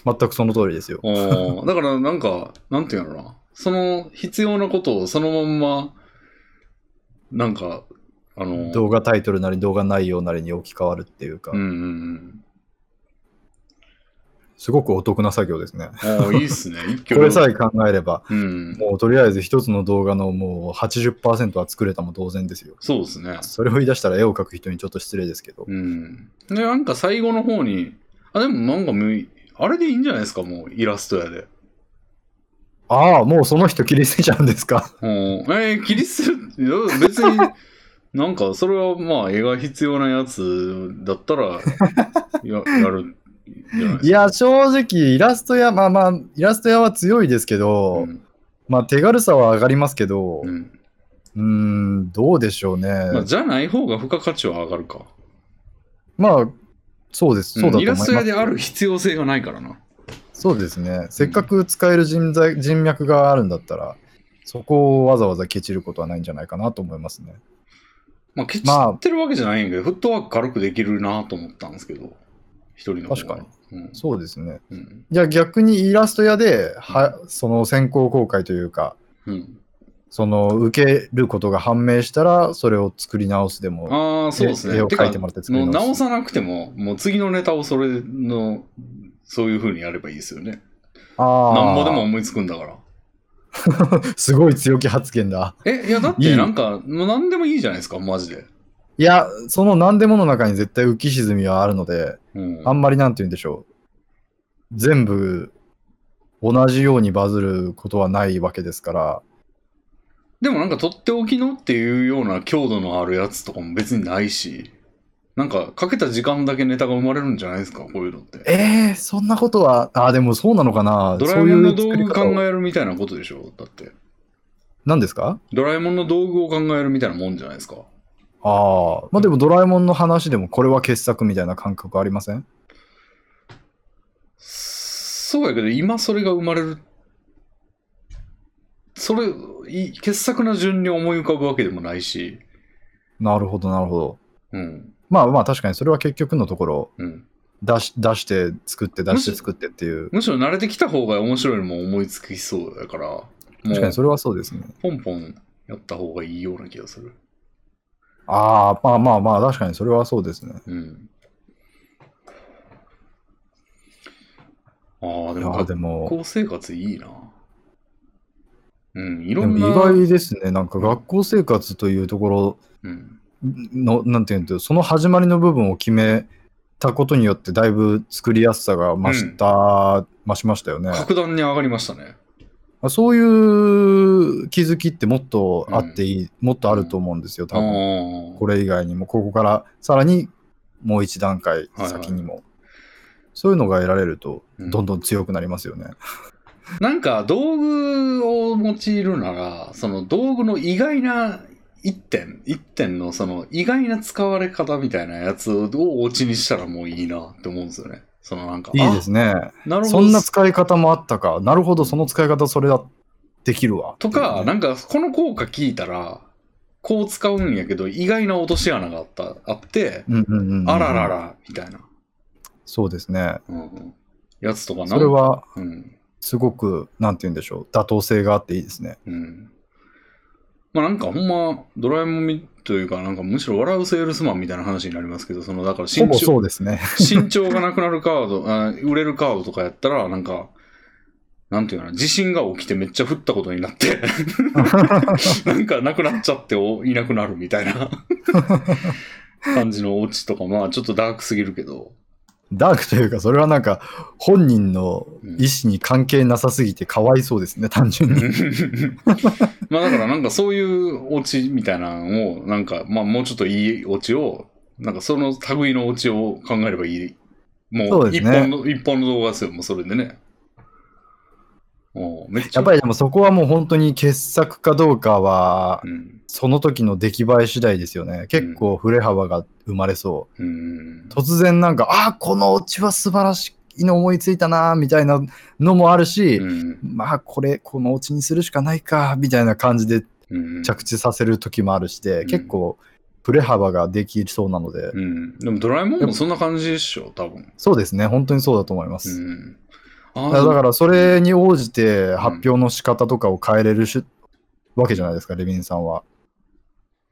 Speaker 2: 全くその通りですよ。
Speaker 1: お ーだからなんか、なんていうのな。その必要なことをそのまんま、なんか、あの、
Speaker 2: 動画タイトルなり動画内容なりに置き換わるっていうか、
Speaker 1: うんうん
Speaker 2: すごくお得な作業ですね。
Speaker 1: うん。おーいいっ すね。一
Speaker 2: こ
Speaker 1: 挙
Speaker 2: れさえ考えれば、
Speaker 1: うん。
Speaker 2: もうとりあえず一つの動画のもう80%は作れたも同然ですよ。
Speaker 1: そうですね。
Speaker 2: それを言い出したら絵を描く人にちょっと失礼ですけど。
Speaker 1: うん。で、なんか最後の方に、あ、でもなんかもう、あれでいいんじゃないですか、もうイラストやで。
Speaker 2: ああ、もうその人切り捨てちゃうんです か。
Speaker 1: おーえー、切り捨てるいや別 に、なんかそれはまあ、絵が必要なやつだったら、ややるんじゃないですか。
Speaker 2: いや、正直イラスト屋、まあまあ、イラスト屋は強いですけど、
Speaker 1: うん
Speaker 2: まあ手軽さは上がりますけど、
Speaker 1: う
Speaker 2: うんーん、どうでしょうね。
Speaker 1: まあ、じゃない方が付加価値は上がるか。
Speaker 2: まあ、そうです。そうだと
Speaker 1: うん
Speaker 2: 思い
Speaker 1: イ
Speaker 2: ま
Speaker 1: ラ
Speaker 2: す。
Speaker 1: スト屋である必要性がないからな。
Speaker 2: そうですね。せっかく使える人材、人脈があるんだったら、そこをわざわざケチることはないんじゃないかなと思いますね。
Speaker 1: まあ、ケチ
Speaker 2: まあ
Speaker 1: ってるわけじゃないんやけど、フットワーク軽くできるなと思ったんですけど、一人の方が
Speaker 2: 確か
Speaker 1: うん
Speaker 2: そうですね。
Speaker 1: うん。
Speaker 2: じゃあ逆にイラスト屋で、は、その先行公開というか、
Speaker 1: うん。
Speaker 2: その受けることが判明したら、それを作り直すでも、
Speaker 1: ああ、そうです
Speaker 2: 絵
Speaker 1: ね。
Speaker 2: を
Speaker 1: てか
Speaker 2: 描いてもらって作
Speaker 1: も
Speaker 2: り
Speaker 1: う
Speaker 2: 直す
Speaker 1: 直さなくても、もう次のネタをそれの、そういう風にやればいいですよね。
Speaker 2: あー
Speaker 1: なんぼでも思いつくんだから。
Speaker 2: すごい強気発言だ。
Speaker 1: え、いや、だっ
Speaker 2: いい
Speaker 1: てなんか、もう何でもいいじゃないですか、マジで。
Speaker 2: いや、その何でもの中に絶対浮き沈みはあるので、
Speaker 1: うん。
Speaker 2: あんまりなんて言うんでしょう。全部同じようにバズることはないわけですから、
Speaker 1: でもなんかとっておきのっていうような強度のあるやつとかも別にないし、なんかかけた時間だけネタが生まれるんじゃないですか、こういうのって。
Speaker 2: えー、そんなことは、あー、でもそうなのかな。
Speaker 1: ドラ
Speaker 2: そ
Speaker 1: え
Speaker 2: うい
Speaker 1: もんの
Speaker 2: う
Speaker 1: 道
Speaker 2: 作り
Speaker 1: 具考
Speaker 2: 方を。
Speaker 1: えるみたいなことでしょだって。
Speaker 2: 何ですか
Speaker 1: ドラえもんの道具を考えるみたいなもんじゃないですか。
Speaker 2: ああ、まあでもドラえもんの話でもこれは傑作みたいな感覚ありません
Speaker 1: そうやけど、今それが生まれる。それ、い傑作な順に思い浮かぶわけでもないし。
Speaker 2: なるほど、なるほど。
Speaker 1: うん。
Speaker 2: まあまあ確かにそれは結局のところ
Speaker 1: うん。
Speaker 2: 出し、出して作って出し
Speaker 1: む
Speaker 2: て
Speaker 1: し
Speaker 2: 作ってっていう。
Speaker 1: むしろ慣れてきた方が面白いのも思いつきそうだから。も
Speaker 2: 確かに
Speaker 1: う、
Speaker 2: それはそうですね。
Speaker 1: ポンポンやった方がいいような気がする。
Speaker 2: ああ、まあまあまあ、確かにそれはそうですね。
Speaker 1: うん。ああ、で
Speaker 2: い
Speaker 1: も
Speaker 2: や、で
Speaker 1: 学
Speaker 2: も、
Speaker 1: 校生活いいな。うん、い
Speaker 2: で
Speaker 1: ろ
Speaker 2: も
Speaker 1: ん
Speaker 2: 意
Speaker 1: な。
Speaker 2: 外ですね。なんか学校生活というところ
Speaker 1: うん、
Speaker 2: の、なんていうんだろうその始まりの部分を決めたことによって、だいぶ作りやすさが増した、増しましたよね。
Speaker 1: 格段に上がりましたね。
Speaker 2: あそういう気づきってもっとあっていい、もっとあると思うんですよ、
Speaker 1: ああ
Speaker 2: 多分。これ以外にも、ここからさらにもう一段階先にも。そういうのが得られると、
Speaker 1: うん
Speaker 2: どんどん強くなりますよね。
Speaker 1: なんか道具を用いるならその道具の意外な一点一点のその意外な使われ方みたいなやつをお家にしたらもういいなって思うんですよね。そのなんか
Speaker 2: いいですね。
Speaker 1: あなるほ
Speaker 2: そ
Speaker 1: ど
Speaker 2: んな使い方もあったか。なるほど、その使い方、それだ。できるわ。
Speaker 1: とか、
Speaker 2: ね
Speaker 1: なんかこの効果聞いたらこう使うんやけど意外な落とし穴があったあって、
Speaker 2: うんうんうんうん
Speaker 1: あらら。らみたいな、
Speaker 2: そうですね。
Speaker 1: うんうんやつとかな
Speaker 2: それは、
Speaker 1: うん
Speaker 2: すごく、なんて言うんでしょう。妥当性があっていいですね。
Speaker 1: うんまあなんかほんまドラえもんみというかなんかむしろ笑うセールスマンみたいな話になりますけどそのだから
Speaker 2: ほ
Speaker 1: 身
Speaker 2: ぼ
Speaker 1: 長
Speaker 2: そうですね。
Speaker 1: 身長がなくなるカードあ売れるカードとかやったらなんかなんていうかな地震が起きてめっちゃ降ったことになって なんかなくなっちゃっておいなくなるみたい な感じのオチとかまあちょっとダークすぎるけど
Speaker 2: ダークというか、それはなんか、本人の意思に関係なさすぎて、かわいそうですね、単純に。
Speaker 1: まあだからなんかそういうオチみたいなのをなんかまあもうちょっといいオチをなんかその類のオチを考えればいいも
Speaker 2: そううで
Speaker 1: 一
Speaker 2: すね
Speaker 1: 本の、一本の動画ですよもうそれでねおうめっちゃ
Speaker 2: やっぱりでもそこはもう本当に傑作かどうかは、
Speaker 1: うん
Speaker 2: その時の出来栄え次第ですよね。結構振れ幅が生まれそう。
Speaker 1: うん
Speaker 2: 突然なんか、ああ、このオチは素晴らしいの思いついたな、みたいなのもあるし、
Speaker 1: うん
Speaker 2: まあ、これ、このオチにするしかないか、みたいな感じで
Speaker 1: うん
Speaker 2: 着地させる時もあるして、
Speaker 1: ん
Speaker 2: 結構、振れ幅ができそうなので、
Speaker 1: うんでもドラえもんもそんな感じでしょ多分
Speaker 2: そうですね、本当にそうだと思います。
Speaker 1: うん
Speaker 2: だ
Speaker 1: あ
Speaker 2: からだ
Speaker 1: あ
Speaker 2: から、それに応じて発表の仕方とかを変えれるし、わけじゃないですか、レビンさんは。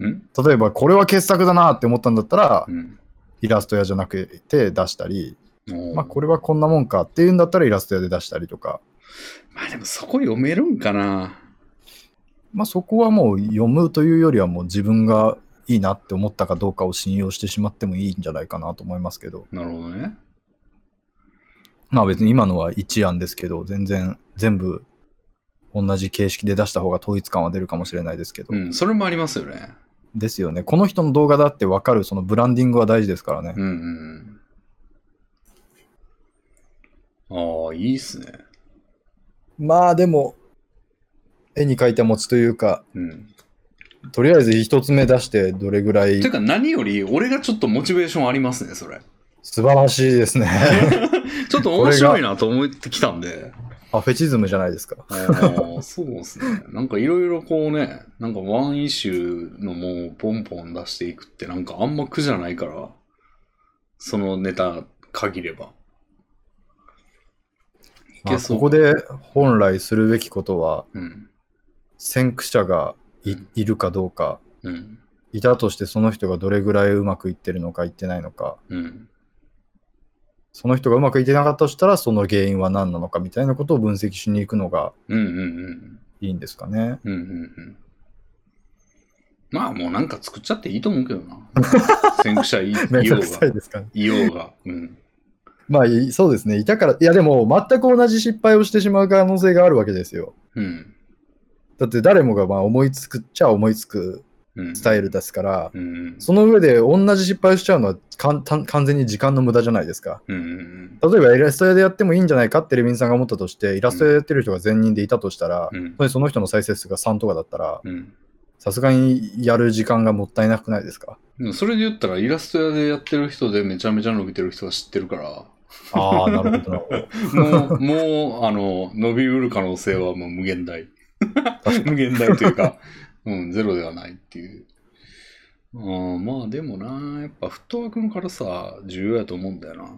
Speaker 1: うん
Speaker 2: 例えば、これは傑作だなって思ったんだったら、
Speaker 1: うん
Speaker 2: イラスト屋じゃなくて出したり、
Speaker 1: おう
Speaker 2: まあ、これはこんなもんかっていうんだったらイラスト屋で出したりとか、
Speaker 1: まあでもそこ読めるんかな
Speaker 2: まあ、そこはもう読むというよりはもう自分がいいなって思ったかどうかを信用してしまってもいいんじゃないかなと思いますけど、
Speaker 1: なるほどね
Speaker 2: まあ別に今のは一案ですけど、全然全部同じ形式で出した方が統一感は出るかもしれないですけど、
Speaker 1: うんそれもありますよね
Speaker 2: ですよね。この人の動画だって分かるそのブランディングは大事ですからね。
Speaker 1: うんうんうん。ああ、いいっすね。
Speaker 2: まあでも、絵に描いた餅というか、
Speaker 1: うん。
Speaker 2: とりあえず一つ目出してどれぐらい
Speaker 1: てか何より、俺がちょっとモチベーションありますね、それ。
Speaker 2: 素晴らしいですね。
Speaker 1: ちょっと面白いなと思ってきたんで。
Speaker 2: あ、フェチズムじゃないですか。
Speaker 1: ああ、そうですね。なんかいろいろこうね、なんかワンイシューのもうポンポン出していくって、なんかあんま苦じゃないから、そのネタ限れば。い
Speaker 2: ま
Speaker 1: け
Speaker 2: あ
Speaker 1: そう。
Speaker 2: ここで本来するべきことは、
Speaker 1: うん。
Speaker 2: 先駆者がい,、
Speaker 1: うん
Speaker 2: いるかどうか、
Speaker 1: うん。
Speaker 2: いたとしてその人がどれぐらいうまくいってるのか、いってないのか、
Speaker 1: うん。
Speaker 2: その人がうまくいってなかったとしたら、その原因は何なのかみたいなことを分析しに行くのが
Speaker 1: うんうんうん。
Speaker 2: いいんですかね。
Speaker 1: うんうんうん。まあもうなんか作っちゃっていいと思うけど な。先駆者い
Speaker 2: め
Speaker 1: い
Speaker 2: ん
Speaker 1: よ
Speaker 2: ど
Speaker 1: う
Speaker 2: くさ
Speaker 1: が
Speaker 2: い。ですかね。
Speaker 1: いようが。うん。
Speaker 2: まあいそうですね。いたから、いやでも全く同じ失敗をしてしまう可能性があるわけですよ。
Speaker 1: うん。
Speaker 2: だって誰もがまあ思いつくっちゃ思いつく
Speaker 1: うん。
Speaker 2: スタイルですから、
Speaker 1: うんうん。
Speaker 2: その上で同じ失敗をしちゃうのは簡単完全に時間の無駄じゃないですか。
Speaker 1: うんうん
Speaker 2: 例えばイラスト屋でやってもいいんじゃないかってレビンさんが思ったとして、イラスト屋でやってる人が全人でいたとしたら、
Speaker 1: うん。
Speaker 2: その人の再生数が3とかだったら、
Speaker 1: うん。
Speaker 2: さすがにやる時間がもったいなくないですか
Speaker 1: でもそれで言ったらイラスト屋でやってる人でめちゃめちゃ伸びてる人は知ってるから、
Speaker 2: ああ、なるほどなるほ
Speaker 1: もう、
Speaker 2: ど。
Speaker 1: もう、あの、伸びうる可能性はもう無限大。無限大というか、うん、ゼロではないっていう。うん、まあでもな、やっぱフットワークの軽さ重要やと思うんだよな。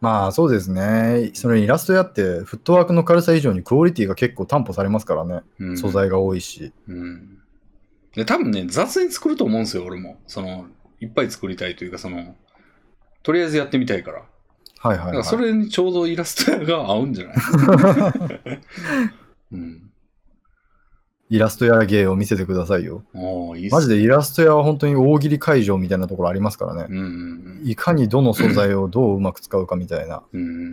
Speaker 2: まあそうですね。それイラストやって、フットワークの軽さ以上にクオリティが結構担保されますからね。
Speaker 1: うん
Speaker 2: 素材が多いし。
Speaker 1: うん。で、多分ね、雑に作ると思うんですよ、俺も。その、いっぱい作りたいというか、その、とりあえずやってみたいから。
Speaker 2: はい
Speaker 1: だか
Speaker 2: はい、は
Speaker 1: ら
Speaker 2: い。
Speaker 1: それにちょうどイラスト屋が合うんじゃない うん。
Speaker 2: イラストや芸を見せてくださいよ。
Speaker 1: おーいいっす
Speaker 2: マジでイラスト屋は本当に大喜利会場みたいなところありますからね。
Speaker 1: うんうん
Speaker 2: いかにどの素材をどううまく使うかみたいな。
Speaker 1: うん。う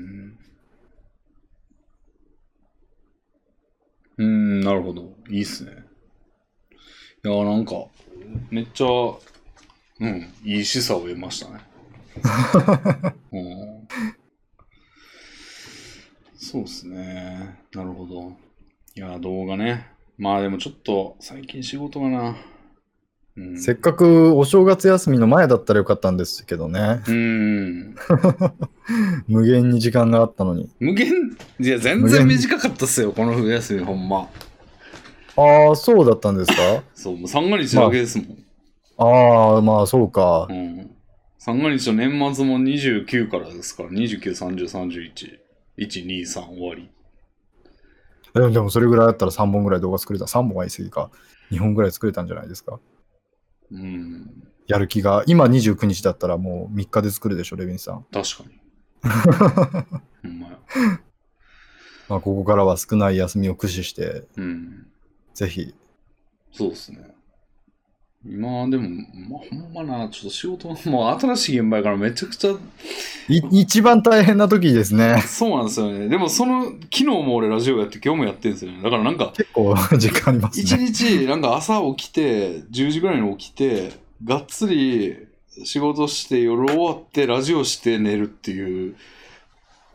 Speaker 1: ん。うん、なるほど。いいっすね。いやー、なんか、めっちゃ、うん、いい示唆を得ま したね。うん、そうっすね。なるほど。いやー、動画ね。まあでもちょっと、最近仕事がな。うん。
Speaker 2: せっかくお正月休みの前だったらよかったんですけどね。
Speaker 1: うん。
Speaker 2: 無限に時間があったのに。
Speaker 1: 無限いや全
Speaker 2: 無
Speaker 1: 然
Speaker 2: 限
Speaker 1: 短かったっすよこの冬休みほんま
Speaker 2: ああ、そうだったんですか
Speaker 1: そうもう三が日だけですもん、
Speaker 2: ああ、まあそうか。
Speaker 1: うん三が日の年末も29からですから29303112終わり
Speaker 2: でもでもそれぐらいだったら3本ぐらい動画作れた。3本は言い過ぎか。2本ぐらい作れたんじゃないですか。
Speaker 1: うん
Speaker 2: やる気が。今29日だったらもう3日で作るでしょ、レビンさん。
Speaker 1: 確かにほんまや
Speaker 2: まあここからは少ない休みを駆使して、
Speaker 1: うん
Speaker 2: ぜひ。
Speaker 1: そうですね今でも、まあ、ほんまな、ちょっと仕事がもう新しい現場やからめちゃくちゃ
Speaker 2: い一番大変な時ですね。
Speaker 1: そうなんですよね。でもその、昨日も俺ラジオやって今日もやってるんですよね。だからなんか、
Speaker 2: 結構 時間あります
Speaker 1: 一
Speaker 2: ね。
Speaker 1: 日なんか朝起きて10時ぐらいに起きてがっつり仕事して夜終わってラジオして寝るっていう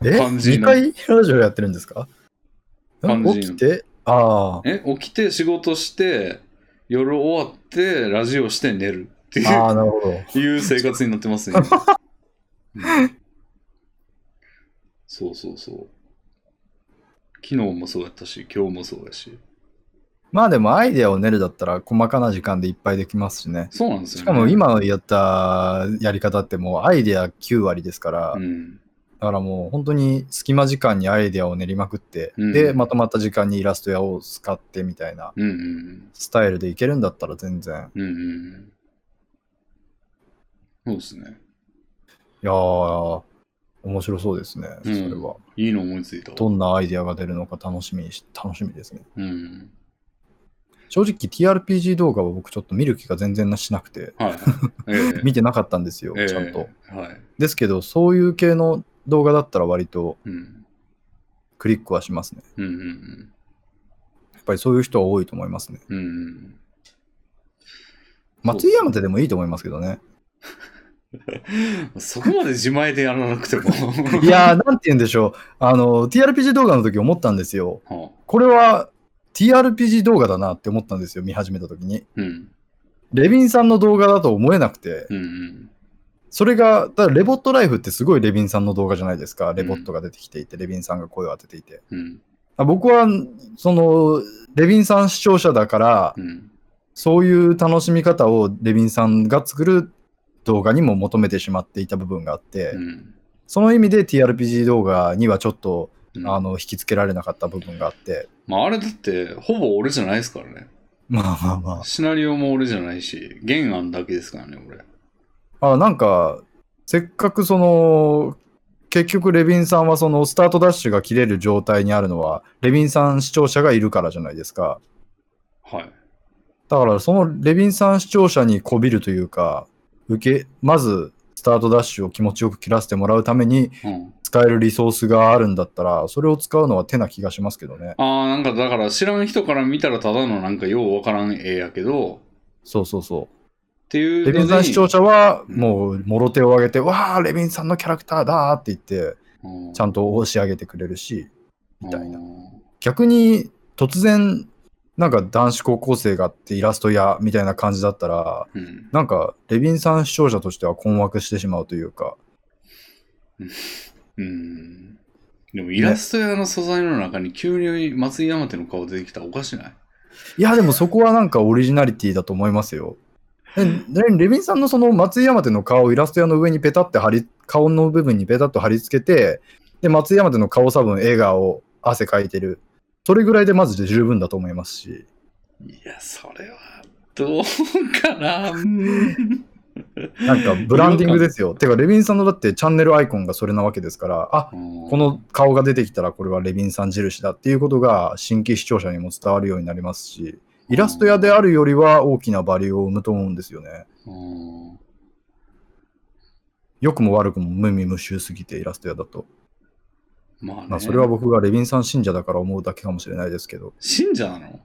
Speaker 2: え
Speaker 1: 感じ
Speaker 2: ?2
Speaker 1: な
Speaker 2: 回ラジオやってるんですか
Speaker 1: 感じ
Speaker 2: 起きて ああ。
Speaker 1: え起きて仕事して夜終わってラジオして寝るってい
Speaker 2: ああ、
Speaker 1: う
Speaker 2: なるほど。
Speaker 1: いう生活になって ますね、うんそうそうそう昨日もそうやったし今日もそうやし
Speaker 2: まあでもアイデアを練るだったら細かな時間でいっぱいできますしね。
Speaker 1: そうなんですよ、ね、
Speaker 2: しかも今やったやり方ってもうアイデア9割ですから、
Speaker 1: うん
Speaker 2: だからもう本当に隙間時間にアイデアを練りまくって、
Speaker 1: うん
Speaker 2: で、まとまった時間にイラスト屋を使ってみたいな
Speaker 1: うんうん
Speaker 2: スタイルでいけるんだったら全然。
Speaker 1: うんうんうんそうですね
Speaker 2: いやー、面白そうですね、そ
Speaker 1: うん
Speaker 2: れは。
Speaker 1: いいの思いついたわ
Speaker 2: どんなアイデアが出るのか楽しみにし、楽しみですね。
Speaker 1: うん。
Speaker 2: 正直 TRPG 動画は僕ちょっと見る気が全然しなくて、
Speaker 1: はいはい。ええ
Speaker 2: 見てなかったんですよ、
Speaker 1: ええ
Speaker 2: ちゃんと。
Speaker 1: はい。
Speaker 2: ですけど、そういう系の動画だったら割と
Speaker 1: うん。
Speaker 2: クリックはしますね。
Speaker 1: うんうん
Speaker 2: やっぱりそういう人は多いと思いますね。
Speaker 1: うん。うん
Speaker 2: 松井山手でもいいと思いますけどね。
Speaker 1: うん。そこまで自前でやらなくても。
Speaker 2: いやー、なんて言うんでしょう。あの、TRPG 動画の時思ったんですよ。
Speaker 1: はあ
Speaker 2: これは TRPG 動画だなって思ったんですよ、見始めた時に。
Speaker 1: うん。
Speaker 2: レビンさんの動画だと思えなくて、
Speaker 1: うんうん。
Speaker 2: それが、だからレボットライフってすごいレビンさんの動画じゃないですか。レボットが出てきていて、レビンさんが声を当てていて。
Speaker 1: うん。
Speaker 2: あ僕は、その、レビンさん視聴者だから、
Speaker 1: うん。
Speaker 2: そういう楽しみ方をレビンさんが作る動画にも求めてしまっていた部分があって、
Speaker 1: うん。
Speaker 2: その意味で TRPG 動画にはちょっと、
Speaker 1: うん
Speaker 2: あの引きつけられなかった部分があって、
Speaker 1: まあ、あれだって、ほぼ俺じゃないですからね。
Speaker 2: まあまあま
Speaker 1: シナリオも俺じゃないし、原案だけですからね、俺。
Speaker 2: あ、あなんか、せっかくその、結局レビンさんはそのスタートダッシュが切れる状態にあるのは、レビンさん視聴者がいるからじゃないですか。
Speaker 1: はい。
Speaker 2: だからそのレビンさん視聴者にこびるというか、受け、まずスタートダッシュを気持ちよく切らせてもらうために
Speaker 1: うん。
Speaker 2: 使えるリソースがあるんだったら、それを使うのは手な気がしますけどね。
Speaker 1: ああ、なんかだから知らん人から見たらただのなんかようわからん絵やけど、
Speaker 2: そうそうそう。
Speaker 1: っていう
Speaker 2: レ
Speaker 1: の
Speaker 2: ビンさん視聴
Speaker 1: 者
Speaker 2: 者は、もう、もろ手を挙げて、わー、レビンさんのキャラクターだーって言って、ちゃんと押し上げてくれるし、みたいな。逆に、突然、なんか男子高校生があってイラスト屋みたいな感じだったら、
Speaker 1: うん。
Speaker 2: なんか、レビンさん視聴者としては困惑してしまうというか、
Speaker 1: うん。でもイラスト屋の素材の中に急に松井山手の顔出てきたらおかしない
Speaker 2: いや、でもそこはなんかオリジナリティだと思いますよ。えレレビンさんのその松井山手の顔をイラスト屋の上にペタって貼り、顔の部分にペタッと貼り付けて、で、松井山手の顔多分笑顔、汗かいてる。それぐらいでマジで十分だと思いますし。
Speaker 1: いや、それは、どうかな。うん
Speaker 2: なんかブランディングですよ。てか、レビンさんのだってチャンネルアイコンがそれなわけですから、あこの顔が出てきたらこれはレビンさん印だっていうことが新規視聴者にも伝わるようになりますし、イラスト屋であるよりは大きなバリューを生むと思うんですよね。
Speaker 1: うん
Speaker 2: 良くも悪くも無味無臭すぎてイラスト屋だと。
Speaker 1: まあ、ね、
Speaker 2: まあ、それは僕がレビンさん信者だから思うだけかもしれないですけど、
Speaker 1: 信者なの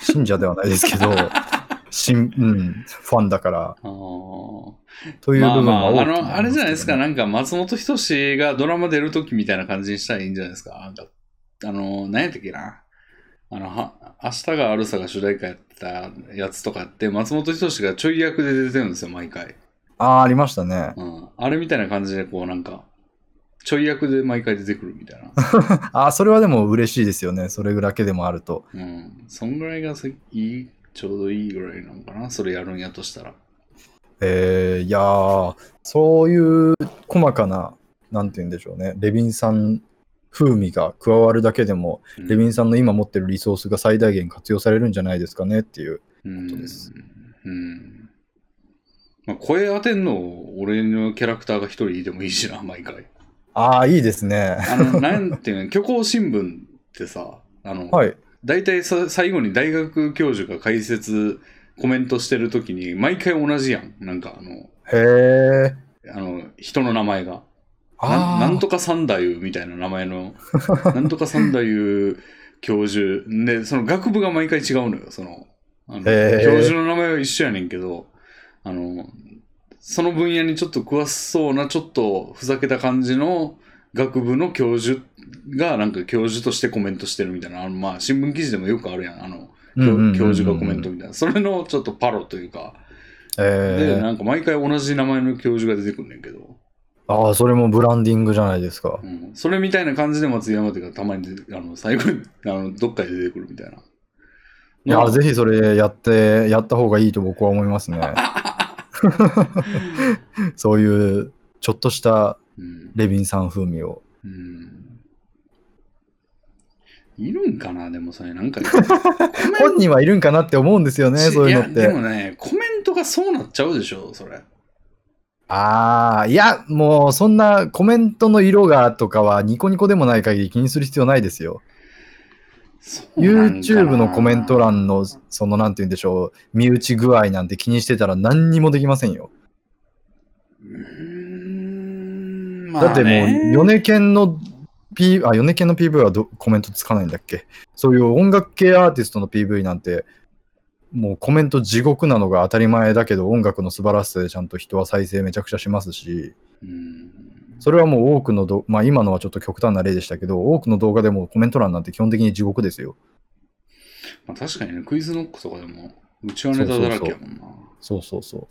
Speaker 2: 信者ではないですけど、 信うん、ファンだから
Speaker 1: あー
Speaker 2: という部
Speaker 1: まあ
Speaker 2: 分
Speaker 1: ま
Speaker 2: は
Speaker 1: あ、
Speaker 2: 大
Speaker 1: あ
Speaker 2: きいと思いますけどね
Speaker 1: の、あれじゃないですか、なんか松本人志がドラマ出るときみたいな感じにしたらいいんじゃないですか。なんか、あの、何やったっけな。あの、は明日があるさが主題歌やったやつとかって、松本人志がちょい役で出てるんですよ、毎回。
Speaker 2: あーありましたね。
Speaker 1: うん。あれみたいな感じで、こう、なんか、ちょい役で毎回出てくるみたいな。
Speaker 2: ああ、それはでも嬉しいですよね。それだけでもあると。
Speaker 1: うん。そんぐらいがせいい、ちょうどいいぐらいなのかな、それやるんやとしたら。
Speaker 2: えー、いやー、そういう細かな、なんて言うんでしょうね、レビンさん風味が加わるだけでも、
Speaker 1: うん
Speaker 2: レビンさんの今持ってるリソースが最大限活用されるんじゃないですかねっていう。
Speaker 1: うん
Speaker 2: です
Speaker 1: うん。まあ、声当てんの、俺のキャラクターが一人いてもいいしな、毎回。
Speaker 2: ああ、いいですね。
Speaker 1: あ の、なんていうの、虚構新聞ってさ、あの、
Speaker 2: はい。
Speaker 1: 大体さ最後に大学教授が解説、コメントしてるときに、毎回同じやん。なんか、あの、
Speaker 2: へえ。
Speaker 1: あの人の名前が。
Speaker 2: あ
Speaker 1: な
Speaker 2: あ、
Speaker 1: なんとか三太夫みたいな名前の、 なんとか三太夫教授。で、その学部が毎回違うのよ。その、あの
Speaker 2: へー
Speaker 1: 教授の名前は一緒やねんけど、あの、その分野にちょっと詳しそうな、ちょっとふざけた感じの学部の教授が、なんか教授としてコメントしてるみたいな、あのまあ、新聞記事でもよくあるやん。あの、
Speaker 2: うんうんうんうん
Speaker 1: 教教授がコメント。みたいな。それのちょっとパロというか、で、
Speaker 2: えー、
Speaker 1: なんか毎回同じ名前の教授が出てくんねんけど。
Speaker 2: ああ、それもブランディングじゃないですか。
Speaker 1: うん、それみたいな感じで松井山手がたまに出てあの最後にあのどっかで出てくるみたいな。
Speaker 2: いや
Speaker 1: まあ
Speaker 2: ー、ぜひそれやって、やった方がいいと僕は思いま すね。そういう、ちょっとした
Speaker 1: うん
Speaker 2: レビンさん風味を。
Speaker 1: うんいるんかなでもそれなんか
Speaker 2: 本人はいるんかなって思うんですよね、
Speaker 1: し
Speaker 2: そういう
Speaker 1: や
Speaker 2: の
Speaker 1: でも
Speaker 2: って。
Speaker 1: ねコメントがそうなっちゃうでしょそれ。
Speaker 2: ああ、いや、もうそんなコメントの色がとかはニコニコでもない限り気にする必要ないですよ。
Speaker 1: そうなんかな
Speaker 2: YouTube のコメント欄の、そのなんて言うんでしょう、身内具合なんて気にしてたら何にもできませんよ。
Speaker 1: うーんまあね
Speaker 2: だってもう、米犬の P、あ、米犬の PV はどコメントつかないんだっけそういう音楽系アーティストの PV なんて、もうコメント地獄なのが当たり前だけど、音楽の素晴らしさでちゃんと人は再生めちゃくちゃしますし、
Speaker 1: うん
Speaker 2: それはもう多くのど、まあ今のはちょっと極端な例でしたけど、多くの動画でもコメント欄なんて基本的に地獄ですよ。
Speaker 1: まあ、確かにねクイズノックとかでもうちはネタだらけやもんな。
Speaker 2: そうそうそう。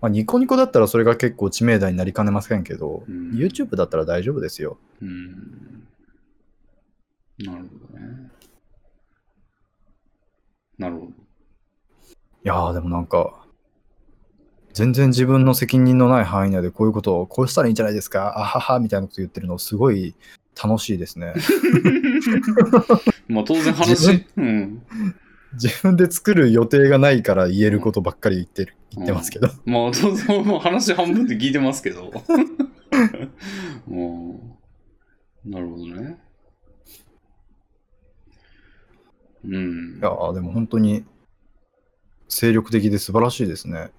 Speaker 2: まあニコニコだったらそれが結構知名度になりかねませんけど、
Speaker 1: うん
Speaker 2: YouTube だったら大丈夫ですよ。
Speaker 1: うんなるほどね。なるほど。
Speaker 2: いやーでもなんか、全然自分の責任のない範囲内でこういうことを、こうしたらいいんじゃないですか、あははみたいなこと言ってるのすごい楽しいです ね。
Speaker 1: まあ当然話、うん。
Speaker 2: 自分で作る予定がないから言えることばっかり言ってる、言ってますけど。
Speaker 1: まあ当然もう話半分で聞いてますけど。 もうなるほどね。うん
Speaker 2: いや。ーでも本当に精力的で素晴らしいですね。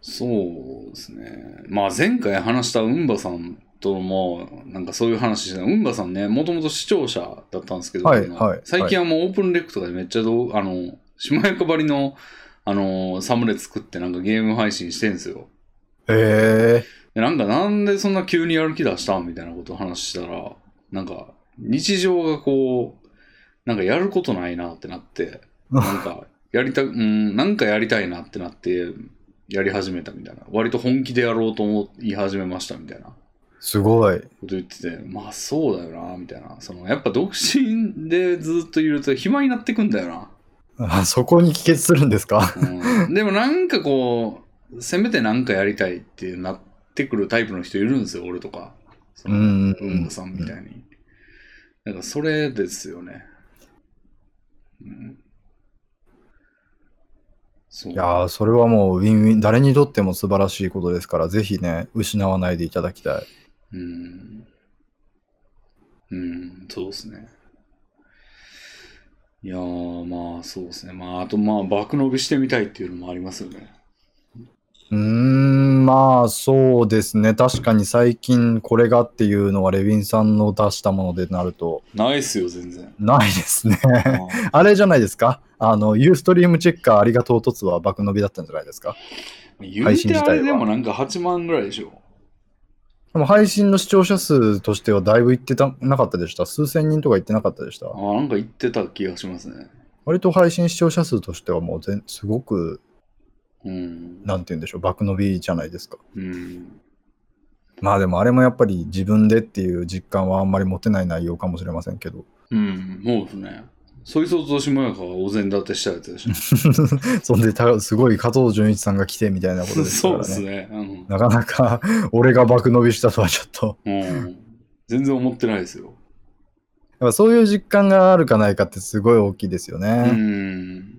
Speaker 1: そうですね。まあ前回話したウンバさんとも、なんかそういう話してた。ウンバさんね、もともと視聴者だったんですけど、
Speaker 2: はいはい
Speaker 1: 最近はもうオープンレックとかでめっちゃどう、あの、しまやかばりの、あの、サムネ作ってなんかゲーム配信してんすよ。
Speaker 2: え
Speaker 1: で、なんかなんでそんな急にやる気出したんみたいなことを話したら、なんか日常がこう、なんかやることないなってなって、なんかやりた、うん、なんかやりたいなってなって、やり始めたみたいな。割と本気でやろうと思い始めましたみたいなこ
Speaker 2: すごい。
Speaker 1: と言ってて、まあそうだよな、みたいな。そのやっぱ独身でずっといると暇になってくんだよな。
Speaker 2: あそこに帰結するんですか
Speaker 1: うんでもなんかこう、せめてなんかやりたいってなってくるタイプの人いるんですよ、俺とか。その
Speaker 2: うんうんうん
Speaker 1: 文吾さんみたいに。なんかそれですよね。うん、そう。
Speaker 2: いやー、それはもうウィンウィン、誰にとっても素晴らしいことですから、ぜひね、失わないでいただきたい。
Speaker 1: うん。うん、そうですね。いやー、まあそうですね。まああと、まあ、爆伸びしてみたいっていうのもありますよね。
Speaker 2: うーん、まあそうですね。確かに最近これがっていうのはレヴィンさんの出したものでなると、
Speaker 1: ないっすよ、全然。
Speaker 2: ないですね。
Speaker 1: あー
Speaker 2: あれじゃないですかあの、ユーストリームチェッカーありがとうとつは爆伸びだったんじゃないですか
Speaker 1: 言う
Speaker 2: 配信
Speaker 1: て
Speaker 2: 自体は
Speaker 1: あれでもなんか8万ぐらいでしょ。
Speaker 2: でも配信の視聴者数としてはだいぶいってたなかったでした。数千人とかいってなかったでした。
Speaker 1: あなんか言ってた気がしますね。
Speaker 2: 割と配信視聴者数としてはもう全すごく、
Speaker 1: うん。
Speaker 2: なんて言うんでしょう、爆伸びじゃないですか。
Speaker 1: うん。
Speaker 2: まあでもあれもやっぱり自分でっていう実感はあんまり持てない内容かもしれませんけど。
Speaker 1: うん、そうですね。ソイソースとしもやかはお膳立てしたやつでし
Speaker 2: そんでた、すごい加藤純一さんが来てみたいなこと
Speaker 1: ょ。
Speaker 2: ですか
Speaker 1: そう
Speaker 2: ら
Speaker 1: で
Speaker 2: ね。
Speaker 1: すね。うん
Speaker 2: なかなか 俺が爆伸びしたとはちょっと。
Speaker 1: うん。全然思ってないですよ。
Speaker 2: やっぱそういう実感があるかないかってすごい大きいですよ
Speaker 1: う
Speaker 2: ね。
Speaker 1: ん。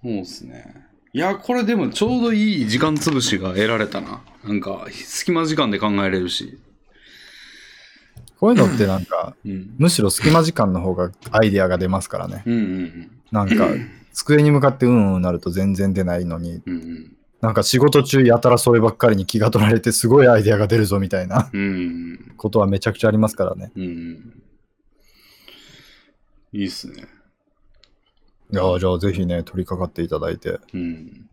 Speaker 1: そうですね。いや、これでもちょうどいい時間潰しが得られたな。なんか、隙間時間で考えれるし。
Speaker 2: こういうのってなんか、
Speaker 1: うん。
Speaker 2: むしろ隙間時間の方がアイデアが出ますからね。
Speaker 1: うんうん
Speaker 2: なんか、机に向かってうんうんなると全然出ないのに、
Speaker 1: うん。うん
Speaker 2: なんか仕事中やたらそればっかりに気が取られてすごいアイデアが出るぞみたいな
Speaker 1: うん。うん。
Speaker 2: ことはめちゃくちゃありますからね。
Speaker 1: うん。いいっすね。
Speaker 2: いやーじゃあぜひね、取り掛かっていただいて。
Speaker 1: うん。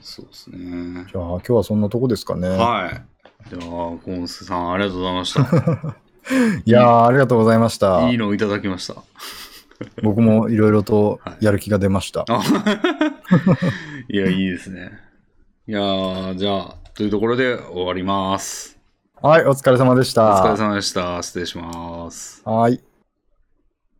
Speaker 1: そうですね。
Speaker 2: じゃあ今日はそんなとこですかね。
Speaker 1: はい。じゃあ、コンスケさん、ありがとうございました。
Speaker 2: いやーありがとうございました。
Speaker 1: いいのをいただきました。
Speaker 2: 僕もいろいろとやる気が出ました。
Speaker 1: あ いや、いいですね。いやーじゃあ、というところで終わります。
Speaker 2: はい、お疲れ様でし
Speaker 1: お
Speaker 2: た。
Speaker 1: 疲れ様でした。失礼します。
Speaker 2: はい。